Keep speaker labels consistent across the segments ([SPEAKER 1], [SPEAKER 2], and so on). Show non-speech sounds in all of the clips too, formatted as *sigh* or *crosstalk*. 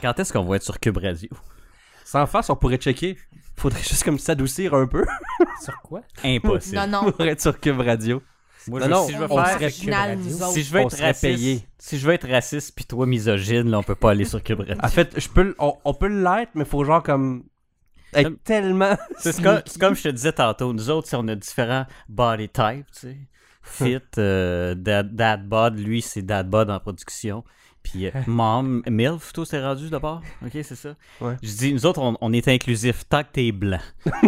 [SPEAKER 1] quand est-ce qu'on va être sur Cube Radio? *laughs* Sans face, on pourrait checker.
[SPEAKER 2] *laughs*
[SPEAKER 1] Faudrait juste comme s'adoucir un peu
[SPEAKER 3] Sur quoi?
[SPEAKER 1] Impossible.
[SPEAKER 4] Non, non.
[SPEAKER 1] pour être sur Cube Radio.
[SPEAKER 3] Moi,
[SPEAKER 1] Non, non,
[SPEAKER 3] si je veux
[SPEAKER 4] on
[SPEAKER 3] faire...
[SPEAKER 4] serait
[SPEAKER 3] Cube
[SPEAKER 4] original,
[SPEAKER 3] Radio.
[SPEAKER 4] nous
[SPEAKER 2] Oh.
[SPEAKER 4] autres.
[SPEAKER 1] Si
[SPEAKER 4] Si
[SPEAKER 1] je veux
[SPEAKER 3] on
[SPEAKER 1] être
[SPEAKER 3] serait
[SPEAKER 1] raciste,
[SPEAKER 3] payé.
[SPEAKER 1] si je veux être raciste puis toi misogyne, là, on peut pas aller sur Cube Radio.
[SPEAKER 2] En fait, je peux, l- on, on peut l'être, mais faut genre comme être
[SPEAKER 1] Comme-
[SPEAKER 2] tellement.
[SPEAKER 1] C'est comme, c'est comme je te disais tantôt, nous autres, si on a différents body types, tu sais. Fit, euh, dad, dad bod, lui, c'est dad bod en production.
[SPEAKER 2] *laughs*
[SPEAKER 1] Puis euh, mom, milf, toi, c'est rendu d'abord. OK, c'est ça.
[SPEAKER 2] Ouais.
[SPEAKER 1] Je dis, nous autres, on, on est inclusif tant que t'es blanc.
[SPEAKER 4] Ah,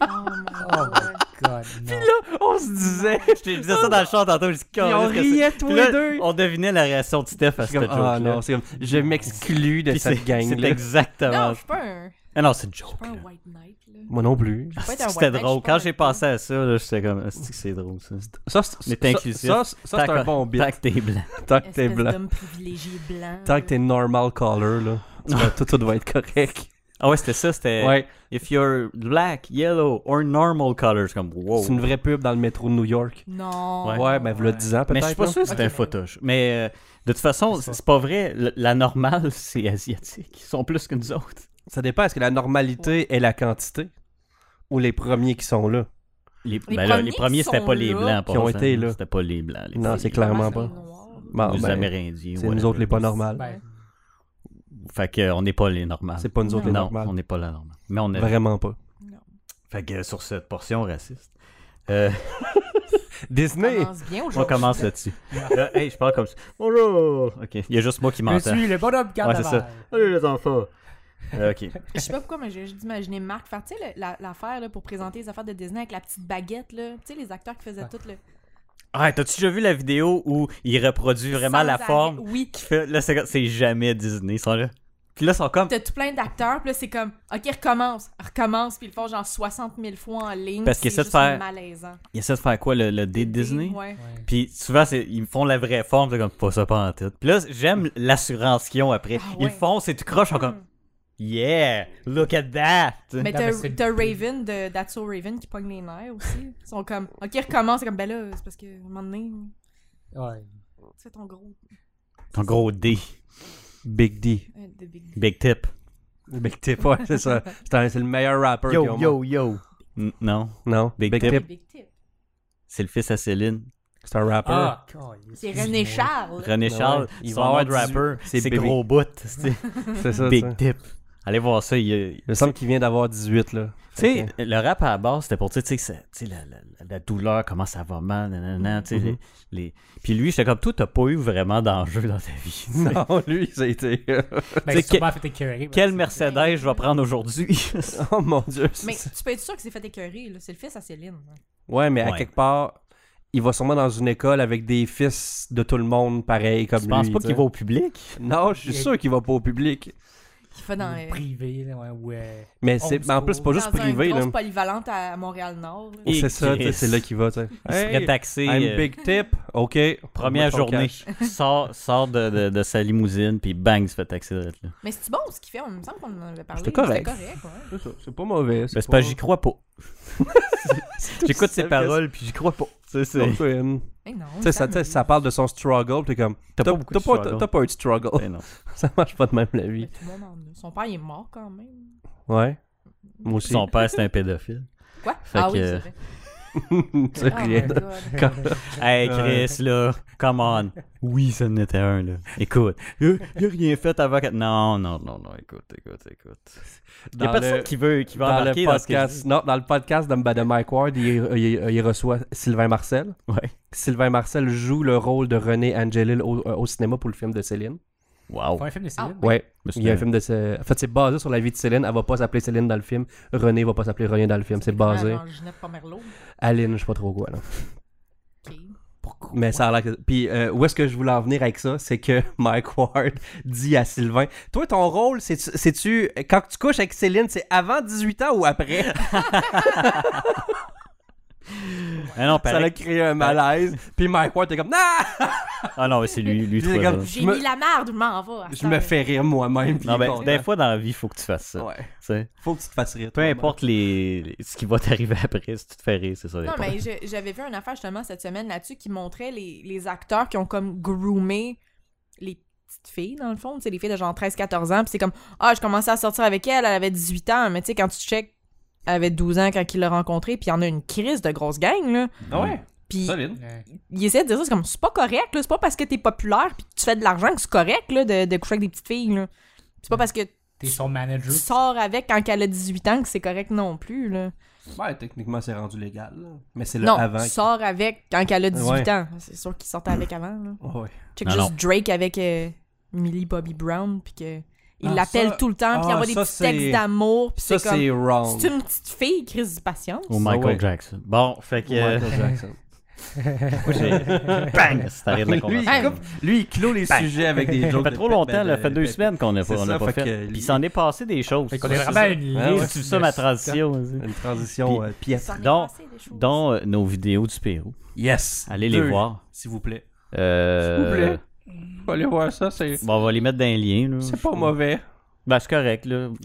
[SPEAKER 2] Ah,
[SPEAKER 3] Oh my god, non.
[SPEAKER 2] On se disait.
[SPEAKER 1] Je te disais ça dans le chat tantôt. Je dis,
[SPEAKER 2] Puis on
[SPEAKER 1] Qu'est-ce que c'est?
[SPEAKER 2] riait
[SPEAKER 1] Puis
[SPEAKER 2] tous
[SPEAKER 1] là,
[SPEAKER 2] les deux.
[SPEAKER 1] On devinait la réaction de Steph à
[SPEAKER 2] C'est
[SPEAKER 1] cette
[SPEAKER 2] comme,
[SPEAKER 1] joke.
[SPEAKER 2] ah non, c'est comme, je m'exclus de cette
[SPEAKER 1] C'est
[SPEAKER 2] gang-là.
[SPEAKER 1] exactement.
[SPEAKER 4] Non, je suis pas un,
[SPEAKER 1] Ah non, c'est une
[SPEAKER 4] je suis
[SPEAKER 1] joke.
[SPEAKER 4] pas
[SPEAKER 1] là.
[SPEAKER 4] un white knight. Là.
[SPEAKER 2] Moi non plus.
[SPEAKER 4] Je suis pas être
[SPEAKER 1] C'est que
[SPEAKER 4] un white
[SPEAKER 1] Ah, C'était
[SPEAKER 4] knight,
[SPEAKER 1] drôle.
[SPEAKER 4] je suis pas
[SPEAKER 1] Quand
[SPEAKER 4] un
[SPEAKER 1] j'ai
[SPEAKER 4] white
[SPEAKER 1] pensé à ça, là, j'étais comme, Ah, c'est que c'est drôle ça.
[SPEAKER 2] Ça, c'est-
[SPEAKER 1] Mais
[SPEAKER 2] ça-
[SPEAKER 1] t'es inclusif.
[SPEAKER 2] Ça, ça, ça, c'est
[SPEAKER 1] Tant
[SPEAKER 2] un bon bit.
[SPEAKER 1] Tant que t'es blanc.
[SPEAKER 2] Tant que
[SPEAKER 4] knight.
[SPEAKER 2] t'es
[SPEAKER 4] Espèce
[SPEAKER 2] blanc.
[SPEAKER 4] d'homme privilégié blanc.
[SPEAKER 2] Tant que t'es normal color, là. tu vas- Tout, tout doit être correct.
[SPEAKER 1] Ah ouais, c'était ça, c'était
[SPEAKER 2] Ouais.
[SPEAKER 1] If you're black, yellow or normal colors comme wow.
[SPEAKER 2] C'est une vraie pub dans le métro de New York.
[SPEAKER 4] Non.
[SPEAKER 1] Oh. Ouais.
[SPEAKER 2] Ouais, ben, v'là 10 ans peut-être.
[SPEAKER 1] Mais je suis pas
[SPEAKER 2] là.
[SPEAKER 1] sûr que c'était un
[SPEAKER 4] Ok, mais-
[SPEAKER 1] photoche. Mais euh, de toute façon,
[SPEAKER 3] C'est ça.
[SPEAKER 1] hein? c'est pas vrai, Le- la normale *laughs* c'est asiatique, ils sont plus que nous autres.
[SPEAKER 2] Ça dépend, est-ce que la normalité est la quantité ou les premiers qui sont là?
[SPEAKER 1] Les,
[SPEAKER 4] Les
[SPEAKER 1] ben là,
[SPEAKER 4] premiers
[SPEAKER 1] les premiers
[SPEAKER 4] qui
[SPEAKER 1] c'était
[SPEAKER 4] sont
[SPEAKER 1] pas les
[SPEAKER 4] là.
[SPEAKER 1] blancs pour
[SPEAKER 2] Qui ont
[SPEAKER 1] ça,
[SPEAKER 2] été
[SPEAKER 1] non,
[SPEAKER 2] là.
[SPEAKER 1] C'était pas les blancs, les
[SPEAKER 2] Non,
[SPEAKER 1] premiers.
[SPEAKER 2] c'est clairement pas. Bon,
[SPEAKER 1] les
[SPEAKER 2] ben,
[SPEAKER 1] amérindiens
[SPEAKER 2] c'est nous
[SPEAKER 1] whatever.
[SPEAKER 2] autres les pas normales.
[SPEAKER 3] Ben,
[SPEAKER 1] Fait que euh, on n'est pas les normales.
[SPEAKER 2] C'est pas nous autres les
[SPEAKER 1] non,
[SPEAKER 2] normales. Ben,
[SPEAKER 1] on n'est pas la normale. Mais on est
[SPEAKER 2] Vraiment pas.
[SPEAKER 1] fait que euh, sur cette portion raciste.
[SPEAKER 4] *laughs*
[SPEAKER 1] euh,
[SPEAKER 2] Disney!
[SPEAKER 4] On commence bien
[SPEAKER 1] on
[SPEAKER 4] aujourd'hui.
[SPEAKER 1] commence là-dessus. Euh, hey, je parle comme ça. Bonjour. OK, il y a juste moi qui
[SPEAKER 3] je
[SPEAKER 1] m'entends.
[SPEAKER 3] suis le bonhomme
[SPEAKER 1] Ouais, c'est ça.
[SPEAKER 3] carnaval.
[SPEAKER 1] Allez les enfants. Euh, ok.
[SPEAKER 4] Je sais pas pourquoi, mais j'ai juste imaginé Marc faire, tu sais, le- la- l'affaire là, pour présenter les affaires de Disney avec la petite baguette, là. Tu sais, les acteurs qui faisaient
[SPEAKER 3] Ouais.
[SPEAKER 4] tout le.
[SPEAKER 1] Ah, t'as-tu déjà vu la vidéo où il reproduit vraiment
[SPEAKER 4] sans
[SPEAKER 1] la
[SPEAKER 4] arrêt.
[SPEAKER 1] forme
[SPEAKER 4] Oui.
[SPEAKER 1] qui fait. Là, c'est comme- c'est jamais Disney, ils sont là. Puis là, ils sont comme.
[SPEAKER 4] T'as tout plein d'acteurs, puis là, c'est comme, OK, recommence, recommence, puis ils le font genre 60 000 fois en ligne.
[SPEAKER 1] Parce qu'ils
[SPEAKER 4] c'est
[SPEAKER 1] essaient de faire-
[SPEAKER 4] juste malaisant.
[SPEAKER 1] Ils essaient de faire quoi, le, le dé de Disney?
[SPEAKER 4] Ouais.
[SPEAKER 3] Ouais.
[SPEAKER 1] Puis souvent, c'est- ils me font la vraie forme, c'est comme pas ça, pas en tête. Puis là, j'aime l'assurance qu'ils ont après.
[SPEAKER 4] Mm. Ah,
[SPEAKER 1] Ils le
[SPEAKER 4] ouais. Mm.
[SPEAKER 1] font, c'est tout croche, ils sont comme. Yeah! Look at that!
[SPEAKER 4] Mais
[SPEAKER 3] Non,
[SPEAKER 4] t'as
[SPEAKER 3] mais c'est-
[SPEAKER 4] t'as Raven de That's So Raven qui pogne les nerfs aussi. Ils sont comme, OK, recommence, c'est comme, ben là, c'est parce que, à un moment donné,
[SPEAKER 3] Ah, Ouais.
[SPEAKER 4] c'est ton gros.
[SPEAKER 1] Ton gros D.
[SPEAKER 2] Big D.
[SPEAKER 4] euh, de Big
[SPEAKER 1] Big tip.
[SPEAKER 2] Big Tip, ouais, c'est
[SPEAKER 3] *laughs*
[SPEAKER 2] ça. C'est un- c'est le meilleur rappeur qu'ils ont.
[SPEAKER 1] yo! N- non,
[SPEAKER 2] Non,
[SPEAKER 1] Big
[SPEAKER 2] Big,
[SPEAKER 1] Tip.
[SPEAKER 2] Tip,
[SPEAKER 4] Tip. Big Tip.
[SPEAKER 1] c'est le fils à Céline.
[SPEAKER 2] c'est un rappeur.
[SPEAKER 3] Ah, câlisse,
[SPEAKER 4] C'est
[SPEAKER 3] excuse-moi.
[SPEAKER 4] René Charles.
[SPEAKER 1] René
[SPEAKER 2] Ouais,
[SPEAKER 1] Charles,
[SPEAKER 2] il
[SPEAKER 1] son
[SPEAKER 2] va
[SPEAKER 1] nom
[SPEAKER 2] avoir
[SPEAKER 1] de
[SPEAKER 2] 18.
[SPEAKER 1] rapper,
[SPEAKER 2] C'est
[SPEAKER 1] c'est
[SPEAKER 2] bébé.
[SPEAKER 1] gros bout. c'est-
[SPEAKER 2] C'est ça,
[SPEAKER 1] Big
[SPEAKER 2] ça.
[SPEAKER 1] Tip. Allez voir ça. il-
[SPEAKER 2] Il me semble qu'il vient d'avoir 18, là.
[SPEAKER 1] Tu sais, le rap à la base, c'était pour dire, tu sais, que ça- tu sais, la, la- la- la douleur, comment ça va mal, nanana, tu sais,
[SPEAKER 2] Mhm.
[SPEAKER 1] les, les- Puis lui, j'étais comme, toi, t'as pas eu vraiment d'enjeu dans ta vie.
[SPEAKER 2] Non, lui, ça a été...
[SPEAKER 3] *laughs* Ben,
[SPEAKER 1] C'est
[SPEAKER 3] c'est sûrement fait écœurer, ben,
[SPEAKER 1] *laughs* Quel
[SPEAKER 3] c'est-
[SPEAKER 1] Mercedes je vais prendre *laughs* aujourd'hui?
[SPEAKER 2] oh mon Dieu.
[SPEAKER 4] Mais tu peux être sûr que c'est fait écœurer, là. C'est le fils à Céline. hein,
[SPEAKER 2] Ouais, mais à
[SPEAKER 1] Ouais.
[SPEAKER 2] quelque part, il va sûrement dans une école avec des fils de tout le monde pareil comme
[SPEAKER 1] Je
[SPEAKER 2] lui.
[SPEAKER 1] pense pas
[SPEAKER 2] tu
[SPEAKER 1] qu'il
[SPEAKER 2] sais.
[SPEAKER 1] va au public.
[SPEAKER 2] Non, je suis sûr qu'il va pas au public.
[SPEAKER 4] Qui fait dans. euh,
[SPEAKER 3] privé, là, ouais, ou, euh,
[SPEAKER 2] Mais c'est mais en plus c'est pas juste
[SPEAKER 4] dans
[SPEAKER 2] privé
[SPEAKER 4] une
[SPEAKER 2] là.
[SPEAKER 4] grosse polyvalente à Montréal-Nord. là.
[SPEAKER 1] Et-
[SPEAKER 2] C'est ça, tu sais,
[SPEAKER 1] Chris.
[SPEAKER 2] c'est là qu'il va, tu sais.
[SPEAKER 1] Il serait
[SPEAKER 2] Hey,
[SPEAKER 1] taxé.
[SPEAKER 2] I'm
[SPEAKER 1] euh,
[SPEAKER 2] big tip. OK.
[SPEAKER 1] Première
[SPEAKER 2] Moi, ton
[SPEAKER 1] journée,
[SPEAKER 2] cash.
[SPEAKER 1] sort, sort de, de- de sa limousine, puis bang, il se fait taxer de là.
[SPEAKER 2] *laughs*
[SPEAKER 1] Ben,
[SPEAKER 4] Mais c'est bon ce qu'il fait, on me semble qu'on en avait parlé.
[SPEAKER 2] C'était correct.
[SPEAKER 4] C'était correct, ouais.
[SPEAKER 2] C'est ça, C'est pas mauvais.
[SPEAKER 1] c'est pas, j'y crois
[SPEAKER 2] *laughs*
[SPEAKER 1] pas. J'écoute ses
[SPEAKER 2] seul que
[SPEAKER 1] paroles, puis j'y crois pas. Tu sais, c'est-
[SPEAKER 2] Surtout une. Tu
[SPEAKER 4] Eh non.
[SPEAKER 2] sais, ça, tu sais,
[SPEAKER 4] m'arrive.
[SPEAKER 2] ça parle de son struggle, t'es comme.
[SPEAKER 1] T'as pas
[SPEAKER 2] T'as
[SPEAKER 1] beaucoup
[SPEAKER 2] t'as
[SPEAKER 1] de
[SPEAKER 2] pas,
[SPEAKER 1] struggle.
[SPEAKER 2] t'as pas eu de struggle. *laughs*
[SPEAKER 1] Ben non.
[SPEAKER 2] Ça marche pas de même la
[SPEAKER 4] Mais
[SPEAKER 2] vie.
[SPEAKER 4] tout le monde en a. Son père, il est mort quand même.
[SPEAKER 2] Ouais. Moi aussi.
[SPEAKER 1] Son père, c'est un pédophile.
[SPEAKER 4] Quoi?
[SPEAKER 1] Fait
[SPEAKER 4] ah
[SPEAKER 1] que-
[SPEAKER 4] oui, c'est vrai.
[SPEAKER 2] *laughs* C'est *laughs*
[SPEAKER 4] Oh
[SPEAKER 2] rien.
[SPEAKER 4] my God.
[SPEAKER 1] Hey Chris, là, come on. Oui, ça en était un, là. Écoute, il a rien fait avant que... Non, non, non, non, écoute, écoute, écoute. Il y a
[SPEAKER 2] Dans
[SPEAKER 1] personne
[SPEAKER 2] le-
[SPEAKER 1] qui veut, qui veut
[SPEAKER 2] dans le
[SPEAKER 1] embarquer dans ce que je
[SPEAKER 2] podcast. non, dans le podcast de, de Mike Ward, il, il- il reçoit Sylvain Marcel.
[SPEAKER 1] dis. Ouais.
[SPEAKER 2] Sylvain Marcel joue le rôle de René Angelil au, euh, au cinéma pour le film de Céline.
[SPEAKER 1] Wow.
[SPEAKER 3] Pour un film de Céline.
[SPEAKER 4] Ah,
[SPEAKER 2] Ouais.
[SPEAKER 1] Mais c'est
[SPEAKER 2] Il y a un
[SPEAKER 1] un-
[SPEAKER 2] film de Cé- En fait, c'est basé sur la vie de Céline. Elle va pas s'appeler Céline dans le film. René va pas s'appeler René dans le film. C'est basé.
[SPEAKER 4] Genre Ginette Pomerleau.
[SPEAKER 2] Aline, je sais pas trop quoi. là.
[SPEAKER 4] OK.
[SPEAKER 1] Pourquoi?
[SPEAKER 2] Mais ça a l'air que- Puis euh, où est-ce que je voulais en venir avec ça? C'est que *laughs* Mike Ward dit à Sylvain Toi, ton rôle, c'est- c'est-tu. Quand tu couches avec Céline, c'est avant 18 ans ou après?
[SPEAKER 1] Ah non,
[SPEAKER 2] Ça a
[SPEAKER 1] pareil.
[SPEAKER 2] créé un malaise. Puis Mike Ward était comme Ah!
[SPEAKER 1] Ah non, c'est lui,
[SPEAKER 2] *laughs*
[SPEAKER 1] lui,
[SPEAKER 2] C'est
[SPEAKER 1] trop
[SPEAKER 2] comme-
[SPEAKER 1] drôle.
[SPEAKER 4] J'ai
[SPEAKER 2] Je me-
[SPEAKER 4] mis la merde, je m'en vais. à
[SPEAKER 2] Je
[SPEAKER 4] cette
[SPEAKER 2] me
[SPEAKER 4] heure.
[SPEAKER 2] fais rire moi-même. puis
[SPEAKER 1] Non,
[SPEAKER 2] il est
[SPEAKER 1] ben,
[SPEAKER 2] content.
[SPEAKER 1] des fois, dans la vie, faut que tu fasses ça.
[SPEAKER 2] Ouais.
[SPEAKER 1] tu sais.
[SPEAKER 2] Faut que tu te fasses rire.
[SPEAKER 1] Peu importe les... les- ce qui va t'arriver *laughs* après, si tu te fais rire, c'est ça.
[SPEAKER 4] Non,
[SPEAKER 1] l'important.
[SPEAKER 4] mais je- j'avais vu une affaire justement cette semaine là-dessus qui montrait les, les acteurs qui ont comme groomé les petites filles, dans le fond. Tu sais, les filles de genre 13-14 ans. Puis c'est comme, ah, je commençais à sortir avec elle, elle avait 18 ans. Mais tu sais, quand tu check, elle avait 12 ans quand il l'a rencontrée. Puis il y en a une crise de grosse gang, là.
[SPEAKER 2] Ah ouais,
[SPEAKER 4] Puis
[SPEAKER 2] solide.
[SPEAKER 3] Ouais.
[SPEAKER 4] il essaie de dire ça, c'est comme, c'est pas correct, là. C'est pas parce que t'es populaire puis que tu fais de l'argent que c'est correct, là, de, de coucher avec des petites filles, là. C'est pas parce que
[SPEAKER 3] T'es son
[SPEAKER 4] tu
[SPEAKER 3] manager.
[SPEAKER 4] sors avec quand elle a 18 ans que c'est correct non plus, là.
[SPEAKER 2] Ouais, techniquement, c'est rendu légal. là. Mais c'est le
[SPEAKER 4] Non,
[SPEAKER 2] avant.
[SPEAKER 4] tu
[SPEAKER 2] qui-
[SPEAKER 4] sors avec quand elle a 18
[SPEAKER 2] Ouais.
[SPEAKER 4] ans. C'est sûr qu'ils sortaient avec avant, là.
[SPEAKER 2] Ouais.
[SPEAKER 4] Check
[SPEAKER 1] Non,
[SPEAKER 4] juste Drake avec euh, Millie Bobby Brown, puis que il
[SPEAKER 2] Ah,
[SPEAKER 4] l'appelle
[SPEAKER 2] ça-
[SPEAKER 4] tout le temps, puis il
[SPEAKER 2] ah,
[SPEAKER 4] envoie des
[SPEAKER 2] ça,
[SPEAKER 4] petits
[SPEAKER 2] c'est-
[SPEAKER 4] textes d'amour, puis
[SPEAKER 2] Ça,
[SPEAKER 4] c'est comme
[SPEAKER 2] c'est wrong.
[SPEAKER 4] c'est une petite fille, crise de patience.
[SPEAKER 1] Ou Michael
[SPEAKER 2] ouais.
[SPEAKER 1] Jackson. Bon, fait que. euh, *laughs*
[SPEAKER 2] Michael Jackson.
[SPEAKER 1] moi, j'ai- Bang! C'est arrêté de la
[SPEAKER 2] lui,
[SPEAKER 1] conversation.
[SPEAKER 2] il coupe- lui, il clôt les sujets avec des
[SPEAKER 1] *laughs* Ça
[SPEAKER 2] jokes.
[SPEAKER 1] fait
[SPEAKER 2] de
[SPEAKER 1] trop
[SPEAKER 2] pe-
[SPEAKER 1] longtemps,
[SPEAKER 2] ben,
[SPEAKER 1] là,
[SPEAKER 2] de-
[SPEAKER 1] ça fait deux
[SPEAKER 2] pe-
[SPEAKER 1] semaines qu'on n'a pas,
[SPEAKER 2] c'est
[SPEAKER 1] on
[SPEAKER 2] ça,
[SPEAKER 1] n'a pas
[SPEAKER 2] fait
[SPEAKER 1] fait.
[SPEAKER 2] que-
[SPEAKER 1] Puis il s'en est passé des choses. Ah
[SPEAKER 3] Fait qu'on
[SPEAKER 1] C'est
[SPEAKER 3] est
[SPEAKER 1] ça.
[SPEAKER 3] vraiment une
[SPEAKER 2] Ouais,
[SPEAKER 3] liste
[SPEAKER 2] ouais.
[SPEAKER 1] C'est
[SPEAKER 3] de
[SPEAKER 1] ça ma
[SPEAKER 3] stock.
[SPEAKER 1] transition. vas-y.
[SPEAKER 2] Une transition
[SPEAKER 1] Puis-
[SPEAKER 2] euh, piètre.
[SPEAKER 1] Donc- Dont euh, nos vidéos du Pérou.
[SPEAKER 2] Yes.
[SPEAKER 1] Allez
[SPEAKER 2] Deux,
[SPEAKER 1] les voir.
[SPEAKER 2] S'il vous plaît.
[SPEAKER 1] Euh,
[SPEAKER 2] S'il vous plaît. Allez voir ça, c'est
[SPEAKER 1] Bon, on va les mettre dans un lien. là.
[SPEAKER 2] c'est pas *laughs* mauvais.
[SPEAKER 1] Ben, c'est correct, là.
[SPEAKER 2] *laughs*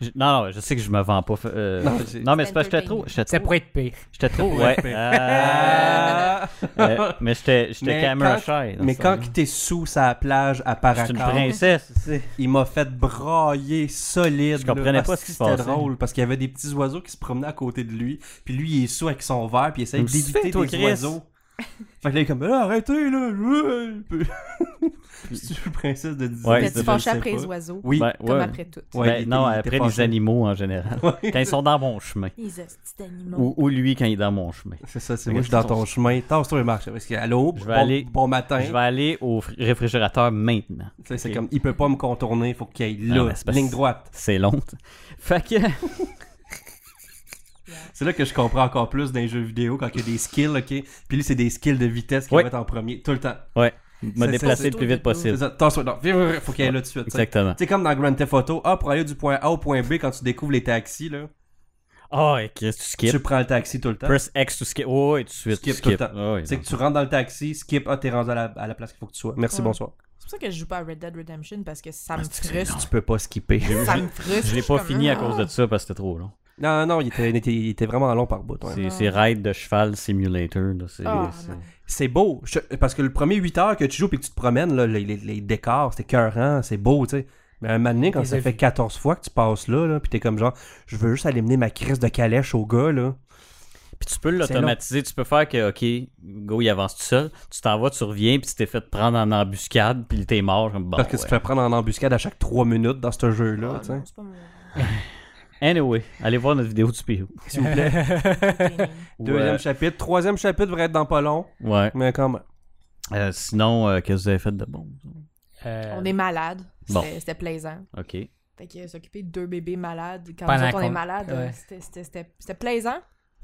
[SPEAKER 1] Je- non, non, je sais que je me vends pas. fa- euh,
[SPEAKER 2] Non, c'est-
[SPEAKER 1] Non, mais c'est parce que j'étais trop.
[SPEAKER 3] Ça
[SPEAKER 1] J'étais trop.
[SPEAKER 3] pourrait être pire.
[SPEAKER 1] J'étais trop.
[SPEAKER 2] pour
[SPEAKER 1] Ouais.
[SPEAKER 2] être pire. *laughs*
[SPEAKER 1] Ah, euh, mais j'étais j'étais
[SPEAKER 2] Mais
[SPEAKER 1] camera
[SPEAKER 2] quand-
[SPEAKER 1] shy. dans
[SPEAKER 2] Mais
[SPEAKER 1] ce
[SPEAKER 2] quand
[SPEAKER 1] sens-là.
[SPEAKER 2] t'es sous sa plage à
[SPEAKER 1] C'est une
[SPEAKER 2] Paracas,
[SPEAKER 1] princesse.
[SPEAKER 2] il m'a fait brailler solide.
[SPEAKER 1] Je comprenais
[SPEAKER 2] là,
[SPEAKER 1] pas
[SPEAKER 2] parce
[SPEAKER 1] ce
[SPEAKER 2] que
[SPEAKER 1] qui se
[SPEAKER 2] C'était
[SPEAKER 1] passait.
[SPEAKER 2] drôle parce qu'il y avait des petits oiseaux qui se promenaient à côté de lui. Puis lui, il est sous avec son verre. Puis il essaie
[SPEAKER 1] Mais tu fais,
[SPEAKER 2] d'éviter
[SPEAKER 1] toi,
[SPEAKER 2] les
[SPEAKER 1] Chris? *laughs*
[SPEAKER 2] oiseaux. Fait que là, il est comme Ah, arrêtez là. euh, *laughs* euh. C'est une princesse de 10 ans.
[SPEAKER 1] Ouais,
[SPEAKER 4] T'es-tu
[SPEAKER 2] je
[SPEAKER 4] fâché
[SPEAKER 2] sais
[SPEAKER 4] après
[SPEAKER 2] pas.
[SPEAKER 4] les oiseaux,
[SPEAKER 2] Oui.
[SPEAKER 1] Ben,
[SPEAKER 4] comme
[SPEAKER 1] ouais.
[SPEAKER 4] après tout.
[SPEAKER 1] Ben, non, après les
[SPEAKER 2] années
[SPEAKER 1] animaux en
[SPEAKER 2] *laughs*
[SPEAKER 1] général. quand ils sont dans mon chemin.
[SPEAKER 4] Les hosties d'animaux.
[SPEAKER 1] Ou, ou lui quand il est dans mon chemin.
[SPEAKER 2] C'est ça,
[SPEAKER 1] Fait
[SPEAKER 2] c'est moi,
[SPEAKER 1] que
[SPEAKER 2] je suis dans
[SPEAKER 1] c'est
[SPEAKER 2] ton chemin. Tasse-toi et marche. Parce que, allô,
[SPEAKER 1] Je vais
[SPEAKER 2] bon,
[SPEAKER 1] aller-
[SPEAKER 2] bon matin.
[SPEAKER 1] Je vais aller au fr- réfrigérateur maintenant.
[SPEAKER 2] Tu sais, C'est
[SPEAKER 1] Ok.
[SPEAKER 2] comme, il peut pas me contourner, il faut qu'il aille
[SPEAKER 1] Ah,
[SPEAKER 2] là,
[SPEAKER 1] mais c'est parce-
[SPEAKER 2] ligne droite.
[SPEAKER 1] C'est long. t- *laughs* Fait que.
[SPEAKER 2] C'est là que je comprends encore plus dans les jeux vidéo quand il y a des skills, ok? Puis lui, c'est des skills de vitesse qu'il
[SPEAKER 1] Oui.
[SPEAKER 2] va être en premier, tout le temps.
[SPEAKER 1] Me
[SPEAKER 2] c'est-
[SPEAKER 1] déplacer
[SPEAKER 2] c'est-
[SPEAKER 1] le plus vite
[SPEAKER 2] C'est
[SPEAKER 1] possible.
[SPEAKER 2] ça, tasse-toi, non, viens, faut qu'il aille là tout de suite. tu sais.
[SPEAKER 1] Exactement.
[SPEAKER 2] C'est comme dans Grand Theft Auto, ah, pour aller du point A au point B, quand tu découvres les taxis, là,
[SPEAKER 1] Ah, et Chris, tu
[SPEAKER 2] tu
[SPEAKER 1] skip.
[SPEAKER 2] prends le taxi tout le temps.
[SPEAKER 1] Press X to skip. Oh, et tout de suite.
[SPEAKER 2] Skip
[SPEAKER 1] tu
[SPEAKER 2] tout le
[SPEAKER 1] skip.
[SPEAKER 2] temps.
[SPEAKER 1] Ah, oui,
[SPEAKER 2] C'est
[SPEAKER 1] non.
[SPEAKER 2] que tu rentres dans le taxi, skip, ah, t'es rendu à la, à la place qu'il faut que tu sois. Merci,
[SPEAKER 4] Ouais.
[SPEAKER 2] bonsoir.
[SPEAKER 4] C'est pour ça que je joue pas à Red Dead Redemption parce que ça
[SPEAKER 1] Ah,
[SPEAKER 4] me
[SPEAKER 1] c'est que c'est
[SPEAKER 4] frustre.
[SPEAKER 2] Tu peux pas skipper.
[SPEAKER 4] Ça me frustre.
[SPEAKER 1] Je l'ai
[SPEAKER 4] suis
[SPEAKER 1] pas
[SPEAKER 4] comme,
[SPEAKER 1] fini à
[SPEAKER 4] ah.
[SPEAKER 1] cause de ça parce que c'était trop long.
[SPEAKER 2] *laughs* Non, non, il était, il était, il était vraiment long par bout. ouais.
[SPEAKER 1] C'est- C'est Ride de Cheval Simulator. là, c'est-
[SPEAKER 4] Ah,
[SPEAKER 1] c'est-
[SPEAKER 4] non.
[SPEAKER 2] C'est beau. Je- parce que le premier 8 heures que tu joues puis que tu te promènes, là, les, les- les décors, c'est cœurant, c'est beau, tu sais. Mais un moment donné, quand
[SPEAKER 3] Les
[SPEAKER 2] ça
[SPEAKER 3] avis.
[SPEAKER 2] fait 14 fois que tu passes là, là puis t'es comme genre, je veux juste aller mener ma crise de calèche au gars, là.
[SPEAKER 1] Puis tu peux l'automatiser. Tu peux faire que, OK, go, il avance tout seul. Tu t'en vas, tu reviens, puis tu t'es fait prendre en embuscade, puis t'es mort. Comme, bon,
[SPEAKER 2] parce que tu te
[SPEAKER 1] ouais.
[SPEAKER 2] fais prendre en embuscade à chaque 3 minutes dans ce jeu-là,
[SPEAKER 4] Ah,
[SPEAKER 2] tu sais.
[SPEAKER 4] non, c'est pas mon-
[SPEAKER 1] Anyway, allez voir notre vidéo du Pérou.
[SPEAKER 2] S'il vous plaît. Deuxième
[SPEAKER 1] Ouais.
[SPEAKER 2] chapitre. Troisième chapitre devrait être dans pas long,
[SPEAKER 1] Ouais.
[SPEAKER 2] mais quand même.
[SPEAKER 1] Euh, sinon, euh, qu'est-ce que vous avez fait de bon?
[SPEAKER 3] *laughs* Euh,
[SPEAKER 4] On est malade.
[SPEAKER 1] Bon.
[SPEAKER 4] C'était c'était plaisant.
[SPEAKER 1] OK.
[SPEAKER 4] Fait que euh, s'occuper de deux bébés malades quand
[SPEAKER 3] Pendant
[SPEAKER 4] nous autres, on est
[SPEAKER 3] qu'on-
[SPEAKER 4] malade, euh,
[SPEAKER 3] ouais.
[SPEAKER 4] c'était- c'était c'était- c'était plaisant.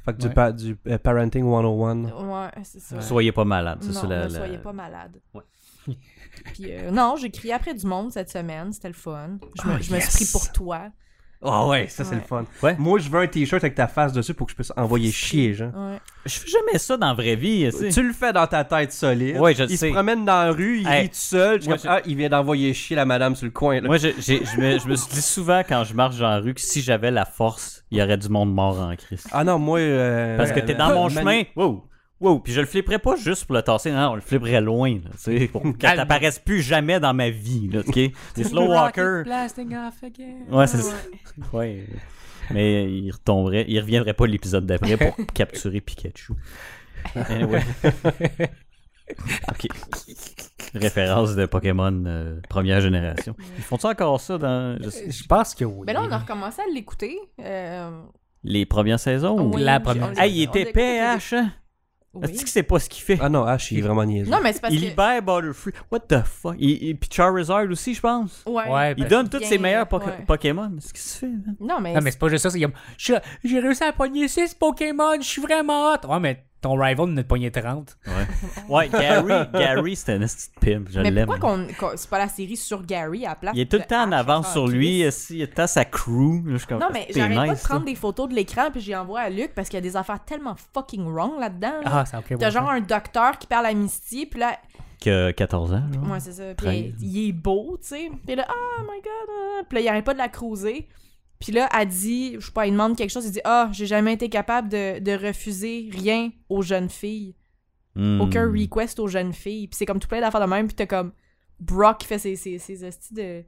[SPEAKER 2] Fait que du,
[SPEAKER 3] Ouais.
[SPEAKER 2] pa- du euh, Parenting 101.
[SPEAKER 4] Ouais, c'est ça.
[SPEAKER 3] Ouais.
[SPEAKER 1] Soyez pas malade. ça,
[SPEAKER 4] Non,
[SPEAKER 1] c'est la-
[SPEAKER 4] ne
[SPEAKER 1] la-
[SPEAKER 4] soyez pas malade.
[SPEAKER 1] Ouais.
[SPEAKER 4] *laughs* Puis, euh, non, j'ai crié après du monde cette semaine, c'était le fun. Je me,
[SPEAKER 2] Ah,
[SPEAKER 4] je me
[SPEAKER 2] yes!
[SPEAKER 4] suis pris pour toi.
[SPEAKER 2] Ah ouais, ça c'est
[SPEAKER 4] Ouais.
[SPEAKER 2] le fun.
[SPEAKER 1] Ouais.
[SPEAKER 2] Moi, je veux un t-shirt avec ta face dessus pour que je puisse envoyer chier, genre.
[SPEAKER 4] Ouais.
[SPEAKER 1] Je fais jamais ça dans la vraie vie. Tu sais.
[SPEAKER 2] Tu le fais dans ta tête solide.
[SPEAKER 1] Ouais, je le
[SPEAKER 2] il
[SPEAKER 1] sais.
[SPEAKER 2] se promène dans la rue, il
[SPEAKER 1] Hey,
[SPEAKER 2] rit tout seul. Je suis
[SPEAKER 1] moi,
[SPEAKER 2] comme, ah, il vient d'envoyer chier la madame sur le coin. là.
[SPEAKER 1] Moi, j'ai- j'ai- je, me, je me suis dit souvent quand je marche dans la rue que si j'avais la force, il y aurait du monde mort en Christ.
[SPEAKER 2] Ah non, moi. euh,
[SPEAKER 1] Parce que
[SPEAKER 2] euh,
[SPEAKER 1] t'es dans mon
[SPEAKER 2] *laughs* manu-
[SPEAKER 1] chemin. Wow. Wow. Puis je le flipperais pas juste pour le tasser. Non, on le flipperait loin. Là, tu sais, pour qu'elle t'apparaisse plus jamais dans ma vie. Là, *laughs* OK? Des *laughs* slow walker.
[SPEAKER 3] Blasting off again.
[SPEAKER 1] Ouais, c'est ça. Ouais. Mais il retomberait. Il reviendrait pas l'épisode d'après pour capturer Pikachu. Anyway. OK. Référence de Pokémon euh, première génération. Ils font-tu encore ça dans je sais-
[SPEAKER 3] Je pense que oui.
[SPEAKER 4] Mais Ben là, on a recommencé à l'écouter. euh,
[SPEAKER 1] les premières saisons?
[SPEAKER 4] oui,
[SPEAKER 1] Ou...
[SPEAKER 3] la
[SPEAKER 4] puis
[SPEAKER 3] première.
[SPEAKER 4] on l'a-
[SPEAKER 1] Hey, il
[SPEAKER 4] on
[SPEAKER 1] était
[SPEAKER 4] l'a écouté
[SPEAKER 1] PH, hein?
[SPEAKER 4] au
[SPEAKER 1] Est-ce
[SPEAKER 4] début.
[SPEAKER 1] que c'est pas ce qu'il fait?
[SPEAKER 2] Ah non, Ash, il est vraiment niaiseux.
[SPEAKER 4] Oui. Non, mais c'est parce
[SPEAKER 1] il
[SPEAKER 4] que.
[SPEAKER 1] libère Butterfree. What the fuck? Il, il- puis Charizard aussi, je pense.
[SPEAKER 3] Ouais,
[SPEAKER 1] Il
[SPEAKER 3] Ben,
[SPEAKER 1] donne
[SPEAKER 4] c'est
[SPEAKER 1] tous
[SPEAKER 4] bien,
[SPEAKER 1] ses meilleurs po-
[SPEAKER 4] ouais.
[SPEAKER 1] Pokémon. Qu'est-ce qu'il se fait? hein? man?
[SPEAKER 4] Non, mais.
[SPEAKER 3] Non, mais c'est pas juste ça, c'est comme je- j'ai réussi à pogner 6 Pokémon, je suis vraiment hot. Ouais, mais ton rival ne pogné 30.
[SPEAKER 1] Ouais, Gary, Gary c'était un esti de pimp. Je
[SPEAKER 4] mais
[SPEAKER 1] l'aime.
[SPEAKER 4] pourquoi qu'on, qu'on- c'est pas la série sur Gary à la place
[SPEAKER 1] Il est tout le
[SPEAKER 4] de
[SPEAKER 1] temps en
[SPEAKER 4] Ash,
[SPEAKER 1] avance
[SPEAKER 4] ah,
[SPEAKER 1] sur
[SPEAKER 4] Chris.
[SPEAKER 1] lui. euh, si, Il est à sa crew. Là, je suis comme,
[SPEAKER 4] Non, mais
[SPEAKER 1] c'est
[SPEAKER 4] j'arrête pas de
[SPEAKER 1] nice,
[SPEAKER 4] prendre
[SPEAKER 1] ça.
[SPEAKER 4] des photos de l'écran puis j'y envoie à Luc parce qu'il y a des affaires tellement fucking wrong là-dedans. là.
[SPEAKER 3] Ah, ça ok.
[SPEAKER 4] T'as genre un docteur qui parle à Misty, puis là,
[SPEAKER 1] Que 14 ans. genre.
[SPEAKER 4] ouais, c'est ça. Puis
[SPEAKER 1] Ah, Traîne.
[SPEAKER 4] il il est beau, tu sais. Puis là, oh my god. ah. Puis là, il arrête pas de la cruiser. Puis là, elle dit, je sais pas, il demande quelque chose, il dit, ah, j'ai jamais été capable de, de refuser rien aux jeunes filles.
[SPEAKER 1] Hmm.
[SPEAKER 4] Aucun request aux jeunes filles. Puis c'est comme tout plein d'affaires de même, puis t'as comme, Brock qui fait ses, ses, ses hosties de,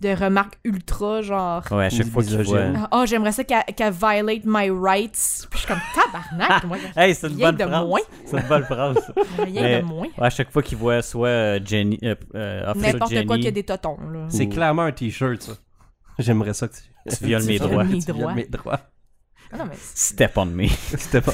[SPEAKER 4] de remarques ultra, genre.
[SPEAKER 1] Ouais, à chaque fois qu'il
[SPEAKER 2] Misogyne.
[SPEAKER 1] voit.
[SPEAKER 4] *laughs* Oh, j'aimerais ça qu'elle qu'elle violate my rights. Puis je suis comme tabarnak, moi.
[SPEAKER 1] Hey, c'est une
[SPEAKER 4] Rien
[SPEAKER 1] bonne
[SPEAKER 4] de
[SPEAKER 1] phrase.
[SPEAKER 4] moins.
[SPEAKER 1] C'est une bonne phrase.
[SPEAKER 4] Rien
[SPEAKER 1] Mais-
[SPEAKER 4] de moins.
[SPEAKER 1] Ouais, à chaque fois qu'il voit soit euh, Jenny, euh, euh, Officer
[SPEAKER 4] N'importe
[SPEAKER 1] Jenny,
[SPEAKER 4] quoi qu'il y a des totons, là.
[SPEAKER 2] C'est
[SPEAKER 1] Ou-
[SPEAKER 2] clairement un t-shirt, ça. J'aimerais ça que tu.
[SPEAKER 1] Tu violes mes
[SPEAKER 2] violes-
[SPEAKER 1] droits.
[SPEAKER 4] Mes
[SPEAKER 2] tu violes
[SPEAKER 4] droits.
[SPEAKER 2] mes droits.
[SPEAKER 4] Ah, Non, mais,
[SPEAKER 1] step on me.
[SPEAKER 2] *laughs* C'était bon.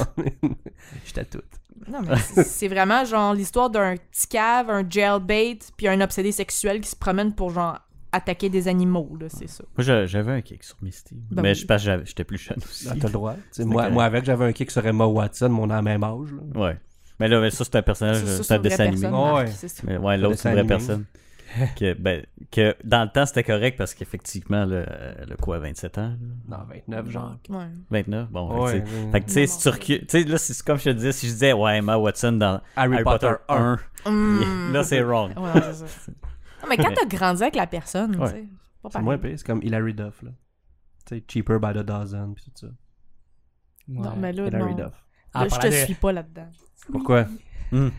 [SPEAKER 2] J'étais toute.
[SPEAKER 4] non, mais c'est- c'est vraiment genre l'histoire d'un petit cave, un jailbait, puis un obsédé sexuel qui se promène pour genre attaquer des animaux, là, c'est ça.
[SPEAKER 1] Moi, j'a- j'avais un kick sur Misty.
[SPEAKER 4] Ben
[SPEAKER 1] mais
[SPEAKER 4] oui.
[SPEAKER 1] je pense que j'avais- j'étais plus jeune aussi.
[SPEAKER 2] Ah, T'as le droit. Moi,
[SPEAKER 1] correct.
[SPEAKER 2] moi, avec, j'avais un kick sur Emma Watson, mais on est à même âge. là.
[SPEAKER 1] Ouais. Mais là, mais Ah, ça, c'est un personnage,
[SPEAKER 4] Ça, ça,
[SPEAKER 1] c'est un
[SPEAKER 4] une vraie
[SPEAKER 1] dessin animé.
[SPEAKER 4] personne,
[SPEAKER 2] Oh,
[SPEAKER 4] Marc,
[SPEAKER 2] ouais.
[SPEAKER 4] c'est ça.
[SPEAKER 1] Mais ouais, l'autre, c'est une vraie
[SPEAKER 2] dessin
[SPEAKER 1] *laughs* personne. que, ben, que dans le temps, c'était correct parce qu'effectivement, le, euh, le quoi, 27 ans là?
[SPEAKER 2] Non, 29, genre.
[SPEAKER 4] Ouais.
[SPEAKER 1] 29 Bon, fait
[SPEAKER 2] Ouais,
[SPEAKER 1] que tu sais-
[SPEAKER 2] ouais.
[SPEAKER 1] fait que tu sais, si tu recules. Tu sais, là, c'est comme je te disais, si je disais, ouais, Emma Watson dans
[SPEAKER 2] Harry, Potter, 1.
[SPEAKER 1] *laughs*
[SPEAKER 4] Hum.
[SPEAKER 1] *laughs* là, c'est wrong.
[SPEAKER 4] Ouais, non, c'est ça. Non, mais quand t'as grandi avec la personne,
[SPEAKER 1] Ouais.
[SPEAKER 4] tu sais, c'est
[SPEAKER 2] C'est
[SPEAKER 4] pas pareil.
[SPEAKER 2] moins pire, c'est comme Hilary Duff. Là. Tu sais, Cheaper by the Dozen, pis tout ça.
[SPEAKER 4] Non, mais là,
[SPEAKER 2] Hilary
[SPEAKER 4] Euh, non.
[SPEAKER 2] Duff.
[SPEAKER 3] En
[SPEAKER 4] Là, je
[SPEAKER 3] parlant
[SPEAKER 4] te
[SPEAKER 3] de-
[SPEAKER 4] suis pas là-dedans.
[SPEAKER 2] Pourquoi
[SPEAKER 1] Hmm.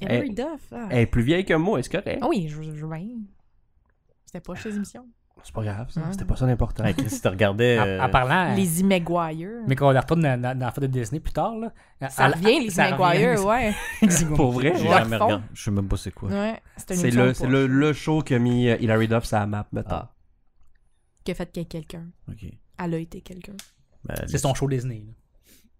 [SPEAKER 4] Hilary Duff, ah.
[SPEAKER 2] Elle est plus vieille que moi, est-ce correct
[SPEAKER 4] Ah oui, je, je, je ben, C'était pas chez les émissions.
[SPEAKER 2] C'est pas grave, ça.
[SPEAKER 4] Ouais.
[SPEAKER 2] C'était pas ça l'important.
[SPEAKER 1] Hey,
[SPEAKER 4] Mm.
[SPEAKER 1] Chris, si tu regardais.
[SPEAKER 3] en-
[SPEAKER 1] euh,
[SPEAKER 3] en parlant.
[SPEAKER 4] Lizzie McGuire.
[SPEAKER 3] Ah. Mais quand on la retourne dans, dans, dans la photo de Disney plus tard, là.
[SPEAKER 4] ça
[SPEAKER 3] elle-
[SPEAKER 4] revient, Lizzie
[SPEAKER 3] ça
[SPEAKER 4] McGuire,
[SPEAKER 3] revient.
[SPEAKER 4] ouais.
[SPEAKER 2] Pour vrai,
[SPEAKER 1] j'ai
[SPEAKER 4] Ils Mm. la
[SPEAKER 1] jamais
[SPEAKER 4] refont.
[SPEAKER 1] regardé. Je sais même pas c'est quoi.
[SPEAKER 4] Ouais, c'est une
[SPEAKER 2] C'est
[SPEAKER 4] émission
[SPEAKER 2] le,
[SPEAKER 4] de
[SPEAKER 2] c'est
[SPEAKER 4] poche
[SPEAKER 2] le, le show qu'a mis euh, Hilary Duff sur la map, mettons.
[SPEAKER 1] Ah,
[SPEAKER 4] qui a fait qu'il y ait quelqu'un.
[SPEAKER 1] ok.
[SPEAKER 4] Elle a été quelqu'un.
[SPEAKER 1] Ben,
[SPEAKER 3] C'est son show Disney. là.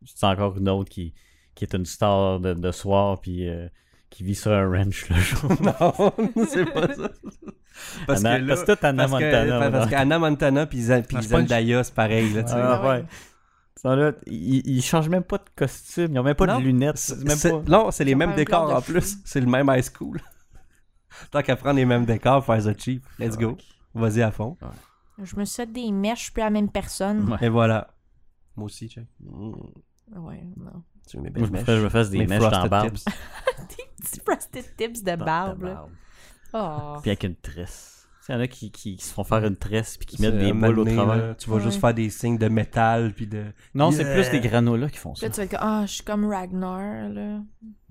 [SPEAKER 1] c'est encore une autre qui, qui est une star de, de soir puis euh, qui vit sur un ranch le jour.
[SPEAKER 2] *laughs* non, *laughs* c'est pas ça. Parce
[SPEAKER 1] Anna-
[SPEAKER 2] que là,
[SPEAKER 1] parce que tout Anna
[SPEAKER 2] parce que-
[SPEAKER 1] Montana,
[SPEAKER 2] parce
[SPEAKER 1] voilà.
[SPEAKER 2] qu'Anna Montana puis Zan- puis
[SPEAKER 3] Ah, c'est pas une-
[SPEAKER 2] Zendaya, c'est pareil, là, tu sais.
[SPEAKER 1] Ah,
[SPEAKER 4] ouais.
[SPEAKER 1] ouais. Ils sont là, Ils, ils changent même pas de costume, ils ont même pas
[SPEAKER 2] Non.
[SPEAKER 1] de lunettes.
[SPEAKER 2] C'est-
[SPEAKER 1] même
[SPEAKER 2] c'est-
[SPEAKER 1] pas-
[SPEAKER 2] Non, c'est les
[SPEAKER 4] Ils ont
[SPEAKER 2] mêmes
[SPEAKER 4] pas un plan
[SPEAKER 2] décors
[SPEAKER 4] de
[SPEAKER 2] en
[SPEAKER 4] fou.
[SPEAKER 2] plus. C'est le même high school. *laughs* Tant qu'à prendre les mêmes décors, faire ça cheap. Let's go. Vas-y à fond.
[SPEAKER 4] Je me suis fait des mèches, je suis plus la même personne.
[SPEAKER 1] Ouais.
[SPEAKER 2] Et voilà. Moi aussi, check. Mm.
[SPEAKER 4] Ouais, non. *laughs*
[SPEAKER 2] Tu veux mes
[SPEAKER 1] Moi,
[SPEAKER 2] belles
[SPEAKER 1] je me
[SPEAKER 2] mèches.
[SPEAKER 1] fais, je me fasse des
[SPEAKER 2] Mes
[SPEAKER 1] mèches en
[SPEAKER 2] frosted
[SPEAKER 1] barbe.
[SPEAKER 2] tips.
[SPEAKER 4] Petit frosted tips de
[SPEAKER 1] Barbe
[SPEAKER 4] barbe.
[SPEAKER 1] de
[SPEAKER 4] là.
[SPEAKER 1] barbe.
[SPEAKER 4] Oh.
[SPEAKER 1] Puis avec une tresse. Il y en a qui, qui, qui se font faire une tresse puis qui
[SPEAKER 2] C'est
[SPEAKER 1] mettent des
[SPEAKER 2] un
[SPEAKER 1] boules au
[SPEAKER 2] moment donné,
[SPEAKER 1] travers.
[SPEAKER 2] là, Euh, Tu vas
[SPEAKER 4] Ouais.
[SPEAKER 2] juste faire des signes de métal puis de.
[SPEAKER 1] Non,
[SPEAKER 2] Yeah.
[SPEAKER 1] c'est plus des granolas qui font ça.
[SPEAKER 4] Là, tu vas être comme, ah, je suis comme Ragnar, là. Là,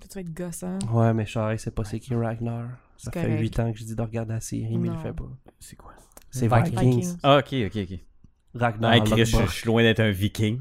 [SPEAKER 4] tu vas être gossant.
[SPEAKER 2] Ouais, mais Charlie, c'est pas c'est qui Ragnar. Ça
[SPEAKER 4] C'est
[SPEAKER 2] fait
[SPEAKER 4] correct.
[SPEAKER 2] 8 ans que je dis de regarder la série, mais il le
[SPEAKER 4] Non.
[SPEAKER 2] fait pas.
[SPEAKER 1] C'est quoi ça?
[SPEAKER 2] C'est
[SPEAKER 3] Vikings.
[SPEAKER 2] Vikings.
[SPEAKER 1] Ah, ok, ok, ok.
[SPEAKER 2] Ragnar.
[SPEAKER 1] Ah, Chris, je, je
[SPEAKER 2] Lothbrok.
[SPEAKER 1] suis loin d'être un viking.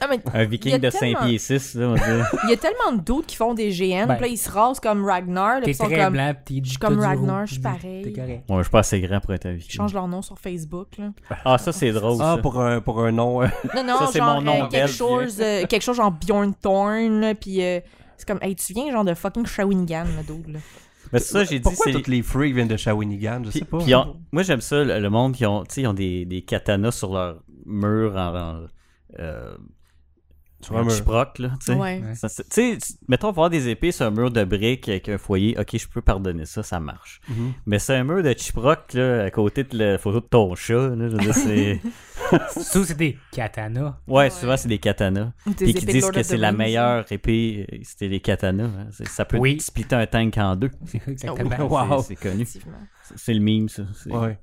[SPEAKER 4] Ah, mais
[SPEAKER 1] Un
[SPEAKER 4] *laughs* Il y a
[SPEAKER 1] viking de 5
[SPEAKER 4] tellement-
[SPEAKER 1] pieds 6, là, on va *laughs* dire.
[SPEAKER 4] il y a tellement de doutes qui font des GN.
[SPEAKER 3] Ben.
[SPEAKER 4] puis là, ils se rasent comme Ragnar. Là, puis
[SPEAKER 3] T'es
[SPEAKER 4] ils sont
[SPEAKER 3] très
[SPEAKER 4] comme,
[SPEAKER 3] blanc, pis t'es
[SPEAKER 4] je suis comme
[SPEAKER 3] tout du
[SPEAKER 4] Ragnar,
[SPEAKER 3] rouge,
[SPEAKER 4] je suis
[SPEAKER 3] t'es-
[SPEAKER 4] pareil.
[SPEAKER 3] T'es
[SPEAKER 4] *laughs*
[SPEAKER 3] correct.
[SPEAKER 1] Bon, je suis pas assez grand pour être un viking.
[SPEAKER 4] Ils changent leur nom sur Facebook, là.
[SPEAKER 1] Ah, ça, c'est drôle.
[SPEAKER 2] Ah,
[SPEAKER 1] ça.
[SPEAKER 2] pour un, pour un nom. euh,
[SPEAKER 4] Non, non,
[SPEAKER 1] Ça, c'est
[SPEAKER 4] genre
[SPEAKER 1] mon nom
[SPEAKER 4] euh, quelque,
[SPEAKER 1] belge,
[SPEAKER 4] chose, euh, quelque chose genre Bjorn Thorne, là, puis euh, c'est comme, hey, tu viens genre de fucking Shawinigan, le dude, là.
[SPEAKER 1] Mais ça, j'ai dit,
[SPEAKER 2] Pourquoi
[SPEAKER 1] c'est.
[SPEAKER 2] toutes les freaks viennent de Shawinigan Je
[SPEAKER 1] Puis-
[SPEAKER 2] sais pas.
[SPEAKER 1] puis ils ont- moi, j'aime ça, le, le monde, qui ont, tu sais, ils ont des, des katanas sur leur mur en. en, euh,
[SPEAKER 2] Sur un
[SPEAKER 1] en
[SPEAKER 2] mur.
[SPEAKER 1] chiproc, là, tu sais.
[SPEAKER 4] Ouais.
[SPEAKER 1] Ça, c'est- Tu sais, mettons, voir des épées sur un mur de briques avec un foyer, ok, je peux pardonner ça, ça marche.
[SPEAKER 2] Mhm.
[SPEAKER 1] Mais c'est un mur de chiproc, là, à côté de la photo de ton chat, là, je veux dire,
[SPEAKER 4] *laughs*
[SPEAKER 1] c'est.
[SPEAKER 3] Sous, c'est des katanas.
[SPEAKER 1] Ouais, souvent, c'est des katanas.
[SPEAKER 4] Des
[SPEAKER 1] Puis qui
[SPEAKER 4] épées de
[SPEAKER 1] disent
[SPEAKER 4] Lord
[SPEAKER 1] que
[SPEAKER 4] of the
[SPEAKER 1] c'est la
[SPEAKER 4] Rings, hein.
[SPEAKER 1] meilleure épée, euh, c'était les katanas. hein. C'est- Ça peut
[SPEAKER 3] Oui.
[SPEAKER 1] splitter un tank en deux. *laughs*
[SPEAKER 3] Exactement.
[SPEAKER 2] Oh, wow.
[SPEAKER 1] C'est- C'est connu.
[SPEAKER 4] effectivement.
[SPEAKER 1] C'est- C'est le meme, ça. C'est-
[SPEAKER 2] Ouais.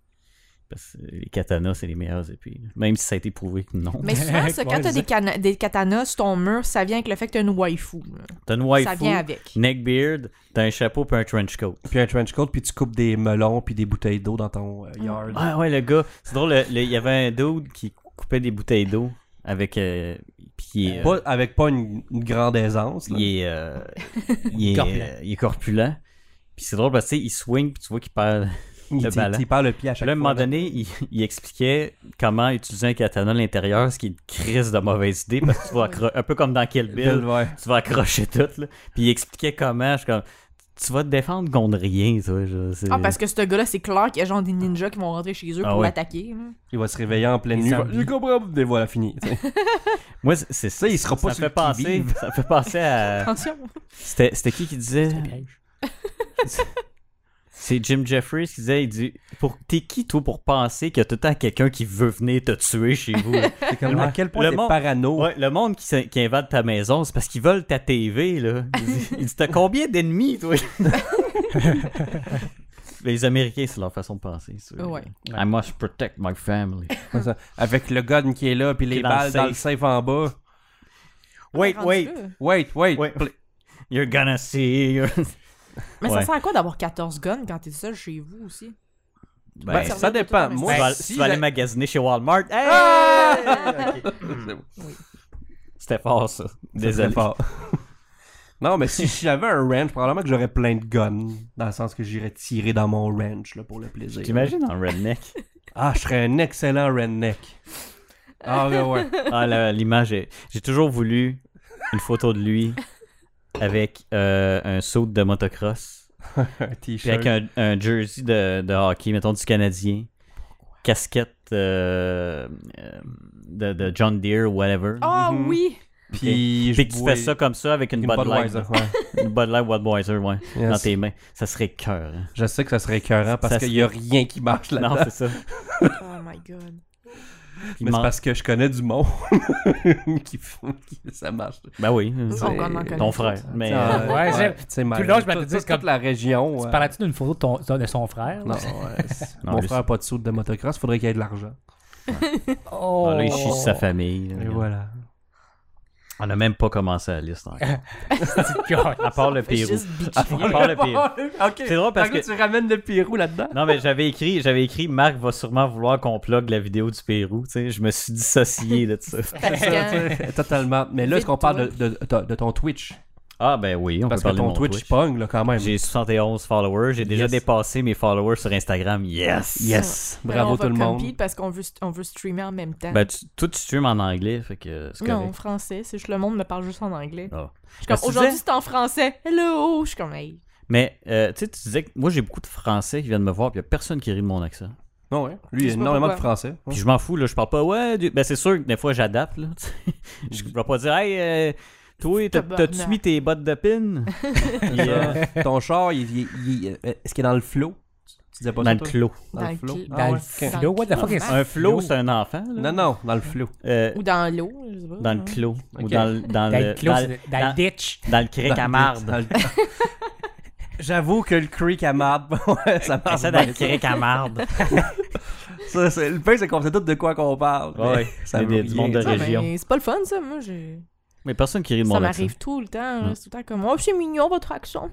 [SPEAKER 1] Parce que les katanas, c'est les meilleures épées. là. Même si ça a été prouvé que non.
[SPEAKER 4] Mais souvent, ça, quand t'as des, cana- des katanas sur ton mur, ça vient avec le fait que t'as une waifu. là.
[SPEAKER 1] T'as une waifu,
[SPEAKER 4] Ça vient avec.
[SPEAKER 1] neckbeard, t'as un chapeau puis un trench coat.
[SPEAKER 2] Puis un trench coat, puis tu coupes des melons puis des bouteilles d'eau dans ton
[SPEAKER 4] Ah.
[SPEAKER 2] euh, yard.
[SPEAKER 1] Ah Ouais, ouais, le gars. C'est drôle, le- le- il y avait un dude qui coupait des bouteilles d'eau avec. euh, puis il est, euh,
[SPEAKER 2] Pas- avec pas une, une grande aisance. là.
[SPEAKER 1] il est, euh,
[SPEAKER 2] *laughs*
[SPEAKER 1] il est,
[SPEAKER 3] Corpulent.
[SPEAKER 1] euh, il est corpulent. Puis c'est drôle parce que tu sais, il swing puis tu vois qu'il perd.
[SPEAKER 2] Il,
[SPEAKER 1] le
[SPEAKER 2] il-
[SPEAKER 1] ballon.
[SPEAKER 2] il perd le pied à chaque
[SPEAKER 1] Là, à un
[SPEAKER 2] fois.
[SPEAKER 1] moment donné, il, il expliquait comment utiliser un katana à l'intérieur, ce qui est une crise de mauvaise idée, parce que
[SPEAKER 2] *laughs*
[SPEAKER 1] tu vas accro- un peu comme dans Kill
[SPEAKER 2] Bill,
[SPEAKER 1] Bill,
[SPEAKER 2] ouais.
[SPEAKER 1] tu vas accrocher tout. Là. Puis il expliquait comment, je suis comme, tu vas te défendre contre rien, toi. Je, c'est-
[SPEAKER 4] Ah, parce que ce gars-là, c'est clair qu'il y a genre des ninjas qui vont rentrer chez eux
[SPEAKER 1] Ah
[SPEAKER 4] pour
[SPEAKER 1] ouais.
[SPEAKER 4] l'attaquer.
[SPEAKER 1] *laughs*
[SPEAKER 4] là.
[SPEAKER 2] Il va se réveiller en pleine
[SPEAKER 3] Les
[SPEAKER 2] nuit. il va-
[SPEAKER 3] zombies.
[SPEAKER 2] Il comprend, mais voilà, fini. tu sais.
[SPEAKER 1] Moi, c'est- c'est
[SPEAKER 2] Ça, il sera pas
[SPEAKER 1] ça
[SPEAKER 2] sur
[SPEAKER 1] fait
[SPEAKER 2] le
[SPEAKER 1] penser,
[SPEAKER 2] qui-vive.
[SPEAKER 1] ça fait penser à.
[SPEAKER 4] Attention.
[SPEAKER 1] C'était c'était qui qui disait
[SPEAKER 3] C'est un piège.
[SPEAKER 1] *laughs* C'est Jim Jeffries qui disait il dit, pour- t'es qui toi pour penser qu'il y a tout le temps quelqu'un qui veut venir te tuer chez vous là?
[SPEAKER 2] C'est comme
[SPEAKER 3] Ah,
[SPEAKER 2] à quel point
[SPEAKER 1] Le
[SPEAKER 2] t'es
[SPEAKER 1] monde- *laughs*
[SPEAKER 2] parano.
[SPEAKER 1] Ouais, le monde qui, s'in- qui invade ta maison, c'est parce qu'ils veulent ta TV, là. Ils disent, ils disent, t'as combien d'ennemis, toi? *laughs* Les Américains, c'est leur façon de penser, ça.
[SPEAKER 4] Ouais.
[SPEAKER 1] I must protect my
[SPEAKER 2] *laughs*
[SPEAKER 1] family.
[SPEAKER 2] Comme ça. Avec le gun qui est là, puis
[SPEAKER 1] Qui
[SPEAKER 2] les
[SPEAKER 1] est dans le
[SPEAKER 2] balles dans le safe en bas.
[SPEAKER 1] Wait,
[SPEAKER 4] Rendu
[SPEAKER 1] wait,
[SPEAKER 4] là.
[SPEAKER 2] Wait, wait.
[SPEAKER 1] Wait.
[SPEAKER 2] pl- *laughs*
[SPEAKER 1] you're *laughs* gonna see.
[SPEAKER 4] Mais ça
[SPEAKER 1] Ouais.
[SPEAKER 4] sert à quoi d'avoir 14 guns quand t'es seul chez
[SPEAKER 1] *laughs*
[SPEAKER 4] vous aussi?
[SPEAKER 1] Ben,
[SPEAKER 2] Ben,
[SPEAKER 4] ça
[SPEAKER 2] ça
[SPEAKER 4] revient
[SPEAKER 2] dépend.
[SPEAKER 4] tout le temps,
[SPEAKER 2] Moi,
[SPEAKER 1] tu vas,
[SPEAKER 2] si
[SPEAKER 1] tu vas aller
[SPEAKER 2] la-
[SPEAKER 1] magasiner chez Walmart. Hey!
[SPEAKER 2] Ah! Ok, c'est bon.
[SPEAKER 1] C'était fort, ça.
[SPEAKER 2] Des
[SPEAKER 1] Désolé.
[SPEAKER 2] efforts. *laughs* non, mais si j'avais un ranch, probablement que j'aurais plein de guns. Dans le sens que j'irais tirer dans mon ranch là, pour le plaisir.
[SPEAKER 1] T'imagines hein? en redneck?
[SPEAKER 2] Ah, je serais un excellent redneck. Ah, ouais, ouais.
[SPEAKER 1] *laughs*
[SPEAKER 3] *laughs*
[SPEAKER 1] Ah, la- l'image est... J'ai toujours voulu une photo de lui avec euh, un saut de motocross.
[SPEAKER 2] un
[SPEAKER 1] Puis
[SPEAKER 2] t-shirt.
[SPEAKER 1] avec un, un jersey de, de hockey, mettons du Canadien. Casquette euh, euh, de, de John Deere ou whatever.
[SPEAKER 4] Ah
[SPEAKER 2] Mhm.
[SPEAKER 4] oui!
[SPEAKER 2] Puis,
[SPEAKER 1] Puis
[SPEAKER 2] je
[SPEAKER 1] que tu
[SPEAKER 2] bois
[SPEAKER 1] fais ça comme ça avec une,
[SPEAKER 2] une
[SPEAKER 1] Bud
[SPEAKER 2] Budweiser,
[SPEAKER 1] Light. *laughs*
[SPEAKER 2] ouais.
[SPEAKER 1] Une Bud Light Budweiser, ouais. Dans
[SPEAKER 2] Yes.
[SPEAKER 1] tes mains. Ça serait cœur. hein.
[SPEAKER 2] Je sais que ça serait écœurant parce
[SPEAKER 1] Ça
[SPEAKER 2] qu'il n'y a rien qui marche
[SPEAKER 1] Non,
[SPEAKER 2] là-dedans.
[SPEAKER 1] c'est
[SPEAKER 2] *laughs*
[SPEAKER 1] ça.
[SPEAKER 4] Oh my god.
[SPEAKER 1] Puis
[SPEAKER 2] Mais c'est
[SPEAKER 1] man-
[SPEAKER 2] parce que je connais du monde *laughs* qui font que ça marche.
[SPEAKER 1] Ben oui.
[SPEAKER 2] C'est-
[SPEAKER 4] on en connaît
[SPEAKER 1] Ton
[SPEAKER 4] tous,
[SPEAKER 1] frère.
[SPEAKER 4] ça.
[SPEAKER 1] Mais
[SPEAKER 2] Ah,
[SPEAKER 1] euh,
[SPEAKER 3] ouais, j'aime-
[SPEAKER 2] Puis, tu sais, ma-
[SPEAKER 3] Tout le long, je m'étais
[SPEAKER 2] toute-
[SPEAKER 3] dit,
[SPEAKER 2] toute-
[SPEAKER 3] comme-
[SPEAKER 2] toute la région.
[SPEAKER 3] Tu
[SPEAKER 2] ouais.
[SPEAKER 3] parlais-tu d'une photo de, ton- de son frère?
[SPEAKER 2] Non,
[SPEAKER 3] là?
[SPEAKER 2] ouais, c'est-
[SPEAKER 1] Non,
[SPEAKER 2] Mon
[SPEAKER 1] lui,
[SPEAKER 2] frère a pas de soude de motocross, faudrait qu'il y ait de l'argent.
[SPEAKER 3] Oh.
[SPEAKER 1] ah, là, il chie sur sa famille. là.
[SPEAKER 2] Et voilà.
[SPEAKER 1] On n'a même pas commencé la liste encore.
[SPEAKER 2] *laughs*
[SPEAKER 3] famille.
[SPEAKER 1] À part le
[SPEAKER 4] Fais
[SPEAKER 1] Pérou. *laughs*
[SPEAKER 4] juste bitcher.
[SPEAKER 1] À part le Pérou.
[SPEAKER 2] *laughs* ok.
[SPEAKER 1] C'est drôle parce
[SPEAKER 2] Fait
[SPEAKER 1] que-
[SPEAKER 2] tu ramènes le Pérou là-dedans.
[SPEAKER 1] Non, mais j'avais écrit, j'avais écrit, Marc va sûrement vouloir qu'on plug la vidéo du Pérou. Tu sais, je me suis dissocié de
[SPEAKER 2] *laughs*
[SPEAKER 1] ça.
[SPEAKER 4] Fatigant.
[SPEAKER 2] Totalement. Mais là, est-ce qu'on
[SPEAKER 4] Vite-toi.
[SPEAKER 2] parle de, de- de- de ton Twitch?
[SPEAKER 1] Ah, ben oui, on
[SPEAKER 2] Parce
[SPEAKER 1] peut
[SPEAKER 2] que
[SPEAKER 1] parler de
[SPEAKER 2] ton
[SPEAKER 1] mon
[SPEAKER 2] Twitch,
[SPEAKER 1] Twitch.
[SPEAKER 2] pogne, là, quand même.
[SPEAKER 1] J'ai 71 followers. J'ai déjà
[SPEAKER 2] Yes.
[SPEAKER 1] dépassé mes followers sur Instagram. Yes!
[SPEAKER 2] Yes.
[SPEAKER 4] Mais
[SPEAKER 2] Bravo
[SPEAKER 4] on va
[SPEAKER 2] tout le monde.
[SPEAKER 4] compete parce qu'on veut, on veut streamer en même temps.
[SPEAKER 1] Ben, tu, toi, tu streams en anglais, fait que c'est
[SPEAKER 4] non, en
[SPEAKER 1] correct.
[SPEAKER 4] français. C'est juste le monde me parle juste en anglais.
[SPEAKER 1] Ah.
[SPEAKER 4] Je
[SPEAKER 1] Parce
[SPEAKER 4] suis
[SPEAKER 1] que
[SPEAKER 4] comme,
[SPEAKER 1] tu
[SPEAKER 4] aujourd'hui,
[SPEAKER 1] disais-
[SPEAKER 4] c'est en français. Hello! Je suis comme, hey.
[SPEAKER 1] Mais, euh, tu sais, tu disais que moi, j'ai beaucoup de Français qui viennent me voir, puis il a personne qui rit de mon accent.
[SPEAKER 2] Non, ouais. Lui, il y
[SPEAKER 4] Je sais
[SPEAKER 2] a
[SPEAKER 4] pas
[SPEAKER 2] énormément de
[SPEAKER 4] pourquoi.
[SPEAKER 2] français. hein.
[SPEAKER 1] Puis je m'en fous, là, je parle pas, ouais, du- ben c'est sûr que des fois j'adapte, là, *laughs* tu sais. Je vais pas dire, hey, euh, toi, t'as- t'as-tu
[SPEAKER 4] Tabarnak.
[SPEAKER 1] mis tes bottes de
[SPEAKER 4] *laughs*
[SPEAKER 1] pin? Puis, euh,
[SPEAKER 2] Ça, *laughs* Ton char, il- il- il- euh, est-ce qu'il est dans le flow? Tu- Tu disais pas
[SPEAKER 1] dans
[SPEAKER 2] ça,
[SPEAKER 1] le
[SPEAKER 2] toi?
[SPEAKER 1] clos.
[SPEAKER 2] Dans le
[SPEAKER 4] Dans
[SPEAKER 2] flow.
[SPEAKER 4] le cl-
[SPEAKER 2] Ah,
[SPEAKER 3] Dans
[SPEAKER 2] ouais.
[SPEAKER 3] le
[SPEAKER 2] Ok.
[SPEAKER 3] flow, what the fuck is
[SPEAKER 1] Un flow, c'est un enfant, là.
[SPEAKER 2] Non, non, dans le flow.
[SPEAKER 1] Euh,
[SPEAKER 4] Ou hein. dans l'eau, je sais pas.
[SPEAKER 1] dans le clos. Ou
[SPEAKER 2] Ok.
[SPEAKER 1] dans, le- dans
[SPEAKER 3] Dans
[SPEAKER 1] le
[SPEAKER 3] le clos,
[SPEAKER 1] dans,
[SPEAKER 3] c'est- dans le ditch.
[SPEAKER 1] dans le cric à marde. *laughs*
[SPEAKER 2] Dans le- *laughs* J'avoue que le creek à marde, *laughs* ouais, ça
[SPEAKER 1] Ah,
[SPEAKER 2] marche.
[SPEAKER 1] ça, dans
[SPEAKER 2] bien,
[SPEAKER 1] le cric à marde.
[SPEAKER 2] Ça, c'est- le pain, c'est qu'on sait tout de quoi qu'on parle. mais
[SPEAKER 1] Ouais,
[SPEAKER 2] ça
[SPEAKER 1] mais
[SPEAKER 2] veut
[SPEAKER 1] des- du
[SPEAKER 2] rien
[SPEAKER 1] monde de
[SPEAKER 2] dire.
[SPEAKER 4] Ah,
[SPEAKER 1] région.
[SPEAKER 4] ben, c'est pas le fun, ça. Moi, j'ai-
[SPEAKER 1] Mais personne qui rit de
[SPEAKER 4] ça
[SPEAKER 1] mon accent.
[SPEAKER 4] m'arrive tout le temps. là.
[SPEAKER 1] Mm.
[SPEAKER 4] C'est tout le temps comme, oh, c'est mignon, votre accent.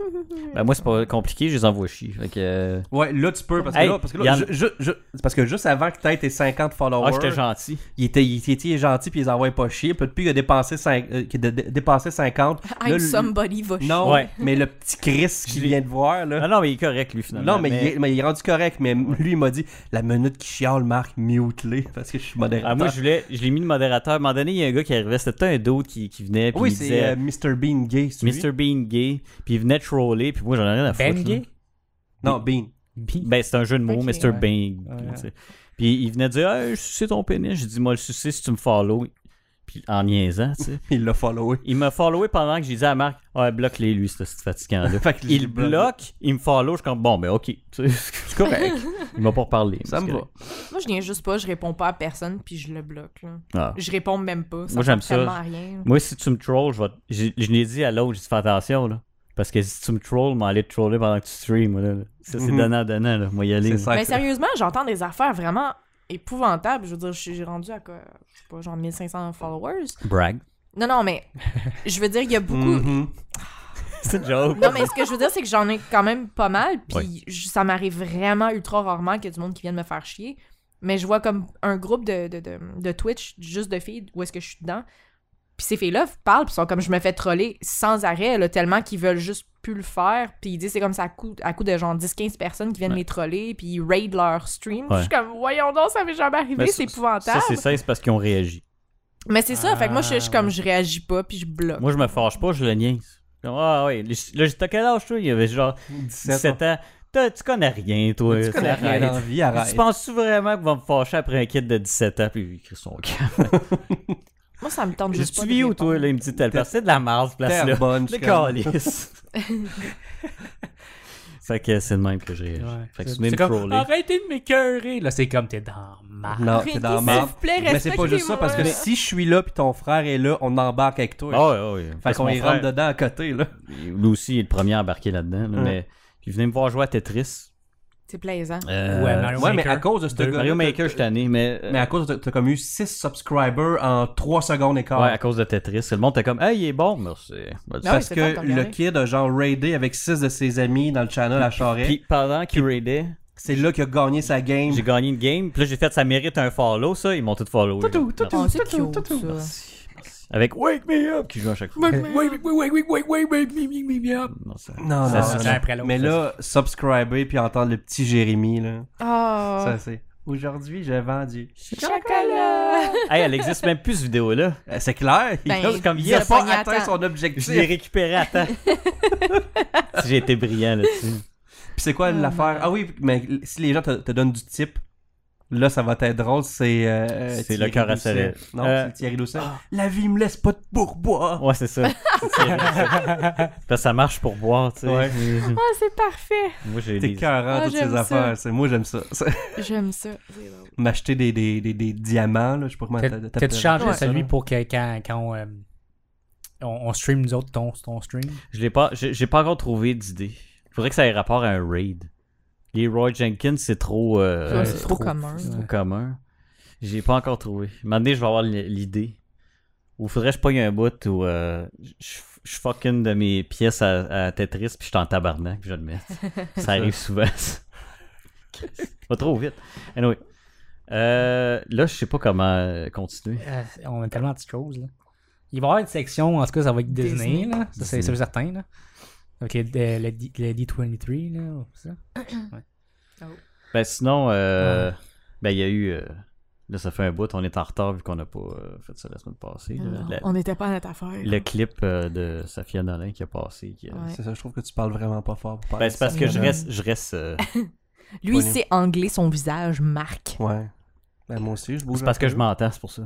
[SPEAKER 1] Ben, moi, c'est pas compliqué, je les envoie chier. Fait que, euh,
[SPEAKER 2] Ouais, là, tu peux, parce que
[SPEAKER 1] Hey,
[SPEAKER 2] là, parce que, là,
[SPEAKER 1] Yann-
[SPEAKER 2] ju- ju- ju- c'est parce que juste avant que t'aies tes 50
[SPEAKER 1] Ah,
[SPEAKER 2] followers,
[SPEAKER 1] j'étais gentil.
[SPEAKER 2] il était, il était- il était gentil puis ils envoyaient pas chier. Puis depuis qu'il a dépassé, cinq- euh, qu'il a dé- dé- dépassé 50,
[SPEAKER 4] *laughs* I'm
[SPEAKER 2] là, le-
[SPEAKER 4] somebody, va chier.
[SPEAKER 2] non,
[SPEAKER 1] Ouais.
[SPEAKER 2] mais le petit Chris qui
[SPEAKER 1] Je l'ai-
[SPEAKER 2] vient de voir,
[SPEAKER 1] Ah
[SPEAKER 2] là.
[SPEAKER 1] non, mais il est correct, lui, finalement.
[SPEAKER 2] Non, mais, Il, est, mais il est rendu correct. Mais lui, il m'a dit la minute qui chiale, Marc, mute-les *laughs* parce que je suis modérateur.
[SPEAKER 1] Ah, moi, je voulais, je l'ai mis de modérateur. À un moment donné, il y a un gars qui arrivait, c'était peut-être un d'autre qui, qui venait, puis
[SPEAKER 2] Oui,
[SPEAKER 1] il
[SPEAKER 2] c'est
[SPEAKER 1] disait,
[SPEAKER 2] euh, Mr. Bean Gay. c'est lui?
[SPEAKER 1] Mr. Bean gay, puis il venait troller, puis moi j'en ai rien à foutre.
[SPEAKER 3] Ben
[SPEAKER 1] là.
[SPEAKER 3] gay?
[SPEAKER 2] Non, Bean.
[SPEAKER 1] Ben c'est un jeu de mots,
[SPEAKER 4] Ok.
[SPEAKER 1] Mr. Bean.
[SPEAKER 3] Ouais.
[SPEAKER 1] tu sais. Puis il venait dire, hey, je suce ton pénis. J'ai dit, moi le sucer si tu me follow. Puis en niaisant, tu sais.
[SPEAKER 2] Il l'a
[SPEAKER 4] *laughs*
[SPEAKER 2] followé.
[SPEAKER 1] Il m'a followé pendant que j'ai dit à Marc, ouais, bloque-les, lui, ce petit fatigant-là.
[SPEAKER 2] *laughs* Fait que je
[SPEAKER 1] il
[SPEAKER 2] le bloque.
[SPEAKER 1] bloque, il me follow, je suis comme, bon, ben ok. *laughs* tu sais.
[SPEAKER 2] C'est correct.
[SPEAKER 1] il m'a pas reparlé.
[SPEAKER 2] *laughs* ça
[SPEAKER 1] mais
[SPEAKER 2] me
[SPEAKER 1] c'est
[SPEAKER 2] va.
[SPEAKER 4] Moi, je viens juste pas, je réponds pas à personne, puis je le bloque. Là.
[SPEAKER 1] correct. Ah.
[SPEAKER 4] Je réponds même pas. Ça
[SPEAKER 1] Moi, j'aime
[SPEAKER 4] sert
[SPEAKER 1] ça.
[SPEAKER 4] tellement à rien.
[SPEAKER 1] Moi, si tu me trolls, je vais. te- j'ai- Je l'ai dit à l'autre, j'ai dit, fais attention, là. Parce que si tu me trolls, m'en aller te troller pendant que tu stream, là. Ça, c'est
[SPEAKER 2] Mhm.
[SPEAKER 1] donnant-donnant, là. Moi, y aller.
[SPEAKER 2] C'est
[SPEAKER 1] là.
[SPEAKER 2] ça.
[SPEAKER 4] Mais
[SPEAKER 2] que-
[SPEAKER 4] Ben, sérieusement, j'entends des affaires vraiment épouvantables. Je veux dire, je suis rendue à quoi Je sais pas, genre 1500 followers.
[SPEAKER 1] Brag.
[SPEAKER 4] Non, non, mais je veux dire, il y a beaucoup.
[SPEAKER 2] Mhm.
[SPEAKER 1] *laughs* c'est une joke.
[SPEAKER 4] Non, mais ce que je veux dire, c'est que j'en ai quand même pas mal. Puis
[SPEAKER 1] Ouais.
[SPEAKER 4] je- ça m'arrive vraiment ultra rarement qu'il y a du monde qui vient de me faire chier. Mais je vois comme un groupe de, de, de, de Twitch, juste de filles, où est-ce que je suis dedans. Puis ces filles-là parlent, puis sont comme je me fais troller sans arrêt, là, tellement qu'ils veulent juste plus le faire. Puis ils disent c'est comme ça à coup, à coup de genre 10-15 personnes qui viennent
[SPEAKER 1] Ouais.
[SPEAKER 4] les troller, puis ils raident leur stream.
[SPEAKER 1] Ouais.
[SPEAKER 4] Je suis comme voyons donc, ça m'est jamais
[SPEAKER 1] Mais
[SPEAKER 4] arrivé,
[SPEAKER 1] ça-
[SPEAKER 4] c'est
[SPEAKER 1] Ça,
[SPEAKER 4] épouvantable.
[SPEAKER 1] c'est ça, c'est parce qu'ils ont réagi.
[SPEAKER 4] mais c'est ça, fait que moi je, je suis
[SPEAKER 3] Ah.
[SPEAKER 4] comme je réagis pas, puis je bloque.
[SPEAKER 1] Moi, je me fâche pas, je le niaise. Comme, ah oui, là, j'étais à quel âge, toi? Il y avait genre 17 ans. T'as- Tu connais rien, toi.
[SPEAKER 2] Tu connais rien
[SPEAKER 1] arrête.
[SPEAKER 2] dans la vie,
[SPEAKER 1] Tu
[SPEAKER 2] arrête.
[SPEAKER 1] penses-tu vraiment qu'on va me fâcher après un kid de 17 ans, puis écrit son camp?
[SPEAKER 4] Moi ça me tente
[SPEAKER 1] Je
[SPEAKER 4] juste pas. de
[SPEAKER 1] suis où, toi?
[SPEAKER 4] répondre.
[SPEAKER 1] Là, il me dit telle
[SPEAKER 2] T'es-
[SPEAKER 1] place. C'est de la marde, cette
[SPEAKER 2] Terre
[SPEAKER 1] place-là.
[SPEAKER 2] bonne,
[SPEAKER 1] Le
[SPEAKER 2] je connais. *laughs*
[SPEAKER 1] calice. Fait que c'est le même que j'ai.
[SPEAKER 3] Ouais.
[SPEAKER 1] Fait que
[SPEAKER 3] C'est-
[SPEAKER 1] tu m'aimes
[SPEAKER 3] c'est comme, Ah,
[SPEAKER 1] troller.
[SPEAKER 3] Arrêtez de m'écœurer! Là, c'est comme t'es dans ma.
[SPEAKER 2] Non, t'es dans la
[SPEAKER 4] S'il
[SPEAKER 2] merde.
[SPEAKER 4] vous plaît,
[SPEAKER 2] Mais c'est pas juste ça, parce que
[SPEAKER 4] respectez-moi.
[SPEAKER 2] si je suis là puis ton frère est là, on embarque avec toi.
[SPEAKER 1] Ah ouais, ouais, ouais.
[SPEAKER 2] fait
[SPEAKER 1] Parce
[SPEAKER 2] qu'on
[SPEAKER 1] que
[SPEAKER 2] y
[SPEAKER 1] mon frère,
[SPEAKER 2] rentre dedans à côté, là.
[SPEAKER 1] Lui aussi, il est le premier à embarquer là-dedans. là,
[SPEAKER 2] Ouais.
[SPEAKER 1] Mais il venait me voir jouer à Tetris.
[SPEAKER 4] C'est plaisant.
[SPEAKER 1] Euh,
[SPEAKER 3] Ouais, Mario
[SPEAKER 2] ouais, mais
[SPEAKER 3] Maker.
[SPEAKER 2] à cause de ce
[SPEAKER 3] Deux.
[SPEAKER 2] gars
[SPEAKER 1] Mario Maker, je suis tanné, mais. euh,
[SPEAKER 2] Mais à cause de t'as comme eu 6 subscribers en 3 secondes et quart.
[SPEAKER 1] Ouais, à cause de Tetris. Le monde était comme, hey, il est bon, merci.
[SPEAKER 4] Ah ouais,
[SPEAKER 2] Parce
[SPEAKER 4] Ah c'est
[SPEAKER 2] que
[SPEAKER 4] fun de
[SPEAKER 2] le
[SPEAKER 4] regarder.
[SPEAKER 2] kid a genre raidé avec 6 de ses amis dans le channel à Charest.
[SPEAKER 1] Puis pendant qu'il raidait,
[SPEAKER 2] c'est là qu'il a gagné sa game.
[SPEAKER 1] j'ai gagné une game. Puis là, j'ai fait, ça mérite un follow, ça. Ils m'ont tout follow.
[SPEAKER 2] Toutou, toutou,
[SPEAKER 4] Oh, c'est
[SPEAKER 2] toutou,
[SPEAKER 4] cute,
[SPEAKER 2] toutou.
[SPEAKER 4] ça.
[SPEAKER 1] Avec Wake Me Up qui joue à chaque fois.
[SPEAKER 3] Wait, wait, wait, wait, wait, wait, wait, wait, wait, wait, wait, up.
[SPEAKER 1] Non, ça-
[SPEAKER 2] Non,
[SPEAKER 3] Ça,
[SPEAKER 2] non,
[SPEAKER 3] c'est
[SPEAKER 2] non,
[SPEAKER 3] l'un
[SPEAKER 2] non.
[SPEAKER 3] après l'autre,
[SPEAKER 2] Mais
[SPEAKER 3] ça,
[SPEAKER 2] là, subscriber puis entendre le petit Jérémy, là.
[SPEAKER 4] Oh,
[SPEAKER 2] Ça, c'est. Aujourd'hui, j'ai vendu.
[SPEAKER 4] chocolat!
[SPEAKER 1] hey, elle existe même plus, cette vidéo-là.
[SPEAKER 2] Euh, C'est clair. Il
[SPEAKER 4] Ben,
[SPEAKER 2] a-
[SPEAKER 1] comme,
[SPEAKER 2] il a
[SPEAKER 1] yes,
[SPEAKER 2] pas
[SPEAKER 4] pogné à
[SPEAKER 2] atteint
[SPEAKER 4] temps.
[SPEAKER 2] son
[SPEAKER 1] Je l'ai
[SPEAKER 2] objectif.
[SPEAKER 1] récupéré à
[SPEAKER 2] *laughs*
[SPEAKER 1] temps. si j'ai été brillant là-dessus.
[SPEAKER 2] Puis c'est quoi
[SPEAKER 4] Oh,
[SPEAKER 2] l'affaire?
[SPEAKER 4] man.
[SPEAKER 2] Ah oui, mais si les gens te, te donnent du type, là, ça va être drôle. C'est. euh,
[SPEAKER 1] C'est
[SPEAKER 2] Thierry
[SPEAKER 1] le cœur à
[SPEAKER 2] Doucet.
[SPEAKER 1] Sorel.
[SPEAKER 2] Non,
[SPEAKER 1] Euh,
[SPEAKER 2] c'est Thierry Doucet. La vie me laisse pas de pourboire.
[SPEAKER 1] Ouais, c'est ça. C'est
[SPEAKER 2] *laughs*
[SPEAKER 1] terrible, ça. Parce que ça marche pour boire, tu sais.
[SPEAKER 2] Ouais.
[SPEAKER 4] Oh, c'est parfait!
[SPEAKER 1] Moi, j'ai
[SPEAKER 2] T'es
[SPEAKER 1] des...
[SPEAKER 2] cœurant,
[SPEAKER 4] Ah,
[SPEAKER 2] toutes ces
[SPEAKER 4] j'aime ça.
[SPEAKER 2] affaires. C'est- Moi, j'aime ça. C'est-
[SPEAKER 4] J'aime ça. C'est drôle.
[SPEAKER 2] M'acheter des, des, des, des diamants, là, je sais pas comment
[SPEAKER 3] T'as-
[SPEAKER 2] t'as-
[SPEAKER 3] T'as-tu
[SPEAKER 2] t'appelles
[SPEAKER 3] changé
[SPEAKER 2] ça,
[SPEAKER 3] celui
[SPEAKER 2] là?
[SPEAKER 3] pour que quand, quand euh, on, on stream nous autres ton, ton stream?
[SPEAKER 1] Je l'ai pas... J'ai j'ai pas encore trouvé d'idée. Il faudrait que ça ait rapport à un raid. Les Roy Jenkins, c'est trop... euh,
[SPEAKER 4] Ouais,
[SPEAKER 1] euh,
[SPEAKER 4] c'est trop
[SPEAKER 3] trop-
[SPEAKER 4] commun.
[SPEAKER 1] C'est trop commun. J'ai pas encore trouvé. Maintenant, je vais avoir l- l'idée. Ou faudrait que je pogne un bout où euh, je, je fuck une de mes pièces à, à Tetris puis je suis en tabarnak puis je le
[SPEAKER 4] *laughs*
[SPEAKER 1] mets. Ça arrive souvent. ça. pas trop vite. Anyway. Euh, là, je sais pas comment euh, continuer.
[SPEAKER 3] Euh, on a tellement de petites choses. Là. Il va y avoir une section, en tout cas, ça va être Disney,
[SPEAKER 4] Disney.
[SPEAKER 3] là. Ça, c'est
[SPEAKER 1] Disney.
[SPEAKER 3] sûr et certain, là. Avec les, euh, le D- le D23, là, ou ça.
[SPEAKER 1] Ben sinon, euh, ben il y a eu... euh, là, ça fait un bout. On est en retard vu qu'on n'a pas euh, fait ça la semaine passée. là.
[SPEAKER 4] Non,
[SPEAKER 1] La-
[SPEAKER 4] on n'était pas à notre affaire.
[SPEAKER 1] le clip euh, de Safia Nolin qui a passé. qui a-
[SPEAKER 4] Ouais.
[SPEAKER 2] C'est ça, je trouve que tu parles vraiment pas fort. pour parler
[SPEAKER 1] Ben,
[SPEAKER 2] de
[SPEAKER 1] c'est parce
[SPEAKER 2] ça.
[SPEAKER 1] que je reste... Je reste euh,
[SPEAKER 4] Lui,
[SPEAKER 2] Pauline.
[SPEAKER 4] c'est anglais, son visage marque.
[SPEAKER 2] Ouais. Ben, moi aussi, je bouge.
[SPEAKER 1] C'est
[SPEAKER 2] un
[SPEAKER 1] parce que
[SPEAKER 2] peu.
[SPEAKER 1] je m'entends, c'est pour ça.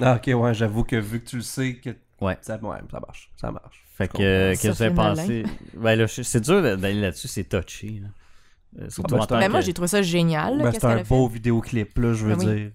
[SPEAKER 2] Ah, ok, ouais, j'avoue que vu que tu le sais, que.
[SPEAKER 1] Ouais.
[SPEAKER 2] Ça, ouais, ça marche. Ça marche.
[SPEAKER 1] Fait
[SPEAKER 2] Je
[SPEAKER 1] que,
[SPEAKER 2] comprends.
[SPEAKER 1] euh, qu'est-ce que vous
[SPEAKER 4] Sophie
[SPEAKER 1] avez pensé? Ben là, je- c'est dur d'aller là-dessus, c'est touché. Là. Euh, surtout
[SPEAKER 2] Ah, ben,
[SPEAKER 1] en
[SPEAKER 2] c'est
[SPEAKER 1] tant
[SPEAKER 2] un-
[SPEAKER 4] Mais
[SPEAKER 1] que-
[SPEAKER 4] moi, j'ai trouvé ça génial. Ah, là,
[SPEAKER 2] Ben,
[SPEAKER 4] Qu'est-ce
[SPEAKER 2] c'est
[SPEAKER 4] qu'elle
[SPEAKER 2] un
[SPEAKER 4] a fait?
[SPEAKER 2] beau vidéoclip, là, je veux
[SPEAKER 4] Ben oui.
[SPEAKER 2] dire.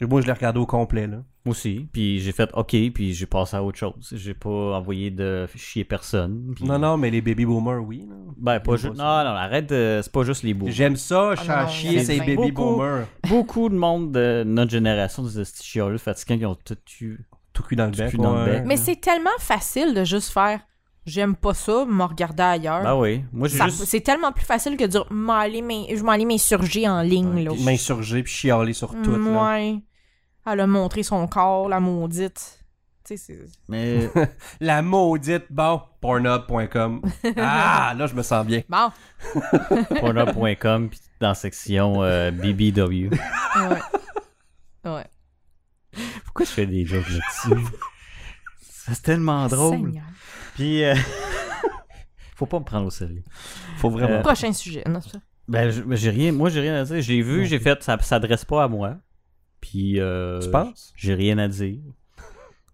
[SPEAKER 2] Et Moi, je l'ai regardé au complet, là.
[SPEAKER 1] Moi aussi. Puis j'ai fait OK, puis j'ai passé à autre chose. J'ai pas envoyé de chier personne. puis-
[SPEAKER 2] Non, non, mais les baby boomers, oui. là.
[SPEAKER 1] Ben, pas juste. Non, non, arrête, de- c'est pas juste les bouts.
[SPEAKER 2] J'aime ça, je
[SPEAKER 4] Ah,
[SPEAKER 2] suis à
[SPEAKER 4] non,
[SPEAKER 2] chier
[SPEAKER 4] c'est
[SPEAKER 2] ces
[SPEAKER 4] bien.
[SPEAKER 2] baby
[SPEAKER 1] Beaucoup.
[SPEAKER 2] boomers.
[SPEAKER 1] Beaucoup de monde de notre génération, des astichioles fatigants, qui ont tout eu.
[SPEAKER 2] Tout cul dans le
[SPEAKER 1] Tout
[SPEAKER 2] bec.
[SPEAKER 1] cul dans le
[SPEAKER 2] ouais.
[SPEAKER 1] bec.
[SPEAKER 4] Mais c'est tellement facile de juste faire j'aime pas ça, me regarder ailleurs.
[SPEAKER 1] Ben oui. Moi, j'ai
[SPEAKER 4] Ça-
[SPEAKER 1] juste.
[SPEAKER 4] C'est tellement plus facile que de dire M'en aller mes- je m'en aller mes surgés en ligne.
[SPEAKER 1] Ouais,
[SPEAKER 4] là. Mm,
[SPEAKER 1] puis
[SPEAKER 2] M'insurger puis chialer sur tout, là.
[SPEAKER 4] Ouais. Elle a montré son corps, la maudite. Tu sais, c'est.
[SPEAKER 2] *laughs*
[SPEAKER 1] Mais.
[SPEAKER 2] La maudite, bon, pornhub.com.
[SPEAKER 4] *laughs*
[SPEAKER 2] Ah, là, je me sens bien.
[SPEAKER 4] Bon.
[SPEAKER 1] Pornhub.com, puis dans la section euh, BBW.
[SPEAKER 4] Ouais. ouais.
[SPEAKER 1] Pourquoi je fais des jokes là-dessus? C'est tellement drôle.
[SPEAKER 4] Seigneur.
[SPEAKER 1] Puis. euh, *laughs* Faut pas me prendre au sérieux.
[SPEAKER 2] Faut vraiment.
[SPEAKER 1] Euh,
[SPEAKER 4] Prochain sujet. Non, c'est ça.
[SPEAKER 1] Ben, je- ben, j'ai rien. Moi, j'ai rien à dire. J'ai vu,
[SPEAKER 2] Non
[SPEAKER 1] j'ai fait, ça s'adresse pas à moi. Puis. euh,
[SPEAKER 2] tu penses?
[SPEAKER 1] J'ai rien à dire.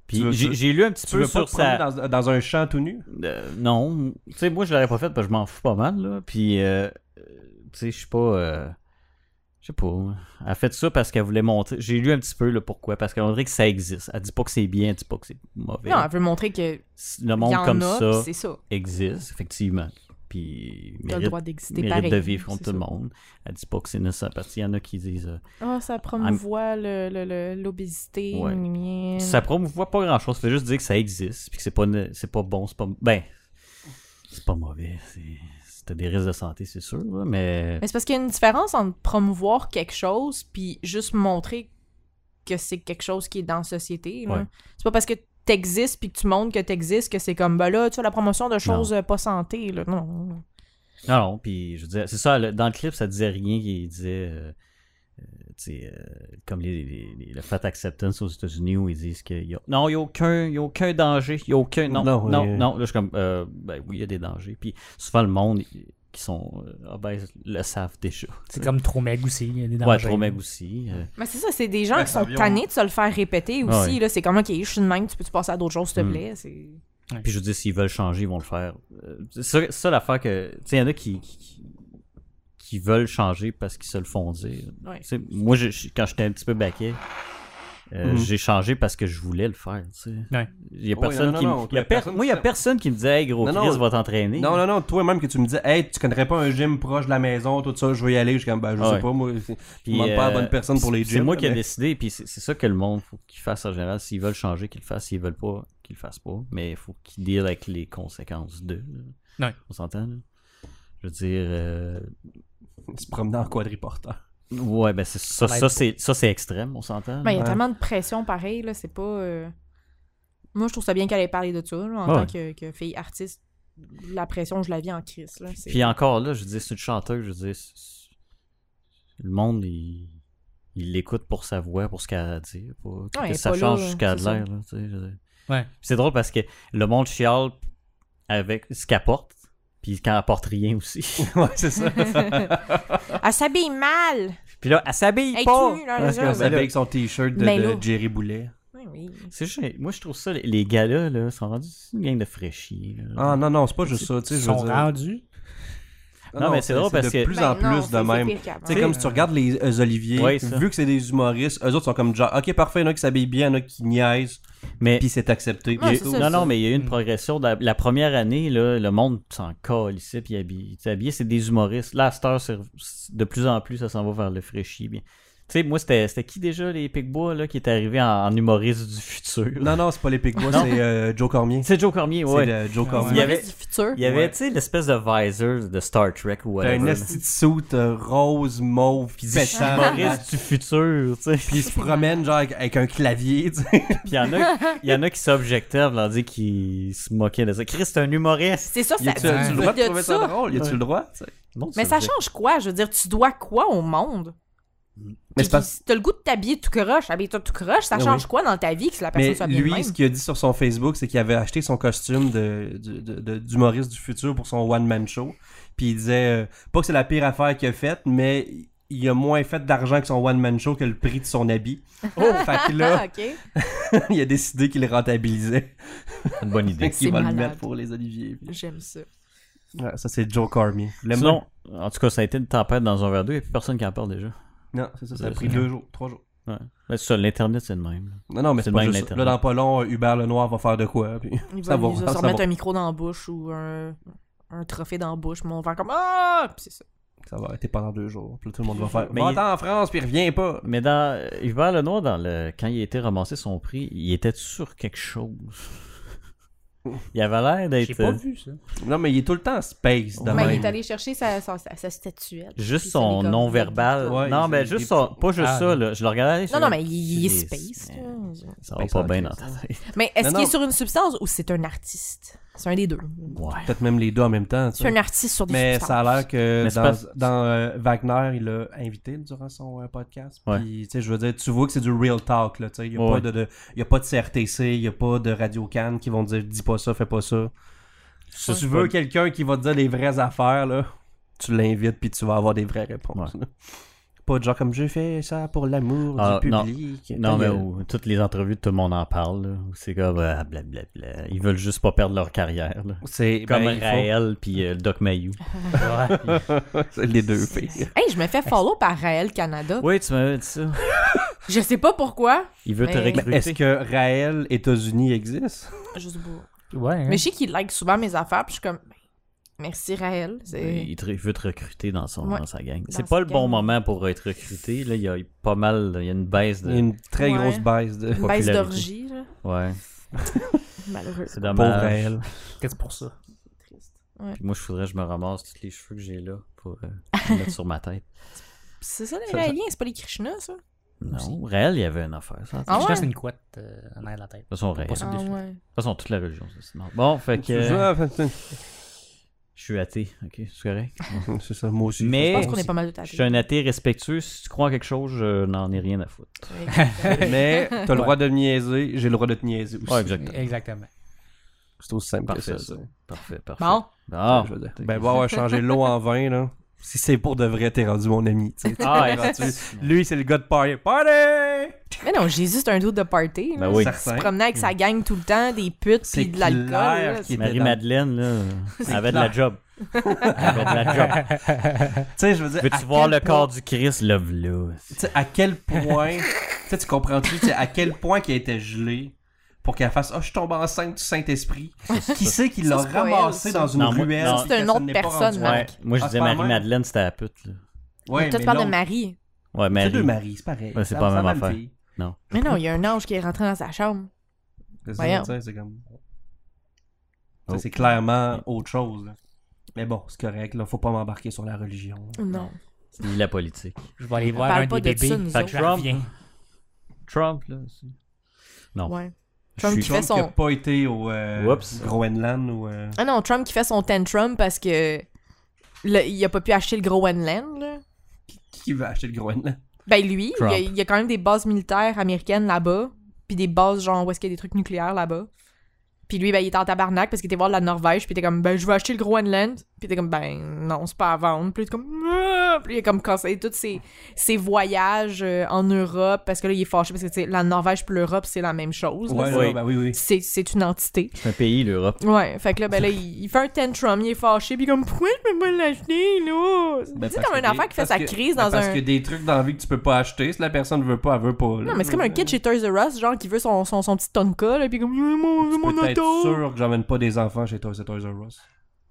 [SPEAKER 1] Puis
[SPEAKER 2] Tu veux-
[SPEAKER 1] j'ai-
[SPEAKER 2] tu-
[SPEAKER 1] j'ai lu un petit
[SPEAKER 2] Tu veux
[SPEAKER 1] peu
[SPEAKER 2] pas
[SPEAKER 1] sur
[SPEAKER 2] te promener
[SPEAKER 1] ça.
[SPEAKER 2] dans, dans un champ tout nu?
[SPEAKER 1] Euh, non. Tu sais, moi, je l'aurais pas fait parce que je m'en fous pas mal, là. Puis, euh, euh, tu sais, je suis pas. euh, je sais pas. Elle a fait ça parce qu'elle voulait montrer. J'ai lu un petit peu, là, pourquoi. Parce qu'elle dirait que ça existe. Elle dit pas que c'est bien, elle dit pas que c'est mauvais.
[SPEAKER 4] Non, elle veut montrer que
[SPEAKER 1] Le
[SPEAKER 4] il y
[SPEAKER 1] monde
[SPEAKER 4] en
[SPEAKER 1] comme
[SPEAKER 4] a,
[SPEAKER 1] ça
[SPEAKER 4] puis c'est ça.
[SPEAKER 1] existe, effectivement. Puis,
[SPEAKER 4] T'as le
[SPEAKER 1] mérite-
[SPEAKER 4] droit d'exister
[SPEAKER 1] mérite
[SPEAKER 4] pareil.
[SPEAKER 1] de vivre contre
[SPEAKER 4] c'est
[SPEAKER 1] tout le
[SPEAKER 4] ça.
[SPEAKER 1] monde. Elle dit pas que c'est innocent parce qu'il y en a qui disent euh,
[SPEAKER 4] Ah, ça promouvoit le- le- le- l'obésité,
[SPEAKER 1] Ouais.
[SPEAKER 4] gna, gna, gna.
[SPEAKER 1] ça promouvoit pas grand chose. Ça fait juste dire que ça existe puis que c'est pas ne- c'est pas bon, c'est pas ben c'est pas mauvais. c'est- c'est- T'as des risques de santé, c'est sûr, là, mais
[SPEAKER 4] Mais c'est parce qu'il y a une différence entre promouvoir quelque chose puis juste montrer que c'est quelque chose qui est dans la société. là.
[SPEAKER 1] Ouais.
[SPEAKER 4] C'est pas parce que t'existes puis que tu montres que t'existes que c'est comme, ben là, tu as la promotion de choses euh, pas santé. Là. Non, non, non.
[SPEAKER 1] non, non. Puis je veux dire, c'est ça. le- dans le clip, ça disait rien. Il disait, euh, euh, tu sais, euh, comme les, les- les- le fat acceptance aux États-Unis où ils disent qu'il y a non, il y a aucun, il y a aucun danger, il y a aucun non,
[SPEAKER 2] Non,
[SPEAKER 1] non, non. Là,
[SPEAKER 2] euh,
[SPEAKER 1] je suis comme, euh, ben oui, il y a des dangers. Puis souvent le monde ils- qui sont euh, obèses le savent déjà.
[SPEAKER 3] C'est comme Tromeg aussi. Il y a des
[SPEAKER 1] Ouais,
[SPEAKER 3] dangers.
[SPEAKER 1] trop meg aussi. euh,
[SPEAKER 4] Mais c'est ça, c'est des gens
[SPEAKER 2] Ben,
[SPEAKER 4] qui sont
[SPEAKER 2] avion.
[SPEAKER 4] tannés de se le faire répéter aussi.
[SPEAKER 1] Ouais.
[SPEAKER 4] là. C'est comme, ok, je suis de même, tu peux-tu passer à d'autres choses, s'il te
[SPEAKER 1] Hmm.
[SPEAKER 4] plaît? C'est-
[SPEAKER 1] Puis je veux dire, s'ils veulent changer, ils vont le faire. Euh, C'est ça, c'est ça l'affaire que. Tu sais, il y en a qui, qui, qui veulent changer parce qu'ils se le font dire.
[SPEAKER 4] Ouais.
[SPEAKER 1] Tu sais, moi, je- je- quand j'étais un petit peu baquet, Euh,
[SPEAKER 2] Mhm.
[SPEAKER 1] J'ai changé parce que je voulais le faire. tu sais.
[SPEAKER 3] Ouais.
[SPEAKER 1] Il y a
[SPEAKER 2] Oui,
[SPEAKER 1] personne
[SPEAKER 2] non, non,
[SPEAKER 1] qui. me-
[SPEAKER 2] non,
[SPEAKER 1] il y a
[SPEAKER 2] toi,
[SPEAKER 1] per-
[SPEAKER 2] personne
[SPEAKER 1] Moi, il y a
[SPEAKER 2] qui-
[SPEAKER 1] personne qui me dit Hey, gros
[SPEAKER 2] Non, non.
[SPEAKER 1] Chris va t'entraîner.
[SPEAKER 2] Non, non, non, toi-même que tu me dis, hey, tu connais pas un gym proche de la maison, tout ça, je veux y aller. Je suis comme, ben, je
[SPEAKER 1] Ah ouais.
[SPEAKER 2] sais pas, moi, c'est- je
[SPEAKER 1] Puis,
[SPEAKER 2] demande pas la
[SPEAKER 1] euh,
[SPEAKER 2] bonne personne pour les
[SPEAKER 1] c'est-
[SPEAKER 2] gyms.
[SPEAKER 1] C'est moi qui ai
[SPEAKER 2] mais-
[SPEAKER 1] décidé, puis c'est c'est ça que le monde faut qu'il fasse en général. S'ils veulent changer, qu'ils le fassent. S'ils veulent pas, qu'ils le fassent pas. Mais il faut qu'ils deal avec les conséquences d'eux. là.
[SPEAKER 3] Ouais.
[SPEAKER 1] On s'entend, là? Je veux dire. euh,
[SPEAKER 2] Se promener en quadriporteur.
[SPEAKER 4] *laughs*
[SPEAKER 1] Ouais, ben c'est- ça,
[SPEAKER 3] Ouais.
[SPEAKER 1] ça, c'est- ça, c'est extrême, on s'entend.
[SPEAKER 4] Ben, il y a
[SPEAKER 2] Ouais.
[SPEAKER 4] tellement de pression pareil, là, c'est pas. euh, Moi, je trouve ça bien qu'elle ait parlé de ça, là, en
[SPEAKER 1] Ouais.
[SPEAKER 4] tant que, que fille artiste. La pression, je la vis en crise, là. c'est-
[SPEAKER 1] Puis encore là, je dis c'est une chanteuse, je dis le monde il il l'écoute pour sa voix, pour ce qu'elle a à dire, pour pour
[SPEAKER 4] Ouais,
[SPEAKER 1] que
[SPEAKER 4] elle
[SPEAKER 1] ça
[SPEAKER 4] est pas
[SPEAKER 1] change
[SPEAKER 4] là,
[SPEAKER 1] jusqu'à de
[SPEAKER 4] c'est ça.
[SPEAKER 1] l'air. là, tu sais, je veux dire.
[SPEAKER 3] Ouais.
[SPEAKER 1] Puis C'est drôle parce que le monde chiale avec ce qu'elle porte, puis quand elle porte rien aussi. *laughs*
[SPEAKER 2] ouais, c'est ça.
[SPEAKER 4] *laughs* Elle s'habille mal!
[SPEAKER 1] puis là, elle s'habille
[SPEAKER 4] Elle est
[SPEAKER 1] pas.
[SPEAKER 4] tout nue, là,
[SPEAKER 1] Parce que
[SPEAKER 4] déjà.
[SPEAKER 2] Elle
[SPEAKER 4] Ah,
[SPEAKER 1] c'est-
[SPEAKER 2] s'habille avec son t-shirt de,
[SPEAKER 4] Mais
[SPEAKER 2] de
[SPEAKER 4] là.
[SPEAKER 2] Jerry Boulet.
[SPEAKER 4] Oui, oui.
[SPEAKER 1] c'est juste- moi je trouve ça les, les gars-là là, sont rendus une gang de fraîchis. là.
[SPEAKER 2] Ah non, non, c'est pas juste ça, tu sais,
[SPEAKER 3] Ils
[SPEAKER 2] je veux
[SPEAKER 3] sont
[SPEAKER 2] dire.
[SPEAKER 3] rendus.
[SPEAKER 1] Non, mais c'est drôle parce
[SPEAKER 2] de
[SPEAKER 1] que-
[SPEAKER 2] plus
[SPEAKER 4] Ben
[SPEAKER 2] en
[SPEAKER 4] non,
[SPEAKER 2] plus
[SPEAKER 4] c'est-
[SPEAKER 2] de
[SPEAKER 4] c'est
[SPEAKER 2] même.
[SPEAKER 4] pire qu'avant.
[SPEAKER 2] Tu sais, comme si tu regardes les euh, Olivier,
[SPEAKER 1] Ouais, ça.
[SPEAKER 2] vu que c'est des humoristes, eux autres sont comme genre, ok, parfait, il y en a qui s'habillent bien, il y en a qui niaisent,
[SPEAKER 1] Mais
[SPEAKER 2] puis c'est accepté.
[SPEAKER 4] Ouais,
[SPEAKER 2] puis
[SPEAKER 4] c'est
[SPEAKER 2] tout.
[SPEAKER 4] ça.
[SPEAKER 1] Non, non, mais il y a eu une
[SPEAKER 3] Mm.
[SPEAKER 1] progression. La, la première année, là, le monde s'en colle ici, puis habillé. c'est des humoristes. Là, à cette heure, c'est- c'est- de plus en plus, ça s'en va vers le fraîchi. bien. Tu sais, moi, c'était c'était qui déjà, les Picbois, là, qui est arrivé en, en humoriste du futur?
[SPEAKER 2] Non, non, c'est pas les Picbois,
[SPEAKER 1] Non.
[SPEAKER 2] c'est euh, Joe Cormier.
[SPEAKER 1] *laughs* C'est Joe Cormier,
[SPEAKER 2] C'est
[SPEAKER 1] ouais.
[SPEAKER 2] le Joe
[SPEAKER 3] Ah,
[SPEAKER 2] Cormier.
[SPEAKER 1] Il y avait,
[SPEAKER 4] Humoriste du futur.
[SPEAKER 1] il y avait,
[SPEAKER 2] Ouais.
[SPEAKER 1] tu sais, l'espèce de visor de Star Trek ou
[SPEAKER 2] T'as
[SPEAKER 1] whatever.
[SPEAKER 2] un
[SPEAKER 1] là.
[SPEAKER 2] esti de suit euh, rose, mauve,
[SPEAKER 1] Puis
[SPEAKER 2] puis
[SPEAKER 1] il dit, je suis *laughs* humoriste du futur, tu sais.
[SPEAKER 2] Puis il se promène genre avec, avec un clavier, tu sais.
[SPEAKER 1] Puis il y en a, il y en a qui s'objectaient, on leur dit qu'ils se moquaient de ça. Chris, c'est un humoriste!
[SPEAKER 4] C'est ça,
[SPEAKER 2] Y
[SPEAKER 4] ça.
[SPEAKER 2] a-tu as-tu le droit de
[SPEAKER 4] y a
[SPEAKER 2] trouver
[SPEAKER 4] ça.
[SPEAKER 2] ça drôle? Y a-tu
[SPEAKER 1] Ouais.
[SPEAKER 2] le droit? tu sais?
[SPEAKER 1] Non,
[SPEAKER 4] Mais
[SPEAKER 1] c'est
[SPEAKER 4] ça
[SPEAKER 1] vrai.
[SPEAKER 4] change quoi? Je veux dire, tu dois quoi au monde?
[SPEAKER 2] Mais
[SPEAKER 4] Mais
[SPEAKER 2] c'est parce-
[SPEAKER 4] Si t'as le goût de t'habiller tout croche, habille-toi tout croche, ça
[SPEAKER 2] Ah
[SPEAKER 4] change
[SPEAKER 2] oui.
[SPEAKER 4] quoi dans ta vie que la personne
[SPEAKER 2] Mais
[SPEAKER 4] soit bien
[SPEAKER 2] lui,
[SPEAKER 4] même?
[SPEAKER 2] ce qu'il a dit sur son Facebook, c'est qu'il avait acheté son costume de, du- de- de- d'humoriste du futur pour son one-man show. Puis il disait, euh, pas que c'est la pire affaire qu'il a faite, mais il a moins fait d'argent que son one-man show que le prix de son habit. Oh! fait que
[SPEAKER 4] Ah, *laughs*
[SPEAKER 2] là, *laughs*
[SPEAKER 4] ok.
[SPEAKER 2] il a décidé qu'il le rentabilisait.
[SPEAKER 1] C'est une bonne idée.
[SPEAKER 2] Fait qu'il va
[SPEAKER 4] malade.
[SPEAKER 2] le mettre pour les oliviers. Puis-
[SPEAKER 4] J'aime ça.
[SPEAKER 2] Ouais, ça, c'est Joe Cormier. Je l'aime
[SPEAKER 1] Sinon, en tout cas, ça a été une tempête dans un verre d'eau. Il n'y a plus personne qui en parle déjà.
[SPEAKER 2] bien. Non, c'est ça, ça a
[SPEAKER 1] C'est
[SPEAKER 2] pris
[SPEAKER 1] ça.
[SPEAKER 2] deux jours, trois jours.
[SPEAKER 1] Ouais. Mais ça, l'Internet, c'est le même. là.
[SPEAKER 2] Non, non, mais
[SPEAKER 1] C'est le
[SPEAKER 2] c'est
[SPEAKER 1] hein.
[SPEAKER 2] pas
[SPEAKER 1] même
[SPEAKER 2] juste ça. Là,
[SPEAKER 1] l'Internet.
[SPEAKER 2] dans pas long, euh, Hubert Lenoir va faire de quoi. Puis... *laughs*
[SPEAKER 4] Il
[SPEAKER 2] Ça
[SPEAKER 4] va,
[SPEAKER 2] va,
[SPEAKER 4] il va
[SPEAKER 2] ça
[SPEAKER 4] se
[SPEAKER 2] va.
[SPEAKER 4] remettre un micro dans la bouche ou un, un trophée dans la bouche, mais on va faire comme Ah! Puis c'est ça.
[SPEAKER 2] Ça va arrêter pendant deux jours. Puis là, tout le monde va faire.
[SPEAKER 1] Mais
[SPEAKER 2] Mais va
[SPEAKER 1] il-
[SPEAKER 2] en France, puis reviens pas.
[SPEAKER 1] Mais dans euh, Hubert Lenoir, dans le... quand il a été ramassé son prix, il était sur quelque chose. il avait l'air
[SPEAKER 3] J'ai
[SPEAKER 1] d'être
[SPEAKER 3] pas
[SPEAKER 1] euh,
[SPEAKER 3] vu ça.
[SPEAKER 2] Non, mais il est tout le temps en space. de
[SPEAKER 1] Ouais.
[SPEAKER 4] Mais
[SPEAKER 2] même.
[SPEAKER 4] Ben, il est allé chercher sa, sa, sa- sa statuette.
[SPEAKER 1] juste
[SPEAKER 4] Puis ça,
[SPEAKER 1] son
[SPEAKER 4] les gars,
[SPEAKER 1] nom
[SPEAKER 4] ils-
[SPEAKER 1] verbal.
[SPEAKER 2] Ouais,
[SPEAKER 1] non,
[SPEAKER 2] ils-
[SPEAKER 1] mais
[SPEAKER 2] ils-
[SPEAKER 1] juste son. Pas juste
[SPEAKER 3] Ah,
[SPEAKER 1] ça, là. Je le regardais. je-
[SPEAKER 4] Non, non, mais il, il est
[SPEAKER 1] Jeez,
[SPEAKER 4] space.
[SPEAKER 1] man.
[SPEAKER 4] là.
[SPEAKER 1] Ça va
[SPEAKER 2] Space
[SPEAKER 1] pas
[SPEAKER 2] en
[SPEAKER 1] bien dans
[SPEAKER 2] crise,
[SPEAKER 1] ta tête.
[SPEAKER 4] Mais est-ce
[SPEAKER 2] Non,
[SPEAKER 4] qu'il est
[SPEAKER 2] non.
[SPEAKER 4] sur une substance ou c'est un artiste? C'est un des deux.
[SPEAKER 1] Ouais.
[SPEAKER 2] Peut-être même les deux en même temps. tu
[SPEAKER 4] C'est
[SPEAKER 2] sais.
[SPEAKER 4] un artiste sur des
[SPEAKER 2] Mais
[SPEAKER 4] substances.
[SPEAKER 2] ça a l'air que
[SPEAKER 1] Mais c'est
[SPEAKER 2] dans,
[SPEAKER 1] pas-
[SPEAKER 2] dans, euh, Wagner, il l'a invité durant son euh, podcast.
[SPEAKER 1] Ouais.
[SPEAKER 2] Puis, tu sais, je veux dire, tu vois que c'est du real talk. Là, tu sais. il n'y a,
[SPEAKER 1] Ouais.
[SPEAKER 2] pas de, de- il y a pas de CRTC, il n'y a pas de Radio Cannes qui vont te dire dis pas ça, fais pas ça. Si tu veux quelqu'un qui va te dire les vraies affaires, là, tu l'invites puis tu vas avoir des vraies réponses. là. Pas de genre comme j'ai fait ça pour l'amour
[SPEAKER 1] Ah,
[SPEAKER 2] du
[SPEAKER 1] non.
[SPEAKER 2] public.
[SPEAKER 1] Non,
[SPEAKER 2] Ta
[SPEAKER 1] mais
[SPEAKER 2] gueule.
[SPEAKER 1] où toutes les entrevues, tout le monde en parle. là, où C'est comme euh, blablabla. Ils veulent juste pas perdre leur carrière. là.
[SPEAKER 2] C'est
[SPEAKER 1] Comme
[SPEAKER 2] ben, il faut-
[SPEAKER 1] Raël puis euh, Doc Mayou.
[SPEAKER 2] *laughs* C'est les deux filles.
[SPEAKER 4] Hey, je me fais follow par Raël Canada.
[SPEAKER 1] Oui, tu m'avais dit ça.
[SPEAKER 4] Je sais pas pourquoi.
[SPEAKER 1] Il veut te
[SPEAKER 4] Mais-
[SPEAKER 1] recruter.
[SPEAKER 2] Mais est-ce que Raël États-Unis existe
[SPEAKER 4] Je sais pas.
[SPEAKER 3] Ouais. hein.
[SPEAKER 4] Mais je sais qu'il like souvent mes affaires, puis je suis comme, Ben, merci Raël.
[SPEAKER 2] Ben,
[SPEAKER 4] C'est-
[SPEAKER 1] Ben, Il, te- il veut te recruter dans, son,
[SPEAKER 4] Ouais.
[SPEAKER 1] dans sa gang.
[SPEAKER 4] Dans
[SPEAKER 1] C'est pas
[SPEAKER 4] sa
[SPEAKER 1] le bon
[SPEAKER 4] gang.
[SPEAKER 1] moment pour être recruté. Là, il y a pas mal, il y a une baisse
[SPEAKER 2] Il y a
[SPEAKER 1] de.
[SPEAKER 2] une très
[SPEAKER 4] Ouais.
[SPEAKER 2] grosse baisse de
[SPEAKER 4] Une baisse
[SPEAKER 1] popularité.
[SPEAKER 4] d'orgie, là.
[SPEAKER 1] Ouais,
[SPEAKER 4] Malheureux.
[SPEAKER 1] c'est
[SPEAKER 2] pauvre
[SPEAKER 1] dommage. *laughs*
[SPEAKER 2] Raël.
[SPEAKER 3] Qu'est-ce pour ça?
[SPEAKER 1] Puis moi, je voudrais que je me ramasse tous les cheveux que j'ai là pour
[SPEAKER 4] *laughs*
[SPEAKER 1] euh, les mettre sur ma tête.
[SPEAKER 4] C'est ça les
[SPEAKER 2] Ça- ça-
[SPEAKER 4] Raéliens, c'est pas les Krishna, ça?
[SPEAKER 1] Non, Raël, il y avait une affaire. Ça.
[SPEAKER 4] Ah
[SPEAKER 3] je
[SPEAKER 4] ouais?
[SPEAKER 3] lance une couette euh, en arrière de la tête.
[SPEAKER 1] De toute façon, Raël. De
[SPEAKER 3] Pas
[SPEAKER 1] toute
[SPEAKER 3] ça. Ah
[SPEAKER 4] ouais.
[SPEAKER 1] façon, toute la religion. ça, c'est normal. Bon, fait que euh,
[SPEAKER 2] Ah, fait-
[SPEAKER 1] je suis athée. Ok, c'est correct.
[SPEAKER 2] C'est ça, moi aussi.
[SPEAKER 1] Mais-
[SPEAKER 4] Je pense qu'on
[SPEAKER 1] Aussi.
[SPEAKER 4] est pas mal de ta
[SPEAKER 1] Je suis un athée respectueux. Si tu crois en quelque chose, je n'en ai rien à foutre.
[SPEAKER 2] *laughs*
[SPEAKER 1] *laughs*
[SPEAKER 2] Mais t'as le droit de me niaiser, j'ai le droit de te niaiser aussi.
[SPEAKER 1] Ouais, exactement.
[SPEAKER 3] Exactement.
[SPEAKER 2] C'est aussi simple
[SPEAKER 1] Parfait,
[SPEAKER 2] que ça.
[SPEAKER 1] ça.
[SPEAKER 2] ça.
[SPEAKER 1] Parfait, parfait.
[SPEAKER 4] Bon,
[SPEAKER 1] Ah,
[SPEAKER 2] Je veux dire. Ben, va avoir changé l'eau en vin, là. Si c'est pour de vrai, t'es rendu mon ami. tu sais.
[SPEAKER 1] Ah,
[SPEAKER 2] *laughs* T'es rendu- Lui, c'est le gars de party. Party! Jésus!
[SPEAKER 4] Mais non, Jésus, c'est un doute de party. là.
[SPEAKER 1] Ben oui.
[SPEAKER 4] Il se
[SPEAKER 2] Certain.
[SPEAKER 4] promenait avec sa gang tout le temps, des putes
[SPEAKER 2] C'est
[SPEAKER 4] puis de l'alcool.
[SPEAKER 2] clair
[SPEAKER 4] là.
[SPEAKER 2] qu'il était dans-
[SPEAKER 1] Marie-Madeleine, là, avait de la
[SPEAKER 2] clair.
[SPEAKER 1] job. Elle avait de
[SPEAKER 4] *laughs*
[SPEAKER 1] la job.
[SPEAKER 2] Tu sais, je veux dire.
[SPEAKER 1] *laughs*
[SPEAKER 2] à
[SPEAKER 1] Veux-tu voir
[SPEAKER 2] quel
[SPEAKER 1] le
[SPEAKER 2] point-
[SPEAKER 1] corps du Christ, love-le.
[SPEAKER 2] Tu sais, à quel point.
[SPEAKER 4] *laughs*
[SPEAKER 2] tu sais, tu comprends-tu tu sais, à quel point qu'il a été gelé pour qu'elle fasse Oh, je tombe enceinte du Saint-Esprit. Qui sait qu'il
[SPEAKER 4] Ça,
[SPEAKER 2] l'a
[SPEAKER 4] c'est pas
[SPEAKER 2] ramassé
[SPEAKER 4] elle, ça.
[SPEAKER 2] dans une
[SPEAKER 1] Non, moi-
[SPEAKER 2] ruelle
[SPEAKER 1] non.
[SPEAKER 2] puis
[SPEAKER 1] Ça,
[SPEAKER 4] c'est
[SPEAKER 2] qu'elle
[SPEAKER 4] une
[SPEAKER 2] s'en
[SPEAKER 4] autre
[SPEAKER 2] est pas
[SPEAKER 4] personne,
[SPEAKER 2] rendue
[SPEAKER 1] Ouais,
[SPEAKER 4] Marc.
[SPEAKER 1] moi je
[SPEAKER 2] Ah,
[SPEAKER 1] disais
[SPEAKER 2] c'est pas
[SPEAKER 1] Marie-Madeleine, c'était la pute. Là.
[SPEAKER 2] compte. Ouais,
[SPEAKER 4] Mais toi, tu
[SPEAKER 2] mais
[SPEAKER 4] parles de
[SPEAKER 2] l'autre-
[SPEAKER 4] Marie.
[SPEAKER 1] Ouais,
[SPEAKER 2] C'est
[SPEAKER 1] Marie.
[SPEAKER 2] deux maris, c'est pareil.
[SPEAKER 1] Ouais, c'est
[SPEAKER 2] Ça
[SPEAKER 1] pas la même
[SPEAKER 2] ressemble à une
[SPEAKER 1] affaire.
[SPEAKER 2] fille.
[SPEAKER 4] Mais non, il y a un ange qui est rentré dans sa chambre.
[SPEAKER 2] C'est ça,
[SPEAKER 4] Voyons.
[SPEAKER 2] tu sais, c'est comme-
[SPEAKER 1] Oh.
[SPEAKER 2] Ça, C'est clairement autre chose. là. Mais bon, c'est correct, là, faut pas m'embarquer sur la religion.
[SPEAKER 4] Non.
[SPEAKER 1] Ni la politique.
[SPEAKER 3] *laughs* Je vais aller voir
[SPEAKER 4] parle
[SPEAKER 3] un
[SPEAKER 4] pas
[SPEAKER 3] des
[SPEAKER 4] de ça,
[SPEAKER 3] bébés.
[SPEAKER 4] nous
[SPEAKER 3] Fait que je
[SPEAKER 1] autres.
[SPEAKER 3] reviens.
[SPEAKER 1] Trump, là. aussi. Non.
[SPEAKER 4] Ouais. Trump
[SPEAKER 1] Je
[SPEAKER 4] qui
[SPEAKER 1] suis-
[SPEAKER 4] fait
[SPEAKER 2] Trump qui a
[SPEAKER 4] son.
[SPEAKER 2] pas été au euh,
[SPEAKER 1] Whoops.
[SPEAKER 2] Groenland ou. euh,
[SPEAKER 4] Ah non, Trump qui fait son tantrum parce que. le- Il a pas pu acheter le Groenland, là.
[SPEAKER 2] Qui veut acheter le Groenland
[SPEAKER 4] Ben lui, il y,
[SPEAKER 1] Trump.
[SPEAKER 4] a, il y a quand même des bases militaires américaines là-bas, puis des bases genre où est-ce qu'il y a des trucs nucléaires là-bas. Puis lui, ben il était en tabarnak parce qu'il était voir de la Norvège, puis il était comme ben je veux acheter le Groenland, puis il était comme ben non c'est pas à vendre, puis il était comme Ah! puis il a comme cancellé tous ses, ses voyages euh, en Europe parce que là il est fâché parce que tu sais, la Norvège puis l'Europe c'est la même chose, là.
[SPEAKER 2] Ouais,
[SPEAKER 1] Oui.
[SPEAKER 2] là, ben oui, oui.
[SPEAKER 4] c'est c'est une entité.
[SPEAKER 1] C'est un pays, l'Europe.
[SPEAKER 4] Ouais, fait que là ben là il, il fait un tantrum, il est fâché puis il est comme pourquoi je peux pas l'acheter là,
[SPEAKER 2] Ben, parce
[SPEAKER 4] c'est comme
[SPEAKER 2] que
[SPEAKER 4] un
[SPEAKER 2] des-
[SPEAKER 4] affaire qui fait
[SPEAKER 2] parce
[SPEAKER 4] sa
[SPEAKER 2] que-
[SPEAKER 4] crise
[SPEAKER 2] ben,
[SPEAKER 4] dans
[SPEAKER 2] Parce
[SPEAKER 4] un
[SPEAKER 2] que des trucs dans la vie que tu peux pas acheter, si la personne veut pas, elle veut pas. là.
[SPEAKER 4] Non, mais c'est comme un kid chez Toys R Us, genre, qui veut son, son, son petit Tonka, là, pis comme, Veux mon, veux
[SPEAKER 2] Tu peux
[SPEAKER 4] mon
[SPEAKER 2] être
[SPEAKER 4] auto.
[SPEAKER 2] sûr que j'emmène pas des enfants chez Toys c'est Toys R Us.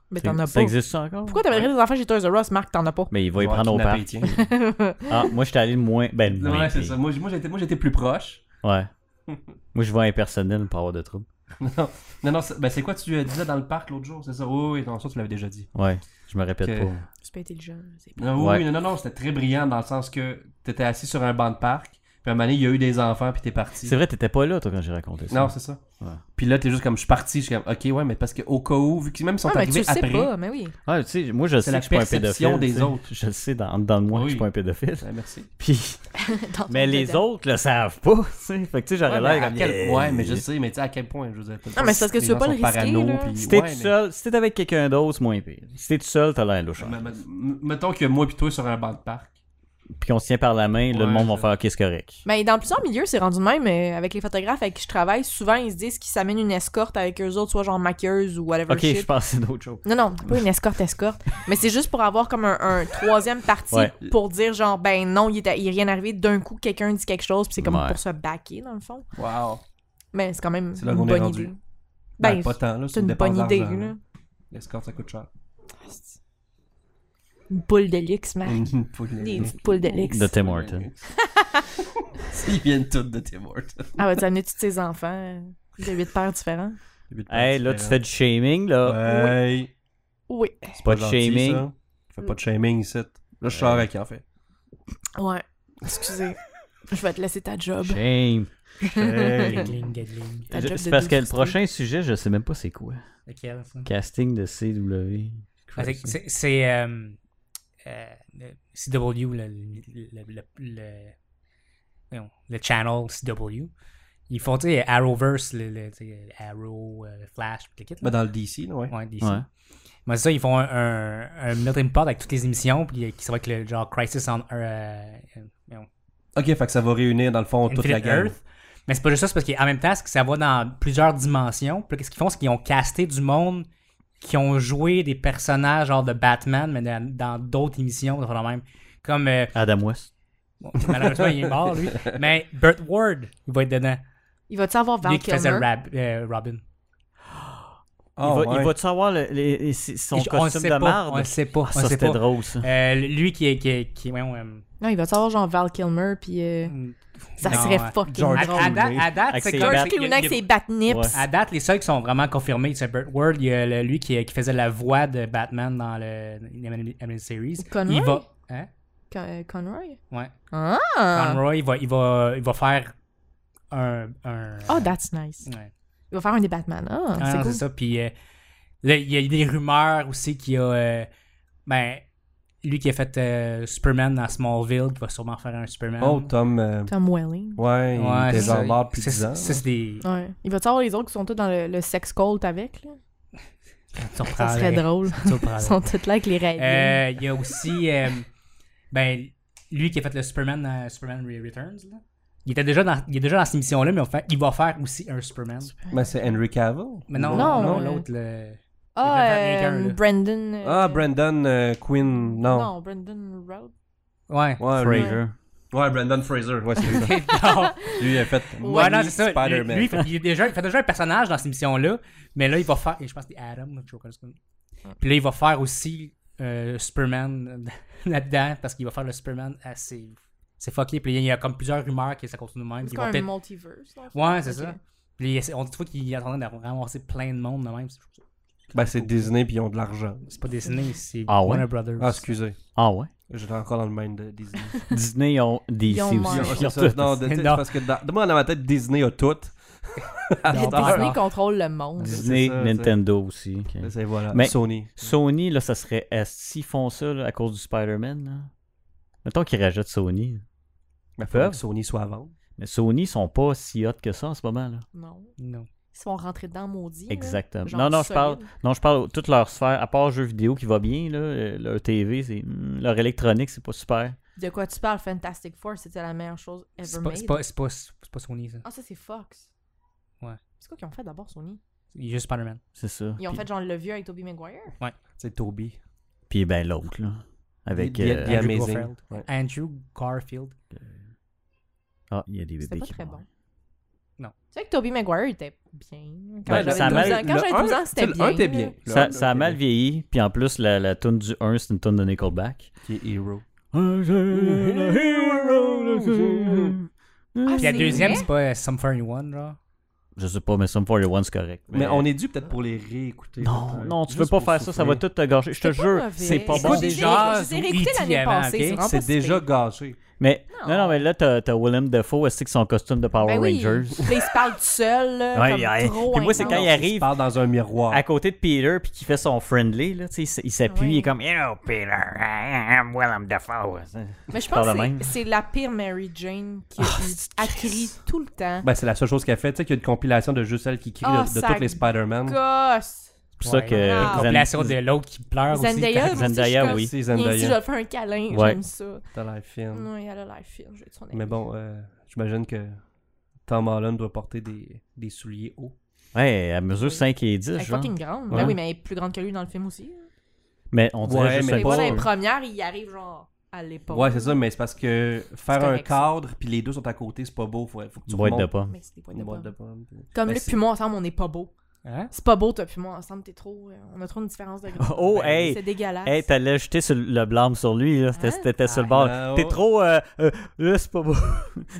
[SPEAKER 4] Mais t'en as
[SPEAKER 1] Ça
[SPEAKER 4] pas.
[SPEAKER 1] existe ça encore?
[SPEAKER 4] Pourquoi t'amènerais des enfants chez Toys R Us, Marc, t'en as pas?
[SPEAKER 1] Mais il va y
[SPEAKER 2] Ils vont
[SPEAKER 1] prendre au
[SPEAKER 2] kidnapper
[SPEAKER 1] parc.
[SPEAKER 2] les tiens.
[SPEAKER 1] *laughs* Ah, moi, j'étais allé le moins. Ben, le moins.
[SPEAKER 2] Ouais, c'est
[SPEAKER 1] pire.
[SPEAKER 2] ça. Moi, j'- moi, j'étais- moi, j'étais plus proche. *laughs*
[SPEAKER 1] Ouais. Moi, je vois impersonnel pour avoir de troubles.
[SPEAKER 2] Non, non, non, c'est- ben, c'est quoi tu euh, disais dans le parc l'autre jour, c'est ça? Oui, oui, non, ça, tu l'avais déjà dit.
[SPEAKER 1] Ouais, je me répète
[SPEAKER 2] Ok.
[SPEAKER 1] pas.
[SPEAKER 4] C'est pas intelligent, c'est pas...
[SPEAKER 2] Non, oui,
[SPEAKER 1] Ouais.
[SPEAKER 2] oui, non, non, non, c'était très brillant dans le sens que t'étais assis sur un banc de parc, puis à un moment donné, il y a eu des enfants, puis t'es parti.
[SPEAKER 1] C'est vrai, t'étais pas là, toi, quand j'ai raconté ça.
[SPEAKER 2] Non, c'est ça.
[SPEAKER 1] Ouais.
[SPEAKER 2] Puis là, t'es juste comme, je suis parti, je suis comme, ok, ouais, mais parce qu'au cas où, vu qu'ils même sont
[SPEAKER 4] Ah, mais tu
[SPEAKER 2] arrivés
[SPEAKER 4] le sais
[SPEAKER 2] après.
[SPEAKER 4] pas, mais oui.
[SPEAKER 1] Ouais, Ah, tu sais, moi, je sais
[SPEAKER 2] la
[SPEAKER 1] que je suis pas un
[SPEAKER 2] perception
[SPEAKER 1] pédophile.
[SPEAKER 2] des
[SPEAKER 1] tu sais.
[SPEAKER 2] autres.
[SPEAKER 1] Je le sais dans, dans le moi que je suis
[SPEAKER 2] Oui.
[SPEAKER 1] pas un
[SPEAKER 2] *laughs*
[SPEAKER 1] pédophile.
[SPEAKER 2] Ouais, merci.
[SPEAKER 1] Puis,
[SPEAKER 4] *laughs* Dans
[SPEAKER 1] mais
[SPEAKER 4] ton
[SPEAKER 1] les
[SPEAKER 4] dedans.
[SPEAKER 1] autres le savent pas, tu sais. Fait que, tu sais, j'aurais
[SPEAKER 2] Ouais, mais,
[SPEAKER 1] l'air
[SPEAKER 2] à
[SPEAKER 1] comme. eh,
[SPEAKER 2] quel... ouais, mais je sais, mais tu sais à quel point, je veux dire.
[SPEAKER 4] Non, mais c'est parce que
[SPEAKER 2] les
[SPEAKER 4] tu veux
[SPEAKER 2] gens
[SPEAKER 4] pas le
[SPEAKER 2] sont
[SPEAKER 4] risquer,
[SPEAKER 2] parano,
[SPEAKER 4] là.
[SPEAKER 2] puis-
[SPEAKER 1] Si t'es
[SPEAKER 2] ouais,
[SPEAKER 1] tout
[SPEAKER 2] mais-
[SPEAKER 1] seul, si t'es avec quelqu'un d'autre, c'est moins pire. Si t'es tout seul, t'as l'air louche.
[SPEAKER 2] M- m- Mettons que moi puis toi sur un banc de parc.
[SPEAKER 1] Puis qu'on se tient par la main, là, le
[SPEAKER 2] Ouais,
[SPEAKER 1] monde va
[SPEAKER 2] ça.
[SPEAKER 1] faire OK, c'est correct.
[SPEAKER 4] Mais dans plusieurs milieux, c'est rendu de même. euh, avec les photographes avec qui je travaille, souvent, ils se disent qu'ils s'amènent une escorte avec eux autres, soit genre maquilleuse ou whatever
[SPEAKER 1] OK,
[SPEAKER 4] shit.
[SPEAKER 1] je pense que c'est d'autres choses.
[SPEAKER 4] Non, non, pas une
[SPEAKER 1] *laughs*
[SPEAKER 4] escorte, escorte. mais c'est juste pour avoir comme un, un troisième parti
[SPEAKER 1] Ouais.
[SPEAKER 4] pour dire genre, ben non, il est, il est rien arrivé. D'un coup, quelqu'un dit quelque chose, puis c'est comme
[SPEAKER 1] Ouais.
[SPEAKER 4] pour se backer, dans le fond.
[SPEAKER 2] Wow.
[SPEAKER 4] Mais c'est quand même
[SPEAKER 2] C'est là
[SPEAKER 4] une
[SPEAKER 2] qu'on est
[SPEAKER 4] bonne
[SPEAKER 2] rendu.
[SPEAKER 4] idée.
[SPEAKER 2] Ben,
[SPEAKER 4] Ben,
[SPEAKER 2] pas tant, là.
[SPEAKER 4] c'est une bonne idée, là.
[SPEAKER 2] L'escorte, ça coûte cher.
[SPEAKER 4] Une poule de
[SPEAKER 2] *laughs*
[SPEAKER 4] luxe, man.
[SPEAKER 2] Une poule de-
[SPEAKER 4] Des petites poules de luxe.
[SPEAKER 1] De Tim Horton.
[SPEAKER 2] *laughs* Ils viennent tous de Tim Horton.
[SPEAKER 4] Ah, va t'amener tous tes enfants euh, de huit pères différents.
[SPEAKER 1] Hey, là, tu fais du shaming, là.
[SPEAKER 2] Ouais.
[SPEAKER 4] Oui.
[SPEAKER 2] C'est
[SPEAKER 1] Pas de shaming.
[SPEAKER 2] ça. Fais pas de shaming ici. Là, je sors avec, en
[SPEAKER 4] *laughs*
[SPEAKER 2] fait.
[SPEAKER 4] Ouais. Excusez. Je vais te laisser ta job.
[SPEAKER 1] Shame.
[SPEAKER 2] Hey.
[SPEAKER 3] Gatling, Gatling.
[SPEAKER 4] Ta
[SPEAKER 1] Je-
[SPEAKER 4] job de
[SPEAKER 1] C'est parce
[SPEAKER 4] doux
[SPEAKER 1] que le
[SPEAKER 4] frustré.
[SPEAKER 1] prochain sujet, je sais même pas c'est quoi.
[SPEAKER 3] Lequel, ça?
[SPEAKER 1] Casting de CW.
[SPEAKER 3] Ah, c'est- C'est c'est, euh, euh, le CW, le, le, le, le- voyons, le channel CW. Ils font, tu sais, Arrowverse, le, le, tu sais, Arrow, euh, Flash, tout le kit.
[SPEAKER 2] Ben,
[SPEAKER 3] là.
[SPEAKER 2] dans le DC, là, ouais.
[SPEAKER 3] Ouais, DC.
[SPEAKER 1] Ouais.
[SPEAKER 3] Mais c'est ça, ils font un, un, un melting pot avec toutes les émissions, puis euh, qui sont avec le genre Crisis on euh, euh, voyons,
[SPEAKER 2] Ok, fait que ça va réunir, dans le fond, toute la
[SPEAKER 3] Infinite
[SPEAKER 2] gang.
[SPEAKER 3] Earth. Mais c'est pas juste ça, c'est parce qu'en même temps, c'est que ça va dans plusieurs dimensions. Puis là, qu'est-ce qu'ils font, c'est qu'ils ont casté du monde qui ont joué des personnages genre de Batman, mais dans dans d'autres émissions, genre même. Comme, euh,
[SPEAKER 1] Adam West. *laughs*
[SPEAKER 3] bon, malheureusement, il est mort, lui. Mais Burt Ward, il va être dedans.
[SPEAKER 4] Il va-tu avoir Val
[SPEAKER 3] lui qui faisait
[SPEAKER 4] Kilmer?
[SPEAKER 3] Rab- euh, Robin.
[SPEAKER 2] Ah,
[SPEAKER 1] il va, il
[SPEAKER 2] ouais.
[SPEAKER 1] va-tu avoir le- les- les- son
[SPEAKER 3] Et je- on le
[SPEAKER 1] costume
[SPEAKER 3] sait
[SPEAKER 1] de
[SPEAKER 3] pas,
[SPEAKER 1] marde?
[SPEAKER 3] on le sait
[SPEAKER 1] Ah,
[SPEAKER 3] pas, on le
[SPEAKER 1] ça,
[SPEAKER 3] sait
[SPEAKER 1] c'était
[SPEAKER 3] pas.
[SPEAKER 1] drôle, ça.
[SPEAKER 3] Euh, lui qui est. Qui, est- qui est- voyons, euh,
[SPEAKER 4] Non, il va-tu avoir genre Val Kilmer, puis euh, ça
[SPEAKER 3] non,
[SPEAKER 4] serait
[SPEAKER 3] euh,
[SPEAKER 4] fucking
[SPEAKER 2] George
[SPEAKER 3] À,
[SPEAKER 4] drôle.
[SPEAKER 3] à date, à date,
[SPEAKER 1] Avec
[SPEAKER 3] c'est
[SPEAKER 1] ses
[SPEAKER 3] comme-
[SPEAKER 1] Bat-
[SPEAKER 4] George
[SPEAKER 1] Bat-
[SPEAKER 4] Clooney avec ses batnips.
[SPEAKER 1] Ouais.
[SPEAKER 3] À date, les seuls qui sont vraiment confirmés, c'est Burt Ward, il y a le- lui qui, qui faisait la voix de Batman dans le dans l'animé- animé series.
[SPEAKER 4] Conroy?
[SPEAKER 3] Il va, hein?
[SPEAKER 4] Con- euh, Conroy?
[SPEAKER 3] Ouais.
[SPEAKER 4] Ah!
[SPEAKER 3] Conroy, il va, il va, il va faire un, un
[SPEAKER 4] Oh, that's nice.
[SPEAKER 3] ouais.
[SPEAKER 4] Il va faire un des Batman. Ah,
[SPEAKER 3] Ah,
[SPEAKER 4] c'est
[SPEAKER 3] non,
[SPEAKER 4] cool.
[SPEAKER 3] c'est ça. Puis euh, là, il y a des rumeurs aussi qu'il y a, euh, ben, lui qui a fait euh, Superman dans Smallville, qui va sûrement faire un Superman.
[SPEAKER 2] Oh,
[SPEAKER 1] Ah.
[SPEAKER 2] Tom. euh,
[SPEAKER 4] Tom Welling.
[SPEAKER 2] Ouais, il
[SPEAKER 3] Ouais,
[SPEAKER 2] était
[SPEAKER 3] c'est ça.
[SPEAKER 2] genre mort depuis
[SPEAKER 3] C'est-
[SPEAKER 2] 10 ans.
[SPEAKER 3] c'est- c'est des-
[SPEAKER 4] Ouais. Il va-tu avoir les autres qui sont tous dans le, le sex cult avec, là?
[SPEAKER 3] Ça
[SPEAKER 4] Ça serait drôle. Ils sont tous là avec les règles.
[SPEAKER 3] Euh, Il y a aussi, euh, ben, lui qui a fait le Superman dans Superman Re- Returns, là. Il, était déjà dans, il est déjà dans cette émission-là, mais on fait- il va faire aussi un
[SPEAKER 1] Euh,
[SPEAKER 3] Superman.
[SPEAKER 2] Ben, c'est Henry Cavill.
[SPEAKER 3] Mais non,
[SPEAKER 4] Non,
[SPEAKER 3] non, non,
[SPEAKER 4] euh,
[SPEAKER 3] l'autre, le...
[SPEAKER 4] Ah,
[SPEAKER 3] Il y avait
[SPEAKER 4] euh,
[SPEAKER 3] quelqu'un, là.
[SPEAKER 4] Brandon. euh,
[SPEAKER 2] Ah, Brandon euh, Quinn.
[SPEAKER 4] Non.
[SPEAKER 2] Non.
[SPEAKER 4] Brandon Routh. *laughs*
[SPEAKER 3] Ouais.
[SPEAKER 2] Ouais, lui-
[SPEAKER 1] Fraser.
[SPEAKER 2] ouais, Brandon Fraser. Ouais, c'est ça.
[SPEAKER 3] Non.
[SPEAKER 2] lui, il a fait
[SPEAKER 3] Ouais, non,
[SPEAKER 2] Money
[SPEAKER 3] c'est ça. Lui,
[SPEAKER 2] Spider-Man.
[SPEAKER 3] lui, il, fait, il est déjà, il fait déjà un personnage dans cette émission-là, mais là, il va faire. Je pense que c'est Adam, quelque chose comme ça. Puis là, il va faire aussi euh, Superman *laughs* là-dedans, parce qu'il va faire le Superman assez. C'est fucké. Puis il y a comme plusieurs rumeurs que ça continue de même.
[SPEAKER 4] C'est
[SPEAKER 3] Ils
[SPEAKER 4] comme
[SPEAKER 3] vont
[SPEAKER 4] un
[SPEAKER 3] peut-être-
[SPEAKER 4] multiverse. là, en fait.
[SPEAKER 3] Ouais, c'est
[SPEAKER 4] Ok.
[SPEAKER 3] ça. Puis il essaie- on trouve qu'il est en train de ramasser plein de monde de même. C'est-
[SPEAKER 2] Ben, c'est Disney, puis ils ont de l'argent.
[SPEAKER 3] C'est pas Disney, c'est
[SPEAKER 1] Ah ouais?
[SPEAKER 3] Warner Brothers.
[SPEAKER 2] Ah, excusez.
[SPEAKER 1] Ah ouais?
[SPEAKER 2] J'étais encore dans le mind de Disney.
[SPEAKER 1] Disney ont DC
[SPEAKER 4] Ils ont
[SPEAKER 1] aussi.
[SPEAKER 2] Ils ont-
[SPEAKER 4] Ouais.
[SPEAKER 2] ils ont
[SPEAKER 1] Ils
[SPEAKER 2] ça-
[SPEAKER 1] ont
[SPEAKER 2] non,
[SPEAKER 1] tout.
[SPEAKER 2] de- tu sais,
[SPEAKER 3] Non.
[SPEAKER 2] parce que dans, moi, dans ma tête, Disney a
[SPEAKER 3] *laughs*
[SPEAKER 2] tout. À
[SPEAKER 3] Non,
[SPEAKER 2] cette
[SPEAKER 3] pas
[SPEAKER 2] heure.
[SPEAKER 1] Ah,
[SPEAKER 4] Disney contrôle le monde.
[SPEAKER 2] Dis-
[SPEAKER 1] Disney,
[SPEAKER 2] c'est ça,
[SPEAKER 1] Nintendo aussi. ok.
[SPEAKER 2] C'est voilà.
[SPEAKER 1] Mais-
[SPEAKER 2] Sony.
[SPEAKER 1] Sony, là, ça serait. est-ce S'ils font ça là, à cause du Spider-Man, là? mettons qu'ils rajoutent Sony. là.
[SPEAKER 2] Mais faut
[SPEAKER 1] Peuvent.
[SPEAKER 2] que Sony soit avant.
[SPEAKER 1] Mais Sony, ils sont pas si hot que ça en ce moment. Là.
[SPEAKER 4] Non.
[SPEAKER 3] Non.
[SPEAKER 4] Ils sont rentrés dedans maudits. là.
[SPEAKER 1] Exactement.
[SPEAKER 4] Genre
[SPEAKER 1] non, non, je
[SPEAKER 4] solide.
[SPEAKER 1] parle, non, je parle de toute leur sphère, à part jeux vidéo qui va bien, là, euh, leur TV, c'est, hmm, leur électronique, c'est pas super.
[SPEAKER 4] De quoi tu parles? Fantastic Four, c'était la meilleure chose ever
[SPEAKER 3] C'est pas,
[SPEAKER 4] made.
[SPEAKER 3] c'est pas, c'est pas, c'est pas Sony, ça.
[SPEAKER 4] Ah, ça, c'est Fox.
[SPEAKER 3] Ouais.
[SPEAKER 4] C'est quoi qu'ils ont fait d'abord, Sony?
[SPEAKER 3] Il y a juste Spider-Man.
[SPEAKER 1] C'est ça.
[SPEAKER 4] Ils ont
[SPEAKER 1] puis,
[SPEAKER 4] fait genre le vieux avec Tobey Maguire?
[SPEAKER 2] C'est Toby.
[SPEAKER 1] puis, ben l'autre, là. Avec.
[SPEAKER 2] The- The-
[SPEAKER 1] euh,
[SPEAKER 2] The
[SPEAKER 3] Andrew
[SPEAKER 2] Amazing.
[SPEAKER 3] Garfield.
[SPEAKER 2] Ouais.
[SPEAKER 3] Andrew Garfield.
[SPEAKER 1] Ah, il y a des
[SPEAKER 4] C'était
[SPEAKER 1] bébés
[SPEAKER 4] pas
[SPEAKER 1] qui
[SPEAKER 4] très
[SPEAKER 1] meurent.
[SPEAKER 4] bon. Tu sais que Tobey Maguire il était bien. Quand
[SPEAKER 1] Ben, ça
[SPEAKER 4] j'avais 12
[SPEAKER 1] mal-
[SPEAKER 4] ans, quand
[SPEAKER 2] le
[SPEAKER 4] j'avais 12
[SPEAKER 2] un,
[SPEAKER 4] ans, c'était
[SPEAKER 2] tu sais,
[SPEAKER 4] bien.
[SPEAKER 2] Le 1 était
[SPEAKER 4] là.
[SPEAKER 2] bien. Le un,
[SPEAKER 1] Ça,
[SPEAKER 2] là,
[SPEAKER 1] ça a
[SPEAKER 2] était
[SPEAKER 1] mal
[SPEAKER 2] bien.
[SPEAKER 1] vieilli, puis en plus, la, la toune du 1, c'est une toune de Nickelback.
[SPEAKER 2] Qui est Hero.
[SPEAKER 4] Ah,
[SPEAKER 3] Puis la
[SPEAKER 4] c'est
[SPEAKER 3] deuxième,
[SPEAKER 4] vrai?
[SPEAKER 3] c'est pas euh, Sum 41, genre.
[SPEAKER 1] Je sais pas, mais Sum 41, c'est correct.
[SPEAKER 2] Mais on est dû peut-être pour les réécouter.
[SPEAKER 1] Non,
[SPEAKER 2] peut-être.
[SPEAKER 1] non, tu
[SPEAKER 2] Juste
[SPEAKER 1] veux pas
[SPEAKER 2] pour
[SPEAKER 1] faire ça, ça va
[SPEAKER 2] souffler.
[SPEAKER 1] tout te gâcher. Je te
[SPEAKER 4] C'était pas
[SPEAKER 1] jure,
[SPEAKER 4] mauvais.
[SPEAKER 1] c'est pas
[SPEAKER 3] Écoute
[SPEAKER 1] bon.
[SPEAKER 3] des
[SPEAKER 4] Je les ai-
[SPEAKER 3] jazz
[SPEAKER 4] Je les ai réécoutés
[SPEAKER 3] ou
[SPEAKER 4] l'année
[SPEAKER 3] E.T. avant,
[SPEAKER 4] passée.
[SPEAKER 3] ok?
[SPEAKER 4] c'est vraiment pas
[SPEAKER 2] C'est
[SPEAKER 4] si
[SPEAKER 2] déjà
[SPEAKER 4] pire.
[SPEAKER 2] gâché.
[SPEAKER 1] Mais
[SPEAKER 4] Non.
[SPEAKER 1] non, non, mais là, t'as t'as Willem Dafoe, est-ce que son costume de Power
[SPEAKER 4] Ben oui.
[SPEAKER 1] Rangers?
[SPEAKER 4] *laughs* Puis il se parle tout seul. Là,
[SPEAKER 1] Ouais,
[SPEAKER 4] comme
[SPEAKER 1] ouais.
[SPEAKER 4] trop
[SPEAKER 1] Puis moi, c'est quand
[SPEAKER 4] intense.
[SPEAKER 1] il arrive-
[SPEAKER 2] Il parle dans un miroir.
[SPEAKER 1] À côté de Peter, puis qui fait son friendly, là, tu sais, il s- il s'appuie,
[SPEAKER 4] Ouais.
[SPEAKER 1] il est comme, You know, Peter, I am Willem Dafoe.
[SPEAKER 4] Mais je
[SPEAKER 1] parle de
[SPEAKER 4] pense que
[SPEAKER 1] même. Ah,
[SPEAKER 4] c'est- c'est la pire Mary Jane qui a eu- a crié tout le temps.
[SPEAKER 2] Ben, c'est la seule chose qu'elle fait. Tu sais qu'il y a une compilation de juste elle qui crie
[SPEAKER 4] Ah,
[SPEAKER 2] de- de
[SPEAKER 4] ça
[SPEAKER 2] tous les Spider-Man.
[SPEAKER 4] Gosse!
[SPEAKER 1] C'est pour ça
[SPEAKER 3] Ouais.
[SPEAKER 1] que.
[SPEAKER 4] Ah.
[SPEAKER 1] Zan-
[SPEAKER 3] Compilation de l'autre qui pleure aussi.
[SPEAKER 4] Zendaya,
[SPEAKER 3] quand-
[SPEAKER 4] moi aussi,
[SPEAKER 1] Zendaya,
[SPEAKER 4] je suis
[SPEAKER 1] oui.
[SPEAKER 2] C'est
[SPEAKER 4] comme, Viens ici, je
[SPEAKER 2] Zendaya.
[SPEAKER 4] vais te faire un câlin.
[SPEAKER 1] Ouais.
[SPEAKER 4] J'aime ça.
[SPEAKER 2] dans la film.
[SPEAKER 4] Non, elle a l'air fine. Je vais être son amie.
[SPEAKER 2] Mais bon, euh, j'imagine que Tom Holland doit porter des, des souliers hauts.
[SPEAKER 1] Ouais, à mesure 5 et 10,
[SPEAKER 4] Elle est
[SPEAKER 1] genre.
[SPEAKER 4] fucking grande.
[SPEAKER 1] Ouais.
[SPEAKER 4] Ben oui, mais elle est plus grande que lui dans le film aussi.
[SPEAKER 1] Mais on dirait
[SPEAKER 2] Ouais,
[SPEAKER 1] juste
[SPEAKER 2] mais
[SPEAKER 4] Mais
[SPEAKER 1] un
[SPEAKER 2] pas-
[SPEAKER 4] moi,
[SPEAKER 1] peu.
[SPEAKER 4] dans les premières, il arrive genre à l'épaule.
[SPEAKER 2] Ouais, c'est ça, mais c'est parce que faire un
[SPEAKER 4] correct, ça.
[SPEAKER 2] cadre puis les deux sont à côté, c'est pas beau. Faut, faut que tu
[SPEAKER 1] Boîte de
[SPEAKER 2] remontes
[SPEAKER 1] pommes.
[SPEAKER 4] Mais c'est des points
[SPEAKER 2] une
[SPEAKER 4] de
[SPEAKER 2] boîte
[SPEAKER 4] pomme.
[SPEAKER 2] de pommes. puis-
[SPEAKER 4] Comme
[SPEAKER 2] Ben,
[SPEAKER 4] Luc
[SPEAKER 2] c'est-
[SPEAKER 4] puis moi ensemble, on n'est pas beau.
[SPEAKER 3] Hein?
[SPEAKER 4] C'est pas beau, toi puis moi ensemble, t'es trop. euh, on a trop une différence de
[SPEAKER 1] *laughs*
[SPEAKER 4] grandeur.
[SPEAKER 1] Oh,
[SPEAKER 4] Ben,
[SPEAKER 1] hey!
[SPEAKER 4] C'est dégueulasse.
[SPEAKER 1] Hey, t'allais jeter sur le blâme sur lui, là. C'était-
[SPEAKER 4] Hein?
[SPEAKER 1] C'était sur le
[SPEAKER 3] Ah,
[SPEAKER 1] bord.
[SPEAKER 2] ouais,
[SPEAKER 1] T'es
[SPEAKER 2] ouais.
[SPEAKER 1] trop. Euh, euh, là, c'est pas beau.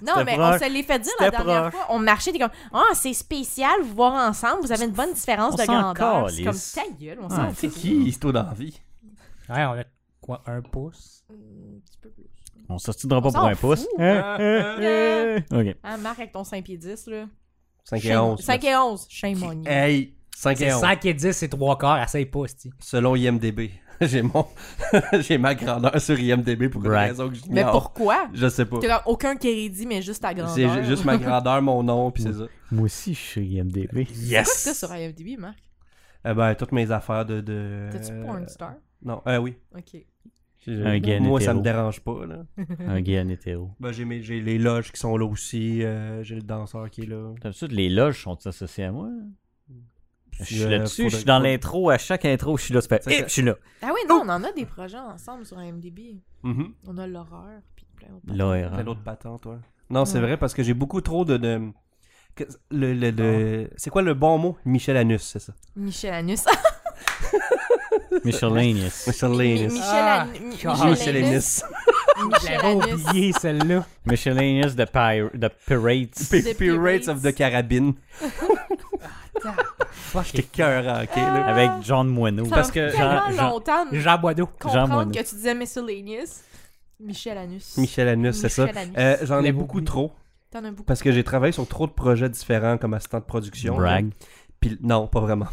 [SPEAKER 4] non, mais on
[SPEAKER 1] proche.
[SPEAKER 4] se l'est fait dire la
[SPEAKER 1] C'était
[SPEAKER 4] dernière
[SPEAKER 1] proche.
[SPEAKER 4] fois. On marchait, t'es comme Ah, c'est spécial, vous voir ensemble, vous avez une bonne différence
[SPEAKER 1] On
[SPEAKER 4] de
[SPEAKER 1] s'en
[SPEAKER 4] grandeur. C'est comme
[SPEAKER 1] calisse.
[SPEAKER 4] ta gueule, on
[SPEAKER 1] Ah,
[SPEAKER 4] s'en
[SPEAKER 2] C'est
[SPEAKER 4] fout.
[SPEAKER 2] qui, Histo d'envie?
[SPEAKER 3] Ouais, on a quoi, un pouce?
[SPEAKER 4] Hum, un petit peu plus.
[SPEAKER 1] On sortira
[SPEAKER 4] On
[SPEAKER 1] pas pour
[SPEAKER 4] s'en
[SPEAKER 1] un pouce.
[SPEAKER 4] fout.
[SPEAKER 1] Hein, hein, hein. *laughs* Ok.
[SPEAKER 4] Hein, Marc, avec ton 5 pieds 10, là.
[SPEAKER 2] 5 et
[SPEAKER 4] Shame-
[SPEAKER 2] 11.
[SPEAKER 4] 5 et 11. Shame on you.
[SPEAKER 2] Hey! 5
[SPEAKER 3] C'est
[SPEAKER 2] et 11.
[SPEAKER 3] 5 et 10, c'est 3 quarts, à 5 pouces, tu
[SPEAKER 2] Selon IMDB. *laughs* J'ai mon... J'ai ma grandeur sur IMDB pour une
[SPEAKER 1] Brag.
[SPEAKER 2] raison que je
[SPEAKER 4] Mais
[SPEAKER 2] ignore.
[SPEAKER 4] pourquoi?
[SPEAKER 2] Je sais pas.
[SPEAKER 4] T'as comme aucun kérédi, mais juste ta grandeur.
[SPEAKER 2] C'est ju- juste ma grandeur, mon nom, puis c'est ça.
[SPEAKER 1] Moi aussi, je suis IMDB.
[SPEAKER 4] Quoi que t'as sur IMDb, Marc?
[SPEAKER 2] Eh ben, toutes mes affaires de... de...
[SPEAKER 4] T'as-tu
[SPEAKER 2] euh,
[SPEAKER 4] porn star?
[SPEAKER 2] Non, euh, oui.
[SPEAKER 4] Ok.
[SPEAKER 1] Un gay
[SPEAKER 2] Moi, ça
[SPEAKER 1] hétéro.
[SPEAKER 2] me dérange pas, là.
[SPEAKER 1] Un gay en hétéro.
[SPEAKER 2] Ben, j'ai, mes- j'ai les loges qui sont là aussi, euh, j'ai le danseur qui est là.
[SPEAKER 1] D'habitude, les loges sont associées à moi. Je suis
[SPEAKER 2] Euh,
[SPEAKER 1] là-dessus,
[SPEAKER 2] faudrait-
[SPEAKER 1] je suis dans l'intro. À chaque intro, je suis là. c'est fait,
[SPEAKER 2] C'est
[SPEAKER 1] Hip,
[SPEAKER 2] que-
[SPEAKER 1] je suis là.
[SPEAKER 4] Ah oui, non, on en a des projets ensemble sur IMDb.
[SPEAKER 2] Mhm.
[SPEAKER 4] On a l'horreur, puis plein d'autres.
[SPEAKER 1] L'ORA.
[SPEAKER 2] T'as l'autre patent, toi. Non, c'est
[SPEAKER 4] Ouais.
[SPEAKER 2] vrai, parce que j'ai beaucoup trop de... de- que- le, le-
[SPEAKER 4] Ah.
[SPEAKER 2] le- C'est quoi le bon mot? Michel Anus, c'est ça.
[SPEAKER 4] Michel Anus.
[SPEAKER 2] *laughs*
[SPEAKER 1] Miscellaneous.
[SPEAKER 2] Michel
[SPEAKER 4] Mi-
[SPEAKER 2] Anus.
[SPEAKER 4] Michel
[SPEAKER 3] Ah,
[SPEAKER 4] Anus.
[SPEAKER 3] God.
[SPEAKER 4] Michel
[SPEAKER 2] Michel
[SPEAKER 4] Anus.
[SPEAKER 2] Anus.
[SPEAKER 4] Michel
[SPEAKER 3] J'avais
[SPEAKER 4] Anus.
[SPEAKER 3] oublié celle-là.
[SPEAKER 1] Miscellaneous de, pir- de Pirates.
[SPEAKER 2] P-
[SPEAKER 4] The
[SPEAKER 2] Pirates of the Carabine. J'étais cœur, euh, ok, là.
[SPEAKER 1] Avec John Moineau.
[SPEAKER 4] Ça
[SPEAKER 1] Parce
[SPEAKER 4] m'a
[SPEAKER 1] que
[SPEAKER 4] pris tellement
[SPEAKER 1] Jean- Jean-
[SPEAKER 4] longtemps de
[SPEAKER 3] Jean Boideau.
[SPEAKER 1] Jean
[SPEAKER 4] comprendre
[SPEAKER 1] Monnet.
[SPEAKER 4] que tu disais miscellaneous. Michel Anus.
[SPEAKER 2] Michel Anus, c'est ça.
[SPEAKER 4] Michel Anus.
[SPEAKER 2] Euh, J'en ai
[SPEAKER 3] L'avais
[SPEAKER 2] beaucoup
[SPEAKER 3] oublié.
[SPEAKER 2] trop,
[SPEAKER 4] T'en as beaucoup.
[SPEAKER 2] parce que j'ai travaillé sur trop de projets différents comme assistant de production.
[SPEAKER 1] Brag.
[SPEAKER 2] Puis non, pas vraiment.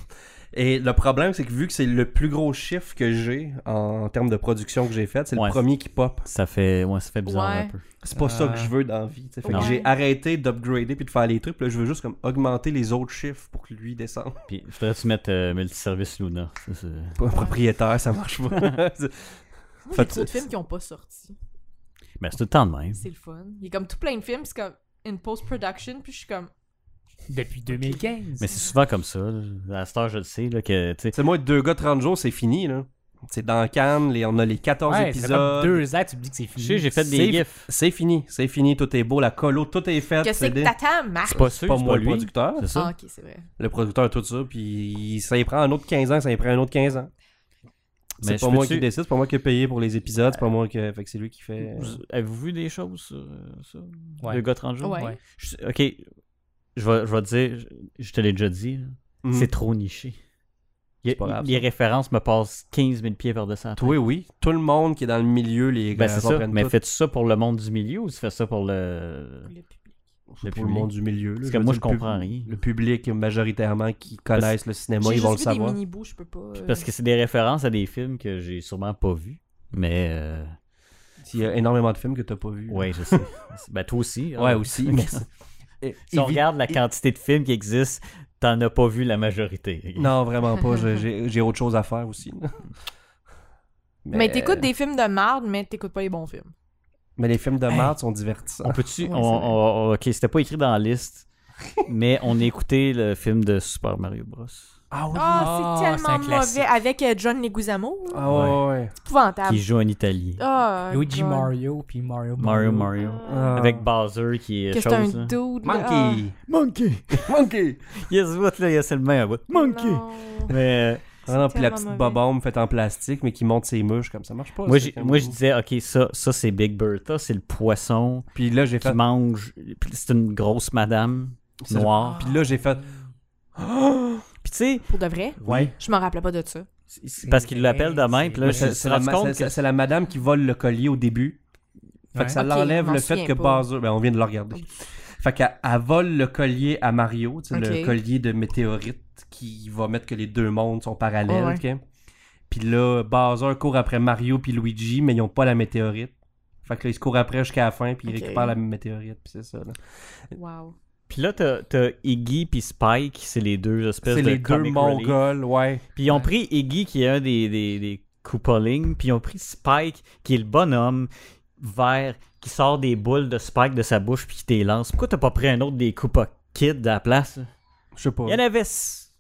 [SPEAKER 2] Et le problème, c'est que vu que c'est le plus gros chiffre que j'ai en termes de production que j'ai faite, c'est
[SPEAKER 1] Ouais.
[SPEAKER 2] le premier qui pop.
[SPEAKER 1] Ça fait, ouais, ça fait bizarre
[SPEAKER 4] Ouais.
[SPEAKER 1] un peu.
[SPEAKER 2] C'est pas ça
[SPEAKER 3] Ah.
[SPEAKER 2] que je veux dans la vie. tu sais. Fait
[SPEAKER 1] Non.
[SPEAKER 2] que j'ai arrêté d'upgrader puis de faire les trucs. puis là, je veux juste comme augmenter les autres chiffres pour que lui descende.
[SPEAKER 1] Puis, faudrait-tu mettre euh, Multiservice Luna? Ça, c'est-
[SPEAKER 2] Pas propriétaire, ça marche pas.
[SPEAKER 4] Moi,
[SPEAKER 2] Fait
[SPEAKER 4] j'ai
[SPEAKER 2] que
[SPEAKER 4] trop de
[SPEAKER 2] c'est-
[SPEAKER 4] films qui n'ont pas sorti.
[SPEAKER 1] Ben, c'est tout le temps de même.
[SPEAKER 4] C'est le fun. Il y a comme tout plein de films, c'est comme. in post-production, puis je suis comme.
[SPEAKER 3] Depuis 2015.
[SPEAKER 1] Mais c'est souvent comme ça. là. À cette heure, je le sais, là, que, tu sais,
[SPEAKER 2] *laughs* C'est moi, deux gars 30 jours, c'est fini, là. C'est dans Cannes, les- on a les 14
[SPEAKER 3] ouais, ça fait comme
[SPEAKER 2] épisodes.
[SPEAKER 3] deux ans, tu me dis que c'est
[SPEAKER 1] je
[SPEAKER 3] fini.
[SPEAKER 1] sais, j'ai fait des
[SPEAKER 2] C'est-
[SPEAKER 1] gifs.
[SPEAKER 2] C'est fini, c'est fini, tout est beau, la colo, tout est fait.
[SPEAKER 4] Que c'est que
[SPEAKER 2] c'est
[SPEAKER 4] t'attends, Marc?
[SPEAKER 1] C'est pas sûr,
[SPEAKER 2] pas
[SPEAKER 1] c'est
[SPEAKER 2] moi
[SPEAKER 1] pas
[SPEAKER 2] le
[SPEAKER 1] lui.
[SPEAKER 2] producteur.
[SPEAKER 1] C'est ça.
[SPEAKER 4] Ah, ok, c'est vrai.
[SPEAKER 2] Le producteur, tout ça, puis ça y prend un autre 15 ans, ça y prend un autre 15 ans.
[SPEAKER 1] Mais
[SPEAKER 2] C'est pas
[SPEAKER 1] je
[SPEAKER 2] moi
[SPEAKER 1] peux-tu-
[SPEAKER 2] qui décide, c'est pas moi qui ai payé pour les épisodes, c'est pas moi qui. Fait que c'est lui qui fait. euh,
[SPEAKER 1] Vous- Avez-vous vu des choses sur euh, ça?
[SPEAKER 3] Ouais.
[SPEAKER 1] Deux gars 30 jours?
[SPEAKER 4] Ouais.
[SPEAKER 3] Ouais.
[SPEAKER 1] Je- ok, je vais, je vais te dire, je- je te l'ai déjà dit, là.
[SPEAKER 2] Mhm.
[SPEAKER 1] c'est trop niché. Il y a-
[SPEAKER 2] C'est pas grave,
[SPEAKER 1] les
[SPEAKER 2] ça.
[SPEAKER 1] références me passent 15 000 pieds par-dessus la tête.
[SPEAKER 2] Toi, oui. Tout le monde qui est dans le milieu, les
[SPEAKER 1] Ben
[SPEAKER 2] gars,
[SPEAKER 1] c'est ça,
[SPEAKER 2] comprennent
[SPEAKER 1] mais
[SPEAKER 2] tout.
[SPEAKER 1] fais-tu ça pour le monde du milieu ou tu fais ça pour le...
[SPEAKER 4] Le public.
[SPEAKER 2] C'est pour le
[SPEAKER 1] public.
[SPEAKER 2] monde du milieu. là.
[SPEAKER 1] Parce
[SPEAKER 2] Je
[SPEAKER 1] que
[SPEAKER 2] veux
[SPEAKER 1] moi,
[SPEAKER 2] dire,
[SPEAKER 1] je
[SPEAKER 2] le pub-
[SPEAKER 1] comprends rien.
[SPEAKER 2] Le public, majoritairement, qui connaissent le cinéma,
[SPEAKER 4] J'ai
[SPEAKER 2] ils vont le
[SPEAKER 4] juste vu des
[SPEAKER 2] savoir.
[SPEAKER 4] mini-bouts, je peux pas. euh,
[SPEAKER 1] Parce que c'est des références à des films que j'ai sûrement pas vus, mais... euh,
[SPEAKER 2] Il y a énormément de films que t'as pas vu.
[SPEAKER 1] Ouais, je sais.
[SPEAKER 2] *laughs*
[SPEAKER 1] ben toi aussi. hein.
[SPEAKER 2] Ouais, *laughs* aussi. mais c'est-
[SPEAKER 1] Si on
[SPEAKER 2] Évi-
[SPEAKER 1] regarde la quantité de films qui existent, t'en as pas vu la majorité.
[SPEAKER 2] Non, vraiment pas. Je- J'ai j'ai autre chose à faire aussi. là.
[SPEAKER 4] Mais t'écoutes des films de marde, mais t'écoutes pas les bons films.
[SPEAKER 2] Mais les films de merde sont divertissants.
[SPEAKER 1] On peut-tu...
[SPEAKER 4] Ouais,
[SPEAKER 1] on-
[SPEAKER 4] c'est vrai.
[SPEAKER 1] on- on- ok, c'était pas écrit dans la
[SPEAKER 2] *laughs*
[SPEAKER 1] liste, mais on a écouté le film de Super Mario Bros.
[SPEAKER 2] Ah oui.
[SPEAKER 4] Ah,
[SPEAKER 3] Ah,
[SPEAKER 4] c'est
[SPEAKER 3] c'est un
[SPEAKER 4] tellement
[SPEAKER 3] classique.
[SPEAKER 4] mauvais avec euh, John Leguizamo. là.
[SPEAKER 2] Ah ouais, ouais.
[SPEAKER 4] C'est épouvantable.
[SPEAKER 1] Qui joue en Italie.
[SPEAKER 2] Oh.
[SPEAKER 4] Ah,
[SPEAKER 3] Luigi
[SPEAKER 4] God.
[SPEAKER 3] Mario, puis Mario
[SPEAKER 1] Mario Mario.
[SPEAKER 2] Ah.
[SPEAKER 1] Avec Bowser qui est
[SPEAKER 4] Que
[SPEAKER 1] chose. hein.
[SPEAKER 4] c'est un
[SPEAKER 1] là.
[SPEAKER 4] dude. là.
[SPEAKER 2] Monkey.
[SPEAKER 1] Monkey!
[SPEAKER 2] *laughs* Monkey.
[SPEAKER 1] Yes, what là, yes, c'est le même. what?
[SPEAKER 4] Ah,
[SPEAKER 1] Monkey!
[SPEAKER 4] non.
[SPEAKER 1] Mais euh,
[SPEAKER 2] Ah non, puis la
[SPEAKER 4] tellement
[SPEAKER 2] petite
[SPEAKER 4] mauvais.
[SPEAKER 2] bobombe faite en plastique, mais qui monte ses mouches comme ça marche pas.
[SPEAKER 1] moi,
[SPEAKER 2] ça,
[SPEAKER 1] j'ai-
[SPEAKER 2] quand
[SPEAKER 1] moi,
[SPEAKER 2] même.
[SPEAKER 1] je disais, ok, ça, ça c'est Big Bertha, c'est le poisson
[SPEAKER 2] Puis là, j'ai
[SPEAKER 1] qui
[SPEAKER 2] fait.
[SPEAKER 1] mange. puis C'est une grosse madame
[SPEAKER 2] c'est-
[SPEAKER 1] noire.
[SPEAKER 2] Puis là, j'ai fait.
[SPEAKER 1] Puis tu sais,
[SPEAKER 4] Pour de vrai,
[SPEAKER 2] Ouais.
[SPEAKER 4] je m'en rappelais pas de ça.
[SPEAKER 1] c'est- c'est parce qu'il l'appelle de même. Puis là,
[SPEAKER 3] Mais
[SPEAKER 1] je me
[SPEAKER 2] C'est
[SPEAKER 1] suis
[SPEAKER 2] c'est la,
[SPEAKER 1] rendu
[SPEAKER 2] ma-
[SPEAKER 1] compte
[SPEAKER 2] c'est-
[SPEAKER 1] que.
[SPEAKER 2] c'est la madame qui vole le collier au début. Fait
[SPEAKER 3] Ouais.
[SPEAKER 2] que ça
[SPEAKER 4] Ok,
[SPEAKER 2] l'enlève
[SPEAKER 4] m'en
[SPEAKER 2] le fait
[SPEAKER 4] souviens
[SPEAKER 2] que
[SPEAKER 4] pas.
[SPEAKER 2] Bowser. Ben, on vient de le regarder. Fait qu'elle elle vole le collier à Mario, tu sais,
[SPEAKER 4] Ok.
[SPEAKER 2] le collier de météorite qui va mettre que les deux mondes sont parallèles. ok? Puis là, Bowser court après Mario puis Luigi, mais ils n'ont pas la météorite. Fait que là, ils se courent après jusqu'à la fin, puis ils
[SPEAKER 4] Ok.
[SPEAKER 2] récupèrent la météorite, puis c'est ça. là.
[SPEAKER 4] Wow.
[SPEAKER 1] Puis là, t'as t'as Iggy puis Spike, c'est les deux espèces
[SPEAKER 2] C'est
[SPEAKER 1] de.
[SPEAKER 2] les deux
[SPEAKER 1] comic relief.
[SPEAKER 2] Mongols, ouais.
[SPEAKER 1] Puis ils ont pris Iggy, qui est un des, des, des coupolines, puis ils ont pris Spike, qui est le bonhomme vert, qui sort des boules de Spike de sa bouche, puis qui les lance. Pourquoi t'as pas pris un autre des Koopa Kids à la place?
[SPEAKER 2] Je sais pas.
[SPEAKER 1] Il y en avait 6,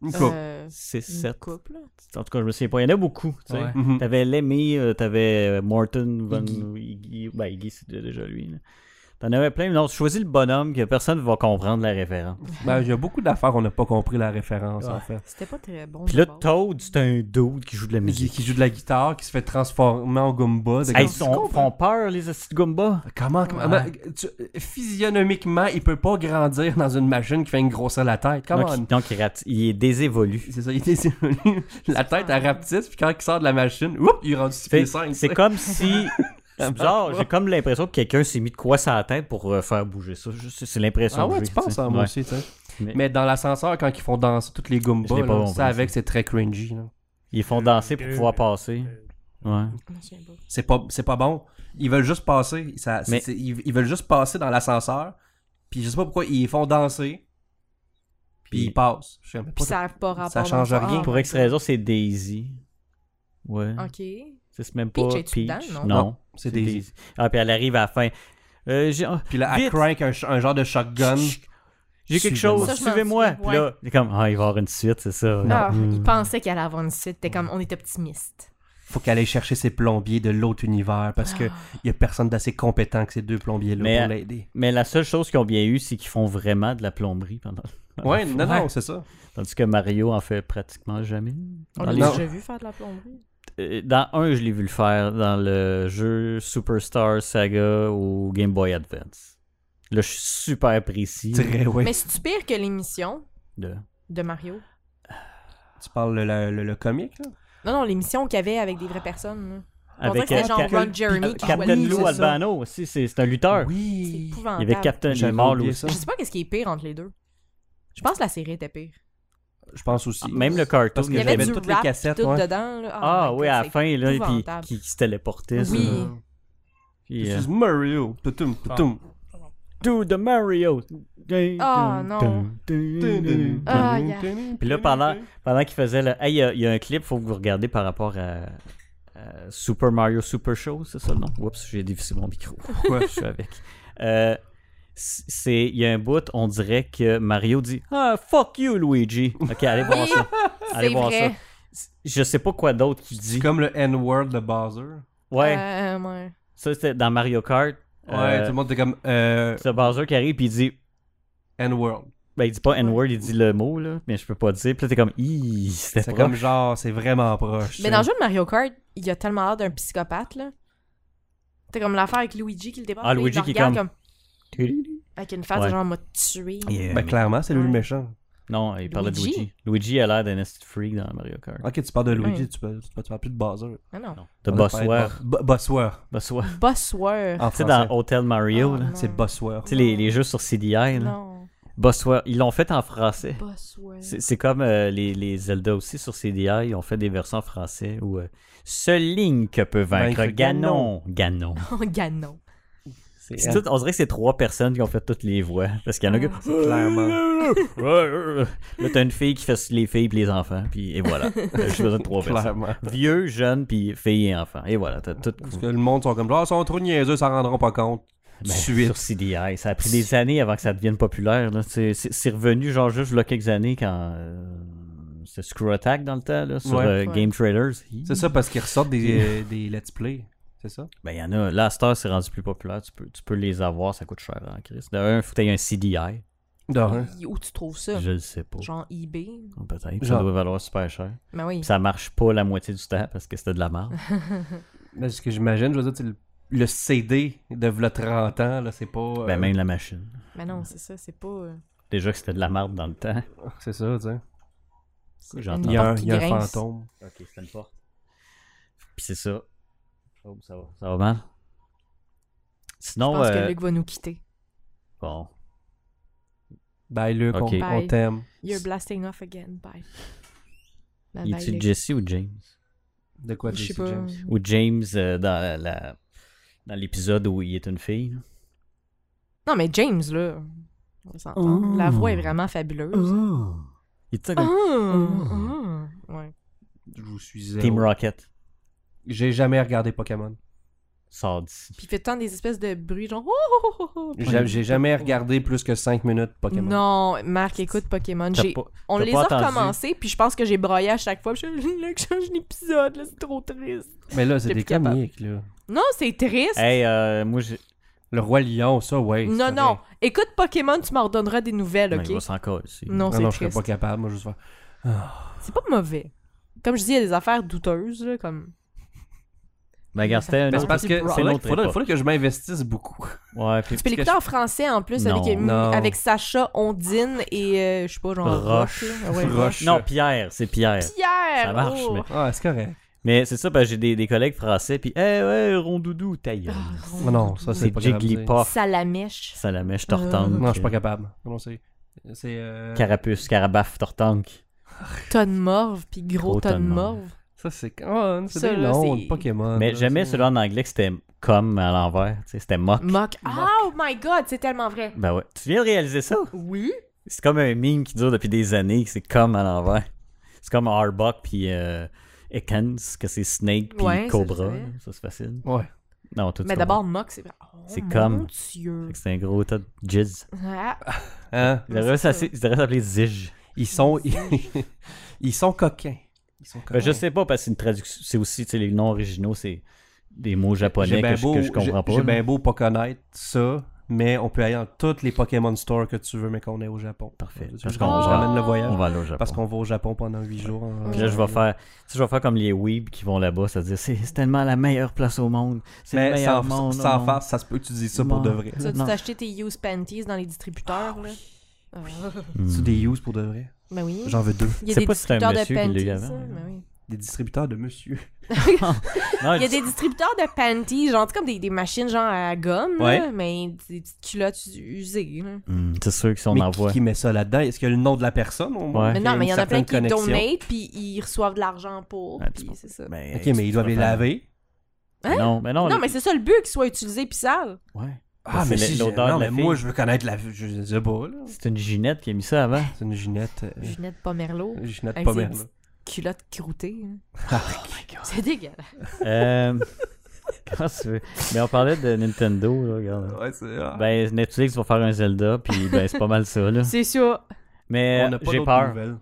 [SPEAKER 2] Une coupe.
[SPEAKER 4] Euh, une
[SPEAKER 1] 7.
[SPEAKER 4] couple. là.
[SPEAKER 1] En tout cas, je me souviens pas. Il y en a beaucoup, tu sais.
[SPEAKER 4] Euh.
[SPEAKER 3] Ouais.
[SPEAKER 2] Mhm.
[SPEAKER 1] T'avais Lemmy, euh, t'avais euh, Morton, Van
[SPEAKER 2] Iggy.
[SPEAKER 1] Iggy. Ben, Iggy, c'était déjà lui. là. T'en avais plein. mais Non, tu choisis le bonhomme que personne va comprendre la référence.
[SPEAKER 2] Ben, il y a beaucoup d'affaires qu'on n'a pas compris la référence, en
[SPEAKER 3] Ouais.
[SPEAKER 2] fait.
[SPEAKER 4] C'était pas très bon.
[SPEAKER 1] Puis
[SPEAKER 4] de
[SPEAKER 1] là,
[SPEAKER 4] base.
[SPEAKER 1] Toad, c'est un dude qui joue de la
[SPEAKER 2] Qui,
[SPEAKER 1] musique.
[SPEAKER 2] qui joue de la guitare, qui se fait transformer en Goomba. de-
[SPEAKER 1] Hey, ils sont- font peur, les hosties de Goomba.
[SPEAKER 2] Comment, comment-
[SPEAKER 3] Ouais.
[SPEAKER 2] tu- physionomiquement, il peut pas grandir dans une machine qui fait une grosseur la tête. Come
[SPEAKER 1] donc,
[SPEAKER 2] on.
[SPEAKER 1] il, donc, il rat- il est désévolu.
[SPEAKER 2] C'est ça, il était *laughs* La tête, elle rapetisse, puis quand il sort de la machine, oups, il est rendu 6
[SPEAKER 1] C'est
[SPEAKER 2] pieds 5.
[SPEAKER 1] c'est comme
[SPEAKER 2] *laughs*
[SPEAKER 1] si. C'est bizarre, j'ai comme l'impression que quelqu'un s'est mis de quoi sur la tête pour euh, faire bouger ça. Je- C'est c'est l'impression
[SPEAKER 2] Ah
[SPEAKER 1] que
[SPEAKER 2] ouais,
[SPEAKER 1] j'ai,
[SPEAKER 2] tu penses
[SPEAKER 1] sais.
[SPEAKER 2] ça, moi
[SPEAKER 1] Ouais.
[SPEAKER 2] aussi, tu sais.
[SPEAKER 1] Mais-
[SPEAKER 2] Mais, dans l'ascenseur, quand ils font danser toutes les
[SPEAKER 1] Je
[SPEAKER 2] Goombas,
[SPEAKER 1] l'ai pas
[SPEAKER 2] là,
[SPEAKER 1] compris,
[SPEAKER 2] ça avec, c'est très cringy. là.
[SPEAKER 1] Ils font danser pour
[SPEAKER 3] Euh,
[SPEAKER 1] pouvoir
[SPEAKER 3] euh,
[SPEAKER 1] passer. Ouais.
[SPEAKER 4] Je me souviens pas.
[SPEAKER 2] C'est pas, c'est pas bon. Ils veulent juste passer. Ça, c'est-
[SPEAKER 1] Mais-
[SPEAKER 2] c'est- ils, ils veulent juste passer dans l'ascenseur, puis je sais pas pourquoi, ils font danser, puis ils passent. Je sais même pas
[SPEAKER 4] Puis ça a pas rapport.
[SPEAKER 2] Ça change
[SPEAKER 4] dans le-
[SPEAKER 2] rien.
[SPEAKER 4] Ah,
[SPEAKER 1] Pour X raison, c'est Daisy. Ouais.
[SPEAKER 2] Ah.
[SPEAKER 4] Ok.
[SPEAKER 1] Tu sais, C'est même pas
[SPEAKER 4] Peach, es-tu
[SPEAKER 1] Peach.
[SPEAKER 4] dedans?
[SPEAKER 1] non,
[SPEAKER 4] Non.
[SPEAKER 2] c'est des...
[SPEAKER 1] Ah, puis elle arrive à la fin. Euh, j'ai ah,
[SPEAKER 2] Puis là,
[SPEAKER 1] Vite.
[SPEAKER 2] elle crank un, ch- un genre de shotgun.
[SPEAKER 1] Chut. j'ai quelque
[SPEAKER 2] Suivez-moi.
[SPEAKER 1] chose,
[SPEAKER 4] Ça, je m'en
[SPEAKER 1] suivez-moi.
[SPEAKER 4] souviens,
[SPEAKER 1] Puis là, il est comme, ah, il va y avoir une suite, c'est ça.
[SPEAKER 4] Ah, il pensait qu'elle allait avoir une suite. T'es comme, on est optimiste.
[SPEAKER 2] Faut qu'elle aille chercher ses plombiers de l'autre univers parce que
[SPEAKER 4] Ah.
[SPEAKER 2] y a personne d'assez compétent que ces deux plombiers-là
[SPEAKER 1] Mais-
[SPEAKER 2] pour l'aider.
[SPEAKER 1] Mais la seule chose qu'ils ont bien eu, c'est qu'ils font vraiment de la plomberie pendant. *laughs*
[SPEAKER 2] Ouais, non,
[SPEAKER 3] Ouais.
[SPEAKER 2] non, c'est ça.
[SPEAKER 1] Tandis que Mario en fait pratiquement jamais.
[SPEAKER 4] On
[SPEAKER 1] Dans,
[SPEAKER 4] l'a
[SPEAKER 1] les-
[SPEAKER 2] Non.
[SPEAKER 4] déjà vu faire de la plomberie.
[SPEAKER 1] Euh, dans un, je l'ai vu le faire dans le jeu Superstar Saga au Game Boy Advance. Là, je suis super précis.
[SPEAKER 2] Très, ouais.
[SPEAKER 4] Mais c'est-tu pire que l'émission
[SPEAKER 1] De-
[SPEAKER 4] de Mario?
[SPEAKER 2] Tu parles le, le, le- le comique, là?
[SPEAKER 4] Non, non, l'émission qu'il y avait avec des vraies personnes. là. On dirait
[SPEAKER 1] Avec
[SPEAKER 4] que c'était genre
[SPEAKER 1] euh, Cap-
[SPEAKER 4] Ron Jeremy qui jouait
[SPEAKER 1] Captain
[SPEAKER 2] Oui,
[SPEAKER 4] là.
[SPEAKER 2] c'est
[SPEAKER 1] Lou
[SPEAKER 2] ça.
[SPEAKER 1] Albano aussi, c'est c'est un lutteur.
[SPEAKER 4] C'est
[SPEAKER 2] Oui.
[SPEAKER 1] Il y
[SPEAKER 4] épouvantable.
[SPEAKER 1] avait Captain il est
[SPEAKER 2] J'avais
[SPEAKER 1] mort,
[SPEAKER 2] oublié
[SPEAKER 1] lui
[SPEAKER 2] ça.
[SPEAKER 1] aussi.
[SPEAKER 4] Je sais pas qu'est-ce qui est pire entre les deux. Je pense que la série était pire.
[SPEAKER 2] Je pense aussi.
[SPEAKER 1] Ah, Même le cartoon.
[SPEAKER 2] Parce que
[SPEAKER 4] Il y avait
[SPEAKER 2] j'avais
[SPEAKER 4] du
[SPEAKER 2] toutes les
[SPEAKER 4] rap pis
[SPEAKER 2] cassettes,
[SPEAKER 4] tout
[SPEAKER 2] ouais.
[SPEAKER 4] dedans. là. Oh
[SPEAKER 1] Ah
[SPEAKER 4] my
[SPEAKER 1] oui,
[SPEAKER 4] God,
[SPEAKER 1] à la
[SPEAKER 4] c'est
[SPEAKER 1] fin, là, et puis
[SPEAKER 4] épouvantable.
[SPEAKER 1] qui, qui se téléportait. ça.
[SPEAKER 4] Oui.
[SPEAKER 1] Puis, euh, Ah.
[SPEAKER 2] This is Mario. Toutoum, toutoum.
[SPEAKER 1] Do the Mario.
[SPEAKER 4] Ah, non. Ah, yeah.
[SPEAKER 1] Puis là, pendant, pendant qu'il faisait le. Hey, il y a- il y, a un clip, faut que vous regardez par rapport à, à
[SPEAKER 4] *laughs*
[SPEAKER 1] Super Mario Super Show, c'est ça le nom? Oups, j'ai dévissé mon micro.
[SPEAKER 2] Pourquoi?
[SPEAKER 1] Je suis avec. Euh, c'est il y a un bout, on dirait que Mario dit ah fuck you Luigi. Ok, allez voir ça. Allez
[SPEAKER 4] *laughs* C'est
[SPEAKER 1] voir
[SPEAKER 4] vrai.
[SPEAKER 1] ça. Je sais pas quoi d'autre qu'il dit.
[SPEAKER 2] C'est comme le N-word de Bowser.
[SPEAKER 1] Ouais,
[SPEAKER 4] Euh, ouais.
[SPEAKER 1] ça c'était dans Mario Kart.
[SPEAKER 2] Ouais,
[SPEAKER 1] Euh,
[SPEAKER 2] tout le monde était comme euh,
[SPEAKER 1] C'est Bowser qui arrive puis il dit
[SPEAKER 2] N-word.
[SPEAKER 1] ben il dit pas N-word, il dit le mot là, mais je peux pas dire. Puis là t'es comme Ih, c'était
[SPEAKER 2] C'est
[SPEAKER 1] proche.
[SPEAKER 2] comme genre, c'est vraiment proche.
[SPEAKER 4] Mais dans le jeu de Mario Kart, il a tellement l'air d'un psychopathe, là. T'as comme l'affaire avec Luigi qui le dépasse.
[SPEAKER 1] Ah,
[SPEAKER 4] puis il
[SPEAKER 1] Luigi
[SPEAKER 4] le
[SPEAKER 1] qui est
[SPEAKER 4] regarde
[SPEAKER 1] comme-
[SPEAKER 4] Avec une face
[SPEAKER 1] Ouais.
[SPEAKER 4] de genre, m'a tué.
[SPEAKER 1] Yeah,
[SPEAKER 2] Ben
[SPEAKER 1] mais-
[SPEAKER 2] clairement, c'est lui le
[SPEAKER 4] Ouais.
[SPEAKER 2] méchant.
[SPEAKER 1] Non, il parlait de
[SPEAKER 4] Luigi.
[SPEAKER 1] Luigi. Luigi a l'air d'un esti de freak dans Mario Kart.
[SPEAKER 2] Ok, tu parles de Luigi,
[SPEAKER 4] Ouais.
[SPEAKER 2] tu, parles, tu parles plus de Bowser.
[SPEAKER 4] Ah non.
[SPEAKER 1] De
[SPEAKER 2] On a parlé
[SPEAKER 1] Bossware.
[SPEAKER 2] Bo- Bossware,
[SPEAKER 1] Bossware.
[SPEAKER 4] Bossware.
[SPEAKER 2] en
[SPEAKER 1] Tu sais,
[SPEAKER 2] français.
[SPEAKER 1] dans Hotel Mario,
[SPEAKER 4] Ah,
[SPEAKER 1] là.
[SPEAKER 4] non.
[SPEAKER 2] C'est Bossware.
[SPEAKER 1] Tu sais, les, les jeux sur CDI, là.
[SPEAKER 4] Non.
[SPEAKER 1] Bossware, ils l'ont fait en français.
[SPEAKER 4] Bossware.
[SPEAKER 1] C'est c'est comme euh, les, les Zelda aussi sur CDI, ils ont fait des versions en français où euh, seul Link peut vaincre
[SPEAKER 2] Vaincre
[SPEAKER 1] Ganon. Ganon.
[SPEAKER 4] Oh, *laughs* Ganon.
[SPEAKER 1] C'est tout- on dirait que c'est trois personnes qui ont fait toutes les voix. Parce qu'il y en a
[SPEAKER 4] Ah.
[SPEAKER 1] que. Clairement. Là, t'as une fille qui fait les filles puis les enfants, puis et
[SPEAKER 4] *laughs*
[SPEAKER 1] voilà. J'ai juste besoin de trois personnes.
[SPEAKER 2] Clairement.
[SPEAKER 1] Vieux, jeune, puis filles et enfants. Et voilà, t'as tout.
[SPEAKER 2] Parce que le monde sont comme genre, Ah, ils sont trop niaiseux, ils s'en rendront pas compte.
[SPEAKER 1] Ben,
[SPEAKER 2] Suite.
[SPEAKER 1] Sur CDI. Ça a pris des années avant que ça devienne populaire. là. C'est c'est- c'est revenu, genre, juste il y a quelques années quand. euh, C'était Screw Attack dans le temps, là, sur
[SPEAKER 2] Ouais.
[SPEAKER 1] euh,
[SPEAKER 4] Ouais.
[SPEAKER 1] Game Trailers. Hi.
[SPEAKER 2] C'est ça, parce qu'ils ressortent des, euh, des let's play. C'est ça?
[SPEAKER 1] Ben, il y en a. Là, à cette heure, c'est rendu plus populaire. Tu peux, tu peux les avoir, ça coûte cher en crise. D'un, faut que t'aies un CDI.
[SPEAKER 2] Non.
[SPEAKER 4] Il- Où tu trouves ça?
[SPEAKER 1] Ah Je le sais pas.
[SPEAKER 4] Genre eBay?
[SPEAKER 1] Peut-être. Ça
[SPEAKER 2] Genre-
[SPEAKER 1] doit valoir super cher.
[SPEAKER 4] Ben oui.
[SPEAKER 1] Puis ça marche pas la moitié du temps parce que c'était de la merde.
[SPEAKER 2] Mais ce que j'imagine, je veux dire, c'est le, le CD de v'là 30 ans, là, c'est pas. euh,
[SPEAKER 1] Ben, même la machine.
[SPEAKER 4] *laughs* Mais non, c'est ça, c'est pas. euh,
[SPEAKER 1] Déjà que c'était de la merde dans le temps.
[SPEAKER 2] C'est ça, tu sais.
[SPEAKER 4] c'est
[SPEAKER 1] j'entends.
[SPEAKER 4] une
[SPEAKER 2] Il y a un,
[SPEAKER 4] porte qui
[SPEAKER 2] il y a un
[SPEAKER 4] grince.
[SPEAKER 2] fantôme.
[SPEAKER 1] Ok, c'était une porte. Puis c'est ça. Oh, ça va. Ça va mal.
[SPEAKER 4] Je
[SPEAKER 1] Sinon,
[SPEAKER 4] pense
[SPEAKER 1] euh,
[SPEAKER 4] que Luc va nous quitter.
[SPEAKER 1] bon.
[SPEAKER 2] Bye, Ben, Luc,
[SPEAKER 1] Ok.
[SPEAKER 2] on- on
[SPEAKER 4] Bye.
[SPEAKER 2] t'aime.
[SPEAKER 4] You're blasting off again. Bye. Bye
[SPEAKER 1] Y
[SPEAKER 4] bye,
[SPEAKER 1] a-tu
[SPEAKER 4] Luc.
[SPEAKER 1] Jesse ou James
[SPEAKER 2] De quoi,
[SPEAKER 4] Je sais
[SPEAKER 2] JC
[SPEAKER 4] pas.
[SPEAKER 2] James?
[SPEAKER 1] Ou James euh, dans la- la- dans l'épisode où il est une fille.
[SPEAKER 4] Non, mais James, là. On s'entend.
[SPEAKER 1] Oh.
[SPEAKER 4] La voix est vraiment fabuleuse.
[SPEAKER 2] Oh!
[SPEAKER 1] Il était
[SPEAKER 4] Ah,
[SPEAKER 1] comme
[SPEAKER 4] ah, Ouais.
[SPEAKER 2] Je vous suis
[SPEAKER 1] Team
[SPEAKER 2] zéro.
[SPEAKER 1] Rocket.
[SPEAKER 2] J'ai jamais regardé Pokémon.
[SPEAKER 1] Sort d'ici.
[SPEAKER 4] Puis il fait tant des espèces de bruits genre. Oh, oh, oh, oh.
[SPEAKER 2] J'ai j'ai jamais regardé plus que 5 minutes Pokémon.
[SPEAKER 4] Non, Marc, écoute Pokémon.
[SPEAKER 1] T'as
[SPEAKER 4] j'ai-
[SPEAKER 1] pas-
[SPEAKER 4] On
[SPEAKER 1] t'as
[SPEAKER 4] les
[SPEAKER 1] pas
[SPEAKER 4] a
[SPEAKER 1] entendu.
[SPEAKER 4] recommencés, puis je pense que j'ai broyé à chaque fois. puis Je suis là, *laughs* que je change l'épisode, là, c'est trop triste.
[SPEAKER 2] Mais là, c'est
[SPEAKER 4] J'ai
[SPEAKER 2] des
[SPEAKER 4] plus capable.
[SPEAKER 2] comiques, là.
[SPEAKER 4] Non, c'est triste.
[SPEAKER 1] Hey, euh, moi, j'ai.
[SPEAKER 2] Le Roi Lion, ça, ouais. c'est
[SPEAKER 4] non,
[SPEAKER 2] vrai.
[SPEAKER 4] non. Écoute Pokémon, tu m'en redonneras des nouvelles,
[SPEAKER 1] Non,
[SPEAKER 4] ok?
[SPEAKER 1] ben, il va Ah s'en casser.
[SPEAKER 4] Non,
[SPEAKER 2] Non,
[SPEAKER 4] c'est
[SPEAKER 2] non, je serais
[SPEAKER 4] triste.
[SPEAKER 2] pas capable. Moi, je vais juste faire.
[SPEAKER 4] C'est pas mauvais. Comme je dis, il y a des affaires douteuses, là, comme.
[SPEAKER 1] Ben, regarde, c'était un
[SPEAKER 2] Mais
[SPEAKER 1] autre-
[SPEAKER 2] c'est parce que.
[SPEAKER 1] Brock.
[SPEAKER 2] C'est là
[SPEAKER 1] Notre
[SPEAKER 2] qu'il faudrait,
[SPEAKER 1] époque.
[SPEAKER 2] faudrait que je m'investisse beaucoup.
[SPEAKER 1] Ouais, puis
[SPEAKER 4] *laughs* Tu
[SPEAKER 2] que
[SPEAKER 4] peux l'écouter en français en plus
[SPEAKER 1] Non.
[SPEAKER 4] avec, euh,
[SPEAKER 2] Non.
[SPEAKER 4] avec Sacha, Ondine et euh, je sais pas, genre.
[SPEAKER 1] Roche.
[SPEAKER 4] là. Ah Ouais,
[SPEAKER 2] Roche.
[SPEAKER 1] Non, Pierre, c'est Pierre.
[SPEAKER 4] Pierre!
[SPEAKER 1] Ça marche,
[SPEAKER 4] oh.
[SPEAKER 1] mais-
[SPEAKER 2] Ah, c'est correct.
[SPEAKER 1] Mais c'est ça, parce que j'ai des, des collègues français, puis, eh ouais, rondoudou, ta gueule.
[SPEAKER 2] Non, non, ça, c'est
[SPEAKER 1] C'est
[SPEAKER 2] pas capable.
[SPEAKER 1] Jigglypuff,
[SPEAKER 4] Ah, Salamèche.
[SPEAKER 1] Salamèche, Tortank.
[SPEAKER 2] Non, je suis pas capable. Non, c'est. C'est. euh,
[SPEAKER 1] Carapuce, Carabaf, Tortank.
[SPEAKER 4] Tonne morve, puis gros,
[SPEAKER 1] Gros
[SPEAKER 4] tonne
[SPEAKER 1] tonne morve.
[SPEAKER 4] morve.
[SPEAKER 2] Ça, c'est. Ah, c'est
[SPEAKER 4] Ça,
[SPEAKER 2] des
[SPEAKER 4] là,
[SPEAKER 2] noms
[SPEAKER 4] c'est-
[SPEAKER 2] de Pokémon.
[SPEAKER 1] Mais
[SPEAKER 2] là,
[SPEAKER 1] j'aimais
[SPEAKER 2] c'est- Mm.
[SPEAKER 1] celui en anglais que c'était comme à l'envers. tu sais, C'était mock.
[SPEAKER 4] Mock. Oh my god, c'est tellement vrai.
[SPEAKER 1] Ben ouais. Tu viens de réaliser ça?
[SPEAKER 4] Oui.
[SPEAKER 1] C'est comme un meme qui dure depuis des années, que c'est comme à l'envers. C'est comme Harbuck puis euh, Ekans, que c'est Snake puis
[SPEAKER 4] Ouais, ça, je
[SPEAKER 1] Cobra.
[SPEAKER 4] savais.
[SPEAKER 1] là. Ça, c'est facile.
[SPEAKER 2] Ouais.
[SPEAKER 1] Non, tout
[SPEAKER 4] Mais
[SPEAKER 1] ça.
[SPEAKER 4] d'abord, Mock, c'est vrai. Oh,
[SPEAKER 1] C'est
[SPEAKER 4] mon
[SPEAKER 1] comme.
[SPEAKER 4] Dieu.
[SPEAKER 1] Fait que C'est un gros tas de jizz.
[SPEAKER 4] Ah,
[SPEAKER 2] Hein?
[SPEAKER 1] Ils devraient
[SPEAKER 4] c'est ça.
[SPEAKER 1] s'assi- ils devraient s'appeler Zij.
[SPEAKER 2] Ils sont. *laughs* Ils sont coquins. Ils sont coquins.
[SPEAKER 1] Ben, je sais pas, parce que c'est une traduction. C'est aussi, tu sais, les noms originaux, c'est des mots japonais
[SPEAKER 2] J'ai
[SPEAKER 1] que,
[SPEAKER 2] bien
[SPEAKER 1] je-
[SPEAKER 2] beau-
[SPEAKER 1] que je comprends
[SPEAKER 2] j'ai-
[SPEAKER 1] pas.
[SPEAKER 2] J'ai
[SPEAKER 1] là.
[SPEAKER 2] bien beau pas connaître ça, mais on peut aller dans toutes les Pokémon Store que tu veux, mais qu'on est au Japon.
[SPEAKER 1] Parfait.
[SPEAKER 2] Je,
[SPEAKER 1] Parce
[SPEAKER 2] je-
[SPEAKER 1] qu'on-
[SPEAKER 2] je ramène le voyage.
[SPEAKER 1] On va aller au Japon.
[SPEAKER 2] Parce qu'on va au Japon pendant 8 jours. hein. en-
[SPEAKER 1] Puis là, je vais faire, tu sais, je vais faire comme les weebs qui vont là-bas, c'est-à-dire, c'est c'est tellement la meilleure place au monde. C'est le
[SPEAKER 2] Mais sans,
[SPEAKER 1] meilleur monde. au
[SPEAKER 2] sans
[SPEAKER 1] monde.
[SPEAKER 2] farce, ça se peut que tu dises ça pour
[SPEAKER 1] Non.
[SPEAKER 2] de vrai.
[SPEAKER 4] tu as
[SPEAKER 1] Non.
[SPEAKER 4] acheté tes used panties dans les distributeurs, là? Ah.
[SPEAKER 1] Mm.
[SPEAKER 2] Tu des use pour de vrai.
[SPEAKER 4] Ben oui.
[SPEAKER 2] J'en veux deux.
[SPEAKER 4] Il y a
[SPEAKER 1] C'est
[SPEAKER 4] des
[SPEAKER 1] pas si c'est un
[SPEAKER 4] distributeurs de
[SPEAKER 1] monsieur qui l'a eu
[SPEAKER 4] panties.
[SPEAKER 1] avant,
[SPEAKER 4] ça,
[SPEAKER 1] mais-
[SPEAKER 4] ben oui.
[SPEAKER 2] Des distributeurs de monsieur.
[SPEAKER 1] Non,
[SPEAKER 4] Il y a des distributeurs de panties, genre c'est comme des, des machines genre à gomme, là,
[SPEAKER 2] Ouais.
[SPEAKER 4] mais des petites culottes usées. là.
[SPEAKER 1] Mm, c'est sûr que si on
[SPEAKER 2] mais
[SPEAKER 1] en
[SPEAKER 2] qui,
[SPEAKER 1] voit.
[SPEAKER 2] qui met ça là-dedans Est-ce qu'il y a le nom de la personne au moins
[SPEAKER 1] Ouais.
[SPEAKER 4] Mais
[SPEAKER 2] qu'il
[SPEAKER 4] non,
[SPEAKER 2] une
[SPEAKER 4] mais il y en a plein
[SPEAKER 2] certaine
[SPEAKER 4] qui
[SPEAKER 2] connexion?
[SPEAKER 4] donate, puis ils reçoivent de l'argent pour,
[SPEAKER 1] Ouais,
[SPEAKER 4] puis
[SPEAKER 1] tu-
[SPEAKER 4] c'est ça.
[SPEAKER 1] Ben,
[SPEAKER 2] Ok,
[SPEAKER 1] tu
[SPEAKER 2] mais ils doivent
[SPEAKER 1] peux
[SPEAKER 2] les
[SPEAKER 1] faire-
[SPEAKER 2] laver.
[SPEAKER 1] Mais Non, mais non.
[SPEAKER 4] Hein? non,
[SPEAKER 1] les-
[SPEAKER 4] mais c'est ça le but, qu'ils soient utilisés puis sales.
[SPEAKER 1] Ouais.
[SPEAKER 2] Ah,
[SPEAKER 1] C'est
[SPEAKER 2] mais
[SPEAKER 1] le-
[SPEAKER 2] si j'ai-
[SPEAKER 1] l'odeur de
[SPEAKER 2] non,
[SPEAKER 1] la
[SPEAKER 2] mais moi,
[SPEAKER 1] fille.
[SPEAKER 2] je veux connaître la. Je sais pas, là.
[SPEAKER 1] C'est une ginette qui a mis ça avant.
[SPEAKER 2] C'est une ginette. euh,
[SPEAKER 4] Ginette Pomerleau,
[SPEAKER 2] Ginette
[SPEAKER 4] Avec *laughs*
[SPEAKER 2] pas
[SPEAKER 4] ses
[SPEAKER 2] merde.
[SPEAKER 4] petites culottes croûtées. hein.
[SPEAKER 2] là.
[SPEAKER 4] C'est dégueulasse.
[SPEAKER 1] Euh, *laughs* Comment tu veux? Mais on parlait de Nintendo, là, regarde.
[SPEAKER 2] Ouais, c'est. ah.
[SPEAKER 1] Ben, Netflix va faire un Zelda, puis ben, c'est pas mal ça,
[SPEAKER 4] *laughs*
[SPEAKER 1] là.
[SPEAKER 4] C'est ça.
[SPEAKER 1] Mais
[SPEAKER 2] on n'a pas
[SPEAKER 1] Ben, j'ai
[SPEAKER 2] d'autres
[SPEAKER 1] peur.
[SPEAKER 2] nouvelles.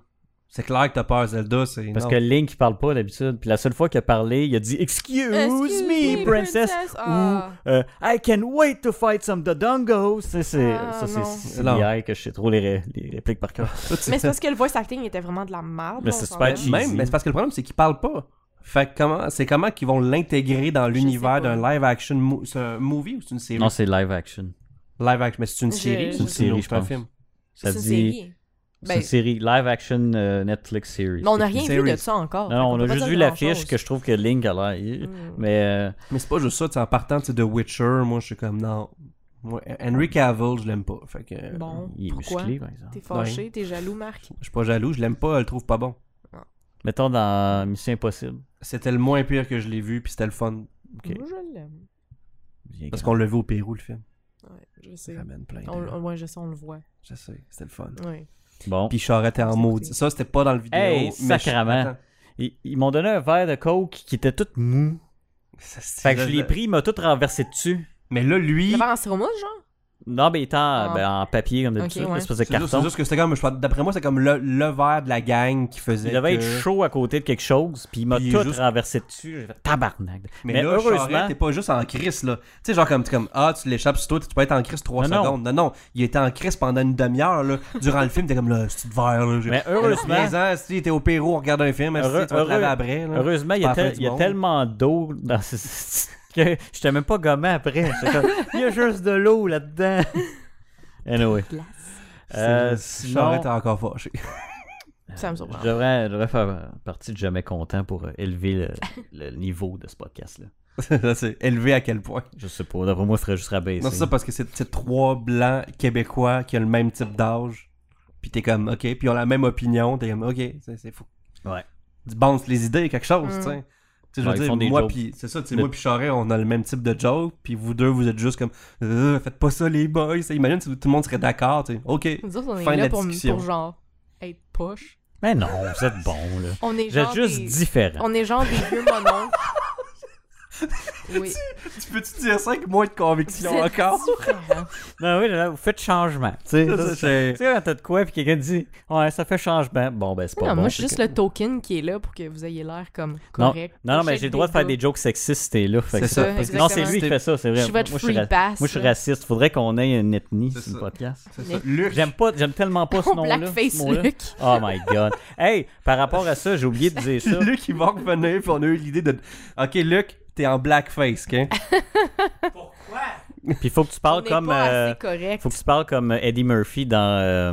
[SPEAKER 2] C'est clair que t'as peur, Zelda. C'est
[SPEAKER 1] Parce
[SPEAKER 2] non.
[SPEAKER 1] que Link, il parle pas d'habitude. Puis la seule fois qu'il a parlé, il a dit Excuse,
[SPEAKER 4] Excuse
[SPEAKER 1] me, princess.
[SPEAKER 4] Ah.
[SPEAKER 1] Ou euh, I can wait to fight some dodongos. Ça, c'est
[SPEAKER 4] Ah,
[SPEAKER 1] ça, c'est
[SPEAKER 4] non.
[SPEAKER 1] CGI que je sais trop les, ré- les répliques par cœur.
[SPEAKER 2] Toi, tu-
[SPEAKER 4] Mais c'est parce que le voice acting était vraiment de la merde.
[SPEAKER 1] Mais
[SPEAKER 4] on
[SPEAKER 1] c'est
[SPEAKER 4] s'en
[SPEAKER 1] super
[SPEAKER 4] donne.
[SPEAKER 1] cheap.
[SPEAKER 2] Même,
[SPEAKER 1] Easy.
[SPEAKER 2] mais c'est parce que le problème, c'est qu'ils parlent pas. Fait que comment, c'est comment qu'ils vont l'intégrer dans l'univers
[SPEAKER 4] pas.
[SPEAKER 2] d'un live action mo- c'est un movie ou c'est une série
[SPEAKER 1] Non, c'est live action.
[SPEAKER 2] Live action, mais c'est une
[SPEAKER 4] Je-
[SPEAKER 2] série,
[SPEAKER 4] C'est
[SPEAKER 2] ou
[SPEAKER 4] une
[SPEAKER 2] c'est
[SPEAKER 1] série,
[SPEAKER 2] c'est un
[SPEAKER 1] je
[SPEAKER 2] film.
[SPEAKER 1] Ça
[SPEAKER 4] C'est une
[SPEAKER 1] dit-
[SPEAKER 4] série.
[SPEAKER 1] C'est une
[SPEAKER 4] Ben,
[SPEAKER 1] série, live action euh, Netflix series.
[SPEAKER 4] mais on n'a rien vu de
[SPEAKER 2] Series.
[SPEAKER 4] ça encore.
[SPEAKER 1] Non, non, on a
[SPEAKER 4] Fait qu'on peut pas
[SPEAKER 1] juste
[SPEAKER 4] dire
[SPEAKER 1] vu l'affiche
[SPEAKER 4] grand-chose.
[SPEAKER 1] que je trouve que Link a l'air.
[SPEAKER 4] Mm.
[SPEAKER 1] Mais euh,
[SPEAKER 2] Mais c'est pas juste ça, tu sais, en partant tu sais, de Witcher, moi je suis comme non. Moi, Henry Cavill, je l'aime pas. Fait que euh,
[SPEAKER 4] Bon,
[SPEAKER 1] il est
[SPEAKER 4] pourquoi?
[SPEAKER 1] musclé, par exemple.
[SPEAKER 4] T'es fâché, t'es jaloux, Marc.
[SPEAKER 2] je suis pas jaloux, je l'aime pas, je le trouve pas bon.
[SPEAKER 1] Mettons dans Mission Impossible.
[SPEAKER 2] C'était le moins pire que je l'ai vu, puis c'était le fun.
[SPEAKER 1] Ok.
[SPEAKER 4] Moi, je l'aime.
[SPEAKER 2] Parce qu'on l'a vu au Pérou, le film.
[SPEAKER 4] Ouais,
[SPEAKER 2] Ça
[SPEAKER 4] je sais.
[SPEAKER 2] ramène plein.
[SPEAKER 4] On,
[SPEAKER 2] de-
[SPEAKER 4] on- ouais, je sais, on le voit.
[SPEAKER 2] Je sais, c'était le fun.
[SPEAKER 4] Ouais.
[SPEAKER 1] Bon.
[SPEAKER 2] Puis Charette était en maudit. Ça, c'était pas dans le vidéo.
[SPEAKER 1] Hey,
[SPEAKER 2] mais je-
[SPEAKER 1] sacrament.
[SPEAKER 2] Attends.
[SPEAKER 1] Ils, ils m'ont donné un verre de coke qui était tout mou.
[SPEAKER 2] Ça, c'est-
[SPEAKER 1] Fait que je l'ai pris, il m'a tout renversé dessus.
[SPEAKER 2] Mais là, lui.
[SPEAKER 4] Le verre en sirop mousse, genre?
[SPEAKER 1] Non, mais étant
[SPEAKER 4] Ah.
[SPEAKER 1] ben, en papier, comme d'habitude,
[SPEAKER 4] Ok, ouais.
[SPEAKER 1] une espèce de
[SPEAKER 2] C'est juste- c'est
[SPEAKER 1] carton.
[SPEAKER 2] juste que c'était comme, je- d'après moi, c'est comme le, le verre de la gang qui faisait.
[SPEAKER 1] Il devait
[SPEAKER 2] que-
[SPEAKER 1] être chaud à côté de quelque chose, puis il m'a
[SPEAKER 2] Puis
[SPEAKER 1] tout
[SPEAKER 2] juste-
[SPEAKER 1] renversé dessus. J'ai fait tabarnak.
[SPEAKER 2] Mais,
[SPEAKER 1] Mais,
[SPEAKER 2] là, Charest,
[SPEAKER 1] heureusement,
[SPEAKER 2] t'es pas juste en crise, là. Tu sais, genre comme, t'es comme, ah, tu l'échappes sur toi, tu peux être en crise 3
[SPEAKER 1] Non, non.
[SPEAKER 2] secondes. Non, non, il était en crise pendant une demi-heure, là. Durant le film, t'es comme, là, c'est de verre, là. j'ai-
[SPEAKER 1] mais
[SPEAKER 2] Elle a
[SPEAKER 1] heureusement,
[SPEAKER 2] 15 ans, si t'es au Pérou, on regarde un film, si tu vas
[SPEAKER 1] Heureux-
[SPEAKER 2] te laver
[SPEAKER 1] heureux-
[SPEAKER 2] après, là.
[SPEAKER 1] heureusement, il y
[SPEAKER 2] pas
[SPEAKER 1] a,
[SPEAKER 2] la fin
[SPEAKER 1] tel-
[SPEAKER 2] du
[SPEAKER 1] il y a
[SPEAKER 2] monde.
[SPEAKER 1] tellement d'eau dans ce... *laughs* que j'étais même pas gommé après. J'étais comme, il y a juste de l'eau là-dedans. *laughs* Anyway. Euh,
[SPEAKER 2] C'est-
[SPEAKER 1] sinon-
[SPEAKER 2] Charest est encore fâché.
[SPEAKER 4] Ça me surprend.
[SPEAKER 1] Je devrais, je devrais faire partie de Jamais Content pour euh, élever le,
[SPEAKER 4] *laughs*
[SPEAKER 1] le niveau de ce podcast-là.
[SPEAKER 2] *laughs* Ça, c'est élevé à quel point.
[SPEAKER 1] Je sais pas. D'après moi, il faudrait juste rabaisser.
[SPEAKER 2] Non, c'est ça parce que c'est c'est trois blancs québécois qui ont le même type d'âge. Puis t'es comme, ok, puis ils ont la même opinion. T'es comme, ok, c'est c'est fou.
[SPEAKER 1] Ouais.
[SPEAKER 2] Tu bounces les idées, quelque chose,
[SPEAKER 4] Mm.
[SPEAKER 2] tu sais. Tu sais, je
[SPEAKER 1] Ouais,
[SPEAKER 2] veux
[SPEAKER 1] ils
[SPEAKER 2] dire,
[SPEAKER 1] font des
[SPEAKER 2] moi
[SPEAKER 1] jokes.
[SPEAKER 2] puis c'est ça, tu sais,
[SPEAKER 1] Le-
[SPEAKER 2] moi puis Charest, on a le même type de joke, puis vous deux, vous êtes juste comme, Euh, faites pas ça les boys. Tu sais, Imagine si tout le monde serait d'accord, tu sais.
[SPEAKER 4] *laughs*
[SPEAKER 2] Ok.
[SPEAKER 4] Nous autres, on est
[SPEAKER 2] Fin de
[SPEAKER 4] là
[SPEAKER 2] la
[SPEAKER 4] pour,
[SPEAKER 2] discussion.
[SPEAKER 4] pour genre être poche.
[SPEAKER 1] Mais non, vous êtes bon, là.
[SPEAKER 4] On est
[SPEAKER 1] Vous êtes
[SPEAKER 4] genre
[SPEAKER 1] juste
[SPEAKER 4] des...
[SPEAKER 1] différents.
[SPEAKER 4] On est genre des *laughs* vieux mononcles. oui.
[SPEAKER 2] Tu peux-tu dire ça avec moins de conviction
[SPEAKER 4] Vous êtes
[SPEAKER 2] encore?
[SPEAKER 4] différents.
[SPEAKER 1] Non, Ben oui, là, vous faites changement. Tu sais, ça,
[SPEAKER 2] Ça, ça,
[SPEAKER 1] c'est-
[SPEAKER 2] c'est-
[SPEAKER 1] tu sais, quand t'as de quoi, puis quelqu'un dit, ouais, ça fait changement. Bon, ben, c'est pas
[SPEAKER 4] Non,
[SPEAKER 1] bon.
[SPEAKER 4] moi, je suis
[SPEAKER 1] c'est
[SPEAKER 4] juste le token qui est là pour que vous ayez l'air comme
[SPEAKER 1] Non,
[SPEAKER 4] correct.
[SPEAKER 1] Non, non, mais j'ai le droit de faire des jokes sexistes, t'es là. fait que
[SPEAKER 2] C'est
[SPEAKER 1] ça-
[SPEAKER 2] ça,
[SPEAKER 1] parce que- Non, c'est
[SPEAKER 4] exactement.
[SPEAKER 1] lui qui fait ça, c'est vrai.
[SPEAKER 4] Je suis votre
[SPEAKER 1] moi, je
[SPEAKER 4] free
[SPEAKER 1] ra-
[SPEAKER 4] pass.
[SPEAKER 1] moi, je suis
[SPEAKER 4] là.
[SPEAKER 1] raciste. Faudrait qu'on ait une ethnie
[SPEAKER 2] C'est
[SPEAKER 1] sur le
[SPEAKER 2] ça.
[SPEAKER 1] podcast.
[SPEAKER 2] C'est
[SPEAKER 4] ça.
[SPEAKER 2] Luc,
[SPEAKER 1] J'aime pas, j'aime tellement
[SPEAKER 4] *laughs*
[SPEAKER 1] pas ce
[SPEAKER 4] On
[SPEAKER 1] nom-là. ce
[SPEAKER 4] blackface
[SPEAKER 1] mot-là.
[SPEAKER 4] Luc.
[SPEAKER 1] Oh my god. Hey, par rapport à ça, j'ai oublié de dire ça.
[SPEAKER 2] *laughs* Luc, il va revenir, puis on a eu l'idée de. Ok, Luc, t'es en blackface, ok?
[SPEAKER 1] Puis faut que tu
[SPEAKER 4] On
[SPEAKER 1] parles
[SPEAKER 4] n'est
[SPEAKER 1] comme.
[SPEAKER 4] pas
[SPEAKER 1] euh,
[SPEAKER 4] assez correct.
[SPEAKER 1] Faut que tu parles comme euh, Eddie Murphy dans. euh,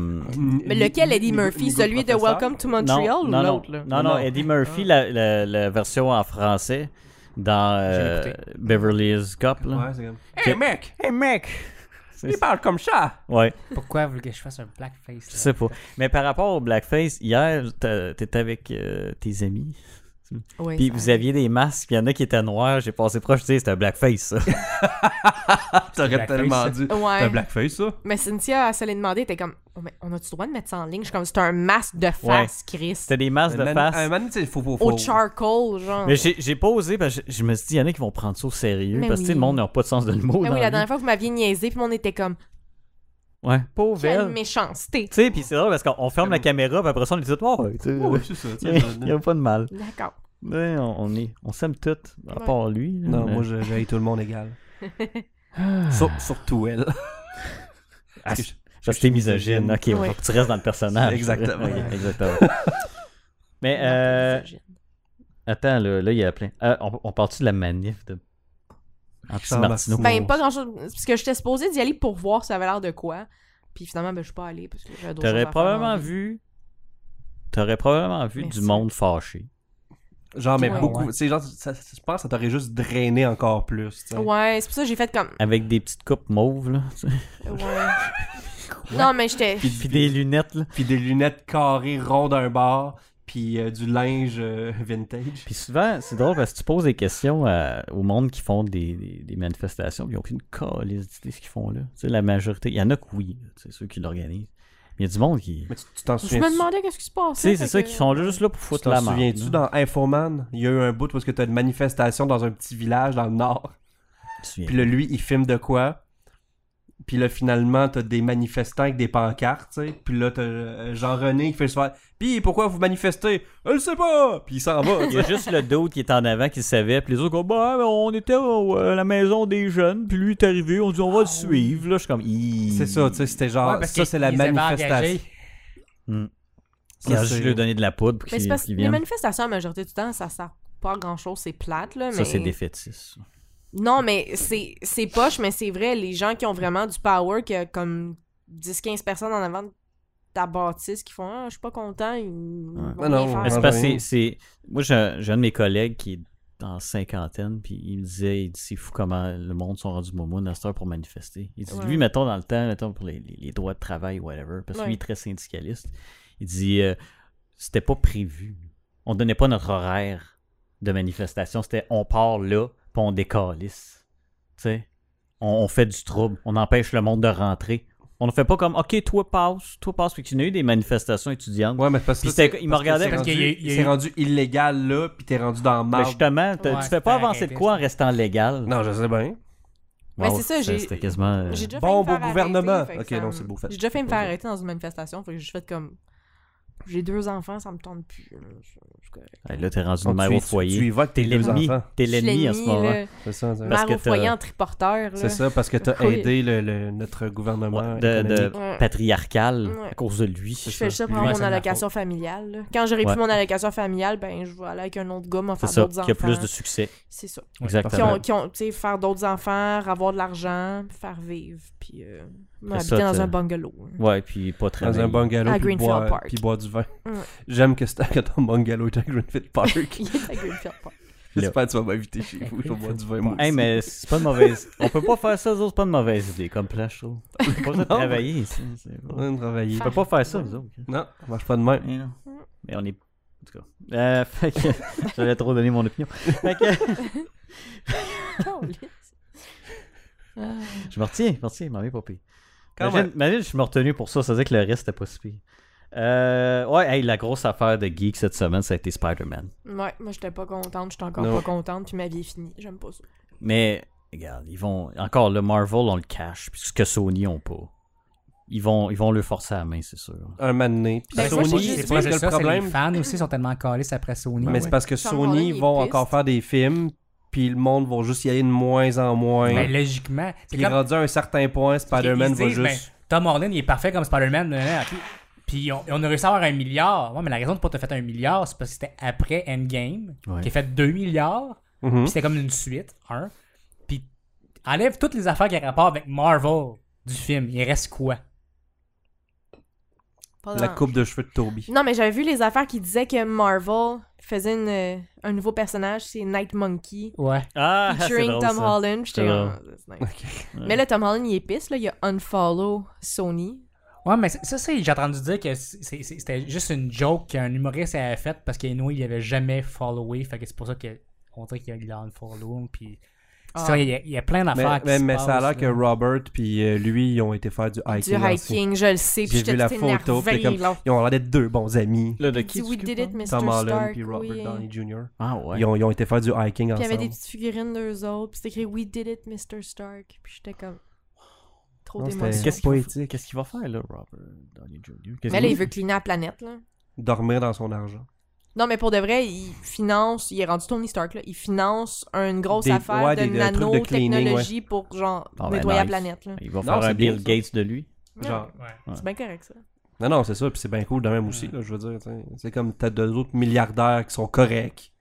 [SPEAKER 4] Mais lequel Eddie Murphy Celui de Welcome to Montreal
[SPEAKER 1] non,
[SPEAKER 4] ou
[SPEAKER 1] non, non,
[SPEAKER 4] l'autre, là
[SPEAKER 1] non, non, Eddie Murphy, la, la- la version en français dans euh,
[SPEAKER 3] J'ai
[SPEAKER 1] Beverly's Cop. Là.
[SPEAKER 2] c'est comme.
[SPEAKER 1] Que-
[SPEAKER 2] Hey mec,
[SPEAKER 1] Hey mec!
[SPEAKER 2] il parle comme ça.
[SPEAKER 1] Ouais,
[SPEAKER 3] Pourquoi vous voulez que je fasse un blackface?
[SPEAKER 1] je sais pas. Mais par rapport au blackface, hier, t'as- t'étais avec euh, tes amis,
[SPEAKER 4] Ouais,
[SPEAKER 1] puis
[SPEAKER 4] ça
[SPEAKER 1] vous
[SPEAKER 4] arrive.
[SPEAKER 1] aviez des masques, puis il y en a qui étaient noirs, j'ai passé proche, tu sais, c'était un blackface, ça.
[SPEAKER 2] T'aurais
[SPEAKER 3] blackface,
[SPEAKER 2] tellement
[SPEAKER 3] ça.
[SPEAKER 2] dit. C'est un
[SPEAKER 4] Ouais.
[SPEAKER 2] blackface, ça.
[SPEAKER 4] Mais Cynthia, elle se l'est demandé, t'es comme, Oh, mais on a-tu le droit de mettre ça en ligne? Je suis comme, c'est un masque de face, Chris.
[SPEAKER 1] C'était des masques de
[SPEAKER 2] Man-
[SPEAKER 1] face.
[SPEAKER 2] Un man, tu sais, faut, faut, faut.
[SPEAKER 4] Au charcoal, genre.
[SPEAKER 1] Mais j'ai j'ai pas osé, parce que je, je me suis dit, il y en a qui vont prendre ça au sérieux,
[SPEAKER 4] Mais
[SPEAKER 1] parce que tu sais,
[SPEAKER 4] oui.
[SPEAKER 1] le monde n'a pas de sens de le mot. dans la
[SPEAKER 4] Ah oui, la
[SPEAKER 1] vie.
[SPEAKER 4] dernière fois, vous m'aviez niaisé, puis on était comme,
[SPEAKER 1] Ouais, pauvre
[SPEAKER 4] quelle
[SPEAKER 1] elle.
[SPEAKER 4] méchanceté.
[SPEAKER 1] Tu sais, puis c'est drôle parce qu'on on ferme
[SPEAKER 2] Comme-
[SPEAKER 1] la caméra, puis après ça, on est tout oh, ouais, tu sais,
[SPEAKER 2] Ouais, c'est ça. tu
[SPEAKER 1] *laughs* Il
[SPEAKER 2] sais,
[SPEAKER 4] *laughs*
[SPEAKER 1] n'y a, pas de mal.
[SPEAKER 4] D'accord.
[SPEAKER 1] Mais on, on est, on s'aime toutes, à
[SPEAKER 4] Ouais.
[SPEAKER 1] part lui.
[SPEAKER 2] Non,
[SPEAKER 1] Mais-
[SPEAKER 2] moi, je- j'haïs tout le monde
[SPEAKER 4] *laughs*
[SPEAKER 2] égal. Sur- Surtout elle.
[SPEAKER 1] Ah,
[SPEAKER 2] Parce que je-
[SPEAKER 1] parce que t'es misogyne. Ok,
[SPEAKER 4] Ouais.
[SPEAKER 1] tu restes dans le personnage.
[SPEAKER 2] Exactement.
[SPEAKER 1] Ok, exactement. *laughs* Mais euh, attends, là, là, il y a plein. Euh, on, on part-tu de la manif de Anti-Martineau?
[SPEAKER 2] Martineau.
[SPEAKER 4] Ben, pas grand-chose. Parce que j'étais supposée d'y aller pour voir ça avait l'air de quoi. Puis finalement, ben, je suis pas allée parce que j'avais d'autres choses à
[SPEAKER 1] T'aurais
[SPEAKER 4] faire
[SPEAKER 1] probablement
[SPEAKER 4] dans la vie.
[SPEAKER 1] vu. T'aurais probablement vu
[SPEAKER 4] Merci.
[SPEAKER 1] du monde fâché.
[SPEAKER 2] Genre, mais
[SPEAKER 4] Ouais.
[SPEAKER 2] beaucoup.
[SPEAKER 3] Ouais.
[SPEAKER 2] Tu sais, genre, ça- ça- je pense que ça t'aurait juste drainé encore plus. tu sais.
[SPEAKER 4] Ouais, c'est pour ça que j'ai fait comme.
[SPEAKER 1] Avec des petites coupes mauves, là. tu sais.
[SPEAKER 4] Ouais. non, mais j'étais.
[SPEAKER 1] Puis, puis des lunettes, là.
[SPEAKER 2] Puis des lunettes carrées rondes d'un bar. Puis euh, du linge euh, vintage.
[SPEAKER 1] Puis souvent, c'est drôle parce que tu poses des questions à- au monde qui font des, des- des manifestations, puis ils n'ont aucune calice d'idée ce qu'ils font là. Tu sais, la majorité, il y en a que oui, là, tu sais, ceux qui l'organisent. Il y a du monde qui.
[SPEAKER 2] Mais tu tu t'en
[SPEAKER 4] Je
[SPEAKER 2] souviens.
[SPEAKER 4] me demandais qu'est-ce qui se
[SPEAKER 1] Tu sais,
[SPEAKER 4] passait.
[SPEAKER 1] c'est
[SPEAKER 4] fait
[SPEAKER 1] ça,
[SPEAKER 4] que-
[SPEAKER 1] qui sont là juste là pour
[SPEAKER 2] Tu
[SPEAKER 1] foutre
[SPEAKER 2] t'en
[SPEAKER 1] la merde.
[SPEAKER 2] souviens-tu
[SPEAKER 1] là.
[SPEAKER 2] dans Infoman, il y a eu un bout où est-ce que t'as une manifestation dans un petit village dans le nord.
[SPEAKER 1] Tu te souviens.
[SPEAKER 2] Puis là, lui, il filme de quoi? Puis là, finalement, t'as des manifestants avec des pancartes, tu sais. Puis là, t'as euh, Jean-René qui fait se faire « Puis pourquoi vous manifestez? Je le sais pas! » Puis il s'en va,
[SPEAKER 1] Il
[SPEAKER 2] tu
[SPEAKER 1] y a
[SPEAKER 2] sais.
[SPEAKER 1] juste le doute qui est en avant qui le savait, puis les autres, bah, ben, on était au- à la maison des jeunes, puis lui est arrivé, on dit on va le
[SPEAKER 4] Ah
[SPEAKER 1] suivre. Là, je suis comme, Ih.
[SPEAKER 2] C'est ça, tu sais, c'était genre,
[SPEAKER 3] Ouais, parce
[SPEAKER 2] ça
[SPEAKER 3] que
[SPEAKER 2] c'est la
[SPEAKER 3] ils les avaient
[SPEAKER 2] manifestation.
[SPEAKER 3] engagés.
[SPEAKER 1] Il a
[SPEAKER 2] Ça,
[SPEAKER 1] juste
[SPEAKER 2] c'est-
[SPEAKER 1] lui donné de la poudre pour
[SPEAKER 4] Mais c'est
[SPEAKER 1] qu'il
[SPEAKER 4] parce que
[SPEAKER 1] qu'il
[SPEAKER 4] les
[SPEAKER 1] vienne.
[SPEAKER 4] manifestations, la majorité du temps, ça sert pas à grand-chose, c'est plate, là.
[SPEAKER 1] Ça,
[SPEAKER 4] mais-
[SPEAKER 1] c'est défaitiste. ça.
[SPEAKER 4] Non, mais c'est c'est poche, mais c'est vrai, les gens qui ont vraiment du power, qui a comme 10-15 personnes en avant de ta bâtisse qui font « Ah, je suis pas content, ils vont
[SPEAKER 2] Ah
[SPEAKER 4] rien
[SPEAKER 2] non,
[SPEAKER 4] faire.
[SPEAKER 1] Mais c'est
[SPEAKER 2] Ah,
[SPEAKER 1] parce
[SPEAKER 2] ben
[SPEAKER 1] que
[SPEAKER 2] oui.
[SPEAKER 1] c'est- c'est. Moi, j'ai un, j'ai un de mes collègues qui est en cinquantaine, puis il me disait, il dit, c'est fou comment le monde sont rendus moumounes à cette heure pour manifester. Il dit,
[SPEAKER 4] Ouais.
[SPEAKER 1] lui, mettons dans le temps, mettons pour les, les- les droits de travail, whatever, parce que
[SPEAKER 4] Ouais.
[SPEAKER 1] lui, il est très syndicaliste. Il dit, euh, c'était pas prévu. On donnait pas notre horaire de manifestation. C'était, on part là, puis on décalisse. Tu sais, on, on fait du trouble. On empêche le monde de rentrer. On ne fait pas comme, OK, toi passe, toi passe, puis tu n'as eu des manifestations étudiantes.
[SPEAKER 2] Ouais, mais parce que
[SPEAKER 1] Puis
[SPEAKER 2] ça, c'est-
[SPEAKER 1] c'était- il me
[SPEAKER 2] parce que
[SPEAKER 1] regardait-
[SPEAKER 2] c'est
[SPEAKER 3] Parce
[SPEAKER 2] rendu-
[SPEAKER 3] qu'il y a eu- il y a
[SPEAKER 2] C'est
[SPEAKER 3] eu- Ben,
[SPEAKER 2] rendu illégal, là, puis t'es rendu dans
[SPEAKER 4] Ben,
[SPEAKER 1] Mais
[SPEAKER 2] marge.
[SPEAKER 1] Ben, justement, t'as-
[SPEAKER 3] Ouais,
[SPEAKER 1] tu fais pas
[SPEAKER 3] c'était
[SPEAKER 1] avancer de
[SPEAKER 3] arrêté,
[SPEAKER 1] quoi en restant légal.
[SPEAKER 2] Non, je sais bien.
[SPEAKER 4] Mais
[SPEAKER 1] Wow,
[SPEAKER 4] c'est ça, j'ai-
[SPEAKER 1] C'était quasiment. euh,
[SPEAKER 4] J'ai déjà
[SPEAKER 2] Bon,
[SPEAKER 4] failli me
[SPEAKER 2] beau
[SPEAKER 4] faire
[SPEAKER 2] gouvernement.
[SPEAKER 4] arrêter, fait que
[SPEAKER 2] Ok, non, c'est beau, fait.
[SPEAKER 4] J'ai déjà fait me
[SPEAKER 2] Ok.
[SPEAKER 4] faire arrêter dans une manifestation, fait que j'ai fait comme... J'ai deux enfants, ça me tente plus. là, je- je- correct.
[SPEAKER 1] euh, hey, Là, t'es rendu
[SPEAKER 2] Donc,
[SPEAKER 1] de mère
[SPEAKER 2] tu,
[SPEAKER 1] au
[SPEAKER 2] y- tu, tu y
[SPEAKER 1] foyer.
[SPEAKER 2] vas avec
[SPEAKER 1] T'es
[SPEAKER 2] tes deux
[SPEAKER 1] l'ennemi.
[SPEAKER 2] enfants.
[SPEAKER 1] T'es
[SPEAKER 4] Je suis
[SPEAKER 1] l'ennemi en ce moment.
[SPEAKER 4] là.
[SPEAKER 2] C'est ça, c'est-
[SPEAKER 1] Parce
[SPEAKER 4] Mère
[SPEAKER 1] que
[SPEAKER 4] au foyer
[SPEAKER 1] t'as-
[SPEAKER 4] en triporteur, là.
[SPEAKER 2] c'est ça, parce que t'as
[SPEAKER 4] Oui.
[SPEAKER 2] aidé le- le- notre gouvernement.
[SPEAKER 1] Ouais, de, de
[SPEAKER 2] économique.
[SPEAKER 4] Ouais.
[SPEAKER 1] patriarcal
[SPEAKER 4] Ouais.
[SPEAKER 1] à cause de lui.
[SPEAKER 4] Je
[SPEAKER 2] ça.
[SPEAKER 4] fais ça pour
[SPEAKER 2] Lui,
[SPEAKER 4] avoir
[SPEAKER 2] c'est
[SPEAKER 4] mon
[SPEAKER 2] de la
[SPEAKER 4] allocation familiale. là. Quand j'aurai
[SPEAKER 1] Ouais.
[SPEAKER 4] plus mon allocation familiale, ben je vais aller avec un autre gars m'en
[SPEAKER 1] C'est
[SPEAKER 4] faire
[SPEAKER 1] ça,
[SPEAKER 4] d'autres
[SPEAKER 1] qui
[SPEAKER 4] enfants.
[SPEAKER 1] a plus de succès.
[SPEAKER 4] C'est ça.
[SPEAKER 3] Ouais,
[SPEAKER 4] Qui ont,
[SPEAKER 1] Exactement.
[SPEAKER 4] qui ont, tu sais, faire d'autres enfants, avoir de l'argent, faire vivre, puis euh,
[SPEAKER 1] C'est
[SPEAKER 4] habiter
[SPEAKER 1] ça,
[SPEAKER 4] dans
[SPEAKER 1] t'as-
[SPEAKER 4] un bungalow. hein.
[SPEAKER 1] Ouais, puis pas très
[SPEAKER 2] Dans un bungalow,
[SPEAKER 4] À
[SPEAKER 2] puis
[SPEAKER 4] Greenfield
[SPEAKER 2] boire,
[SPEAKER 4] Park. Mm.
[SPEAKER 2] puis boire du vin.
[SPEAKER 4] Ouais.
[SPEAKER 2] J'aime que, c'est- que ton bungalow est à Greenfield Park.
[SPEAKER 4] *laughs* *laughs* Il est à Greenfield Park.
[SPEAKER 2] J'espère que tu vas m'inviter chez vous, je vais boire du vin, moi
[SPEAKER 1] Hey,
[SPEAKER 2] aussi. *laughs*
[SPEAKER 1] mais c'est pas de mauvaise. On peut pas faire ça, eux autres, c'est pas de mauvaise idée comme plan, je trouve. On peut
[SPEAKER 2] *laughs*
[SPEAKER 1] pas se travailler ici. c'est- On
[SPEAKER 2] On va travailler.
[SPEAKER 1] peut pas faire ça, nous autres. hein.
[SPEAKER 2] Non, ça marche pas de même.
[SPEAKER 1] Mais non. Mais on est. En tout cas. Euh, *laughs* fait que. J'allais trop donner mon opinion. Fait que.
[SPEAKER 4] Caliste. Ah.
[SPEAKER 1] Je me retiens, je me retiens, il m'en est pas pire.
[SPEAKER 2] Quand
[SPEAKER 1] Imagine,
[SPEAKER 2] même.
[SPEAKER 1] imagine, je me retenu pour ça, ça veut dire que le reste, c'était pas si pire. Euh, ouais, hey, la grosse affaire de geek cette semaine, ça a été Spider-Man.
[SPEAKER 4] Ouais, moi j'étais pas contente, j'étais encore
[SPEAKER 2] Non.
[SPEAKER 4] pas contente, puis ma vie est finie. J'aime pas ça.
[SPEAKER 1] Mais, regarde, ils vont. Encore, le Marvel, on le cache, puisque ce que Sony ont pas. Ils vont, ils vont le forcer à la main, c'est sûr.
[SPEAKER 2] Un mané. Puis
[SPEAKER 4] Ben, moi,
[SPEAKER 2] Sony,
[SPEAKER 4] j'ai-
[SPEAKER 3] C'est
[SPEAKER 2] c'est
[SPEAKER 3] pas
[SPEAKER 2] parce
[SPEAKER 3] que
[SPEAKER 2] que le
[SPEAKER 3] ça, c'est les
[SPEAKER 2] problème.
[SPEAKER 3] fans aussi sont tellement calés après Sony.
[SPEAKER 2] Mais c'est parce que
[SPEAKER 4] Sans problème,
[SPEAKER 2] Sony
[SPEAKER 4] il
[SPEAKER 2] vont
[SPEAKER 4] pisse.
[SPEAKER 2] encore faire des films, puis le monde va juste y aller de moins en moins.
[SPEAKER 3] Mais Ben, logiquement, c'est
[SPEAKER 2] Puis
[SPEAKER 3] comme
[SPEAKER 2] rendu à un certain point, Spider-Man
[SPEAKER 3] Ils se
[SPEAKER 2] va
[SPEAKER 3] disent,
[SPEAKER 2] juste.
[SPEAKER 3] ben, Tom Holland, il est parfait comme Spider-Man. nan, nan, nan, ok. Puis on, on a réussi à avoir un milliard. Ouais, mais la raison de pas te faire un milliard, c'est parce que c'était après Endgame,
[SPEAKER 1] Ouais.
[SPEAKER 3] qui a fait 2 milliards.
[SPEAKER 2] Mhm.
[SPEAKER 3] Puis c'était comme une suite, un. Puis enlève toutes les affaires qui ont rapport avec Marvel du film. Il reste quoi?
[SPEAKER 4] Pas
[SPEAKER 2] La
[SPEAKER 4] dans-
[SPEAKER 2] coupe de cheveux de Toby.
[SPEAKER 4] Non, mais j'avais vu les affaires qui disaient que Marvel faisait une, euh, un nouveau personnage, c'est Night Monkey.
[SPEAKER 3] Ouais.
[SPEAKER 1] Ah, *laughs*
[SPEAKER 4] Featuring Tom Holland. J'étais
[SPEAKER 1] C'est
[SPEAKER 4] comme, Ah, that's nice. Mais là, Tom Holland, il est pisse, là. Il a unfollow Sony.
[SPEAKER 3] Ouais, mais ça, ça, c'est- j'ai entendu dire que c'est- c'est- c'était juste une joke qu'un humoriste avait faite parce qu'Eno, il avait jamais followé. Fait que c'est pour ça qu'on dirait qu'il a un follow. Puis
[SPEAKER 4] Ah.
[SPEAKER 3] c'est ça, il y a- il y, a plein
[SPEAKER 2] Mais,
[SPEAKER 3] d'affaires qui
[SPEAKER 2] mais-
[SPEAKER 3] se
[SPEAKER 2] mais ça a l'air
[SPEAKER 3] passent,
[SPEAKER 2] que
[SPEAKER 3] là.
[SPEAKER 2] Robert puis euh, lui, ils ont été faire du
[SPEAKER 4] Du
[SPEAKER 2] hiking. ensemble.
[SPEAKER 4] hiking, je le sais. Puis
[SPEAKER 2] J'ai
[SPEAKER 4] j'étais
[SPEAKER 2] vu la
[SPEAKER 4] tout
[SPEAKER 2] photo, puis
[SPEAKER 4] énervée,
[SPEAKER 2] t'es comme-
[SPEAKER 4] là.
[SPEAKER 2] Ils ont l'air d'être deux bons amis.
[SPEAKER 1] Là, de
[SPEAKER 4] Il dit,
[SPEAKER 1] qui
[SPEAKER 4] We
[SPEAKER 1] tu
[SPEAKER 4] did it, Mr.
[SPEAKER 2] Tom Holland
[SPEAKER 4] Stark.
[SPEAKER 2] puis Robert
[SPEAKER 4] oui.
[SPEAKER 2] Downey Jr.
[SPEAKER 1] Ah, ouais.
[SPEAKER 2] Ils, ont, ils ont été faire du hiking
[SPEAKER 4] Puis il y
[SPEAKER 2] ensemble.
[SPEAKER 4] avait des petites figurines d'eux autres. Puis c'était écrit We did it, Mr. Stark. Puis j'étais comme. Trop
[SPEAKER 2] Non,
[SPEAKER 4] d'émotions.
[SPEAKER 2] c'était poétique.
[SPEAKER 1] Qu'est-ce qu'il va faire, là, Robert Downey Jr.? Qu'est-ce
[SPEAKER 4] Mais là,
[SPEAKER 1] qu'il-
[SPEAKER 4] il veut cleaner la planète, là.
[SPEAKER 2] Dormir dans son argent.
[SPEAKER 4] Non, mais pour de vrai, il finance. Il est rendu Tony Stark, là. Il finance une grosse
[SPEAKER 2] Des-
[SPEAKER 4] affaire
[SPEAKER 2] ouais,
[SPEAKER 4] de
[SPEAKER 2] des- un truc de cleaning,
[SPEAKER 4] nanotechnologie pour, genre,
[SPEAKER 1] Ah, ben, nice.
[SPEAKER 4] nettoyer la planète, là.
[SPEAKER 1] Il va
[SPEAKER 2] Non,
[SPEAKER 1] faire
[SPEAKER 2] c'est
[SPEAKER 1] un
[SPEAKER 2] bien,
[SPEAKER 1] Bill
[SPEAKER 2] ça.
[SPEAKER 1] Gates de lui.
[SPEAKER 2] Genre.
[SPEAKER 3] Ouais.
[SPEAKER 4] C'est bien correct, ça.
[SPEAKER 2] Non, non, c'est ça, puis c'est bien cool de même aussi, là, je veux dire. t'sais. C'est comme t'as deux autres milliardaires qui sont corrects,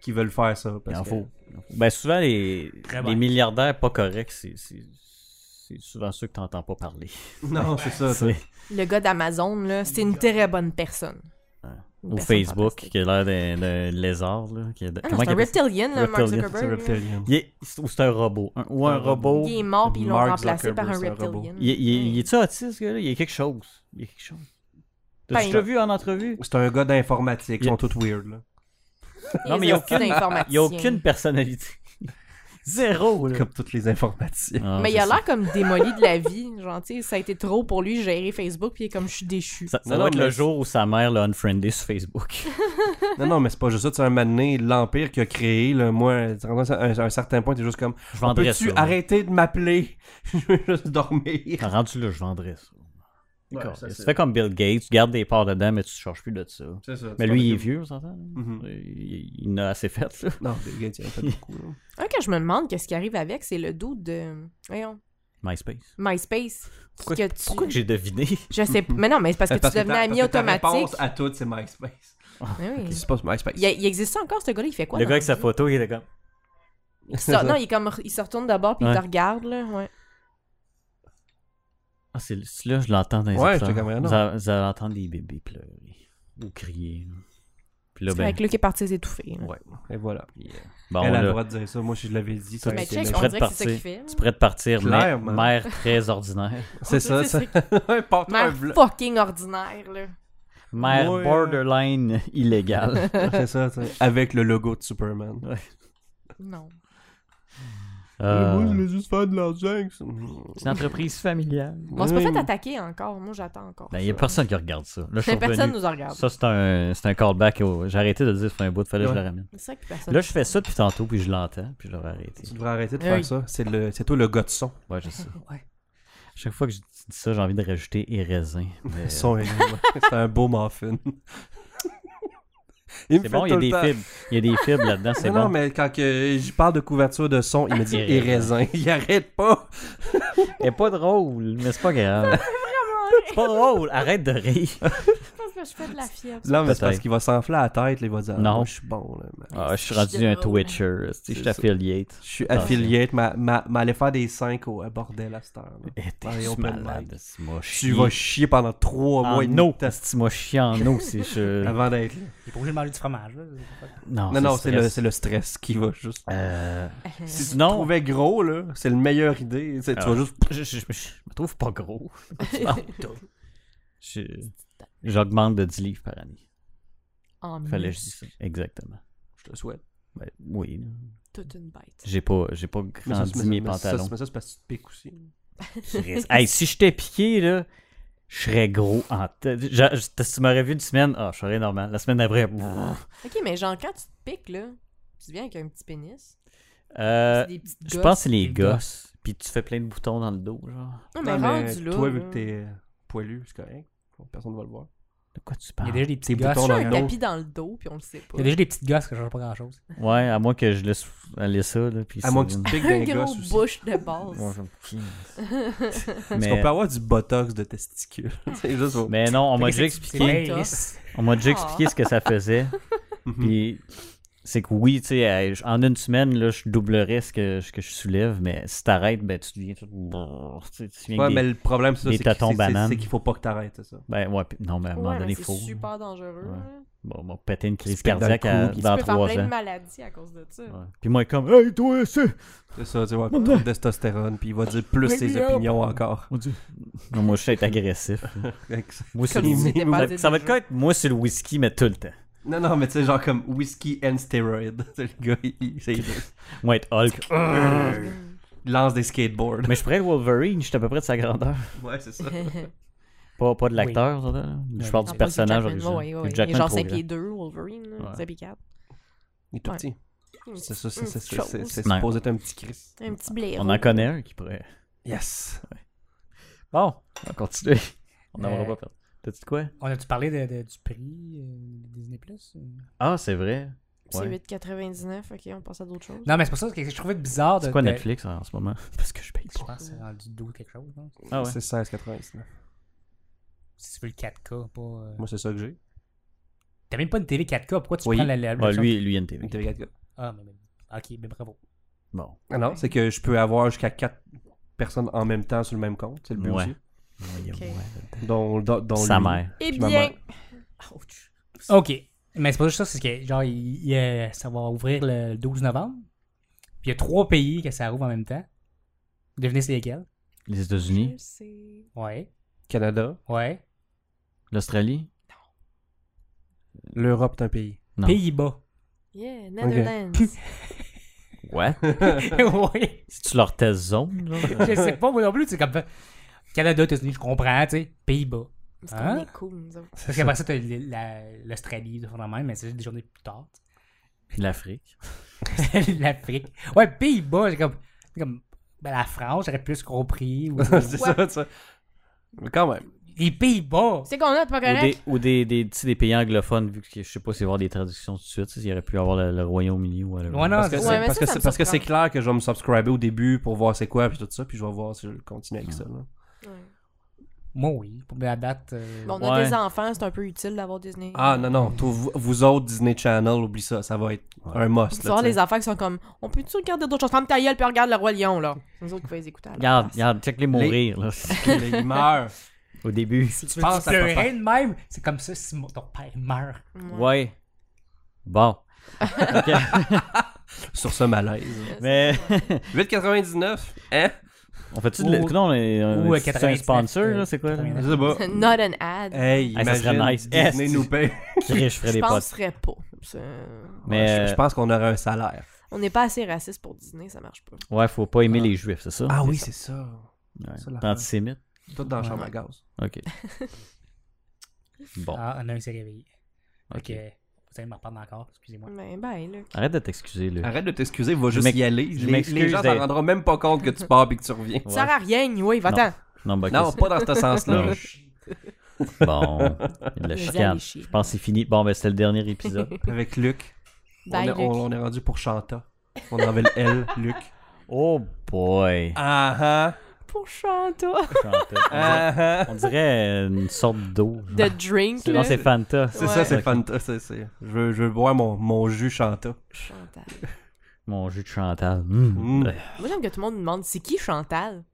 [SPEAKER 2] qui veulent faire ça.
[SPEAKER 1] Il
[SPEAKER 2] Parce
[SPEAKER 1] en
[SPEAKER 2] que-
[SPEAKER 1] faut. Ben, souvent, les,
[SPEAKER 3] Très
[SPEAKER 1] les
[SPEAKER 3] bien.
[SPEAKER 1] milliardaires pas corrects, c'est- c'est c'est souvent ceux que t'entends pas parler.
[SPEAKER 2] *laughs* Non, c'est ça. t'sais.
[SPEAKER 1] C'est-
[SPEAKER 4] Le gars d'Amazon, là, c'est une très bonne personne.
[SPEAKER 1] Ouais.
[SPEAKER 4] Une
[SPEAKER 1] Ou
[SPEAKER 4] personne
[SPEAKER 1] Facebook,
[SPEAKER 4] fantastique.
[SPEAKER 1] qui a l'air d'un d'un lézard. Là, qui a-
[SPEAKER 4] Ah non,
[SPEAKER 1] comment
[SPEAKER 4] c'est un
[SPEAKER 1] il appelle-
[SPEAKER 4] reptilien, là, Mark
[SPEAKER 1] Reptilien,
[SPEAKER 2] C'est
[SPEAKER 4] Zuckerberg. là.
[SPEAKER 2] reptilien.
[SPEAKER 1] Il est- Ou c'est un robot. un- ou un,
[SPEAKER 2] Un
[SPEAKER 1] robot.
[SPEAKER 2] robot.
[SPEAKER 4] Il est mort, puis ils l'ont
[SPEAKER 2] Mark
[SPEAKER 4] remplacé par un
[SPEAKER 2] Zuckerberg, c'est un
[SPEAKER 4] reptilien.
[SPEAKER 1] Il, il- il- il est-tu autiste, ce gars-là? Il y a quelque chose. Il y a quelque chose.
[SPEAKER 4] Ben,
[SPEAKER 1] T'as-tu déjà vu en entrevue?
[SPEAKER 2] C'est un gars d'informatique, ils
[SPEAKER 1] Il-
[SPEAKER 2] sont tous weird, là.
[SPEAKER 4] *laughs*
[SPEAKER 1] Non, mais il y a aucune- Il n'y a aucune personnalité. Zéro, là.
[SPEAKER 2] Comme tous les informaticiens.
[SPEAKER 1] Ah,
[SPEAKER 4] mais il
[SPEAKER 1] c'est
[SPEAKER 4] a
[SPEAKER 1] ça.
[SPEAKER 4] l'air comme démoli de la vie. Genre, tu sais, ça a été trop pour lui gérer Facebook, puis il est comme je suis déçu.
[SPEAKER 1] Ça, ça
[SPEAKER 2] Non,
[SPEAKER 1] doit
[SPEAKER 2] non,
[SPEAKER 1] être
[SPEAKER 2] mais
[SPEAKER 1] le jour où sa mère l'a unfriendé sur
[SPEAKER 4] *laughs*
[SPEAKER 1] Facebook.
[SPEAKER 2] Non, non, mais c'est pas juste ça. Tu sais, un moment donné, l'empire qu'il a créé, là, moi, tu rendu à un, à un certain point, t'es juste comme
[SPEAKER 1] Je vendrais ça.
[SPEAKER 2] Peux-tu
[SPEAKER 1] moi.
[SPEAKER 2] arrêter de m'appeler *laughs* Je veux juste dormir.
[SPEAKER 1] Ah, Rendu là, je vendrais ça. D'accord.
[SPEAKER 2] ça,
[SPEAKER 1] tu
[SPEAKER 2] c'est-
[SPEAKER 1] fais comme Bill Gates, tu gardes des parts dedans, mais tu ne charges plus de ça.
[SPEAKER 2] C'est ça, tu
[SPEAKER 1] Mais
[SPEAKER 2] parles
[SPEAKER 1] lui, il
[SPEAKER 2] de-
[SPEAKER 1] est vieux, on s'entend? là?
[SPEAKER 2] Mhm.
[SPEAKER 1] Il, il en a assez fait, là. *laughs*
[SPEAKER 2] Non, Bill Gates, il en fait beaucoup. là.
[SPEAKER 4] Un que je me demande qu'est-ce qui arrive avec, c'est le doute de. Voyons,
[SPEAKER 1] MySpace.
[SPEAKER 4] MySpace.
[SPEAKER 1] Pourquoi,
[SPEAKER 4] que tu-
[SPEAKER 1] pourquoi que j'ai deviné?
[SPEAKER 4] Je sais pas. Mais non, mais c'est parce que tu devenais
[SPEAKER 2] ta-
[SPEAKER 4] ami
[SPEAKER 2] parce que ta
[SPEAKER 4] automatique.
[SPEAKER 2] réponse à tout,
[SPEAKER 1] *laughs*
[SPEAKER 2] c'est MySpace.
[SPEAKER 4] Mais oui.
[SPEAKER 2] Qu'est-ce qui se passe sur MySpace
[SPEAKER 4] Il, il existe ça encore, ce gars-là? Il fait quoi?
[SPEAKER 1] le
[SPEAKER 4] dans
[SPEAKER 1] gars
[SPEAKER 4] la
[SPEAKER 1] avec sa
[SPEAKER 4] vie?
[SPEAKER 1] photo, il était comme...
[SPEAKER 4] Il sort- non, il, est comme, il se retourne d'abord puis il
[SPEAKER 1] Ouais.
[SPEAKER 4] te regarde, là. Ouais.
[SPEAKER 1] Ah, c'est c'est là, je l'entends dans les
[SPEAKER 2] Ouais,
[SPEAKER 1] écouteurs.
[SPEAKER 2] j'étais comme, non.
[SPEAKER 1] Vous allez- Vous allez entendre des bébés pleurer. Ou crier. là. Puis là,
[SPEAKER 4] C'est
[SPEAKER 1] ben,
[SPEAKER 4] Avec Luc est parti s'étouffer. là.
[SPEAKER 2] Ouais, et voilà.
[SPEAKER 1] euh, bon,
[SPEAKER 2] Elle a le
[SPEAKER 1] là,
[SPEAKER 2] droit de dire ça. Moi, si je l'avais dit, ça aurait
[SPEAKER 4] Mais
[SPEAKER 2] été
[SPEAKER 4] check,
[SPEAKER 2] méchant.
[SPEAKER 4] on
[SPEAKER 1] prêt de
[SPEAKER 4] dirait que c'est ça qu'il
[SPEAKER 1] partir.
[SPEAKER 4] fait.
[SPEAKER 1] tu pourrais te partir, mais
[SPEAKER 2] Clairement.
[SPEAKER 1] mère très ordinaire.
[SPEAKER 2] C'est ça,
[SPEAKER 4] C'est
[SPEAKER 2] ça.
[SPEAKER 4] ça.
[SPEAKER 2] *laughs* Ouais, porte-toi un
[SPEAKER 4] Mère
[SPEAKER 2] vlog.
[SPEAKER 4] fucking ordinaire, là.
[SPEAKER 1] Mère
[SPEAKER 2] Moi, euh,
[SPEAKER 1] borderline
[SPEAKER 4] *laughs*
[SPEAKER 1] illégale.
[SPEAKER 2] C'est ça, tu sais, avec le logo de Superman.
[SPEAKER 4] Non.
[SPEAKER 1] Euh,
[SPEAKER 2] Moi, je voulais juste faire de l'argent. avec ça.
[SPEAKER 1] c'est une entreprise familiale.
[SPEAKER 4] On s'est pas
[SPEAKER 2] Oui,
[SPEAKER 4] fait
[SPEAKER 2] mais-
[SPEAKER 4] attaquer encore. Moi, j'attends encore.
[SPEAKER 1] Ben, Il n'y a
[SPEAKER 4] ça.
[SPEAKER 1] personne qui regarde ça. Là, je suis
[SPEAKER 4] Ben, Mais personne
[SPEAKER 1] revenu.
[SPEAKER 4] nous en regarde.
[SPEAKER 1] Ça, c'est un, c'est un callback. au- J'ai arrêté de le dire sur un bout, fallait que je
[SPEAKER 2] Ouais.
[SPEAKER 1] le ramène.
[SPEAKER 4] C'est ça que personne.
[SPEAKER 1] Là, je fais ça depuis tantôt, puis je l'entends, puis je l'aurais arrêté.
[SPEAKER 2] Tu devrais arrêter de
[SPEAKER 4] Eh Oui.
[SPEAKER 2] faire ça. C'est le- c'est toi le gars de son.
[SPEAKER 1] Ouais,
[SPEAKER 4] *laughs*
[SPEAKER 1] je sais.
[SPEAKER 4] Ouais.
[SPEAKER 1] Chaque fois que je dis ça, j'ai envie de rajouter et raisin.
[SPEAKER 2] *laughs*
[SPEAKER 1] mais-
[SPEAKER 2] Son est- *laughs* C'est un beau muffin. Il me
[SPEAKER 1] C'est
[SPEAKER 2] fait
[SPEAKER 1] bon, il y
[SPEAKER 2] tout
[SPEAKER 1] a
[SPEAKER 2] le
[SPEAKER 1] des
[SPEAKER 2] temps-
[SPEAKER 1] fibres. Il y a des fibres
[SPEAKER 2] *laughs*
[SPEAKER 1] là-dedans, c'est
[SPEAKER 2] Non, non,
[SPEAKER 1] bon. Ah,
[SPEAKER 2] mais quand que je parle de couverture de son, il me dit «
[SPEAKER 1] Et
[SPEAKER 2] et raisin ». *laughs* Il arrête pas.
[SPEAKER 1] Elle est pas drôle, mais c'est pas
[SPEAKER 2] *laughs*
[SPEAKER 1] grave. *laughs* C'est pas drôle, arrête de rire.
[SPEAKER 4] Je pense que je fais de
[SPEAKER 1] *laughs*
[SPEAKER 4] la fièvre.
[SPEAKER 2] Non, mais
[SPEAKER 1] Peut-être.
[SPEAKER 2] c'est parce qu'il va s'enfler à la tête. là, il va dire «
[SPEAKER 1] Non.
[SPEAKER 2] Non, je suis bon. Là, man.
[SPEAKER 1] Ah, je suis
[SPEAKER 4] Je suis
[SPEAKER 1] rendu un
[SPEAKER 4] drôle.
[SPEAKER 1] Twitcher. Je suis
[SPEAKER 2] C'est ça.
[SPEAKER 1] affiliate.
[SPEAKER 2] Je suis
[SPEAKER 1] Ah,
[SPEAKER 2] affiliate. Ma, ma, m'allais faire des 5 au euh, bordel à cette heure. là.
[SPEAKER 1] Eh, T'es
[SPEAKER 2] Ah, et
[SPEAKER 1] juste
[SPEAKER 2] open mic.
[SPEAKER 1] malade. Tu m'as chié.
[SPEAKER 2] Tu vas chier pendant 3 mois et
[SPEAKER 1] en
[SPEAKER 2] demi
[SPEAKER 1] eau.
[SPEAKER 2] de temps
[SPEAKER 1] Tu m'as chié en eau, c'est
[SPEAKER 2] *laughs*
[SPEAKER 1] je...
[SPEAKER 2] avant d'être là.
[SPEAKER 3] Il est pas obligé de manger du fromage. là.
[SPEAKER 1] Non,
[SPEAKER 2] Ah, Non, non, c'est le,
[SPEAKER 1] stress.
[SPEAKER 2] c'est le stress qui va juste...
[SPEAKER 1] Euh,
[SPEAKER 2] Si tu
[SPEAKER 1] Non.
[SPEAKER 2] te trouvais gros, là, c'est la meilleure idée. C'est- Tu
[SPEAKER 1] Ah.
[SPEAKER 2] vas juste...
[SPEAKER 1] je, je- je me trouve pas
[SPEAKER 4] *laughs*
[SPEAKER 1] gros. *laughs* Je- J'augmente de 10 livres par année.
[SPEAKER 4] En
[SPEAKER 1] Fallait que je dise ça. Exactement.
[SPEAKER 2] Je te le souhaite.
[SPEAKER 1] Ben, oui. là.
[SPEAKER 4] toute une bête.
[SPEAKER 1] J'ai pas, j'ai pas
[SPEAKER 2] Mais ça,
[SPEAKER 1] grandi
[SPEAKER 2] c'est- mais
[SPEAKER 1] mes
[SPEAKER 2] ça- mais ça,
[SPEAKER 1] pantalons. *laughs*
[SPEAKER 2] c'est- mais ça, c'est parce que tu te piques aussi.
[SPEAKER 1] Christ. Hey, si je t'ai piqué, là, je serais gros en tête. Je- je- Si tu m'aurais vu une semaine, ah, je serais normal. La semaine d'après, brrr.
[SPEAKER 4] Ok, mais genre, quand tu te piques, là, tu viens avec un petit pénis.
[SPEAKER 1] Euh,
[SPEAKER 4] c'est des petites
[SPEAKER 1] je
[SPEAKER 4] gosses.
[SPEAKER 1] pense que c'est les
[SPEAKER 3] Les
[SPEAKER 1] gosses. Puis tu fais plein de boutons dans le dos, genre.
[SPEAKER 4] Non, mais
[SPEAKER 2] Non, mais
[SPEAKER 4] rendu là.
[SPEAKER 2] Toi, vu
[SPEAKER 4] là.
[SPEAKER 2] que t'es euh, poilu, c'est correct. Personne ne va le voir.
[SPEAKER 1] De quoi tu
[SPEAKER 3] Il y a
[SPEAKER 1] parles?
[SPEAKER 3] déjà des petites
[SPEAKER 2] boutons
[SPEAKER 3] gosses.
[SPEAKER 4] Tu as
[SPEAKER 2] dans
[SPEAKER 4] un
[SPEAKER 2] le dos.
[SPEAKER 4] tapis dans le dos, puis on le sait pas.
[SPEAKER 3] Il y a déjà des petites gosses que je ne pas grand-chose.
[SPEAKER 1] Ouais, à moins que je laisse aller ça, là. Puis
[SPEAKER 2] À
[SPEAKER 1] ça
[SPEAKER 2] moins que tu
[SPEAKER 1] vienne- *laughs*
[SPEAKER 2] *laughs* te piques
[SPEAKER 4] *laughs*
[SPEAKER 2] d'un
[SPEAKER 4] un gros
[SPEAKER 2] gosse aussi.
[SPEAKER 4] bouche de base.
[SPEAKER 1] Moi, je me
[SPEAKER 4] *laughs*
[SPEAKER 1] pique.
[SPEAKER 2] Est-ce
[SPEAKER 1] Mais,
[SPEAKER 2] qu'on peut avoir du botox de testicule? *laughs* c'est juste... au-
[SPEAKER 1] mais non, on m'a déjà
[SPEAKER 3] Fait que c'est-
[SPEAKER 1] expliqué.
[SPEAKER 3] c'est
[SPEAKER 4] Toi.
[SPEAKER 3] lisse.
[SPEAKER 1] On m'a déjà expliqué ce que ça
[SPEAKER 2] *laughs*
[SPEAKER 1] faisait.
[SPEAKER 2] Mhm.
[SPEAKER 1] Puis c'est que oui, tu sais, euh, je- en une semaine, là, je doublerais ce que, ce que je soulève, mais si t'arrêtes, ben tu deviens tout. brrr, tu sais, tu deviens
[SPEAKER 2] Ouais,
[SPEAKER 1] des-
[SPEAKER 2] mais le problème, c'est ça,
[SPEAKER 1] des
[SPEAKER 2] c'est qu'il-
[SPEAKER 1] tâtons
[SPEAKER 2] c'est- c'est-
[SPEAKER 1] bananes.
[SPEAKER 2] c'est qu'il faut pas que t'arrêtes, c'est ça.
[SPEAKER 1] Ben ouais, puis- non, mais à un moment
[SPEAKER 4] Ouais,
[SPEAKER 1] donné,
[SPEAKER 4] mais
[SPEAKER 1] il faut.
[SPEAKER 4] c'est super dangereux.
[SPEAKER 1] Ouais.
[SPEAKER 4] là.
[SPEAKER 1] Bon, on m'a pété une crise
[SPEAKER 2] Tu te piques dans le
[SPEAKER 1] cardiaque à-
[SPEAKER 2] cou, puis
[SPEAKER 1] dans
[SPEAKER 4] tu peux faire
[SPEAKER 1] trois
[SPEAKER 4] plein de
[SPEAKER 1] ans.
[SPEAKER 4] maladies à cause de ça.
[SPEAKER 1] Ouais. Puis moi, comme, hey, toi, c'est.
[SPEAKER 2] C'est ça, tu vois, le testostérone, puis il va dire plus ses opinions encore. *laughs*
[SPEAKER 1] Mon Dieu. Non, moi, je sais être agressif. Moi, c'est
[SPEAKER 4] Comme
[SPEAKER 1] le
[SPEAKER 4] si
[SPEAKER 1] whisky.
[SPEAKER 4] c'était pas
[SPEAKER 1] Ça, ça va être quoi être moi, c'est le whisky, mais tout le temps.
[SPEAKER 2] Non, non, mais tu sais, genre comme whisky and steroid. *laughs* Tu sais, le gars, il, il- c'est-
[SPEAKER 1] Moi, être Hulk.
[SPEAKER 2] il lance des skateboards. *laughs*
[SPEAKER 1] mais je pourrais être Wolverine, je suis à peu près de sa grandeur.
[SPEAKER 2] Ouais, c'est ça.
[SPEAKER 4] *laughs*
[SPEAKER 1] Pas, pas de l'acteur, ça, là. je parle du
[SPEAKER 4] En plus,
[SPEAKER 1] personnage
[SPEAKER 4] Hugh Jackman,
[SPEAKER 1] original.
[SPEAKER 4] ouais, ouais, ouais.
[SPEAKER 1] Hugh
[SPEAKER 4] Il est
[SPEAKER 1] Jackman
[SPEAKER 4] genre
[SPEAKER 1] trop
[SPEAKER 4] 5
[SPEAKER 1] grand.
[SPEAKER 4] pieds 2, Wolverine. là,
[SPEAKER 1] Ouais.
[SPEAKER 4] 5 pieds 4.
[SPEAKER 2] Il est tout
[SPEAKER 4] Ouais.
[SPEAKER 2] petit. C'est ça, c'est
[SPEAKER 4] Une
[SPEAKER 2] c'est- c'est-
[SPEAKER 4] chose.
[SPEAKER 2] c'est- c'est
[SPEAKER 1] Ouais.
[SPEAKER 2] supposé être un petit Chris.
[SPEAKER 4] Un petit blaireau.
[SPEAKER 1] On en connaît un qui pourrait.
[SPEAKER 2] Yes.
[SPEAKER 1] *laughs* Bon, on va continuer. On n'aura
[SPEAKER 3] Euh,
[SPEAKER 1] pas perdu. T'as-tu de quoi?
[SPEAKER 3] On a-tu parlé de, de- du prix euh, de Disney Plus
[SPEAKER 1] Ah, c'est vrai.
[SPEAKER 4] C'est
[SPEAKER 1] Ouais.
[SPEAKER 4] 8,99. Ok, on passe à d'autres choses.
[SPEAKER 3] Non, mais c'est pour ça que je trouvais bizarre de.
[SPEAKER 1] C'est quoi
[SPEAKER 3] de-
[SPEAKER 1] Netflix en, en ce moment? Parce que je paye
[SPEAKER 3] Je
[SPEAKER 1] pas.
[SPEAKER 3] pense que c'est rendu 12 quelque chose. non?
[SPEAKER 1] Ah ouais.
[SPEAKER 2] C'est 16,99.
[SPEAKER 3] Si tu veux le 4K, pas. euh,
[SPEAKER 2] Moi, c'est ça que j'ai.
[SPEAKER 3] T'as même pas une télé 4K, pourquoi tu
[SPEAKER 2] Oui.
[SPEAKER 3] prends la. la
[SPEAKER 1] Ouais,
[SPEAKER 3] l'option-
[SPEAKER 1] Bah, lui, lui, il y a une TV.
[SPEAKER 2] Une télé 4K.
[SPEAKER 3] Ah, mais, mais- ok, mais bravo.
[SPEAKER 1] Bon.
[SPEAKER 2] Ah non, c'est que je peux avoir jusqu'à 4 personnes en même temps sur le même compte. C'est le but
[SPEAKER 1] Ouais.
[SPEAKER 2] aussi.
[SPEAKER 1] Il y a
[SPEAKER 4] Ok.
[SPEAKER 1] moi.
[SPEAKER 2] Dont, dont, dont
[SPEAKER 1] Sa
[SPEAKER 2] lui.
[SPEAKER 1] mère.
[SPEAKER 4] Eh
[SPEAKER 2] Puis ma
[SPEAKER 4] bien.
[SPEAKER 2] mère.
[SPEAKER 4] Ouch.
[SPEAKER 3] Ok. Mais c'est pas juste ça, c'est que, genre, il- il, euh, ça va ouvrir le 12 novembre. Puis il y a trois pays que ça ouvre en même temps. Devinez c'est lesquels
[SPEAKER 1] Les
[SPEAKER 4] Je
[SPEAKER 1] États-Unis,
[SPEAKER 4] sais.
[SPEAKER 3] Ouais.
[SPEAKER 2] Canada.
[SPEAKER 3] Ouais.
[SPEAKER 1] l'Australie.
[SPEAKER 2] L'Europe est un pays. *laughs*
[SPEAKER 1] Non.
[SPEAKER 3] Pays-Bas.
[SPEAKER 4] Yeah, Netherlands.
[SPEAKER 1] What?
[SPEAKER 3] oui.
[SPEAKER 1] C'est-tu leur test zone? genre?
[SPEAKER 3] Je sais pas, moi non plus, c'est comme. Canada, États-Unis, je comprends, tu sais. Pays-Bas.
[SPEAKER 4] Parce qu'on
[SPEAKER 3] Hein?
[SPEAKER 4] est cool, nous autres.
[SPEAKER 3] Parce qu'après ça, t'as l- la- l'Australie, tout ça, même, mais c'est juste des journées plus tard.
[SPEAKER 1] L'Afrique.
[SPEAKER 3] *laughs* L'Afrique. Ouais, Pays-Bas, c'est comme, c'est comme ben, la France, j'aurais plus compris. ou-
[SPEAKER 2] c'est
[SPEAKER 4] Ouais.
[SPEAKER 2] ça, ça. Mais quand même.
[SPEAKER 3] les Pays-Bas.
[SPEAKER 4] C'est qu'on a, t'es pas
[SPEAKER 1] Ou des,
[SPEAKER 4] correct?
[SPEAKER 1] ou des, des, tu sais, des pays anglophones, vu que je sais pas s'il va y avoir des traductions tout de suite. tu sais, Il aurait pu avoir le, le Royaume-Uni ou whatever.
[SPEAKER 3] Ouais, non,
[SPEAKER 2] Parce que
[SPEAKER 3] c'est
[SPEAKER 2] c'est
[SPEAKER 3] ça.
[SPEAKER 4] mais
[SPEAKER 2] parce
[SPEAKER 4] ça,
[SPEAKER 2] que
[SPEAKER 4] ça me
[SPEAKER 2] c'est- parce que c'est
[SPEAKER 4] surprend.
[SPEAKER 2] clair que je vais me subscriber au début pour voir c'est quoi, puis tout ça, puis je vais voir si je continue avec ça. là.
[SPEAKER 4] Ouais.
[SPEAKER 3] Moi, oui. Pour la date. euh,
[SPEAKER 4] Bon, on a
[SPEAKER 1] Ouais.
[SPEAKER 4] des enfants, c'est un peu utile d'avoir Disney.
[SPEAKER 2] Ah non, non, toi, vous, vous autres Disney Channel, oublie ça, ça va être un must.
[SPEAKER 4] Tu
[SPEAKER 2] Là,
[SPEAKER 4] vois
[SPEAKER 2] tu
[SPEAKER 4] les
[SPEAKER 2] sais.
[SPEAKER 4] affaires qui sont comme on peut-tu regarder d'autres choses? Ferme ta gueule puis regarde le Roi Lion là. C'est nous autres qui va les écouter. à la
[SPEAKER 1] Regarde,
[SPEAKER 4] place.
[SPEAKER 1] regarde, check les mourir, là.
[SPEAKER 2] Il
[SPEAKER 4] *laughs*
[SPEAKER 2] meurt.
[SPEAKER 1] Au début.
[SPEAKER 3] tu veux
[SPEAKER 2] penses à
[SPEAKER 3] pleurer de même, c'est comme ça si mon- ton père meurt.
[SPEAKER 4] *laughs*
[SPEAKER 1] Ouais. Bon. Ok.
[SPEAKER 2] Sur ce malaise.
[SPEAKER 1] Mais.
[SPEAKER 2] 8,99 Hein
[SPEAKER 1] On fait-tu de. la-
[SPEAKER 3] Ou-
[SPEAKER 1] Non, on est, on
[SPEAKER 3] ou,
[SPEAKER 1] est-
[SPEAKER 3] euh,
[SPEAKER 1] c'est un
[SPEAKER 3] 99,
[SPEAKER 1] sponsor,
[SPEAKER 3] euh,
[SPEAKER 1] là, c'est quoi? là?
[SPEAKER 3] 89.
[SPEAKER 2] Je sais pas.
[SPEAKER 4] Not an ad.
[SPEAKER 1] Hey,
[SPEAKER 2] Hey,
[SPEAKER 1] ça serait
[SPEAKER 2] imagine
[SPEAKER 1] nice.
[SPEAKER 2] Disney
[SPEAKER 1] Est.
[SPEAKER 2] nous paye.
[SPEAKER 1] Chris, je ferais
[SPEAKER 4] je
[SPEAKER 1] Eh, des potes.
[SPEAKER 4] penserais pas. C'est-
[SPEAKER 1] Mais. euh,
[SPEAKER 2] Ouais, je, je pense qu'on aurait un salaire.
[SPEAKER 4] On n'est pas assez raciste pour Disney, ça marche pas.
[SPEAKER 1] euh, Ouais, faut pas aimer les juifs, c'est ça?
[SPEAKER 2] Ah oui, c'est ça.
[SPEAKER 1] Ouais.
[SPEAKER 2] ça, la-
[SPEAKER 1] T'es antisémite?
[SPEAKER 2] Tout dans la chambre
[SPEAKER 4] Ouais.
[SPEAKER 2] à gaz.
[SPEAKER 1] Ok. Bon.
[SPEAKER 3] Ah, on a un qui s'est réveillé.
[SPEAKER 1] ok.
[SPEAKER 3] Ok. Vous allez me reprendre encore, excusez-moi.
[SPEAKER 4] Ben, ben, Luc.
[SPEAKER 1] Arrête de t'excuser, là.
[SPEAKER 2] Arrête de t'excuser, va juste
[SPEAKER 1] m'ex-
[SPEAKER 2] y aller.
[SPEAKER 1] je
[SPEAKER 2] Les,
[SPEAKER 1] m'excuse
[SPEAKER 2] les gens s'en
[SPEAKER 1] d'être-
[SPEAKER 2] rendront même pas compte que tu pars et que tu reviens.
[SPEAKER 4] Ça sert à rien, oui, va-t'en.
[SPEAKER 1] Non, bah,
[SPEAKER 2] Non, pas dans ce sens-là.
[SPEAKER 1] Non.
[SPEAKER 2] *laughs*
[SPEAKER 1] Bon. Il y a de la
[SPEAKER 4] Vas-y,
[SPEAKER 1] chicane.
[SPEAKER 4] allez chier.
[SPEAKER 1] Je pense que c'est fini. Bon, ben, c'était le dernier
[SPEAKER 2] *laughs*
[SPEAKER 1] épisode.
[SPEAKER 2] Avec Luc.
[SPEAKER 4] Bye,
[SPEAKER 2] on, est, on-
[SPEAKER 4] Luc.
[SPEAKER 2] on est rendu pour Chanta. On enlève le L, Luc.
[SPEAKER 1] Oh boy.
[SPEAKER 2] Ah
[SPEAKER 4] Pour Chantal.
[SPEAKER 1] On
[SPEAKER 2] ah.
[SPEAKER 1] dirait une sorte d'eau.
[SPEAKER 4] De drink,
[SPEAKER 1] Non,
[SPEAKER 4] là.
[SPEAKER 1] c'est Fanta.
[SPEAKER 2] C'est ça, c'est
[SPEAKER 1] Ok.
[SPEAKER 2] Fanta. c'est- c'est- Je, veux, je veux boire mon, mon jus Chanta.
[SPEAKER 4] Chantal.
[SPEAKER 1] Mon jus de Chantal. Mm.
[SPEAKER 2] Mm.
[SPEAKER 4] Moi, j'aime que tout le monde me demande c'est qui Chantal?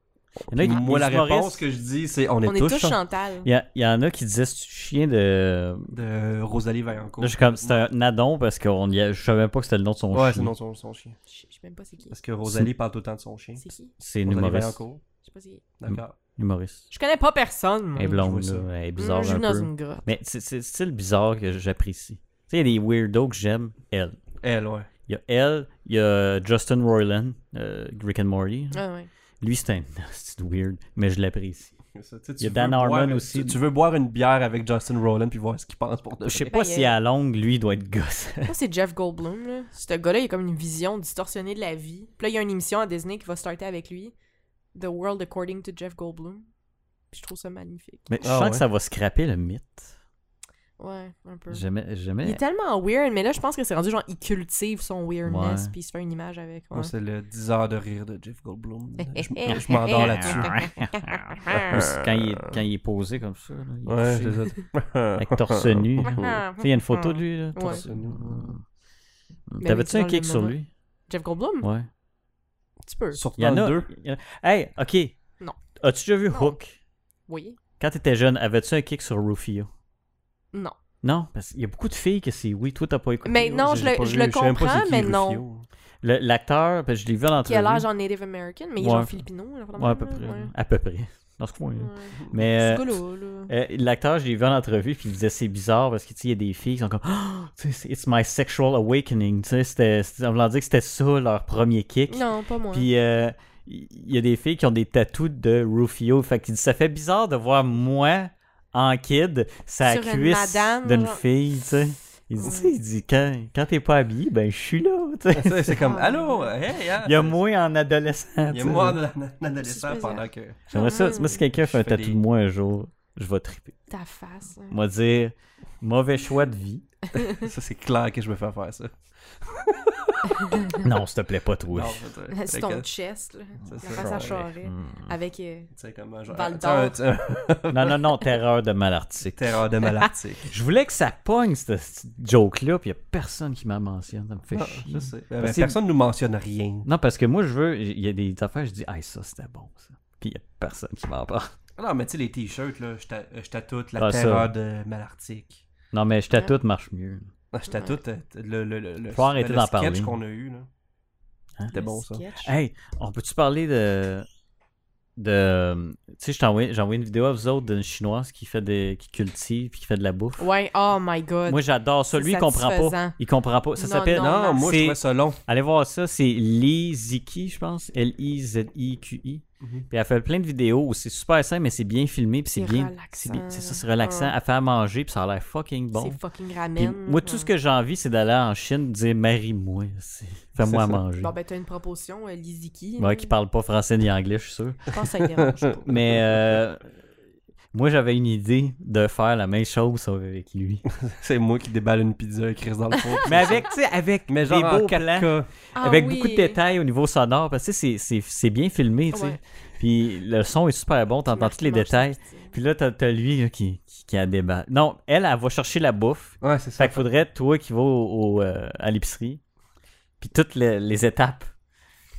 [SPEAKER 1] Il y en a qui-
[SPEAKER 2] Moi,
[SPEAKER 1] les
[SPEAKER 2] la
[SPEAKER 1] humoristes-
[SPEAKER 2] réponse que je dis, c'est on est,
[SPEAKER 4] On est tous Chantal.
[SPEAKER 1] Il y, a- il y en a qui disaient c'est du chien de.
[SPEAKER 2] De Rosalie Vaillancourt.
[SPEAKER 1] Là, je suis comme. C'est un adon parce que je savais pas que c'était le nom de son
[SPEAKER 2] Ouais, c'est
[SPEAKER 1] chien.
[SPEAKER 2] non son, son chien.
[SPEAKER 4] Je je sais même pas c'est qui.
[SPEAKER 2] Parce que Rosalie parle tout le temps de son chien.
[SPEAKER 4] C'est qui?
[SPEAKER 1] C'est une
[SPEAKER 2] Rosalie
[SPEAKER 1] humoriste.
[SPEAKER 2] Vaillancourt.
[SPEAKER 4] Je sais pas c'est qui.
[SPEAKER 2] D'accord.
[SPEAKER 1] humoriste.
[SPEAKER 4] Je connais pas personne. moi.
[SPEAKER 1] Elle est blonde,
[SPEAKER 2] Mhm, je vois
[SPEAKER 1] là. Elle est
[SPEAKER 4] Moi,
[SPEAKER 1] bizarre
[SPEAKER 4] Mhm, Je
[SPEAKER 1] un
[SPEAKER 4] joue dans
[SPEAKER 1] peu.
[SPEAKER 4] une grotte.
[SPEAKER 1] Mais c'est c'est le style bizarre que j'apprécie. Tu sais, il y a des weirdos que j'aime. Elle.
[SPEAKER 2] Elle, ouais.
[SPEAKER 1] Il y a elle, il y a Justin Roiland, euh, Rick and Morty.
[SPEAKER 4] Ah, ouais.
[SPEAKER 1] Lui, c'est un. *laughs* C'est weird, mais je l'apprécie.
[SPEAKER 2] Ça, tu sais, tu
[SPEAKER 1] Il y a
[SPEAKER 2] veux
[SPEAKER 1] Dan
[SPEAKER 2] boire-
[SPEAKER 1] Harmon
[SPEAKER 2] tu-
[SPEAKER 1] aussi.
[SPEAKER 2] Tu, veux boire une bière avec Justin Rowland puis voir ce qu'il pense pour de
[SPEAKER 1] Je sais
[SPEAKER 2] vrai.
[SPEAKER 1] pas
[SPEAKER 4] Ben,
[SPEAKER 1] si
[SPEAKER 4] il-
[SPEAKER 1] à longue, lui, il doit être gosse. *laughs*
[SPEAKER 4] Moi, c'est Jeff Goldblum, là. Ce gars-là, il a comme une vision distorsionnée de la vie. Puis là, il y a une émission à Disney qui va starter avec lui. The World According to Jeff Goldblum. Puis je trouve ça magnifique.
[SPEAKER 1] Mais je
[SPEAKER 2] Ah,
[SPEAKER 1] sens
[SPEAKER 2] ouais.
[SPEAKER 1] que ça va scraper le mythe.
[SPEAKER 4] Ouais, un peu.
[SPEAKER 1] Jamais.
[SPEAKER 4] Il
[SPEAKER 1] jamais...
[SPEAKER 4] est tellement weird, mais là, je pense que c'est rendu genre, il cultive son weirdness,
[SPEAKER 1] Ouais.
[SPEAKER 4] puis il se fait une image avec.
[SPEAKER 2] Moi,
[SPEAKER 4] Ouais.
[SPEAKER 1] *laughs*
[SPEAKER 2] c'est le 10 heures de rire de Jeff
[SPEAKER 4] *laughs*
[SPEAKER 2] Goldblum. Je, je
[SPEAKER 1] *laughs*
[SPEAKER 2] m'endors là-dessus.
[SPEAKER 1] Quand il, est, quand il est posé comme ça, là, il est
[SPEAKER 2] Ouais,
[SPEAKER 1] couché,
[SPEAKER 2] c'est
[SPEAKER 1] *laughs*
[SPEAKER 2] ça.
[SPEAKER 1] avec torse nu. Tu sais, il y a une photo de lui. là,
[SPEAKER 4] Ah, Ouais.
[SPEAKER 1] torse nu.
[SPEAKER 4] oui,
[SPEAKER 1] T'avais-tu
[SPEAKER 4] c'est
[SPEAKER 1] un
[SPEAKER 4] dans le
[SPEAKER 1] kick sur
[SPEAKER 4] moment.
[SPEAKER 1] lui?
[SPEAKER 4] *laughs* Jeff Goldblum?
[SPEAKER 1] Ouais.
[SPEAKER 4] Tu peux.
[SPEAKER 2] Surtout
[SPEAKER 1] Il y en
[SPEAKER 2] dans
[SPEAKER 1] a
[SPEAKER 2] le deux.
[SPEAKER 1] il y en a- Hey, ok.
[SPEAKER 4] Non.
[SPEAKER 1] As-tu déjà vu
[SPEAKER 4] Non.
[SPEAKER 1] Hook?
[SPEAKER 4] Oui.
[SPEAKER 1] Quand t'étais jeune, avais-tu un kick sur Rufio?
[SPEAKER 4] Non.
[SPEAKER 1] Non, parce qu'il y a beaucoup de filles que c'est oui, toi t'as pas écouté.
[SPEAKER 4] Mais non,
[SPEAKER 2] J'ai
[SPEAKER 4] je
[SPEAKER 2] pas
[SPEAKER 4] le, je
[SPEAKER 2] vu,
[SPEAKER 4] le
[SPEAKER 2] sais même pas
[SPEAKER 4] comprends,
[SPEAKER 2] c'est qui,
[SPEAKER 4] mais
[SPEAKER 2] Rufio.
[SPEAKER 4] non.
[SPEAKER 1] Le- L'acteur, parce que je l'ai vu à
[SPEAKER 4] Qui a l'air
[SPEAKER 1] l'entrevue.
[SPEAKER 4] genre Native American, mais il est
[SPEAKER 1] Ouais.
[SPEAKER 4] genre filipino. là, vraiment,
[SPEAKER 1] Ouais, à peu
[SPEAKER 4] là,
[SPEAKER 1] près.
[SPEAKER 4] ouais.
[SPEAKER 1] À peu près. Dans ce coin. là.
[SPEAKER 4] Ouais.
[SPEAKER 1] Mais
[SPEAKER 4] C'est
[SPEAKER 1] euh,
[SPEAKER 4] golo, là.
[SPEAKER 1] euh, l'acteur, je l'ai vu en entrevue, puis il disait c'est bizarre parce que tu sais, il y a des filles qui sont comme *gasps* Ah, tu sais, c'est- It's my sexual awakening. Tu sais, c'était- c'était- on voulait dire que c'était ça leur premier kick.
[SPEAKER 4] Non, pas moi.
[SPEAKER 1] Puis euh, il y y a des filles qui ont des tatous de Rufio. Fait qu'il dit, ça fait bizarre de voir moi en kid, ça
[SPEAKER 4] Sur une
[SPEAKER 1] cuisse
[SPEAKER 4] madame,
[SPEAKER 1] d'une
[SPEAKER 4] genre.
[SPEAKER 1] fille, tu sais. Il dit,
[SPEAKER 4] Ouais.
[SPEAKER 1] tu sais, il dit quand, quand t'es pas habillé, ben je suis là, tu sais.
[SPEAKER 2] *laughs* Ça, C'est
[SPEAKER 4] *laughs*
[SPEAKER 2] comme, allô, hey, hein,
[SPEAKER 1] Il y a moi en adolescent.
[SPEAKER 2] il y a
[SPEAKER 1] tu sais.
[SPEAKER 2] moi, en- en adolescent
[SPEAKER 4] Suspension.
[SPEAKER 2] pendant que.
[SPEAKER 4] *laughs*
[SPEAKER 1] J'aimerais ça. Moi, si quelqu'un fait un
[SPEAKER 2] Je fais
[SPEAKER 1] tatou
[SPEAKER 2] des-
[SPEAKER 1] de moi un jour, je vais triper.
[SPEAKER 4] Ta face. hein. *laughs*
[SPEAKER 1] Moi dire mauvais choix de vie.
[SPEAKER 2] Ça, c'est clair que je me fais faire ça.
[SPEAKER 1] non, s'il te plaît pas toi.
[SPEAKER 2] Non, c'est-
[SPEAKER 4] Là,
[SPEAKER 2] c'est-
[SPEAKER 4] C'est ton chest, là.
[SPEAKER 2] c'est-
[SPEAKER 4] La
[SPEAKER 2] c'est-
[SPEAKER 4] face à
[SPEAKER 2] ouais.
[SPEAKER 4] charret.
[SPEAKER 1] Mm.
[SPEAKER 4] Avec. euh,
[SPEAKER 2] Tu sais, comme un genre.
[SPEAKER 4] Val
[SPEAKER 2] tu sais, un- tu sais, un
[SPEAKER 1] Hmm. Non, non, non, terreur de malartic.
[SPEAKER 2] Terreur
[SPEAKER 1] *laughs*
[SPEAKER 2] de malartic.
[SPEAKER 1] Je voulais que ça pogne cette cette joke-là, puis y a personne qui m'a mentionné. Ça me fait
[SPEAKER 2] Non,
[SPEAKER 1] chier.
[SPEAKER 2] je sais.
[SPEAKER 1] Parce
[SPEAKER 2] Ben,
[SPEAKER 1] que-
[SPEAKER 2] personne nous mentionne rien.
[SPEAKER 1] Non, parce que moi, je veux. Il y a des affaires, je dis, ah, ça, c'était bon, ça. Puis il n'y a personne qui m'en parle.
[SPEAKER 2] Non, mais tu sais, les t-shirts, là, je t'a- euh, je t'attute la
[SPEAKER 1] Ah, ça.
[SPEAKER 2] terreur de Malartic.
[SPEAKER 1] Non, mais je tout marche mieux.
[SPEAKER 2] Ah, Je t'attute euh, le, le, le, le,
[SPEAKER 1] Faut arrêter
[SPEAKER 2] le
[SPEAKER 1] d'en
[SPEAKER 2] sketch
[SPEAKER 1] parler.
[SPEAKER 2] qu'on a eu. là.
[SPEAKER 1] Hein?
[SPEAKER 2] C'était bon, ça.
[SPEAKER 4] sketch.
[SPEAKER 1] Hey, on peut-tu parler de. de. Tu sais, je t'ai envoyé- j'ai envoyé une vidéo à vous autres d'une chinoise qui fait des. qui cultive puis qui fait de la bouffe.
[SPEAKER 4] Ouais, oh my god.
[SPEAKER 1] Moi, j'adore ça.
[SPEAKER 4] c'est
[SPEAKER 1] Lui, il comprend pas.
[SPEAKER 4] satisfaisant.
[SPEAKER 1] Il comprend pas. Ça
[SPEAKER 4] Non,
[SPEAKER 1] s'appelle.
[SPEAKER 2] Non,
[SPEAKER 4] non,
[SPEAKER 2] Ah, moi,
[SPEAKER 1] c'est-
[SPEAKER 2] je trouvais ça long. *laughs*
[SPEAKER 1] Allez voir ça, c'est Lee Ziki, je pense. L-I-Z-I-Q-I.
[SPEAKER 2] Mhm.
[SPEAKER 1] Puis elle fait plein de vidéos où c'est super simple, mais c'est bien filmé, puis c'est
[SPEAKER 4] C'est
[SPEAKER 1] bien.
[SPEAKER 4] relaxant.
[SPEAKER 1] C'est bien- c'est ça, c'est relaxant.
[SPEAKER 4] Ouais.
[SPEAKER 1] Elle fait à manger, puis ça a l'air fucking bon.
[SPEAKER 4] C'est fucking
[SPEAKER 1] Puis
[SPEAKER 4] ramen.
[SPEAKER 1] moi, tout ce que j'ai envie, c'est d'aller en Chine, dire marie-moi. euh. c'est- ben, Fais-moi
[SPEAKER 2] C'est
[SPEAKER 1] à
[SPEAKER 2] ça.
[SPEAKER 1] manger.
[SPEAKER 4] Bon, ben, t'as une proposition, euh, Liziki.
[SPEAKER 1] Ouais, qui parle pas français ni anglais, je suis sûr.
[SPEAKER 4] Je pense que ça
[SPEAKER 1] *laughs*
[SPEAKER 4] le dérange pas.
[SPEAKER 1] Mais euh, *laughs* moi, j'avais une idée de faire la même chose avec lui.
[SPEAKER 2] C'est moi qui déballe une pizza et crise dans le pot.
[SPEAKER 1] Mais avec, tu sais, *laughs* avec
[SPEAKER 2] Mais
[SPEAKER 1] des
[SPEAKER 2] genre en
[SPEAKER 1] beaux
[SPEAKER 2] 4K.
[SPEAKER 1] plans,
[SPEAKER 4] Ah
[SPEAKER 1] avec beaucoup de détails au niveau sonore, parce que tu sais, c'est- c'est c'est bien filmé, tu sais.
[SPEAKER 4] Ouais.
[SPEAKER 1] Puis le son est super bon, t'entends tous les détails. Puis là, t'as t'as lui là, qui, qui, qui a débat. Non, elle, elle va chercher la bouffe.
[SPEAKER 2] Ouais, c'est
[SPEAKER 1] Fait
[SPEAKER 2] ça.
[SPEAKER 1] qu'il faudrait, toi qui vas au, au, euh, à l'épicerie, puis toutes les, les étapes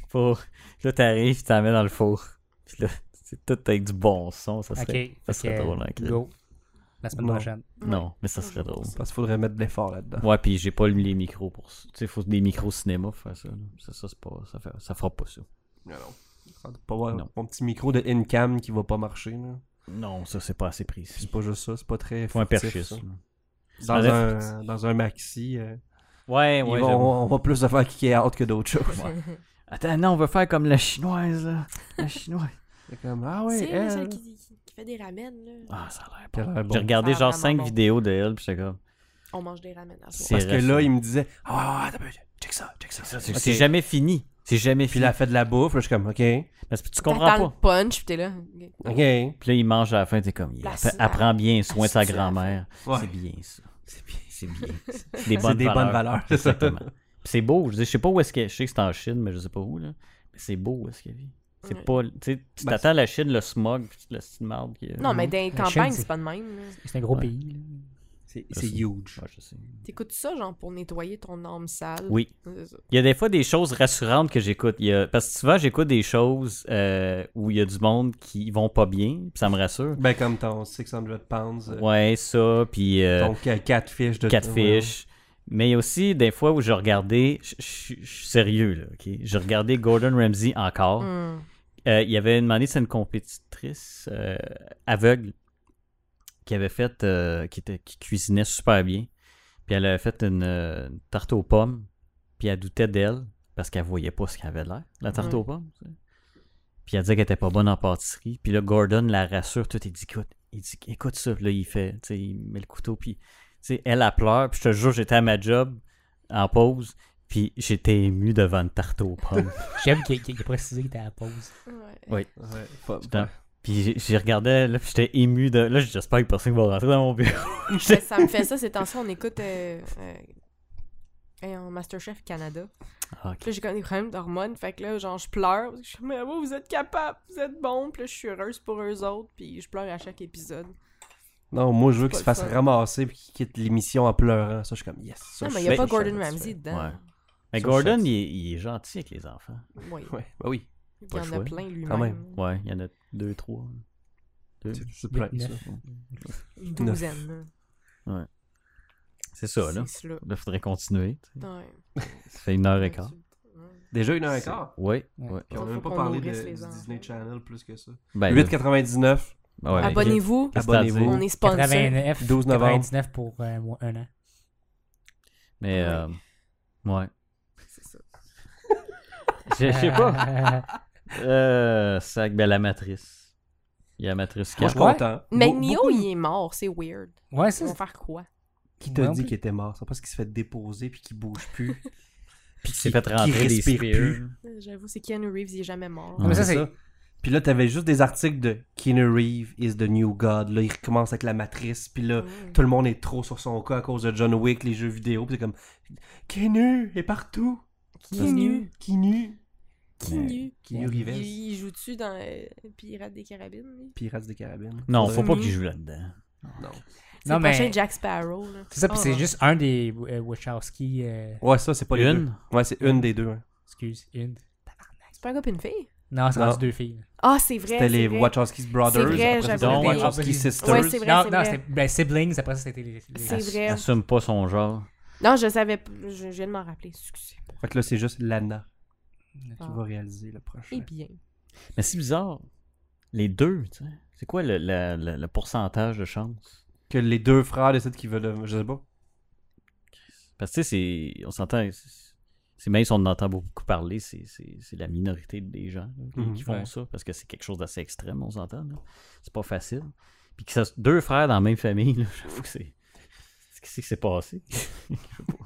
[SPEAKER 1] pour... Là, t'arrives, tu t'en mets dans le four. Puis là, c'est tout avec du bon son, ça
[SPEAKER 3] Ok.
[SPEAKER 1] serait... ça serait
[SPEAKER 3] fait que,
[SPEAKER 1] drôle, hein, Chris.
[SPEAKER 3] Go. La semaine
[SPEAKER 2] Non.
[SPEAKER 3] prochaine.
[SPEAKER 1] Non, mais ça serait drôle.
[SPEAKER 2] Parce qu'il faudrait mettre de l'effort là-dedans.
[SPEAKER 1] Ouais, puis j'ai pas les micros pour ça. Tu sais, faut des micros cinéma pour faire ça. là. Ça, ça, c'est pas... ça, fait- ça fera pas ça.
[SPEAKER 2] Non, non. Ça doit Pas voir
[SPEAKER 1] Non.
[SPEAKER 2] mon petit micro de in-cam qui va pas marcher. là.
[SPEAKER 1] Non, ça, c'est pas assez
[SPEAKER 2] Puis C'est
[SPEAKER 1] précis.
[SPEAKER 2] pas juste ça, c'est pas très.
[SPEAKER 1] Faut un
[SPEAKER 2] furtif,
[SPEAKER 1] perchiste.
[SPEAKER 2] ça.
[SPEAKER 1] là.
[SPEAKER 2] Dans
[SPEAKER 1] Enlève-
[SPEAKER 2] un, dans un maxi, euh,
[SPEAKER 1] Ouais,
[SPEAKER 2] ils
[SPEAKER 1] ouais,
[SPEAKER 2] vont-
[SPEAKER 1] j'avoue.
[SPEAKER 2] on va plus de faire kicker out que d'autres choses.
[SPEAKER 1] Attends, non, on veut faire comme la chinoise, là. *laughs* La chinoise.
[SPEAKER 2] C'est comme, ah
[SPEAKER 4] C'est
[SPEAKER 2] ouais, elle.
[SPEAKER 4] celle qui, qui fait des ramen, là.
[SPEAKER 1] Ah, ça a l'air
[SPEAKER 2] Ça a
[SPEAKER 1] bon.
[SPEAKER 2] l'air bon.
[SPEAKER 1] J'ai regardé
[SPEAKER 4] Ça a
[SPEAKER 1] genre
[SPEAKER 4] vraiment
[SPEAKER 1] 5
[SPEAKER 4] bon.
[SPEAKER 1] vidéos de elle, puis j'étais comme.
[SPEAKER 4] On mange des ramen à
[SPEAKER 1] C'est
[SPEAKER 2] Parce que
[SPEAKER 1] reste-
[SPEAKER 2] là, il me disait, ah ouais, ouais, ouais, attends, un peu, check ça, check ça.
[SPEAKER 1] Ah, C'est
[SPEAKER 2] Ok.
[SPEAKER 1] c'est jamais fini. C'est jamais
[SPEAKER 2] Puis
[SPEAKER 1] fini.
[SPEAKER 2] là, elle fait de la bouffe, là, je suis comme, ok,
[SPEAKER 1] Parce que tu comprends
[SPEAKER 4] T'attends le
[SPEAKER 1] pas.
[SPEAKER 4] punch, pis t'es là.
[SPEAKER 2] ok. Ouais.
[SPEAKER 1] Puis là, il mange à la fin, t'es comme. Il
[SPEAKER 4] La
[SPEAKER 1] fait-
[SPEAKER 4] snack.
[SPEAKER 1] elle prend bien soin de sa
[SPEAKER 4] Ah, c'est
[SPEAKER 1] grand-mère. C'est bien, ça. C'est
[SPEAKER 2] *laughs*
[SPEAKER 1] bien. C'est des bonnes
[SPEAKER 2] des
[SPEAKER 1] valeurs.
[SPEAKER 2] bonnes valeurs, c'est ça.
[SPEAKER 1] Exactement. Puis c'est beau. Je, dis, je sais pas où est-ce qu'elle. Je sais que c'est en Chine, mais je sais pas où, là. Mais c'est beau où est-ce qu'elle vit. C'est
[SPEAKER 4] Ouais.
[SPEAKER 1] pas. Tu sais, tu
[SPEAKER 2] Ben,
[SPEAKER 1] t'attends à la Chine, le smog, puis le style marde qu'il y a.
[SPEAKER 4] Non, mais dans les
[SPEAKER 3] La
[SPEAKER 4] campagnes,
[SPEAKER 3] chaîne,
[SPEAKER 4] c'est
[SPEAKER 3] c'est-
[SPEAKER 4] pas de même. là.
[SPEAKER 3] C'est un gros
[SPEAKER 1] Ouais.
[SPEAKER 3] pays. là.
[SPEAKER 2] C'est
[SPEAKER 1] Ça,
[SPEAKER 2] c'est
[SPEAKER 1] c'est-
[SPEAKER 2] huge.
[SPEAKER 1] Ouais, je sais.
[SPEAKER 4] T'écoutes ça, genre, pour nettoyer ton âme sale.
[SPEAKER 1] Oui.
[SPEAKER 4] C'est ça.
[SPEAKER 1] Il y a des fois des choses rassurantes que j'écoute. Il y a- Parce que souvent, j'écoute des choses euh, où il y a du monde qui vont pas bien, puis ça me rassure.
[SPEAKER 2] Ben, comme ton 600 pounds, euh,
[SPEAKER 1] Ouais, ça, puis euh,
[SPEAKER 2] donc euh, quatre fiches de
[SPEAKER 1] quatre fiches. Mais il y a aussi des fois où je regardais, je je- je suis sérieux, là, OK? Je regardais Gordon Ramsay encore.
[SPEAKER 4] Hum.
[SPEAKER 1] Euh, il y avait une année, c'est une compétitrice euh, aveugle qui avait fait, euh, qui, était, qui cuisinait super bien. Puis elle avait fait une, euh, une tarte aux pommes, puis elle doutait d'elle parce qu'elle voyait pas ce qu'elle avait de l'air, la tarte
[SPEAKER 4] Mm.
[SPEAKER 1] aux pommes. tu sais. Puis elle disait qu'elle était pas bonne en pâtisserie. Puis là, Gordon la rassure, tout, il dit écoute, il dit, écoute ça. Puis là, il fait, tu sais, il met le couteau, puis tu sais, elle, elle pleure. Puis je te jure, j'étais à ma job en pause, puis j'étais ému devant une tarte aux pommes.
[SPEAKER 3] J'aime qu'il qu'il- qu'il a précisé qu'il était à la pause.
[SPEAKER 4] Ouais.
[SPEAKER 1] Ouais.
[SPEAKER 2] Ouais, pas-
[SPEAKER 1] Putain. Puis j'ai- j'y regardais, là, puis j'étais ému de. Là, j'espère que personne va rentrer dans mon
[SPEAKER 2] *laughs*
[SPEAKER 1] bureau.
[SPEAKER 4] Mais ça me fait ça, ces temps-ci, on écoute euh, euh, hey, en Masterchef Canada.
[SPEAKER 1] Ah,
[SPEAKER 4] Puis là, j'ai comme des problèmes d'hormones, fait que là, genre, je pleure. parce que Je suis comme, mais vous, vous êtes capables, vous êtes bons. Puis là, je suis heureuse pour eux autres, puis je pleure à chaque épisode.
[SPEAKER 2] Non, moi, je veux qu'il
[SPEAKER 4] C'est
[SPEAKER 2] se
[SPEAKER 4] pas
[SPEAKER 2] fasse
[SPEAKER 4] le fun.
[SPEAKER 2] ramasser puis qu'il quitte l'émission en pleurant. Ça, je suis comme, yes. ça,
[SPEAKER 4] non,
[SPEAKER 2] je
[SPEAKER 4] mais il
[SPEAKER 2] suis
[SPEAKER 4] a pas
[SPEAKER 2] satisfait.
[SPEAKER 4] Gordon Ramsay dedans.
[SPEAKER 1] Mais
[SPEAKER 2] Ça,
[SPEAKER 1] Gordon,
[SPEAKER 2] je
[SPEAKER 1] il
[SPEAKER 2] sais.
[SPEAKER 1] est, il est gentil avec les enfants.
[SPEAKER 4] Oui.
[SPEAKER 2] *laughs* Ouais, bah oui.
[SPEAKER 4] Il
[SPEAKER 1] Pas
[SPEAKER 4] y
[SPEAKER 1] le
[SPEAKER 4] en a
[SPEAKER 1] choix.
[SPEAKER 4] plein
[SPEAKER 2] Quand
[SPEAKER 4] lui-même.
[SPEAKER 1] Ouais, il y en a deux, trois. Deux.
[SPEAKER 2] C'est- C'est plein,
[SPEAKER 3] Neuf.
[SPEAKER 2] ça.
[SPEAKER 4] Une douzaine.
[SPEAKER 1] C'est ça, là.
[SPEAKER 4] C'est cela.
[SPEAKER 1] Là, faudrait continuer. tu sais.
[SPEAKER 4] Ouais.
[SPEAKER 1] Ça fait une heure et quart.
[SPEAKER 2] Déjà une heure et quart.
[SPEAKER 1] Oui,
[SPEAKER 3] Ouais.
[SPEAKER 1] oui.
[SPEAKER 2] Puis on
[SPEAKER 4] Faut
[SPEAKER 2] n'a même
[SPEAKER 4] qu'on
[SPEAKER 2] pas parlé de,
[SPEAKER 4] nourrisse les
[SPEAKER 2] du
[SPEAKER 4] enfants.
[SPEAKER 2] Disney Channel plus que ça.
[SPEAKER 1] Ben, là,
[SPEAKER 2] 8,99.
[SPEAKER 1] ah ouais, mais-
[SPEAKER 4] Abonnez-vous.
[SPEAKER 1] Qu'est-ce que t'as à dire?
[SPEAKER 2] Abonnez-vous.
[SPEAKER 4] On est sponsor.
[SPEAKER 3] 89,
[SPEAKER 2] 12 novembre.
[SPEAKER 3] 99 pour euh, moi, un an.
[SPEAKER 1] Mais, euh, ouais.
[SPEAKER 4] C'est ça.
[SPEAKER 1] Je je sais
[SPEAKER 2] *laughs*
[SPEAKER 1] pas. Euh, sac, ben, la matrice. Il y a la matrice
[SPEAKER 2] Moi, je suis
[SPEAKER 3] Ouais.
[SPEAKER 2] content.
[SPEAKER 4] Mais
[SPEAKER 2] Be-
[SPEAKER 4] Neo,
[SPEAKER 2] beaucoup de-
[SPEAKER 4] il est mort, c'est weird.
[SPEAKER 3] *laughs* Ouais,
[SPEAKER 4] Ils
[SPEAKER 3] ça.
[SPEAKER 4] vont faire quoi?
[SPEAKER 2] Qui t'a
[SPEAKER 3] Ouais,
[SPEAKER 2] dit
[SPEAKER 3] en plus.
[SPEAKER 2] qu'il était mort? C'est parce qu'il se fait déposer puis qu'il bouge plus.
[SPEAKER 1] *laughs* Puis
[SPEAKER 2] qui-
[SPEAKER 1] s'est fait
[SPEAKER 2] qui
[SPEAKER 1] rentrer des
[SPEAKER 2] respire
[SPEAKER 1] spears.
[SPEAKER 2] plus.
[SPEAKER 4] J'avoue, c'est Keanu Reeves, il est jamais mort.
[SPEAKER 3] Non, mais ça,
[SPEAKER 2] C'est
[SPEAKER 3] c'est.
[SPEAKER 2] ça. Puis là, t'avais juste des articles de Keanu Reeves is the new god. Là, il recommence avec la matrice. Puis là,
[SPEAKER 4] Mm.
[SPEAKER 2] tout le monde est trop sur son cas à cause de John Wick, les jeux vidéo. Puis c'est comme Keanu est partout.
[SPEAKER 4] Keanu.
[SPEAKER 2] Keanu.
[SPEAKER 4] Keanu.
[SPEAKER 2] Keanu
[SPEAKER 4] Il,
[SPEAKER 2] Reeves.
[SPEAKER 4] il joue-tu dans euh, Pirates des Carabines? lui?
[SPEAKER 2] Pirates des Carabines.
[SPEAKER 1] Non,
[SPEAKER 2] Ouais.
[SPEAKER 1] faut pas qu'il joue là-dedans.
[SPEAKER 2] Non.
[SPEAKER 4] C'est
[SPEAKER 3] Non,
[SPEAKER 4] le
[SPEAKER 3] mais.
[SPEAKER 4] prochain Jack Sparrow. là.
[SPEAKER 3] C'est ça, puis
[SPEAKER 4] Oh,
[SPEAKER 3] c'est
[SPEAKER 4] non.
[SPEAKER 3] juste un des euh, Wachowski. euh,
[SPEAKER 2] Ouais, ça, c'est pas les deux.
[SPEAKER 1] Une?
[SPEAKER 2] Ouais, c'est une des deux. hein.
[SPEAKER 3] excuse, une.
[SPEAKER 4] C'est pas un gars et une fille?
[SPEAKER 3] Non, c'est
[SPEAKER 2] Non.
[SPEAKER 3] rendu deux filles.
[SPEAKER 4] Ah, c'est vrai.
[SPEAKER 2] C'était
[SPEAKER 4] c'est
[SPEAKER 2] les
[SPEAKER 4] vrai.
[SPEAKER 2] Wachowski's Brothers.
[SPEAKER 4] C'est vrai,
[SPEAKER 2] après, c'était
[SPEAKER 1] j'avais
[SPEAKER 2] les
[SPEAKER 1] oublié.
[SPEAKER 2] Wachowski Sisters.
[SPEAKER 4] Ouais, c'est vrai,
[SPEAKER 3] non,
[SPEAKER 4] c'est
[SPEAKER 3] non,
[SPEAKER 4] vrai.
[SPEAKER 3] c'était ben, siblings, après ça, c'était les. les-
[SPEAKER 4] C'est
[SPEAKER 1] Ass-
[SPEAKER 4] vrai.
[SPEAKER 1] Assume pas son genre.
[SPEAKER 4] Non, je savais. p- Je, je viens de m'en rappeler. Excusez.
[SPEAKER 2] Fait que là, c'est juste Lana qui
[SPEAKER 4] Ah.
[SPEAKER 2] va réaliser le prochain.
[SPEAKER 4] Eh bien.
[SPEAKER 1] Mais c'est bizarre. Les deux, tu sais. C'est quoi le, la- la- le pourcentage de chance?
[SPEAKER 2] Que les deux frères décident qu'ils veulent. euh, Je sais pas.
[SPEAKER 1] Parce que tu sais, c'est- on s'entend, c'est- c'est même si on en entend beaucoup parler, c'est c'est- c'est la minorité des gens là, qui,
[SPEAKER 2] Mhm.
[SPEAKER 1] qui font
[SPEAKER 3] Ouais.
[SPEAKER 1] ça, parce que c'est quelque chose d'assez extrême, on s'entend. là. C'est pas facile. Puis que ça, deux frères dans la même famille, là, *laughs* j'avoue que c'est... Qu'est-ce qui s'est passé? *laughs* Je sais pas.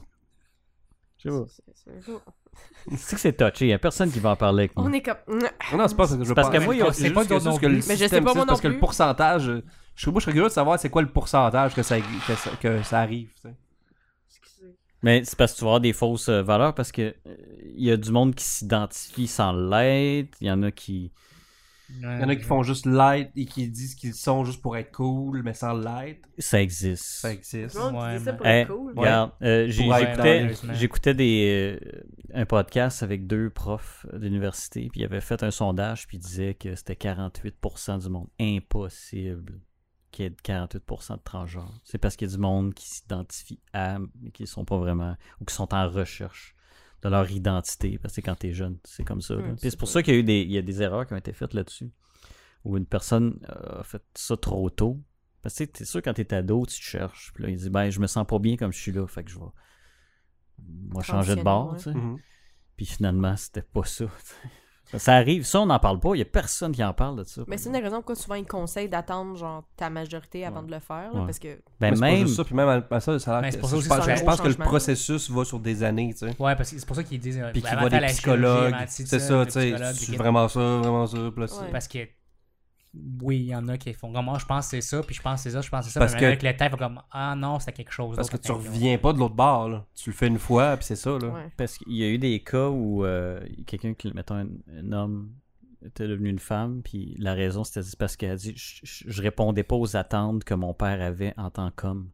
[SPEAKER 1] Je sais pas.
[SPEAKER 4] C'est- c'est- c'est-
[SPEAKER 1] C'est que c'est touché. Il n'y a personne qui va en parler avec moi.
[SPEAKER 4] On est comme. *clears throat*
[SPEAKER 2] Non, non, c'est pas ça que je veux
[SPEAKER 1] parce
[SPEAKER 2] parler.
[SPEAKER 1] que moi, il y a-
[SPEAKER 2] C'est
[SPEAKER 1] c'est
[SPEAKER 2] juste
[SPEAKER 3] pas
[SPEAKER 2] que-
[SPEAKER 3] d'autres
[SPEAKER 2] juste
[SPEAKER 3] non
[SPEAKER 2] que le
[SPEAKER 3] plus.
[SPEAKER 4] Mais je sais
[SPEAKER 2] système,
[SPEAKER 4] pas,
[SPEAKER 2] c'est
[SPEAKER 4] moi
[SPEAKER 2] Parce
[SPEAKER 4] non
[SPEAKER 2] que le
[SPEAKER 4] plus.
[SPEAKER 2] pourcentage. euh, Je suis, moi, je serais curieux de savoir c'est quoi le pourcentage que ça, que ça, que ça arrive. tu sais.
[SPEAKER 1] Mais c'est parce que tu vas avoir des fausses euh, valeurs parce que euh, il y a du monde qui s'identifie sans l'être, il y en a qui
[SPEAKER 2] Il y en a qui font juste light et qui disent qu'ils sont juste pour être cool, mais sans light.
[SPEAKER 1] ça existe.
[SPEAKER 2] Ça existe.
[SPEAKER 3] Ouais,
[SPEAKER 4] On dit ça
[SPEAKER 3] mais-
[SPEAKER 4] pour
[SPEAKER 1] Eh,
[SPEAKER 4] être cool.
[SPEAKER 2] Ouais.
[SPEAKER 1] Regarde, euh, j'ai-
[SPEAKER 2] Pour être
[SPEAKER 1] j'écoutais,
[SPEAKER 3] dans-
[SPEAKER 1] j'écoutais des, euh, un podcast avec deux profs d'université, puis ils avaient fait un sondage, puis ils disaient que c'était 48% du monde. Impossible qu'il y ait 48% de transgenres. C'est parce qu'il y a du monde qui s'identifie à, mais qui ne sont pas vraiment, ou qui sont en recherche de leur identité, parce que quand t'es jeune, c'est comme ça. là.
[SPEAKER 4] Ouais,
[SPEAKER 1] Puis
[SPEAKER 4] c'est
[SPEAKER 1] c'est pour
[SPEAKER 4] vrai.
[SPEAKER 1] ça qu'il y a eu des, il y a des erreurs qui ont été faites là-dessus, où une personne euh, a fait ça trop tôt, parce que tu sais, t'es sûr, quand t'es ado, tu te cherches. Puis là, il dit, ben, je me sens pas bien comme je suis là, fait que je vais. Moi, changer de
[SPEAKER 4] Transitionner,
[SPEAKER 1] bord,
[SPEAKER 4] ouais.
[SPEAKER 1] tu sais.
[SPEAKER 2] Mhm.
[SPEAKER 1] Puis finalement, c'était pas ça, tu sais. Ça arrive, ça, on n'en parle pas. Il y a personne qui en parle de ça.
[SPEAKER 4] Mais c'est une des raisons pourquoi souvent ils conseillent d'attendre genre ta majorité avant
[SPEAKER 1] Ouais.
[SPEAKER 4] de le faire. là,
[SPEAKER 1] Ouais.
[SPEAKER 4] Parce que.
[SPEAKER 1] Ben,
[SPEAKER 2] Mais c'est pas
[SPEAKER 1] même.
[SPEAKER 2] juste ça, puis même à- à ça, ça a l'air
[SPEAKER 3] Mais
[SPEAKER 2] que-
[SPEAKER 3] Ben, c'est pour ça
[SPEAKER 2] je
[SPEAKER 3] aussi,
[SPEAKER 2] pense,
[SPEAKER 3] c'est un
[SPEAKER 2] je
[SPEAKER 3] gros
[SPEAKER 2] pense que le
[SPEAKER 4] changement.
[SPEAKER 2] processus va sur des années, tu sais.
[SPEAKER 3] Ouais, parce que c'est pour ça qu'ils disent. euh,
[SPEAKER 2] Puis qui
[SPEAKER 3] avant
[SPEAKER 2] va
[SPEAKER 3] de faire
[SPEAKER 2] des
[SPEAKER 3] la
[SPEAKER 2] psychologues.
[SPEAKER 3] chirurgie, avant de-
[SPEAKER 2] C'est ça, tu sais.
[SPEAKER 3] psychologue,
[SPEAKER 2] c'est
[SPEAKER 3] des-
[SPEAKER 2] Vraiment ça, vraiment ça. puis là, c'est-
[SPEAKER 4] Ouais.
[SPEAKER 3] Parce que. Oui, il y en a qui font comme moi, je pense que c'est ça, puis je pense que c'est ça, je pense que c'est ça.
[SPEAKER 2] Parce
[SPEAKER 3] mais
[SPEAKER 2] que-
[SPEAKER 3] avec le temps, ils font comme ah non, c'est quelque chose.
[SPEAKER 2] Parce que
[SPEAKER 3] d'autre,
[SPEAKER 2] tu
[SPEAKER 3] attends,
[SPEAKER 2] reviens pas de l'autre bord, là. Tu le fais une fois, puis c'est ça, là.
[SPEAKER 4] Ouais.
[SPEAKER 1] Parce qu'il y a eu des cas où euh, quelqu'un qui, mettons, un, un homme était devenu une femme, puis la raison, c'était parce qu'elle a dit je, je- je répondais pas aux attentes que mon père avait en tant qu'homme.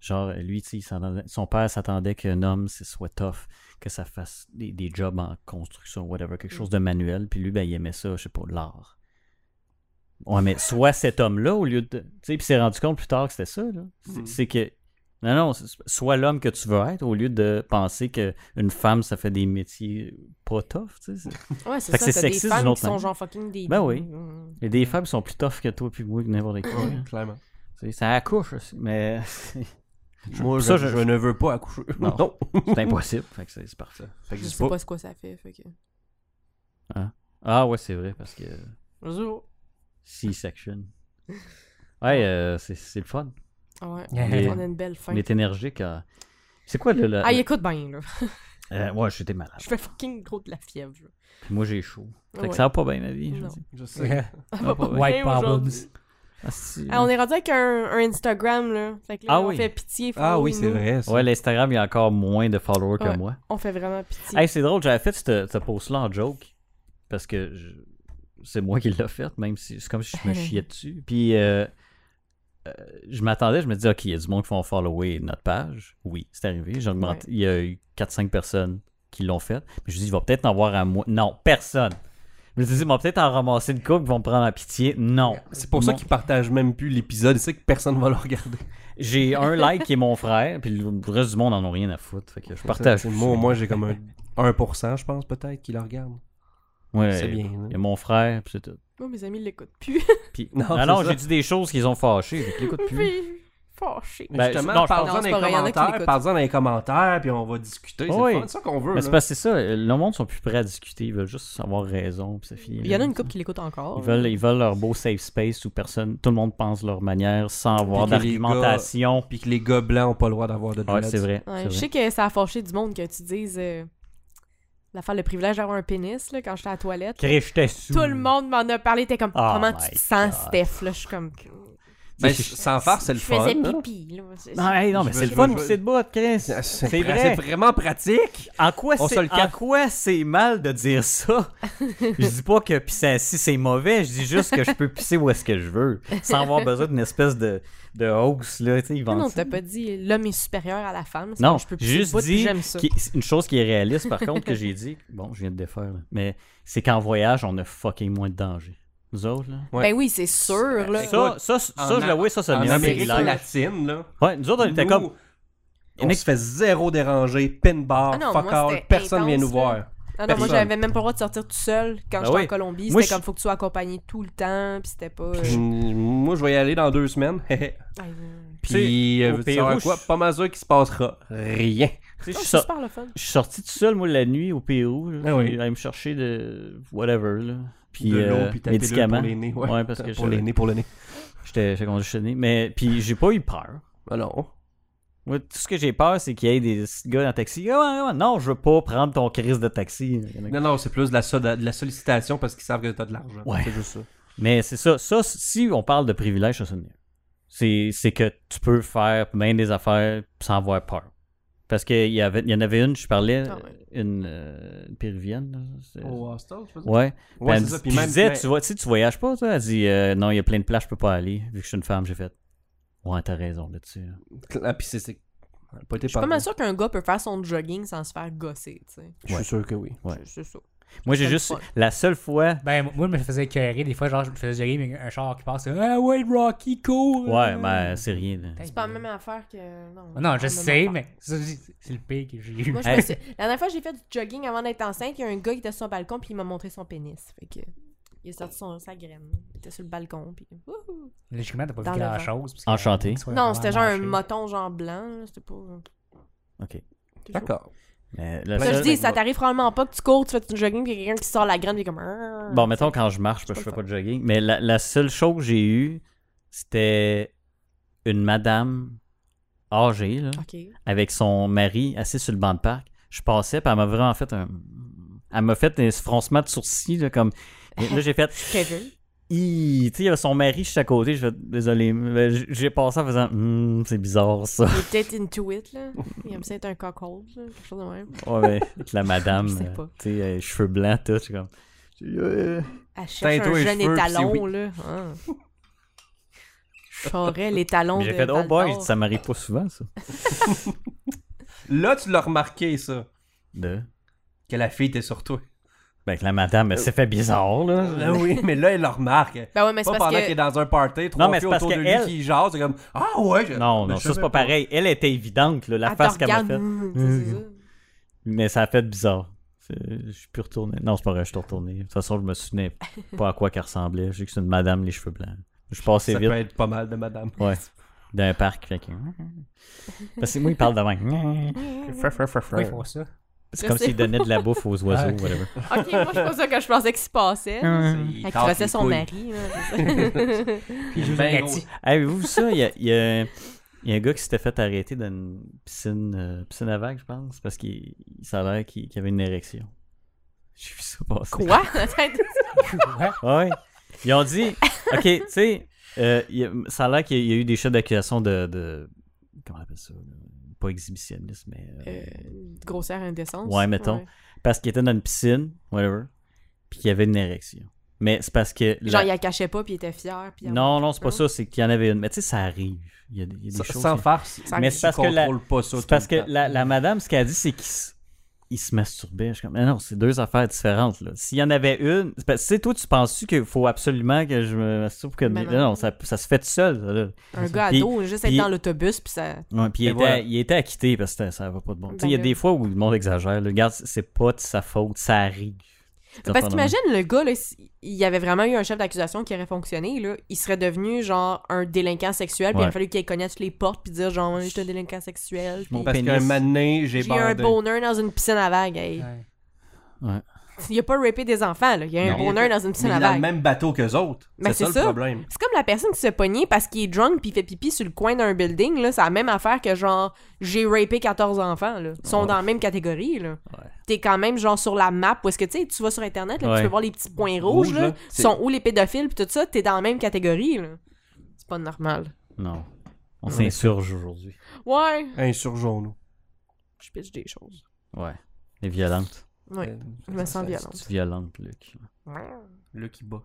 [SPEAKER 1] Genre, lui, tu sais, il s'attendait- son père s'attendait qu'un homme c'est soit tough, que ça fasse des, des jobs en construction, whatever, quelque chose de manuel, puis lui, ben, il aimait ça, je sais pas, l'art. Ouais, mais soit cet homme-là, au lieu de. Tu sais, puis il s'est rendu compte plus tard que c'était ça, là. C'est-
[SPEAKER 2] Mm.
[SPEAKER 1] C'est que. Non, non, c'est- sois l'homme que tu veux être, au lieu de penser que une femme, ça fait des métiers pas tough, tu sais. c'est-
[SPEAKER 4] Ouais, c'est
[SPEAKER 1] Fait que
[SPEAKER 4] ça.
[SPEAKER 1] c'est
[SPEAKER 4] T'as des
[SPEAKER 1] sexiste
[SPEAKER 4] femmes
[SPEAKER 1] d'une
[SPEAKER 4] qui
[SPEAKER 1] autre
[SPEAKER 4] sont
[SPEAKER 1] manière.
[SPEAKER 4] genre fucking des.
[SPEAKER 1] Ben oui.
[SPEAKER 4] Mm.
[SPEAKER 1] Il y a des femmes qui sont plus tough que toi, puis moi, que n'importe qui.
[SPEAKER 2] Ouais,
[SPEAKER 1] hein.
[SPEAKER 2] Clairement.
[SPEAKER 1] Tu sais, Ça accouche, aussi, mais *laughs*
[SPEAKER 2] Moi,
[SPEAKER 1] ça,
[SPEAKER 2] je,
[SPEAKER 1] je-
[SPEAKER 2] je ne veux pas accoucher.
[SPEAKER 1] Non.
[SPEAKER 2] non.
[SPEAKER 1] c'est impossible. Fait que c'est c'est parfait.
[SPEAKER 2] Ça
[SPEAKER 4] Je
[SPEAKER 2] existe
[SPEAKER 4] sais
[SPEAKER 2] pas.
[SPEAKER 4] pas ce que ça fait. fait que...
[SPEAKER 1] Ah ouais, c'est vrai, parce que
[SPEAKER 4] Bonjour.
[SPEAKER 1] C-section. Ouais, euh, c'est c'est le fun.
[SPEAKER 4] Ah ouais.
[SPEAKER 1] Mais-
[SPEAKER 4] On a une belle fin.
[SPEAKER 1] On est énergique. hein. C'est quoi le... le-
[SPEAKER 4] Ah, écoute bien, là. *laughs*
[SPEAKER 1] Euh, ouais, j'étais malade.
[SPEAKER 4] Je fais fucking gros de la fièvre. là.
[SPEAKER 1] Puis moi, j'ai chaud. Fait que
[SPEAKER 4] Ouais.
[SPEAKER 1] ça va pas bien, ma vie. je
[SPEAKER 4] Non.
[SPEAKER 1] dis.
[SPEAKER 2] Je sais.
[SPEAKER 3] là.
[SPEAKER 4] Ça va pas bien
[SPEAKER 3] White
[SPEAKER 4] aujourd'hui.
[SPEAKER 3] problems.
[SPEAKER 1] Ah, si.
[SPEAKER 4] Ah, on est rendu avec un, un Instagram, là. Fait que là,
[SPEAKER 1] *laughs* Ah
[SPEAKER 4] on
[SPEAKER 1] oui.
[SPEAKER 4] fait pitié.
[SPEAKER 2] Ah oui, c'est
[SPEAKER 4] follow-nous.
[SPEAKER 2] vrai. ça.
[SPEAKER 1] Ouais, l'Instagram, il y a encore moins de followers
[SPEAKER 4] Ouais.
[SPEAKER 1] que moi.
[SPEAKER 4] On fait vraiment pitié.
[SPEAKER 1] Hey, c'est drôle, j'avais fait ce, ce post-là en joke. Parce que je- c'est moi qui l'ai fait, même si c'est comme si je me chiais dessus. Puis euh, euh, je m'attendais, je me disais, OK, il y a du monde qui vont follower notre page. Oui, c'est arrivé. J'ai augmenté. Il y a eu 4-5 personnes qui l'ont fait. Mais je me dis, il va peut-être en avoir à moi. Non, personne. Je me suis dit, ils vont peut-être en ramasser une couple, ils vont me prendre en pitié. Non.
[SPEAKER 2] C'est pour ça
[SPEAKER 1] Mon-
[SPEAKER 2] qu'ils partagent même plus l'épisode. Ils savent que personne va le regarder.
[SPEAKER 1] J'ai un like qui est mon frère, puis le reste du monde en ont rien à foutre. Fait que je *laughs* partage.
[SPEAKER 2] C'est- Moi, moi j'ai comme un 1%, je pense, peut-être, qui le regarde.
[SPEAKER 1] Ouais,
[SPEAKER 2] C'est bien.
[SPEAKER 1] Il y
[SPEAKER 2] là.
[SPEAKER 1] a mon frère, puis c'est tout.
[SPEAKER 4] Moi, Oh, mes amis l'écoutent plus.
[SPEAKER 1] Puis,
[SPEAKER 2] Non,
[SPEAKER 1] non,
[SPEAKER 2] Ah, c'est
[SPEAKER 1] non,
[SPEAKER 2] ça.
[SPEAKER 1] j'ai dit des choses qu'ils ont fâchées. Fait que l'écoute plus.
[SPEAKER 4] *laughs* Puis, fâché.
[SPEAKER 1] Ben,
[SPEAKER 2] Justement,
[SPEAKER 1] non, je
[SPEAKER 2] parle-en
[SPEAKER 4] pense-
[SPEAKER 2] dans
[SPEAKER 4] Non, c'est
[SPEAKER 2] les
[SPEAKER 4] pas vrai, y en a qui
[SPEAKER 2] commentaires,
[SPEAKER 4] l'écoutent.
[SPEAKER 2] parle-en dans les commentaires, puis on va discuter. C'est
[SPEAKER 1] Oui.
[SPEAKER 2] le fun, c'est ça qu'on veut.
[SPEAKER 1] Mais c'est
[SPEAKER 2] là.
[SPEAKER 1] parce que c'est ça, euh, le monde sont plus prêts à discuter, ils veulent juste avoir raison, puis c'est fini.
[SPEAKER 4] Il y en a une couple qui l'écoute encore.
[SPEAKER 1] Ils veulent, ils veulent leur beau safe space où personne, tout le monde pense leur manière sans avoir
[SPEAKER 2] que les gars-
[SPEAKER 1] d'argumentation.
[SPEAKER 2] Puis que les gars blancs ont pas le droit d'avoir de
[SPEAKER 1] Ouais,
[SPEAKER 2] dreads.
[SPEAKER 1] c'est vrai.
[SPEAKER 4] Ouais,
[SPEAKER 1] c'est
[SPEAKER 4] je
[SPEAKER 1] vrai.
[SPEAKER 4] sais que ça a fâché du monde que tu dises euh, l'affaire le privilège d'avoir un pénis là, quand j'étais à la toilette.
[SPEAKER 1] Chris, j'étais sous.
[SPEAKER 4] Tout le monde m'en a parlé. T'es comme,
[SPEAKER 1] Oh
[SPEAKER 4] comment
[SPEAKER 1] my
[SPEAKER 4] tu te sens,
[SPEAKER 1] God.
[SPEAKER 4] Steph? Là, je suis comme,
[SPEAKER 2] Ben,
[SPEAKER 1] Je-
[SPEAKER 2] sans faire, c'est le
[SPEAKER 4] je
[SPEAKER 2] fun.
[SPEAKER 4] faisais
[SPEAKER 2] là.
[SPEAKER 4] pipi. Là. C'est-
[SPEAKER 1] Non, hey, non,
[SPEAKER 2] Je
[SPEAKER 1] mais
[SPEAKER 2] veux-
[SPEAKER 1] c'est
[SPEAKER 2] je
[SPEAKER 1] le fun
[SPEAKER 2] veux-
[SPEAKER 1] ou c'est de bout, Chris.
[SPEAKER 2] C'est
[SPEAKER 1] C'est
[SPEAKER 2] vrai.
[SPEAKER 1] vrai.
[SPEAKER 2] C'est vraiment pratique.
[SPEAKER 1] En quoi
[SPEAKER 2] On se le
[SPEAKER 1] c'est en
[SPEAKER 2] cache.
[SPEAKER 1] quoi c'est mal de dire
[SPEAKER 4] *laughs*
[SPEAKER 1] ça? je dis pas que pisser assis c'est mauvais, je dis juste que je peux pisser où est-ce que je veux, sans avoir besoin d'une espèce de, de hausse, là, tu sais, ils
[SPEAKER 4] Non,
[SPEAKER 1] vendent
[SPEAKER 4] non,
[SPEAKER 1] ça.
[SPEAKER 4] t'as pas dit l'homme est supérieur à la femme. c'est
[SPEAKER 1] Non,
[SPEAKER 4] que je peux
[SPEAKER 1] j'ai
[SPEAKER 4] pisser le
[SPEAKER 1] juste
[SPEAKER 4] bout, puis
[SPEAKER 1] dit
[SPEAKER 4] j'aime ça.
[SPEAKER 1] qui- c'est une chose qui est réaliste, par contre, que
[SPEAKER 4] *laughs*
[SPEAKER 1] j'ai dit. Bon, je viens de défaire, là, mais c'est qu'en voyage, on a fucking moins de danger. Nous autres, là.
[SPEAKER 2] Ouais.
[SPEAKER 4] Ben oui, c'est sûr. Là.
[SPEAKER 1] Ça, ça, ça,
[SPEAKER 2] En
[SPEAKER 1] ça, je
[SPEAKER 2] Am-
[SPEAKER 1] l'avoue, ça, ça
[SPEAKER 2] En
[SPEAKER 1] vient
[SPEAKER 2] Amérique
[SPEAKER 1] c'est hilar.
[SPEAKER 2] latine, là.
[SPEAKER 1] Ouais, nous autres, on était
[SPEAKER 2] nous,
[SPEAKER 1] comme.
[SPEAKER 2] On se fait zéro déranger, pin bar,
[SPEAKER 4] Ah non,
[SPEAKER 2] fuck
[SPEAKER 4] moi,
[SPEAKER 2] all,
[SPEAKER 4] c'était
[SPEAKER 2] personne vient
[SPEAKER 4] intense,
[SPEAKER 2] nous voir.
[SPEAKER 4] là. Ah non, moi,
[SPEAKER 2] Personne.
[SPEAKER 4] j'avais même pas le droit de sortir tout seul quand
[SPEAKER 1] Ben
[SPEAKER 4] j'étais en
[SPEAKER 1] oui.
[SPEAKER 4] Colombie.
[SPEAKER 1] Moi,
[SPEAKER 4] C'était
[SPEAKER 1] je-
[SPEAKER 4] comme, faut que tu sois accompagné tout le temps, puis c'était pas... euh,
[SPEAKER 2] Mm, Moi, je vais y aller dans deux semaines. *laughs*
[SPEAKER 4] ah, euh,
[SPEAKER 2] Puis,
[SPEAKER 1] sais,
[SPEAKER 2] euh,
[SPEAKER 1] au
[SPEAKER 2] veux-tu
[SPEAKER 1] Pérou,
[SPEAKER 2] savoir quoi?
[SPEAKER 1] je-
[SPEAKER 2] Pas mal sûr qu'il se passera rien.
[SPEAKER 1] Tu sais, je
[SPEAKER 4] non,
[SPEAKER 1] suis
[SPEAKER 4] C'est
[SPEAKER 1] sor-
[SPEAKER 4] super le fun.
[SPEAKER 1] je suis sorti tout seul, moi, la nuit au Pérou. là.
[SPEAKER 2] Ah oui.
[SPEAKER 1] J'allais me chercher de whatever, là. Puis,
[SPEAKER 2] de
[SPEAKER 1] euh,
[SPEAKER 2] l'eau, puis ta pilule
[SPEAKER 1] médicaments.
[SPEAKER 2] pour les nez. Ouais,
[SPEAKER 1] Ouais, parce que
[SPEAKER 2] pour
[SPEAKER 1] je-
[SPEAKER 2] les nez, pour le nez.
[SPEAKER 1] J'étais j'étais congestionné. Mais, puis j'ai pas eu peur.
[SPEAKER 2] Ah non.
[SPEAKER 1] Moi, tout ce que j'ai peur, c'est qu'il y ait des gars dans le taxi. Ah ouais, ouais, non, je veux pas prendre ton crise de taxi.
[SPEAKER 2] Non, non, c'est plus de la, so- de la sollicitation parce qu'ils savent que t'as de l'argent.
[SPEAKER 1] Ouais.
[SPEAKER 2] C'est juste ça.
[SPEAKER 1] Mais c'est ça. Ça, si on parle de privilège, ça, c'est mieux. C'est c'est que tu peux faire bien des affaires sans avoir peur. Parce qu'il y, avait, il y en avait une, je parlais,
[SPEAKER 4] Ah ouais.
[SPEAKER 1] une euh, péruvienne. là, c'est-
[SPEAKER 2] hostel, tu faisais?
[SPEAKER 1] Ouais. Puis
[SPEAKER 2] Ouais,
[SPEAKER 1] elle
[SPEAKER 2] c'est
[SPEAKER 1] dit-
[SPEAKER 2] ça. Puis
[SPEAKER 1] puis je
[SPEAKER 2] même- ben
[SPEAKER 1] disais,
[SPEAKER 2] mais-
[SPEAKER 1] tu, vois, tu sais, tu voyages pas, toi? Elle dit, euh, non, il y a plein de places, je peux pas aller. Vu que je suis une femme, j'ai fait, ouais, t'as raison là-dessus. là.
[SPEAKER 2] Ah, puis c'est- c'est. elle a Pas été
[SPEAKER 4] Je suis pas mal sûr qu'un gars peut faire son jogging sans se faire gosser, tu sais.
[SPEAKER 2] Je suis
[SPEAKER 1] Ouais.
[SPEAKER 2] sûr que oui.
[SPEAKER 1] Ouais.
[SPEAKER 4] C'est- C'est ça.
[SPEAKER 1] Moi, j'ai
[SPEAKER 4] C'est le
[SPEAKER 1] juste,
[SPEAKER 4] fun.
[SPEAKER 1] la seule fois,
[SPEAKER 3] Ben, moi, je me faisais écœurer. Des fois, genre, je me faisais gérer mais un char qui passe. Ah ouais, Rocky, cool.
[SPEAKER 1] ouais, ben, c'est rien. là.
[SPEAKER 4] C'est pas la même affaire que. Non,
[SPEAKER 3] Non, je
[SPEAKER 4] pas la même
[SPEAKER 3] sais,
[SPEAKER 4] affaire.
[SPEAKER 3] mais ça, c'est c'est le pire que j'ai eu.
[SPEAKER 4] Moi, je
[SPEAKER 1] Hey.
[SPEAKER 4] me suis- La dernière fois, j'ai fait du jogging avant d'être enceinte. Il y a un gars qui était sur son balcon, puis il m'a montré son pénis. Fait que. Il a sorti son, sa graine. Il était sur le balcon, puis. wouhou.
[SPEAKER 3] Logiquement, t'as pas
[SPEAKER 4] Dans
[SPEAKER 3] vu
[SPEAKER 4] le
[SPEAKER 3] grand
[SPEAKER 4] vent.
[SPEAKER 3] chose.
[SPEAKER 1] Enchanté.
[SPEAKER 4] Non, c'était genre un moton, genre blanc. là, C'était pas.
[SPEAKER 1] OK.
[SPEAKER 2] D'accord.
[SPEAKER 1] Mais la
[SPEAKER 4] Ça, je
[SPEAKER 1] seule-
[SPEAKER 4] dis, ça t'arrive probablement pas que tu cours, tu fais du jogging, puis il y a quelqu'un qui sort la graine, puis il est comme.
[SPEAKER 1] Bon, mettons quand je marche, parce que je fais pas de jogging. Mais la, la seule chose que j'ai eue, c'était une madame âgée, là,
[SPEAKER 4] Ok.
[SPEAKER 1] avec son mari assis sur le banc de parc. Je passais, puis elle m'a vraiment fait un. Elle m'a fait un froncement de sourcils, là, comme. Et Là, j'ai fait.
[SPEAKER 4] Kevin.
[SPEAKER 1] Hi! Tu sais, il y avait son mari juste à côté. Je fais, désolé. mais j- J'ai passé en faisant. Hum, c'est bizarre, ça.
[SPEAKER 4] Il était into it, là. Il aime ça être un cockhold, là. Quelque chose de même.
[SPEAKER 1] Ouais, mais
[SPEAKER 4] *laughs*
[SPEAKER 1] avec la madame.
[SPEAKER 4] Je sais
[SPEAKER 1] euh,
[SPEAKER 4] pas.
[SPEAKER 1] Tu sais, euh, cheveux blancs, tout. c'est comme. Euh,
[SPEAKER 4] Elle cherche
[SPEAKER 2] Teint-toi
[SPEAKER 4] un
[SPEAKER 2] les
[SPEAKER 4] jeune
[SPEAKER 2] cheveux, puis
[SPEAKER 4] étalon,
[SPEAKER 2] c'est oui.
[SPEAKER 4] là. Hein. Je saurais l'étalon
[SPEAKER 1] mais
[SPEAKER 4] de
[SPEAKER 1] J'ai fait, oh
[SPEAKER 4] Val
[SPEAKER 1] boy,
[SPEAKER 4] d'Or.
[SPEAKER 1] ça m'arrive pas souvent, ça.
[SPEAKER 2] Là, tu l'as remarqué, ça.
[SPEAKER 1] De.
[SPEAKER 2] Que la fille était sur toi.
[SPEAKER 1] Ben, que la madame,
[SPEAKER 2] Euh,
[SPEAKER 1] elle s'est fait bizarre, là.
[SPEAKER 2] Ah oui, mais là, elle le remarque.
[SPEAKER 4] Ben ouais, mais c'est
[SPEAKER 2] Pas
[SPEAKER 4] parce
[SPEAKER 2] pendant qu'il
[SPEAKER 4] que...
[SPEAKER 2] est dans un party, trois
[SPEAKER 1] Non, mais c'est
[SPEAKER 2] filles
[SPEAKER 1] parce
[SPEAKER 2] autour de
[SPEAKER 1] que
[SPEAKER 2] lui
[SPEAKER 1] elle-
[SPEAKER 2] qui jasent, c'est comme Ah ouais, je-
[SPEAKER 1] Non,
[SPEAKER 2] mais
[SPEAKER 1] non,
[SPEAKER 2] je
[SPEAKER 1] ça c'est
[SPEAKER 2] savais
[SPEAKER 1] pas pareil. Elle était évidente, là, la
[SPEAKER 4] Elle te
[SPEAKER 1] face qu'elle m'a
[SPEAKER 4] regarde,
[SPEAKER 1] faite.
[SPEAKER 4] mm, c'est
[SPEAKER 2] Mm-hmm.
[SPEAKER 4] ça.
[SPEAKER 1] Mais ça a fait bizarre. C'est- Je suis plus retourné. Non, c'est pas vrai, je suis retourné. De toute façon, je me souvenais pas à quoi qu'elle ressemblait. Je sais que c'est une madame, les cheveux blancs. Je passais
[SPEAKER 2] Ça
[SPEAKER 1] vite
[SPEAKER 2] peut être pas mal de madame.
[SPEAKER 1] d'un parc. fait que- Parce que moi, il parle de
[SPEAKER 4] Mm-hmm.
[SPEAKER 1] même.
[SPEAKER 3] Pourquoi ils font ça?
[SPEAKER 1] C'est comme
[SPEAKER 4] Je sais
[SPEAKER 1] s'il donnait de la bouffe aux
[SPEAKER 3] Ah,
[SPEAKER 1] oiseaux,
[SPEAKER 3] ok.
[SPEAKER 1] whatever.
[SPEAKER 4] Ok, moi, je pense ça que je pensais que se passait.
[SPEAKER 1] Ah.
[SPEAKER 2] Il
[SPEAKER 4] Mm-hmm. Elle
[SPEAKER 2] tape
[SPEAKER 4] crossait
[SPEAKER 2] les
[SPEAKER 4] son
[SPEAKER 2] couilles.
[SPEAKER 4] mari,
[SPEAKER 1] *laughs*
[SPEAKER 4] là, c'est ça.
[SPEAKER 2] Puis je
[SPEAKER 3] Ben,
[SPEAKER 2] vous-
[SPEAKER 3] Cathy.
[SPEAKER 1] Avez-vous vu ça? Il y a, il y a- il y a un gars qui s'était fait arrêter dans une piscine, euh, piscine à vagues, je pense, parce qu'il il- ça a l'air qu'il qu'il avait une érection. J'ai vu ça passer. *laughs* Ah
[SPEAKER 4] Quoi?
[SPEAKER 3] Ouais.
[SPEAKER 1] Ouais. Ils ont dit, OK, tu sais, euh, il y a- ça a l'air qu'il y a eu des chefs d'accusation de, de- Comment on appelle ça? là? Pas exhibitionniste, mais. euh,
[SPEAKER 4] Euh, grossière indécence.
[SPEAKER 1] Ouais, mettons. Parce qu'il était dans une piscine, whatever, puis qu'il y avait une érection. Mais c'est parce que. la-
[SPEAKER 4] Genre, il la cachait pas, puis il était fier. Puis
[SPEAKER 1] Non, non, c'est pas
[SPEAKER 4] Non?
[SPEAKER 1] ça, c'est qu'il y en avait une. Mais tu sais, ça arrive. Il y a, des- il y a des
[SPEAKER 2] Sans-
[SPEAKER 1] choses.
[SPEAKER 2] Sans
[SPEAKER 1] qui-
[SPEAKER 2] farce,
[SPEAKER 1] Mais
[SPEAKER 2] tu
[SPEAKER 1] c'est parce que la-
[SPEAKER 2] contrôles pas ça.
[SPEAKER 1] C'est
[SPEAKER 2] tout
[SPEAKER 1] parce
[SPEAKER 2] le
[SPEAKER 1] que
[SPEAKER 2] temps.
[SPEAKER 1] la, la madame, ce qu'elle a dit, c'est qu'il s- il se masturbait. Je suis comme, mais non, c'est deux affaires différentes. là. S'il y en avait une, c'est parce- tu sais, toi, tu penses-tu qu'il faut absolument que je me masturbe? Que...
[SPEAKER 4] Mais
[SPEAKER 1] Non,
[SPEAKER 4] non.
[SPEAKER 1] ça, ça se fait tout seul. ça, là.
[SPEAKER 4] Un gars
[SPEAKER 1] Puis-
[SPEAKER 4] ado, juste être
[SPEAKER 1] puis-
[SPEAKER 4] dans l'autobus, puis ça.
[SPEAKER 1] Ouais, puis il
[SPEAKER 2] Et
[SPEAKER 1] était,
[SPEAKER 2] voilà.
[SPEAKER 1] il était acquitté parce que ça va pas de bon. Tu sais, il y a
[SPEAKER 4] Ben
[SPEAKER 1] des
[SPEAKER 4] là.
[SPEAKER 1] fois où le monde exagère. le Regarde, c'est pas de sa faute, ça arrive.
[SPEAKER 4] Parce qu'imagine, le gars, là, s'il y avait vraiment eu un chef d'accusation qui aurait fonctionné, là, il serait devenu, genre, un délinquant sexuel, puis il
[SPEAKER 1] Ouais.
[SPEAKER 4] aurait fallu qu'il connaisse toutes les portes, puis dire, genre, je suis un délinquant sexuel, puis
[SPEAKER 1] Mon
[SPEAKER 2] Parce
[SPEAKER 1] pénis.
[SPEAKER 2] qu'un matin, j'ai
[SPEAKER 4] j'ai eu un
[SPEAKER 2] bandé.
[SPEAKER 4] bonheur dans une piscine à vagues, hey.
[SPEAKER 3] *laughs* Ouais.
[SPEAKER 4] Il a pas rapé des enfants, là. Il y a un
[SPEAKER 2] Non.
[SPEAKER 4] bonheur dans une
[SPEAKER 2] Mais
[SPEAKER 4] piscine
[SPEAKER 2] il est
[SPEAKER 4] à
[SPEAKER 2] dans le
[SPEAKER 4] vagues.
[SPEAKER 2] même bateau qu'eux autres.
[SPEAKER 4] Ben,
[SPEAKER 2] c'est ça
[SPEAKER 4] c'est
[SPEAKER 2] le
[SPEAKER 4] ça.
[SPEAKER 2] problème.
[SPEAKER 4] C'est comme la personne qui se pognait parce qu'il est drunk puis il fait pipi sur le coin d'un building, là. C'est la même affaire que, genre, j'ai rapé 14 enfants, là. Ils sont
[SPEAKER 1] Ouais.
[SPEAKER 4] dans la même catégorie, là.
[SPEAKER 1] Ouais.
[SPEAKER 4] T'es quand même, genre, sur la map où est-ce que, tu sais, tu vas sur Internet, là,
[SPEAKER 1] Ouais.
[SPEAKER 4] tu peux voir les petits points rouges,
[SPEAKER 2] Rouge,
[SPEAKER 4] là.
[SPEAKER 2] là, c'est-
[SPEAKER 4] sont où les pédophiles puis tout ça, t'es dans la même catégorie, là. C'est pas normal.
[SPEAKER 1] Non. On
[SPEAKER 2] Ouais.
[SPEAKER 1] s'insurge aujourd'hui.
[SPEAKER 4] Ouais.
[SPEAKER 2] Insurgeons-nous.
[SPEAKER 4] Je pitche des choses.
[SPEAKER 1] Ouais. Elle est violente.
[SPEAKER 4] Ouais.
[SPEAKER 2] Euh,
[SPEAKER 4] Je me
[SPEAKER 2] ça-
[SPEAKER 4] sens violente.
[SPEAKER 1] C'est violente, Luc.
[SPEAKER 2] Le qui bat.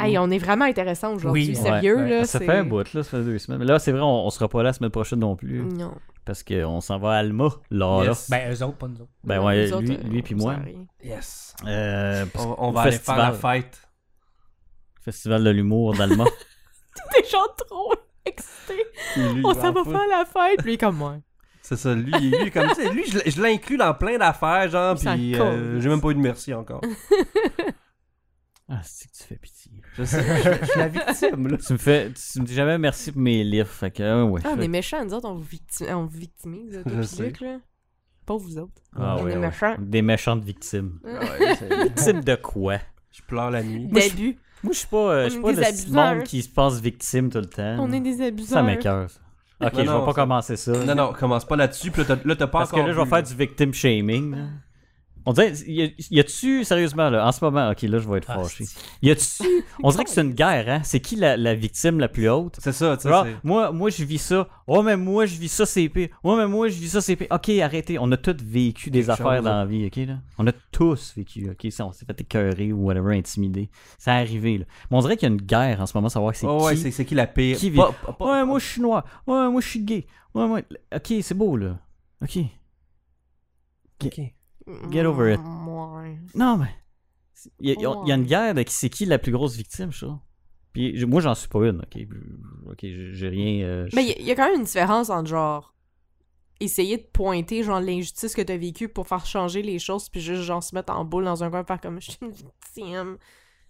[SPEAKER 4] Hey, on est vraiment intéressant aujourd'hui.
[SPEAKER 3] Oui.
[SPEAKER 4] Sérieux,
[SPEAKER 3] Ouais, ouais.
[SPEAKER 4] là.
[SPEAKER 1] Ça
[SPEAKER 4] c'est-
[SPEAKER 1] fait un bout, là, ça fait deux semaines. Mais là, c'est vrai, on, on sera pas là la semaine prochaine non plus.
[SPEAKER 4] Non.
[SPEAKER 1] Parce qu'on s'en va à Alma, Ah, là.
[SPEAKER 2] Yes.
[SPEAKER 1] là.
[SPEAKER 3] Ben, eux autres, pas nous autres.
[SPEAKER 1] Ben
[SPEAKER 4] Non,
[SPEAKER 1] ouais,
[SPEAKER 4] nous autres,
[SPEAKER 1] lui-
[SPEAKER 4] euh,
[SPEAKER 1] lui puis
[SPEAKER 4] on
[SPEAKER 1] moi.
[SPEAKER 4] sert à *laughs* rien.
[SPEAKER 2] Yes.
[SPEAKER 1] Euh, parce-
[SPEAKER 2] On, on
[SPEAKER 1] au
[SPEAKER 2] va aller faire la
[SPEAKER 1] festival.
[SPEAKER 4] *laughs*
[SPEAKER 2] fête.
[SPEAKER 1] Festival de l'humour
[SPEAKER 2] *laughs*
[SPEAKER 1] d'Alma.
[SPEAKER 4] T'es genre trop excité. On s'en va faire la fête. Lui, comme moi.
[SPEAKER 2] C'est ça, lui, lui est comme tu sais, lui, je, l'ai- je l'inclus dans plein d'affaires, genre,
[SPEAKER 5] Il s'en
[SPEAKER 2] puis euh,
[SPEAKER 5] colle.
[SPEAKER 2] j'ai même pas eu de merci
[SPEAKER 1] *laughs*
[SPEAKER 2] encore.
[SPEAKER 1] Ah, c'est que tu fais pitié.
[SPEAKER 2] Je sais, je, je suis la victime, là.
[SPEAKER 1] Tu me fais. Tu me dis jamais merci pour mes livres. Fait que, ah ouais.
[SPEAKER 4] Ah, on
[SPEAKER 1] fait-
[SPEAKER 4] est méchants, nous autres, on vous victi- on
[SPEAKER 1] *laughs*
[SPEAKER 4] vous victimise. là, toi
[SPEAKER 2] Je
[SPEAKER 4] pis
[SPEAKER 2] sais.
[SPEAKER 4] Luc, là. Pas vous autres.
[SPEAKER 1] Ah
[SPEAKER 4] on
[SPEAKER 1] ouais,
[SPEAKER 4] est
[SPEAKER 1] ouais.
[SPEAKER 4] méchants.
[SPEAKER 1] Des méchantes
[SPEAKER 4] *laughs*
[SPEAKER 1] victimes.
[SPEAKER 2] Ouais, c'est-
[SPEAKER 1] Victimes de quoi?
[SPEAKER 2] je pleure la nuit.
[SPEAKER 1] Moi, je-
[SPEAKER 4] D'abus.
[SPEAKER 1] Moi, je suis pas, euh, je suis
[SPEAKER 4] On
[SPEAKER 1] pas
[SPEAKER 4] est
[SPEAKER 1] le
[SPEAKER 4] des
[SPEAKER 1] petit monde
[SPEAKER 4] abuseurs.
[SPEAKER 1] qui se pense victime tout le temps.
[SPEAKER 4] On est des
[SPEAKER 1] Ça
[SPEAKER 4] abuseurs.
[SPEAKER 1] m'écoeure. ça. Ok,
[SPEAKER 2] Non,
[SPEAKER 1] je
[SPEAKER 2] non,
[SPEAKER 1] vais pas
[SPEAKER 2] ça-
[SPEAKER 1] commencer ça.
[SPEAKER 2] Non, non, commence pas là-dessus, puis là, t'as- là, t'as pas
[SPEAKER 1] Parce que
[SPEAKER 2] encore
[SPEAKER 1] là, je vais
[SPEAKER 2] vu,
[SPEAKER 1] faire du victim shaming. là. On dirait, y a- y a-tu, sérieusement, là, en ce moment, ok, là, je vais être
[SPEAKER 3] Ah,
[SPEAKER 1] fâché. Y a-tu, on dirait que c'est une guerre, hein? C'est qui la, la victime la plus haute?
[SPEAKER 2] C'est ça, tu sais.
[SPEAKER 1] Genre,
[SPEAKER 2] c'est-
[SPEAKER 1] moi, moi, je vis ça. Oh, mais moi, je vis ça, c'est pire. Oh, mais moi, je vis ça, c'est pire. Ok, arrêtez. On a tous vécu des
[SPEAKER 2] Quelque
[SPEAKER 1] affaires
[SPEAKER 2] chose,
[SPEAKER 1] dans la vie, ok, là? On a tous vécu, ok? Si on s'est fait écœurer ou whatever, intimidé. C'est arrivé, là. Mais on dirait qu'il y a une guerre en ce moment, savoir c'est
[SPEAKER 2] Oh, ouais,
[SPEAKER 1] qui.
[SPEAKER 2] c'est c'est qui la pire.
[SPEAKER 1] Qui vit-
[SPEAKER 2] Pas- pas- pas-
[SPEAKER 1] Ouais, moi, je suis noir. Ouais, moi, je suis gay. Ouais, moi. Ok, c'est beau, là. Ok. Get over it.
[SPEAKER 4] Mm, Ouais.
[SPEAKER 1] Non, mais. Il y, a- il y a-
[SPEAKER 4] Ouais.
[SPEAKER 1] il y a une guerre de qui c'est qui la plus grosse victime, je trouve. Puis je- moi, j'en suis pas une, ok? Ok, j'ai j'ai rien. euh, je-
[SPEAKER 4] Mais il y, a quand même une différence entre genre essayer de pointer genre l'injustice que t'as vécue pour faire changer les choses puis juste genre se mettre en boule dans un coin et faire comme je suis une victime.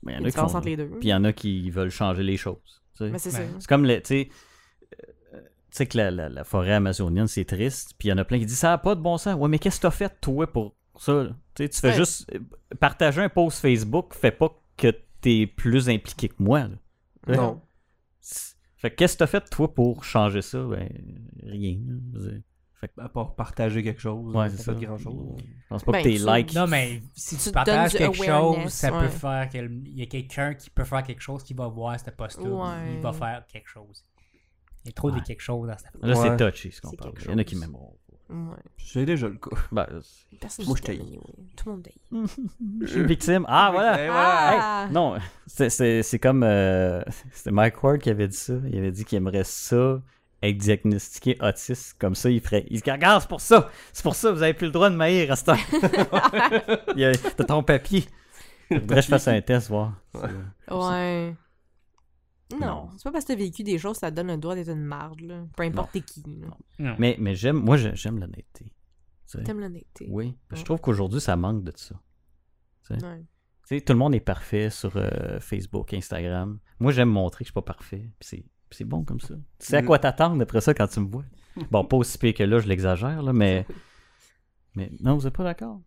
[SPEAKER 1] mais
[SPEAKER 4] Il
[SPEAKER 1] y en a
[SPEAKER 4] y a une
[SPEAKER 1] qui
[SPEAKER 4] différence
[SPEAKER 1] font-
[SPEAKER 4] entre les deux.
[SPEAKER 1] Puis il y en a qui veulent changer les choses. tu sais.
[SPEAKER 4] Mais c'est
[SPEAKER 3] Ben,
[SPEAKER 4] ça.
[SPEAKER 1] C'est comme, le- tu sais, euh, tu sais que la, la- la forêt amazonienne, c'est triste. Puis il y en a plein qui disent ça n'a pas de bon sens. Ouais, mais qu'est-ce que t'as fait, toi, pour ça? là? Tu sais, tu fais
[SPEAKER 4] Ouais.
[SPEAKER 1] juste euh, partager un post Facebook, fais pas que t'es plus impliqué que moi. là.
[SPEAKER 2] Non.
[SPEAKER 1] C'est- Fait que qu'est-ce que t'as fait, toi, pour changer ça? Ben, rien. là. Je veux dire,
[SPEAKER 2] À part ben, partager quelque chose.
[SPEAKER 1] Ouais,
[SPEAKER 2] c'est
[SPEAKER 1] c'est
[SPEAKER 2] pas
[SPEAKER 1] ça.
[SPEAKER 2] grand chose.
[SPEAKER 1] Je pense pas
[SPEAKER 4] Ben,
[SPEAKER 1] que tes
[SPEAKER 4] tu-
[SPEAKER 1] likes.
[SPEAKER 3] Non, mais si tu,
[SPEAKER 4] Tu
[SPEAKER 3] partages
[SPEAKER 4] donnes
[SPEAKER 3] quelque
[SPEAKER 4] du
[SPEAKER 3] chose,
[SPEAKER 4] awareness,
[SPEAKER 3] ça peut
[SPEAKER 4] ouais.
[SPEAKER 3] faire qu'il y a quelqu'un qui peut faire quelque chose qui va voir cette post-là.
[SPEAKER 4] Ouais.
[SPEAKER 3] puis Il va faire quelque chose. Il y a trop
[SPEAKER 1] Ouais.
[SPEAKER 3] de quelque chose dans cette
[SPEAKER 1] Là,
[SPEAKER 2] Ouais.
[SPEAKER 1] c'est touché ce qu'on
[SPEAKER 4] C'est
[SPEAKER 1] parle.
[SPEAKER 4] quelque
[SPEAKER 1] Il y en a
[SPEAKER 4] chose.
[SPEAKER 1] qui m'aiment.
[SPEAKER 4] Ouais.
[SPEAKER 2] C'est déjà le cas.
[SPEAKER 1] Ben, c'est-
[SPEAKER 4] Personne
[SPEAKER 2] Moi,
[SPEAKER 4] qui
[SPEAKER 2] je t'haïs.
[SPEAKER 4] t'aime, anyway. Tout le monde t'aille.
[SPEAKER 1] je suis une victime. Ah, voilà!
[SPEAKER 2] Et
[SPEAKER 4] Ah!
[SPEAKER 1] Non, c'est- c'est c'est comme. euh, *laughs* C'était Mike Ward qui avait dit ça. Il avait dit qu'il aimerait ça, être diagnostiqué autiste. Comme ça, il ferait. Il dit Regarde, c'est pour ça C'est pour ça, vous avez plus le droit de maïr à
[SPEAKER 4] *laughs*
[SPEAKER 1] ce temps. Il y a- T'as ton papier. Faudrait que je fasse un test, voir.
[SPEAKER 4] Ouais. Non,
[SPEAKER 1] Non.
[SPEAKER 4] c'est pas parce que t'as vécu des choses, ça te donne le droit d'être une marde, là. Peu importe t'es qui. là.
[SPEAKER 3] Non.
[SPEAKER 1] Mais, mais j'aime. Moi, je- j'aime l'honnêteté. Tu
[SPEAKER 2] ben,
[SPEAKER 1] sais.
[SPEAKER 4] T'aimes l'honnêteté.
[SPEAKER 1] Oui. Parce que Je trouve qu'aujourd'hui, ça manque de ça.
[SPEAKER 4] Ouais.
[SPEAKER 1] Tu sais, tout le monde est parfait sur euh, Facebook, Instagram. Moi, j'aime montrer que je suis pas parfait. Puis c'est, puis c'est bon comme ça. Tu sais à
[SPEAKER 2] Mm.
[SPEAKER 1] quoi t'attendre après ça quand tu me vois. Bon, pas aussi pire que là, je l'exagère, là,
[SPEAKER 2] *laughs*
[SPEAKER 1] mais. Mais non, vous êtes pas d'accord.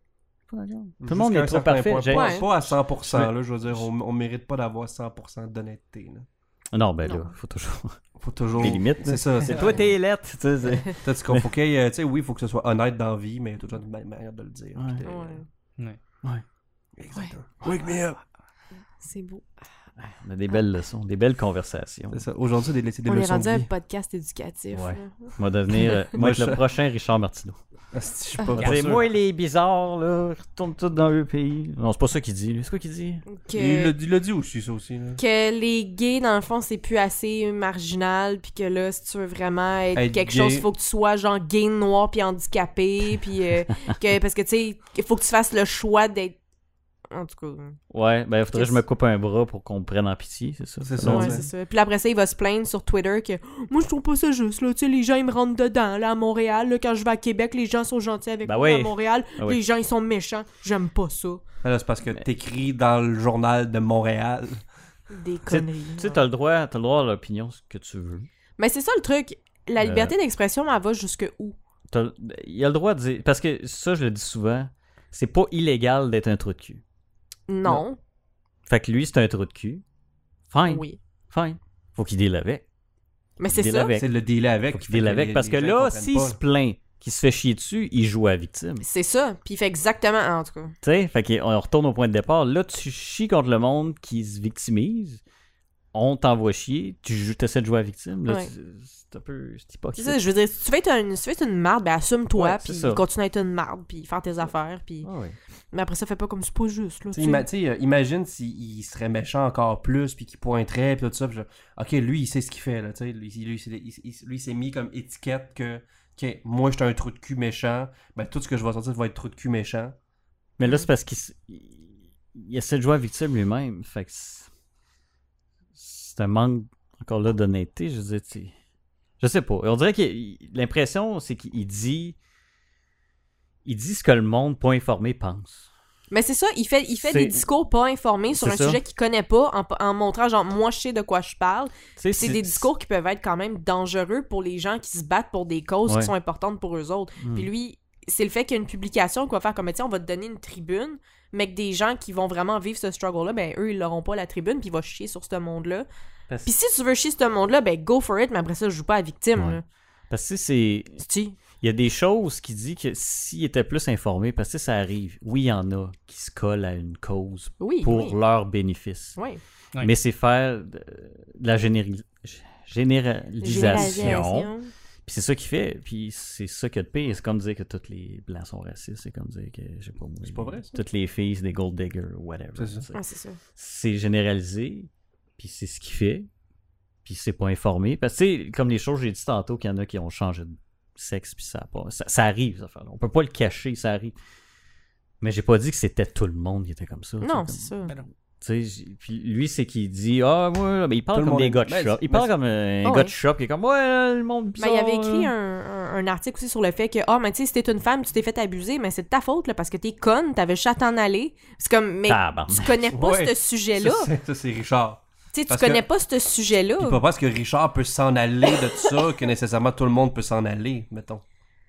[SPEAKER 1] Pas d'accord. Tout le monde
[SPEAKER 2] Jusqu'à
[SPEAKER 1] est
[SPEAKER 2] un
[SPEAKER 1] trop
[SPEAKER 2] certain
[SPEAKER 1] parfait.
[SPEAKER 2] point.
[SPEAKER 1] J'ai-
[SPEAKER 2] Pas,
[SPEAKER 4] Ouais.
[SPEAKER 2] pas à 100%, là, je veux dire, on, on mérite pas d'avoir 100% d'honnêteté. là.
[SPEAKER 1] Non, ben là,
[SPEAKER 4] Non.
[SPEAKER 1] faut toujours.
[SPEAKER 2] Faut toujours.
[SPEAKER 1] Des limites,
[SPEAKER 2] C'est *laughs*
[SPEAKER 1] là.
[SPEAKER 2] ça. C'est
[SPEAKER 1] C'est toi, t'es lettre. Tu sais, c'est- *laughs*
[SPEAKER 2] Peut-être qu'on faut qu'il y ait, tu sais, oui, il faut que ce soit honnête dans la vie, mais il y a toujours une bonne manière de le dire.
[SPEAKER 1] Ouais.
[SPEAKER 2] puis de-
[SPEAKER 4] Ouais.
[SPEAKER 2] Exactement. Wake me up!
[SPEAKER 4] C'est beau.
[SPEAKER 1] On a des belles leçons, des belles conversations.
[SPEAKER 2] C'est ça. Aujourd'hui, c'est des, c'est des
[SPEAKER 4] On est
[SPEAKER 2] leçons
[SPEAKER 4] rendu
[SPEAKER 2] de
[SPEAKER 4] à un
[SPEAKER 2] vie.
[SPEAKER 4] podcast éducatif.
[SPEAKER 1] Ouais.
[SPEAKER 4] là.
[SPEAKER 1] Moi, devenir. euh, moi,
[SPEAKER 2] Moi,
[SPEAKER 1] être
[SPEAKER 2] je-
[SPEAKER 1] le prochain Richard Martineau.
[SPEAKER 2] Asti, Je suis pas
[SPEAKER 1] Tu sais,
[SPEAKER 2] Ah, sûr.
[SPEAKER 1] moi, il est bizarre, là. Retourne tout dans le pays. Non, c'est pas ça qu'il dit. lui. C'est quoi qu'il dit
[SPEAKER 2] Il
[SPEAKER 4] Que,
[SPEAKER 2] l'a dit- il l'a dit aussi, ça aussi. là.
[SPEAKER 4] que les gays, dans le fond, c'est plus assez marginal, puis que là, si tu veux vraiment être,
[SPEAKER 2] Être
[SPEAKER 4] quelque
[SPEAKER 2] gay.
[SPEAKER 4] chose, faut que tu sois genre gay, noir, puis handicapé, puis
[SPEAKER 2] *laughs*
[SPEAKER 4] euh, que, parce que, tu sais, il faut que tu fasses le choix d'être... En tout cas,
[SPEAKER 1] Ouais, ben, il faudrait que je
[SPEAKER 4] Qu'est-ce-
[SPEAKER 1] me coupe un bras pour qu'on me prenne en pitié, c'est ça
[SPEAKER 2] C'est ça,
[SPEAKER 1] Non,
[SPEAKER 4] ouais,
[SPEAKER 2] ouais.
[SPEAKER 4] c'est ça. Puis là, après ça, il va se plaindre sur Twitter que « Moi, je trouve pas ça juste, là. Tu sais, les gens, ils me rentrent dedans, là, à Montréal. Là, quand je vais à Québec, les gens sont gentils avec
[SPEAKER 1] Ben
[SPEAKER 4] moi
[SPEAKER 1] oui.
[SPEAKER 4] à Montréal.
[SPEAKER 1] Ah oui.
[SPEAKER 4] Les gens, ils sont méchants. J'aime pas ça.
[SPEAKER 2] Ah, là, c'est parce que t'écris dans le journal de Montréal.
[SPEAKER 4] Des conneries.
[SPEAKER 1] Tu sais, t'as le droit, t'as le droit à l'opinion ce que tu veux.
[SPEAKER 4] Mais c'est ça, le truc. La
[SPEAKER 1] Euh,
[SPEAKER 4] liberté d'expression, elle va jusque où?
[SPEAKER 1] T'as- Il y a le droit de dire. Parce que ça, je le dis souvent, c'est pas illégal d'être un trou de cul.
[SPEAKER 4] Non. Hein.
[SPEAKER 1] Fait que lui, c'est un trou de cul. Fine.
[SPEAKER 4] Oui.
[SPEAKER 1] Fine. Faut qu'il deal avec.
[SPEAKER 4] Mais c'est
[SPEAKER 1] Deal
[SPEAKER 4] ça.
[SPEAKER 1] avec.
[SPEAKER 2] C'est le deal avec.
[SPEAKER 1] Faut qu'il deal avec. Parce que là, s'il se plaint qu'il se fait chier dessus, il joue à la victime. Tu
[SPEAKER 4] C'est ça. Puis il fait exactement en tout cas.
[SPEAKER 1] sais, fait qu'on retourne au point de départ. Là, tu chies contre le monde qui se victimise. On t'envoie chier. Tu essaies de jouer à la victime. Là,
[SPEAKER 4] Ouais.
[SPEAKER 1] tu- c'est un peu. C'est
[SPEAKER 4] C'est
[SPEAKER 1] hypocrite.
[SPEAKER 4] ça, je veux dire, si tu veux être une, si tu veux être une marde, ben assume-toi,
[SPEAKER 1] Ouais, c'est
[SPEAKER 4] puis
[SPEAKER 1] ça.
[SPEAKER 4] continue à être une marde, puis faire tes affaires, puis...
[SPEAKER 1] Ah ouais.
[SPEAKER 4] Mais après ça, fais pas comme c'est pas juste, là.
[SPEAKER 2] Tu
[SPEAKER 4] tu sais.
[SPEAKER 2] sais, euh, imagine s'il serait méchant encore plus, puis qu'il pointerait, puis tout ça. puis genre, ok, lui, il sait ce qu'il fait. Là, tu sais, lui, lui, c'est- il, il- lui, il s'est mis comme étiquette que ok, moi, je suis un trou de cul méchant. Ben, tout ce que je vais sortir va être trou de cul méchant.
[SPEAKER 1] Mais là, c'est parce qu'il s- il- il essaie de jouer à victime lui-même. Fait que c'est- c'est un manque, encore là, d'honnêteté. Je veux dire, tu- Je sais pas. On dirait que l'impression, c'est qu'il dit. Il dit ce que le monde pas informé pense.
[SPEAKER 4] Mais c'est ça, il fait, il fait
[SPEAKER 1] C'est-
[SPEAKER 4] des discours pas informés sur
[SPEAKER 1] C'est
[SPEAKER 4] un
[SPEAKER 1] ça.
[SPEAKER 4] sujet qu'il connaît pas en, en montrant genre moi je sais de quoi je parle.
[SPEAKER 1] Tu sais,
[SPEAKER 4] C'est des discours qui peuvent être quand même dangereux pour les gens qui se battent pour des causes
[SPEAKER 1] Ouais.
[SPEAKER 4] qui sont importantes pour eux autres.
[SPEAKER 1] Hmm.
[SPEAKER 4] Puis lui, c'est le fait qu'il y a une publication qu'on va faire comme tiens, on va te donner une tribune, mais que des gens qui vont vraiment vivre ce struggle-là, ben eux, ils l'auront pas la tribune, puis ils vont chier sur ce monde-là.
[SPEAKER 1] Parce-
[SPEAKER 4] Puis si tu veux chier sur ce monde-là, ben go for it, mais après ça, je joue pas à victime.
[SPEAKER 1] Ouais.
[SPEAKER 4] là.
[SPEAKER 1] Parce que c'est.
[SPEAKER 4] C'est-tu?
[SPEAKER 1] Il y a des choses qui dit que s'il était plus informé, parce que ça arrive, oui, il y en a qui se collent à une cause
[SPEAKER 4] Oui,
[SPEAKER 1] pour
[SPEAKER 4] oui.
[SPEAKER 1] leur bénéfice.
[SPEAKER 4] Ouais.
[SPEAKER 3] Ouais.
[SPEAKER 1] Mais c'est faire de, de la généri- g- généralisation.
[SPEAKER 4] Généralisation.
[SPEAKER 1] Puis c'est ça qu'il fait. Puis c'est ça qu'il y a de pire. C'est comme dire que tous les blancs sont racistes. C'est comme dire que, je sais pas moi,
[SPEAKER 2] C'est pas vrai, ça?
[SPEAKER 1] Toutes les filles, c'est des gold diggers ou whatever.
[SPEAKER 2] C'est ça.
[SPEAKER 1] tu sais.
[SPEAKER 4] Ah, c'est ça.
[SPEAKER 1] C'est généralisé. Puis c'est ce qu'il fait. Puis c'est pas informé. Parce que, tu sais, comme les choses, j'ai dit tantôt qu'il y en a qui ont changé de sexe. Puis ça, a pas- ça, ça arrive, ça On peut pas le cacher, ça arrive. Mais j'ai pas dit que c'était tout le monde qui était comme ça. tu sais,
[SPEAKER 4] Non,
[SPEAKER 1] comme-
[SPEAKER 4] c'est ça.
[SPEAKER 1] tu sais, j- puis lui, c'est qu'il dit Ah, ouais, mais il
[SPEAKER 2] Tout
[SPEAKER 1] parle
[SPEAKER 2] le
[SPEAKER 1] comme
[SPEAKER 2] monde
[SPEAKER 1] des
[SPEAKER 2] est-
[SPEAKER 1] gars de
[SPEAKER 2] ben,
[SPEAKER 1] shop.
[SPEAKER 2] c'est-
[SPEAKER 1] Il parle
[SPEAKER 2] ben,
[SPEAKER 1] comme euh, un
[SPEAKER 4] Ah
[SPEAKER 1] gars
[SPEAKER 4] ouais.
[SPEAKER 1] de shop qui est comme Ouais, le monde
[SPEAKER 4] Ben,
[SPEAKER 1] bizarre.
[SPEAKER 4] il avait écrit
[SPEAKER 1] euh.
[SPEAKER 4] un, un- un article aussi sur le fait que, ah, mais tu sais, si t'es une femme, tu t'es fait abuser, mais c'est de ta faute, là, parce que t'es conne, t'avais chat en aller. C'est comme, mais
[SPEAKER 1] Tabarnak.
[SPEAKER 4] tu connais pas
[SPEAKER 2] Ouais.
[SPEAKER 4] ce
[SPEAKER 2] Ça,
[SPEAKER 4] sujet-là.
[SPEAKER 2] c'est- ça, c'est Richard.
[SPEAKER 4] Tu sais, tu
[SPEAKER 2] parce
[SPEAKER 4] connais
[SPEAKER 2] que-
[SPEAKER 4] pas ce sujet-là.
[SPEAKER 2] Puis pas parce que Richard peut s'en aller de ça que nécessairement tout le monde peut s'en aller, mettons.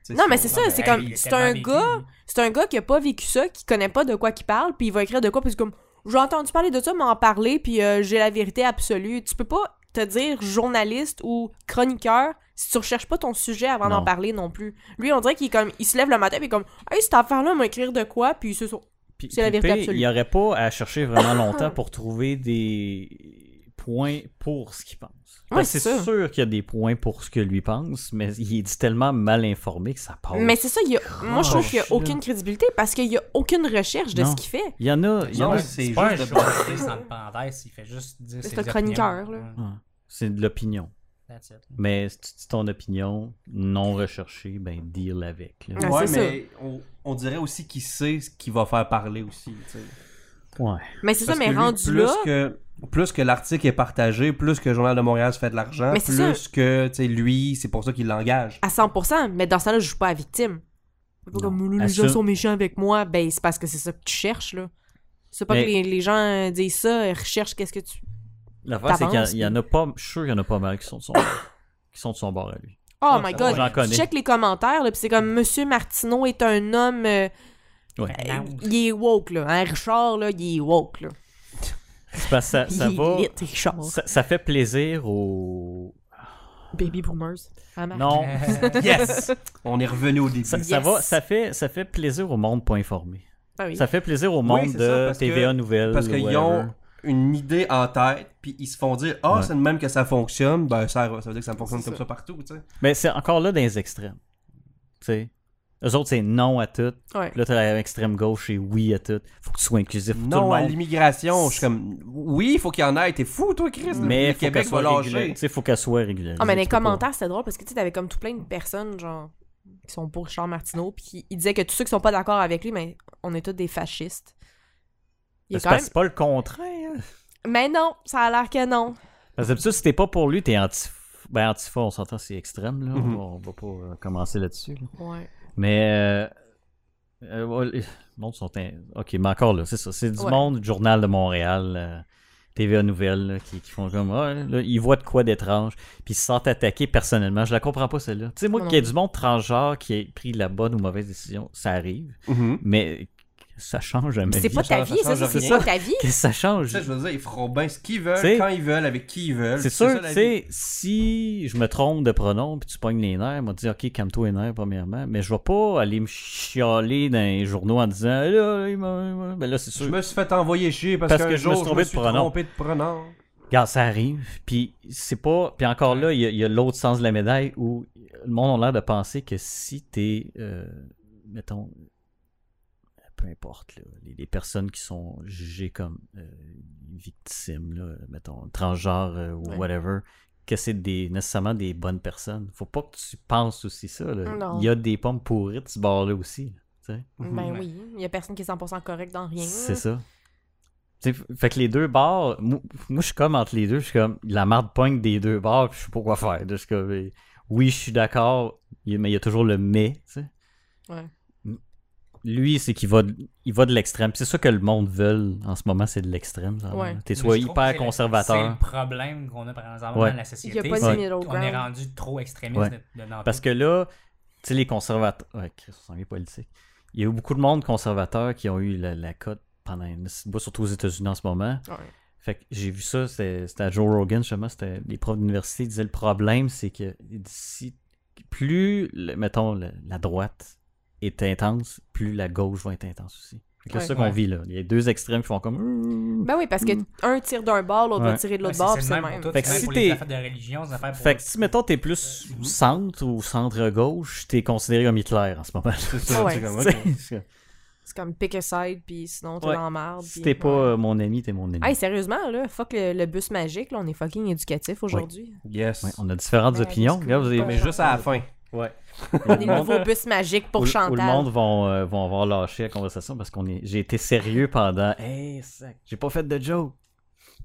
[SPEAKER 2] Tu sais,
[SPEAKER 4] Non, mais c'est ça, c'est
[SPEAKER 3] hey, il
[SPEAKER 4] comme,
[SPEAKER 3] est
[SPEAKER 4] c'est
[SPEAKER 3] tellement
[SPEAKER 4] un
[SPEAKER 3] vécu,
[SPEAKER 4] gars,
[SPEAKER 3] lui.
[SPEAKER 4] c'est un gars qui a pas vécu ça, qui connaît pas de quoi qu'il parle, puis il va écrire de quoi, puis c'est comme, j'ai entendu parler de ça, m'en parler, puis euh, j'ai la vérité absolue. Tu peux pas te dire journaliste ou chroniqueur si tu recherches pas ton sujet avant
[SPEAKER 1] Non.
[SPEAKER 4] d'en parler non plus. Lui, on dirait qu'il est comme, il se lève le matin, puis il est comme, hey, cette affaire-là m'a écrire de quoi, puis c'est ça.
[SPEAKER 1] Puis,
[SPEAKER 4] C'est la
[SPEAKER 1] puis
[SPEAKER 4] vérité
[SPEAKER 1] pire,
[SPEAKER 4] absolue.
[SPEAKER 1] Il n'y aurait pas à chercher vraiment
[SPEAKER 4] *laughs*
[SPEAKER 1] longtemps pour trouver des points pour ce qu'il pense.
[SPEAKER 4] Ouais,
[SPEAKER 1] Parce que
[SPEAKER 4] c'est
[SPEAKER 1] c'est
[SPEAKER 4] ça.
[SPEAKER 1] sûr qu'il y a des points pour ce que lui pense, mais il est tellement mal informé que ça passe.
[SPEAKER 4] Mais c'est ça, il y a- moi je trouve qu'il n'y a
[SPEAKER 2] Croche, là.
[SPEAKER 4] aucune crédibilité parce qu'il n'y a aucune recherche de
[SPEAKER 1] Oh, Non.
[SPEAKER 4] ce qu'il fait.
[SPEAKER 1] Il y en a. il y en
[SPEAKER 2] Non,
[SPEAKER 1] a-
[SPEAKER 2] c'est
[SPEAKER 3] pas un
[SPEAKER 2] juste de-
[SPEAKER 3] journaliste entre parenthèses, il fait juste dire
[SPEAKER 4] C'est
[SPEAKER 3] ses
[SPEAKER 4] un chroniqueur,
[SPEAKER 3] opinions.
[SPEAKER 1] Ouais. C'est de l'opinion.
[SPEAKER 3] Ouais, that's it.
[SPEAKER 1] Mais si tu dis ton opinion non recherchée, ben deal avec. là.
[SPEAKER 4] Ah,
[SPEAKER 2] ouais,
[SPEAKER 4] c'est
[SPEAKER 2] mais on, on dirait aussi qu'il sait ce qui va faire parler aussi. tu sais.
[SPEAKER 1] Ouais.
[SPEAKER 4] Mais c'est ça,
[SPEAKER 2] Parce
[SPEAKER 4] mais
[SPEAKER 2] que lui,
[SPEAKER 4] rendu
[SPEAKER 2] plus
[SPEAKER 4] là.
[SPEAKER 2] Que, plus que l'article est partagé, plus que le Journal de Montréal se fait de l'argent,
[SPEAKER 4] Mais c'est
[SPEAKER 2] plus que tu sais, lui, c'est pour ça qu'il
[SPEAKER 4] *laughs*
[SPEAKER 2] l'engage.
[SPEAKER 4] à 100%, mais dans ce temps-là, je joue pas à victime. C'est pas
[SPEAKER 1] Non.
[SPEAKER 4] comme
[SPEAKER 1] À
[SPEAKER 4] les gens
[SPEAKER 1] ça-
[SPEAKER 4] sont méchants avec moi, ben c'est parce que c'est ça que tu cherches, là. C'est pas
[SPEAKER 1] Mais-
[SPEAKER 4] que les, les gens euh, disent ça, ils recherchent qu'est-ce que tu.
[SPEAKER 1] L'affaire, c'est qu'il y en-
[SPEAKER 4] T'avances,
[SPEAKER 1] il y en a pas. Je suis sûr qu'il y en a pas mal qui sont de son, *coughs* qui sont de son bord à lui.
[SPEAKER 4] Oh
[SPEAKER 2] Ouais, ça,
[SPEAKER 4] my
[SPEAKER 1] Ah,
[SPEAKER 4] god!
[SPEAKER 1] J'en
[SPEAKER 4] Tu
[SPEAKER 1] connais.
[SPEAKER 4] check les commentaires, là, pis c'est comme Monsieur Martineau est un homme. euh,
[SPEAKER 1] Ouais.
[SPEAKER 4] euh,
[SPEAKER 3] Announce.
[SPEAKER 4] il est woke, là. Hein, Richard, là, il est woke, là.
[SPEAKER 1] C'est parce que ça, ça
[SPEAKER 4] il
[SPEAKER 1] va.
[SPEAKER 4] est lit, Richard.
[SPEAKER 1] Ça, ça fait plaisir aux.
[SPEAKER 4] Baby boomers. Ah, Marc.
[SPEAKER 1] Non. *laughs*
[SPEAKER 3] *laughs*
[SPEAKER 2] Yes! on est revenu au début.
[SPEAKER 1] Ça, ça
[SPEAKER 4] Yes.
[SPEAKER 1] va, ça, fait, ça fait plaisir au monde pas informé.
[SPEAKER 4] *laughs* Ah oui.
[SPEAKER 1] Ça fait plaisir au
[SPEAKER 2] Oui,
[SPEAKER 1] monde
[SPEAKER 2] c'est ça,
[SPEAKER 1] de
[SPEAKER 2] parce que-
[SPEAKER 1] TVA Nouvelles.
[SPEAKER 2] Parce qu'ils
[SPEAKER 1] whatever.
[SPEAKER 2] ont une idée en tête, puis ils se font dire Ah,
[SPEAKER 1] Ouais.
[SPEAKER 2] c'est de même que ça fonctionne, ben ça, ça veut dire que ça fonctionne
[SPEAKER 4] C'est
[SPEAKER 2] comme ça,
[SPEAKER 4] ça.
[SPEAKER 2] partout. tu sais.
[SPEAKER 1] Mais c'est encore là dans les extrêmes. Tu sais. Eux autres, c'est non à tout.
[SPEAKER 4] Ouais.
[SPEAKER 1] Là, t'as l'extrême gauche et oui à tout. Faut que tu sois inclusif pour tout
[SPEAKER 2] Non,
[SPEAKER 1] le
[SPEAKER 2] à
[SPEAKER 1] monde.
[SPEAKER 2] l'immigration, je suis comme Oui, il faut qu'il y en ait, t'es fou, toi, Chris.
[SPEAKER 1] Mais
[SPEAKER 2] le
[SPEAKER 1] faut qu'elle
[SPEAKER 2] Québec va
[SPEAKER 1] soit
[SPEAKER 2] lâcher.
[SPEAKER 1] régulière. Tu sais, faut qu'elle soit régulière.
[SPEAKER 4] Ah, mais dans les commentaires, c'était drôle parce que tu sais, t'avais comme tout plein de personnes, genre, qui sont pour Richard Martineau, puis qui- ils disaient que tous ceux qui sont pas d'accord avec lui, mais on est tous des fascistes. Il est
[SPEAKER 1] C'est parce
[SPEAKER 4] quand même...
[SPEAKER 1] que c'est pas le contraire.
[SPEAKER 4] Mais non, ça a l'air que non.
[SPEAKER 1] Parce que d'habitude, si t'es pas pour lui, t'es anti. Ben, antifa, on s'entend, c'est extrême, là.
[SPEAKER 2] Mhm.
[SPEAKER 1] On va pas euh, commencer là-dessus. là.
[SPEAKER 4] Ouais.
[SPEAKER 1] Mais. euh, euh, ouais, les mondes sont. in- Ok, mais encore là, c'est ça. C'est du
[SPEAKER 4] Ouais.
[SPEAKER 1] monde, Journal de Montréal, euh, TVA Nouvelles, là, qui, qui font comme. Ah, là, ils voient de quoi d'étrange, puis ils se sentent attaqués personnellement. Je la comprends pas, celle-là. Tu sais, moi,
[SPEAKER 4] Moi non
[SPEAKER 1] qu'il y ait du monde transgenre qui ait pris la bonne ou mauvaise décision, ça arrive.
[SPEAKER 2] Mhm.
[SPEAKER 1] Mais ça change jamais.
[SPEAKER 4] Puis C'est pas
[SPEAKER 2] ça-
[SPEAKER 4] ta vie,
[SPEAKER 2] ça
[SPEAKER 4] ça,
[SPEAKER 2] change
[SPEAKER 4] ça, c'est
[SPEAKER 1] rien.
[SPEAKER 4] pas ta vie.
[SPEAKER 1] *laughs* que ça change.
[SPEAKER 2] Ça, je veux dire, ils feront bien ce qu'ils veulent,
[SPEAKER 1] T'sais,
[SPEAKER 2] quand ils veulent, avec qui ils veulent.
[SPEAKER 1] C'est sûr,
[SPEAKER 2] ça,
[SPEAKER 1] tu
[SPEAKER 2] la vie.
[SPEAKER 1] sais, si je me trompe de pronom puis tu pognes les nerfs, m'a dit OK, calme-toi les nerfs premièrement, mais je vais pas aller me chialer dans les journaux en disant Ah là, il m'a- il m'a- ben là c'est
[SPEAKER 2] Je
[SPEAKER 1] sûr.
[SPEAKER 2] me suis fait envoyer chier parce,
[SPEAKER 1] Parce
[SPEAKER 2] qu'un
[SPEAKER 1] que je me
[SPEAKER 2] jour,
[SPEAKER 1] suis trompé de pronom.
[SPEAKER 2] trompé de pronom.
[SPEAKER 1] Regarde, ça arrive, puis c'est pas puis encore là, il y a- il y a, l'autre sens de la médaille où le monde a l'air de penser que si t'es euh, mettons peu importe là, les, les personnes qui sont jugées comme euh, victimes là, mettons transgenres euh, ou
[SPEAKER 4] Ouais.
[SPEAKER 1] whatever que c'est des, nécessairement des bonnes personnes. Faut pas que tu penses aussi ça. là.
[SPEAKER 4] Non.
[SPEAKER 1] Il y a des pommes pourries de ce bord-là aussi.
[SPEAKER 4] Ben oui, il y a personne qui est 100% correct dans rien.
[SPEAKER 1] C'est ça. Tu sais, fait que les deux bars, moi, moi, je suis comme entre les deux, je suis comme la marde pogne des deux bars, puis je sais pas quoi faire. Je suis comme, euh, oui, je suis d'accord, il- mais il y a toujours le mais, tu sais.
[SPEAKER 6] Ouais.
[SPEAKER 1] Lui, c'est qu'il va, de- il va de l'extrême. Puis C'est ça que le monde veut en ce moment, c'est de l'extrême. genre.
[SPEAKER 6] Ouais.
[SPEAKER 1] T'es
[SPEAKER 3] Mais
[SPEAKER 1] soit
[SPEAKER 3] je trouve que
[SPEAKER 1] hyper
[SPEAKER 3] c'est le- C'est
[SPEAKER 1] conservateur.
[SPEAKER 3] le problème qu'on a présentement
[SPEAKER 1] Ouais.
[SPEAKER 3] dans la
[SPEAKER 6] Il n'y
[SPEAKER 3] société.
[SPEAKER 6] a pas
[SPEAKER 3] c'est
[SPEAKER 6] de middle
[SPEAKER 3] qu'on est
[SPEAKER 6] ground.
[SPEAKER 3] rendu trop extrémiste
[SPEAKER 1] Ouais.
[SPEAKER 3] de, de dans
[SPEAKER 1] Parce
[SPEAKER 3] tout.
[SPEAKER 1] que là, tu sais, les conservateurs. Ouais, Chris, on s'en vient politique. Il y a eu beaucoup de monde conservateur qui ont eu la, la cote pendant une petite boîte, surtout aux États-Unis en ce moment.
[SPEAKER 6] Ouais.
[SPEAKER 1] Fait que j'ai vu ça, c'était c'était à Joe Rogan, justement, c'était les profs d'université ils disaient le problème, c'est que si plus, le- mettons, le- la droite est intense, plus la gauche va être intense aussi. Fait que
[SPEAKER 6] Ouais.
[SPEAKER 1] C'est ça qu'on
[SPEAKER 3] Ouais.
[SPEAKER 1] vit là. Il y a deux extrêmes qui font comme.
[SPEAKER 6] Ben oui, parce que un tire d'un bord, l'autre
[SPEAKER 1] Mm. Ouais.
[SPEAKER 6] va tirer de
[SPEAKER 3] Ouais,
[SPEAKER 6] l'autre
[SPEAKER 3] Ben, c'est-
[SPEAKER 6] bord,
[SPEAKER 3] c'est
[SPEAKER 6] puis
[SPEAKER 3] le
[SPEAKER 6] c'est le
[SPEAKER 3] même
[SPEAKER 6] même.
[SPEAKER 3] pour tout,
[SPEAKER 1] Fait que
[SPEAKER 3] c'est
[SPEAKER 1] si
[SPEAKER 3] même pour
[SPEAKER 1] t'es-
[SPEAKER 3] les affaires de religion, les affaires
[SPEAKER 6] Ben,
[SPEAKER 3] pour-
[SPEAKER 1] Fait que si, mettons, t'es plus centre ou centre-gauche, t'es considéré comme Hitler en ce moment.
[SPEAKER 2] C'est ça,
[SPEAKER 6] Ouais.
[SPEAKER 1] *laughs*
[SPEAKER 2] c'est comme, ok.
[SPEAKER 1] T'sais,
[SPEAKER 6] C'est comme pick a side, puis sinon t'es
[SPEAKER 1] Ouais.
[SPEAKER 6] dans la merde.
[SPEAKER 1] Si
[SPEAKER 6] puis-
[SPEAKER 1] t'es pas
[SPEAKER 6] Ouais.
[SPEAKER 1] euh, mon ami, t'es mon ami.
[SPEAKER 6] Hey, sérieusement, là, fuck le, le bus magique, là, on est fucking éducatif aujourd'hui.
[SPEAKER 2] Yes.
[SPEAKER 1] Ouais, on a différentes
[SPEAKER 6] Ben,
[SPEAKER 1] opinions.
[SPEAKER 6] parce que-
[SPEAKER 1] Regarde, vous avez-
[SPEAKER 6] Ouais.
[SPEAKER 2] Mais juste à la fin.
[SPEAKER 6] Des nouveaux bus magiques pour
[SPEAKER 1] où- où
[SPEAKER 6] Chantal.
[SPEAKER 1] le monde vont, euh, vont avoir lâché la conversation parce qu'on est... j'ai été sérieux pendant. Hey, sac, j'ai pas fait de joke.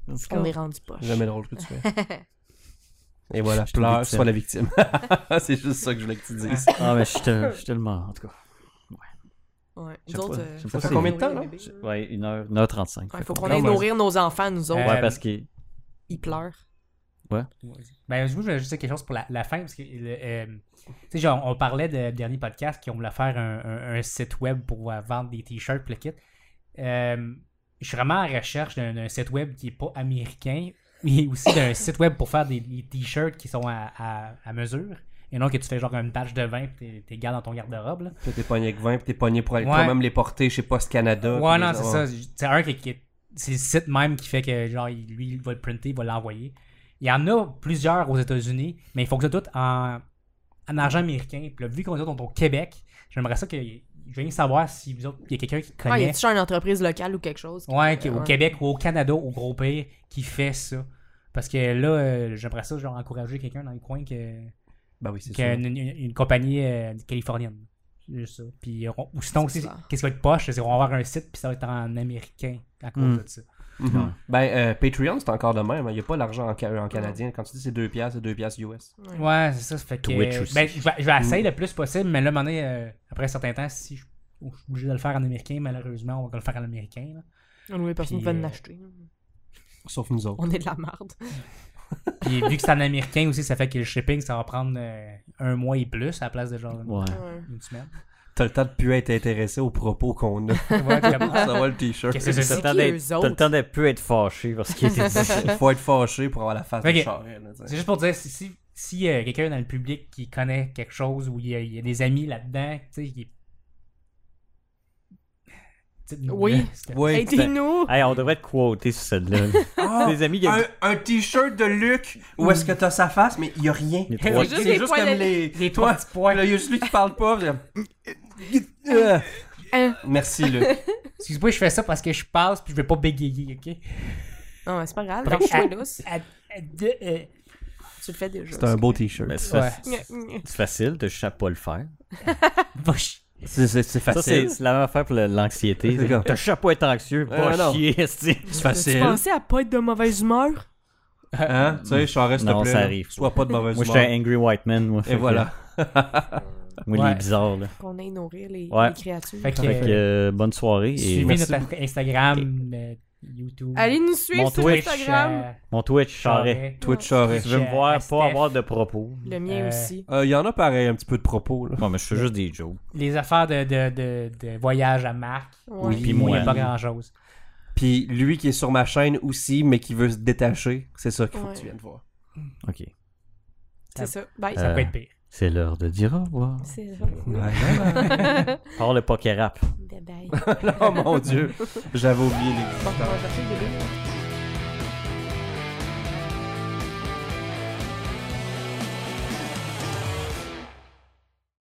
[SPEAKER 1] Let's go.
[SPEAKER 6] On est rendu poche.
[SPEAKER 2] Jamais drôle que tu fais.
[SPEAKER 1] *laughs*
[SPEAKER 2] Et voilà,
[SPEAKER 1] suis une
[SPEAKER 2] pleure,
[SPEAKER 1] victime.
[SPEAKER 2] sois la victime. *laughs* c'est juste ça que je voulais que tu
[SPEAKER 1] *laughs*
[SPEAKER 2] dises.
[SPEAKER 1] Ah, mais je suis te- je suis tellement. En tout cas.
[SPEAKER 6] Ouais.
[SPEAKER 1] Je
[SPEAKER 6] Nous
[SPEAKER 1] sais
[SPEAKER 6] autres,
[SPEAKER 1] pas,
[SPEAKER 6] euh,
[SPEAKER 1] je sais
[SPEAKER 6] faut qu'on
[SPEAKER 1] pas
[SPEAKER 6] nourrit
[SPEAKER 1] si-
[SPEAKER 2] Combien de temps,
[SPEAKER 6] les
[SPEAKER 2] là?
[SPEAKER 6] bébés,
[SPEAKER 1] Ouais, 1h, 1h35.
[SPEAKER 6] Ouais, faut qu'on
[SPEAKER 2] Quand
[SPEAKER 6] aille
[SPEAKER 2] même.
[SPEAKER 6] nourrir nos enfants, nous autres.
[SPEAKER 3] Euh,
[SPEAKER 1] Ouais, parce qu'il.
[SPEAKER 6] Ils pleurent.
[SPEAKER 3] Ben, je je voulais juste dire quelque chose pour la, la fin, parce que, le, euh, tu sais, genre, on parlait de dernier podcast qui on voulait faire un, un- un site web pour euh, vendre des t-shirts, pis le kit. Euh, je suis vraiment à la recherche d'un d'un site web qui est pas américain, mais aussi d'un site web pour faire des, des t-shirts qui sont à, à- à mesure. Et non que tu fais genre une batch de vin, pis t'es- t'es gars dans ton garde-robe, là.
[SPEAKER 2] Toi, T'es pogné avec 20, puis t'es pogné pour aller
[SPEAKER 3] Ouais.
[SPEAKER 2] toi-même les porter chez Post Canada.
[SPEAKER 3] Ouais,
[SPEAKER 2] puis
[SPEAKER 3] non,
[SPEAKER 2] les-
[SPEAKER 3] c'est ça. C'est un qui, qui- c'est le site même qui fait que, genre, il- lui, il va le printer, il va l'envoyer. Il y en a plusieurs aux États-Unis, mais ils fonctionnent tous en, en argent américain. Puis là, vu qu'on est autres, on est au Québec, j'aimerais ça que. Je viens savoir si vous autres, il y a quelqu'un qui
[SPEAKER 6] Ah, y
[SPEAKER 3] connaît.
[SPEAKER 6] a-tu genre une entreprise locale ou quelque chose? qui-
[SPEAKER 3] ouais, qui- au
[SPEAKER 6] Ouais.
[SPEAKER 3] Québec ou au Canada, au gros pire, qui fait ça. Parce que là, euh, j'aimerais ça, genre, encourager quelqu'un dans le coin que
[SPEAKER 2] Ben oui, c'est
[SPEAKER 3] qui
[SPEAKER 2] ça.
[SPEAKER 3] a une, une- une compagnie euh, californienne. Juste ça. Puis, euh, on- ou sinon,
[SPEAKER 6] C'est
[SPEAKER 3] aussi,
[SPEAKER 6] ça.
[SPEAKER 3] qu'est-ce qui va être poche, c'est qu'on va avoir un site, puis ça va être en américain à cause
[SPEAKER 1] Mm.
[SPEAKER 3] de ça.
[SPEAKER 2] Mhm. Ben, euh, Patreon, c'est encore de même. Il n'y a pas l'argent en, ca- en canadien. Quand tu dis c'est 2 piastres, c'est 2 piastres US.
[SPEAKER 3] Ouais, c'est ça. ça fait que,
[SPEAKER 1] Twitch aussi. Hmm.
[SPEAKER 3] Ben, je, vais, je vais essayer le plus possible, mais là, à un moment donné, euh, après un certain temps, si je, ou je suis obligé de le faire en américain, malheureusement, on va le faire en américain. là.
[SPEAKER 6] Oui, personne
[SPEAKER 3] Puis,
[SPEAKER 6] va
[SPEAKER 3] euh,
[SPEAKER 6] l'acheter.
[SPEAKER 2] Sauf nous autres.
[SPEAKER 6] On est de la merde.
[SPEAKER 3] Puis, vu que c'est en américain aussi, ça fait que le shipping, ça va prendre euh, un mois et plus à la place de genre une,
[SPEAKER 1] Ouais.
[SPEAKER 3] une semaine.
[SPEAKER 2] T'as le temps de plus être intéressé aux propos qu'on a.
[SPEAKER 3] Ouais, puis après-
[SPEAKER 6] *laughs*
[SPEAKER 2] Ça va le t-shirt.
[SPEAKER 3] Qu'est-ce que c'est
[SPEAKER 1] T'as
[SPEAKER 3] ça?
[SPEAKER 1] le temps
[SPEAKER 6] qui,
[SPEAKER 1] d'être-
[SPEAKER 6] eux
[SPEAKER 1] t'as le
[SPEAKER 6] autres?
[SPEAKER 1] temps d'être plus être fâché parce qu'il était dit.
[SPEAKER 6] *laughs*
[SPEAKER 2] Il faut être fâché pour avoir la face
[SPEAKER 3] Ok.
[SPEAKER 2] de Charest, là, tu sais.
[SPEAKER 3] C'est juste pour dire, si, si, si, euh, quelqu'un dans le public qui connaît quelque chose ou il y a, il y a des amis là-dedans, tu sais, qui. Dites-nous,
[SPEAKER 6] Oui.
[SPEAKER 3] là, c'est-
[SPEAKER 2] Oui,
[SPEAKER 6] Aidez-nous!
[SPEAKER 1] Hey, on devrait être quoté sur celle-là.
[SPEAKER 2] Ah,
[SPEAKER 1] Des amis qui
[SPEAKER 2] un, un t-shirt de Luc où est-ce que t'as sa face, mais il n'y a rien.
[SPEAKER 1] Il y a trois-
[SPEAKER 6] C'est juste les poils
[SPEAKER 2] comme
[SPEAKER 6] de-
[SPEAKER 2] les.
[SPEAKER 3] Les trois petits points.
[SPEAKER 2] Il y a juste lui qui parle pas. *laughs* puis- Euh,
[SPEAKER 6] Hein.
[SPEAKER 2] Merci, Luc.
[SPEAKER 3] Excuse-moi, je fais ça parce que je passe puis je vais pas bégayer, ok?
[SPEAKER 6] Non, mais c'est pas grave.
[SPEAKER 3] Fait que-
[SPEAKER 6] lâche-toi, lousse.
[SPEAKER 3] À- à- de- euh,
[SPEAKER 6] Tu le fais déjà.
[SPEAKER 2] C'est un beau t-shirt.
[SPEAKER 1] Mais c'est
[SPEAKER 3] Ouais.
[SPEAKER 1] faci- c'est facile, t'as juste à pas le faire.
[SPEAKER 3] va ch-
[SPEAKER 2] C'est c'est- c'est
[SPEAKER 1] Ça, c'est
[SPEAKER 2] facile.
[SPEAKER 1] c'est la même affaire pour le- l'anxiété.
[SPEAKER 2] C'est comme-
[SPEAKER 1] T'as juste à pas être
[SPEAKER 2] *laughs*
[SPEAKER 1] anxieux,
[SPEAKER 2] Euh,
[SPEAKER 1] pas
[SPEAKER 2] non.
[SPEAKER 1] chier, *laughs* esti.
[SPEAKER 2] C'est
[SPEAKER 6] Tu pensais à pas être de mauvaise humeur?
[SPEAKER 2] *laughs* Hein? Tu sais, Charest, s'il te
[SPEAKER 1] Non,
[SPEAKER 2] plaît,
[SPEAKER 1] ça
[SPEAKER 2] là,
[SPEAKER 1] arrive.
[SPEAKER 2] Sois pas de mauvaise
[SPEAKER 1] Moi,
[SPEAKER 2] humeur.
[SPEAKER 1] j'étais un angry white man, moi. fait
[SPEAKER 2] Et
[SPEAKER 1] que-
[SPEAKER 2] voilà.
[SPEAKER 1] Moi, il
[SPEAKER 3] Ouais.
[SPEAKER 1] est bizarre, là.
[SPEAKER 6] Qu'on aille nourrir les,
[SPEAKER 1] Ouais.
[SPEAKER 6] les créatures.
[SPEAKER 3] Fait que,
[SPEAKER 1] Fait que, euh, bonne soirée. Et
[SPEAKER 3] suivez
[SPEAKER 2] merci
[SPEAKER 3] notre Instagram, euh, YouTube.
[SPEAKER 6] Allez nous suivre
[SPEAKER 1] Mon
[SPEAKER 6] sur
[SPEAKER 1] Twitch,
[SPEAKER 6] Instagram.
[SPEAKER 3] euh,
[SPEAKER 1] mon Twitch, charret.
[SPEAKER 3] Charest.
[SPEAKER 2] Twitch Charest.
[SPEAKER 1] Si tu veux me voir,
[SPEAKER 3] à
[SPEAKER 1] pas
[SPEAKER 3] Steph.
[SPEAKER 1] avoir de propos.
[SPEAKER 6] Le mien
[SPEAKER 3] Euh,
[SPEAKER 6] aussi.
[SPEAKER 2] Il y en a pareil, un petit peu de propos. Là.
[SPEAKER 1] Bon, mais je fais juste des jokes.
[SPEAKER 3] Les affaires de, de, de, de voyage à Marc.
[SPEAKER 6] Ouais.
[SPEAKER 1] oui, Puis
[SPEAKER 3] Moi, il n'y a
[SPEAKER 1] moi.
[SPEAKER 3] pas grand-chose.
[SPEAKER 2] Puis lui qui est sur ma chaîne aussi, mais qui veut se détacher, c'est ça qu'il faut
[SPEAKER 6] Ouais.
[SPEAKER 2] que tu viennes voir.
[SPEAKER 1] OK.
[SPEAKER 6] C'est ça. Bye.
[SPEAKER 3] Ça
[SPEAKER 1] Euh,
[SPEAKER 3] peut être pire.
[SPEAKER 1] C'est l'heure de dire au revoir.
[SPEAKER 6] C'est
[SPEAKER 2] *laughs*
[SPEAKER 1] Par le poker rap.
[SPEAKER 6] Bye bye.
[SPEAKER 2] oh mon dieu, j'avais oublié les
[SPEAKER 6] Bon, on va chercher le bébé.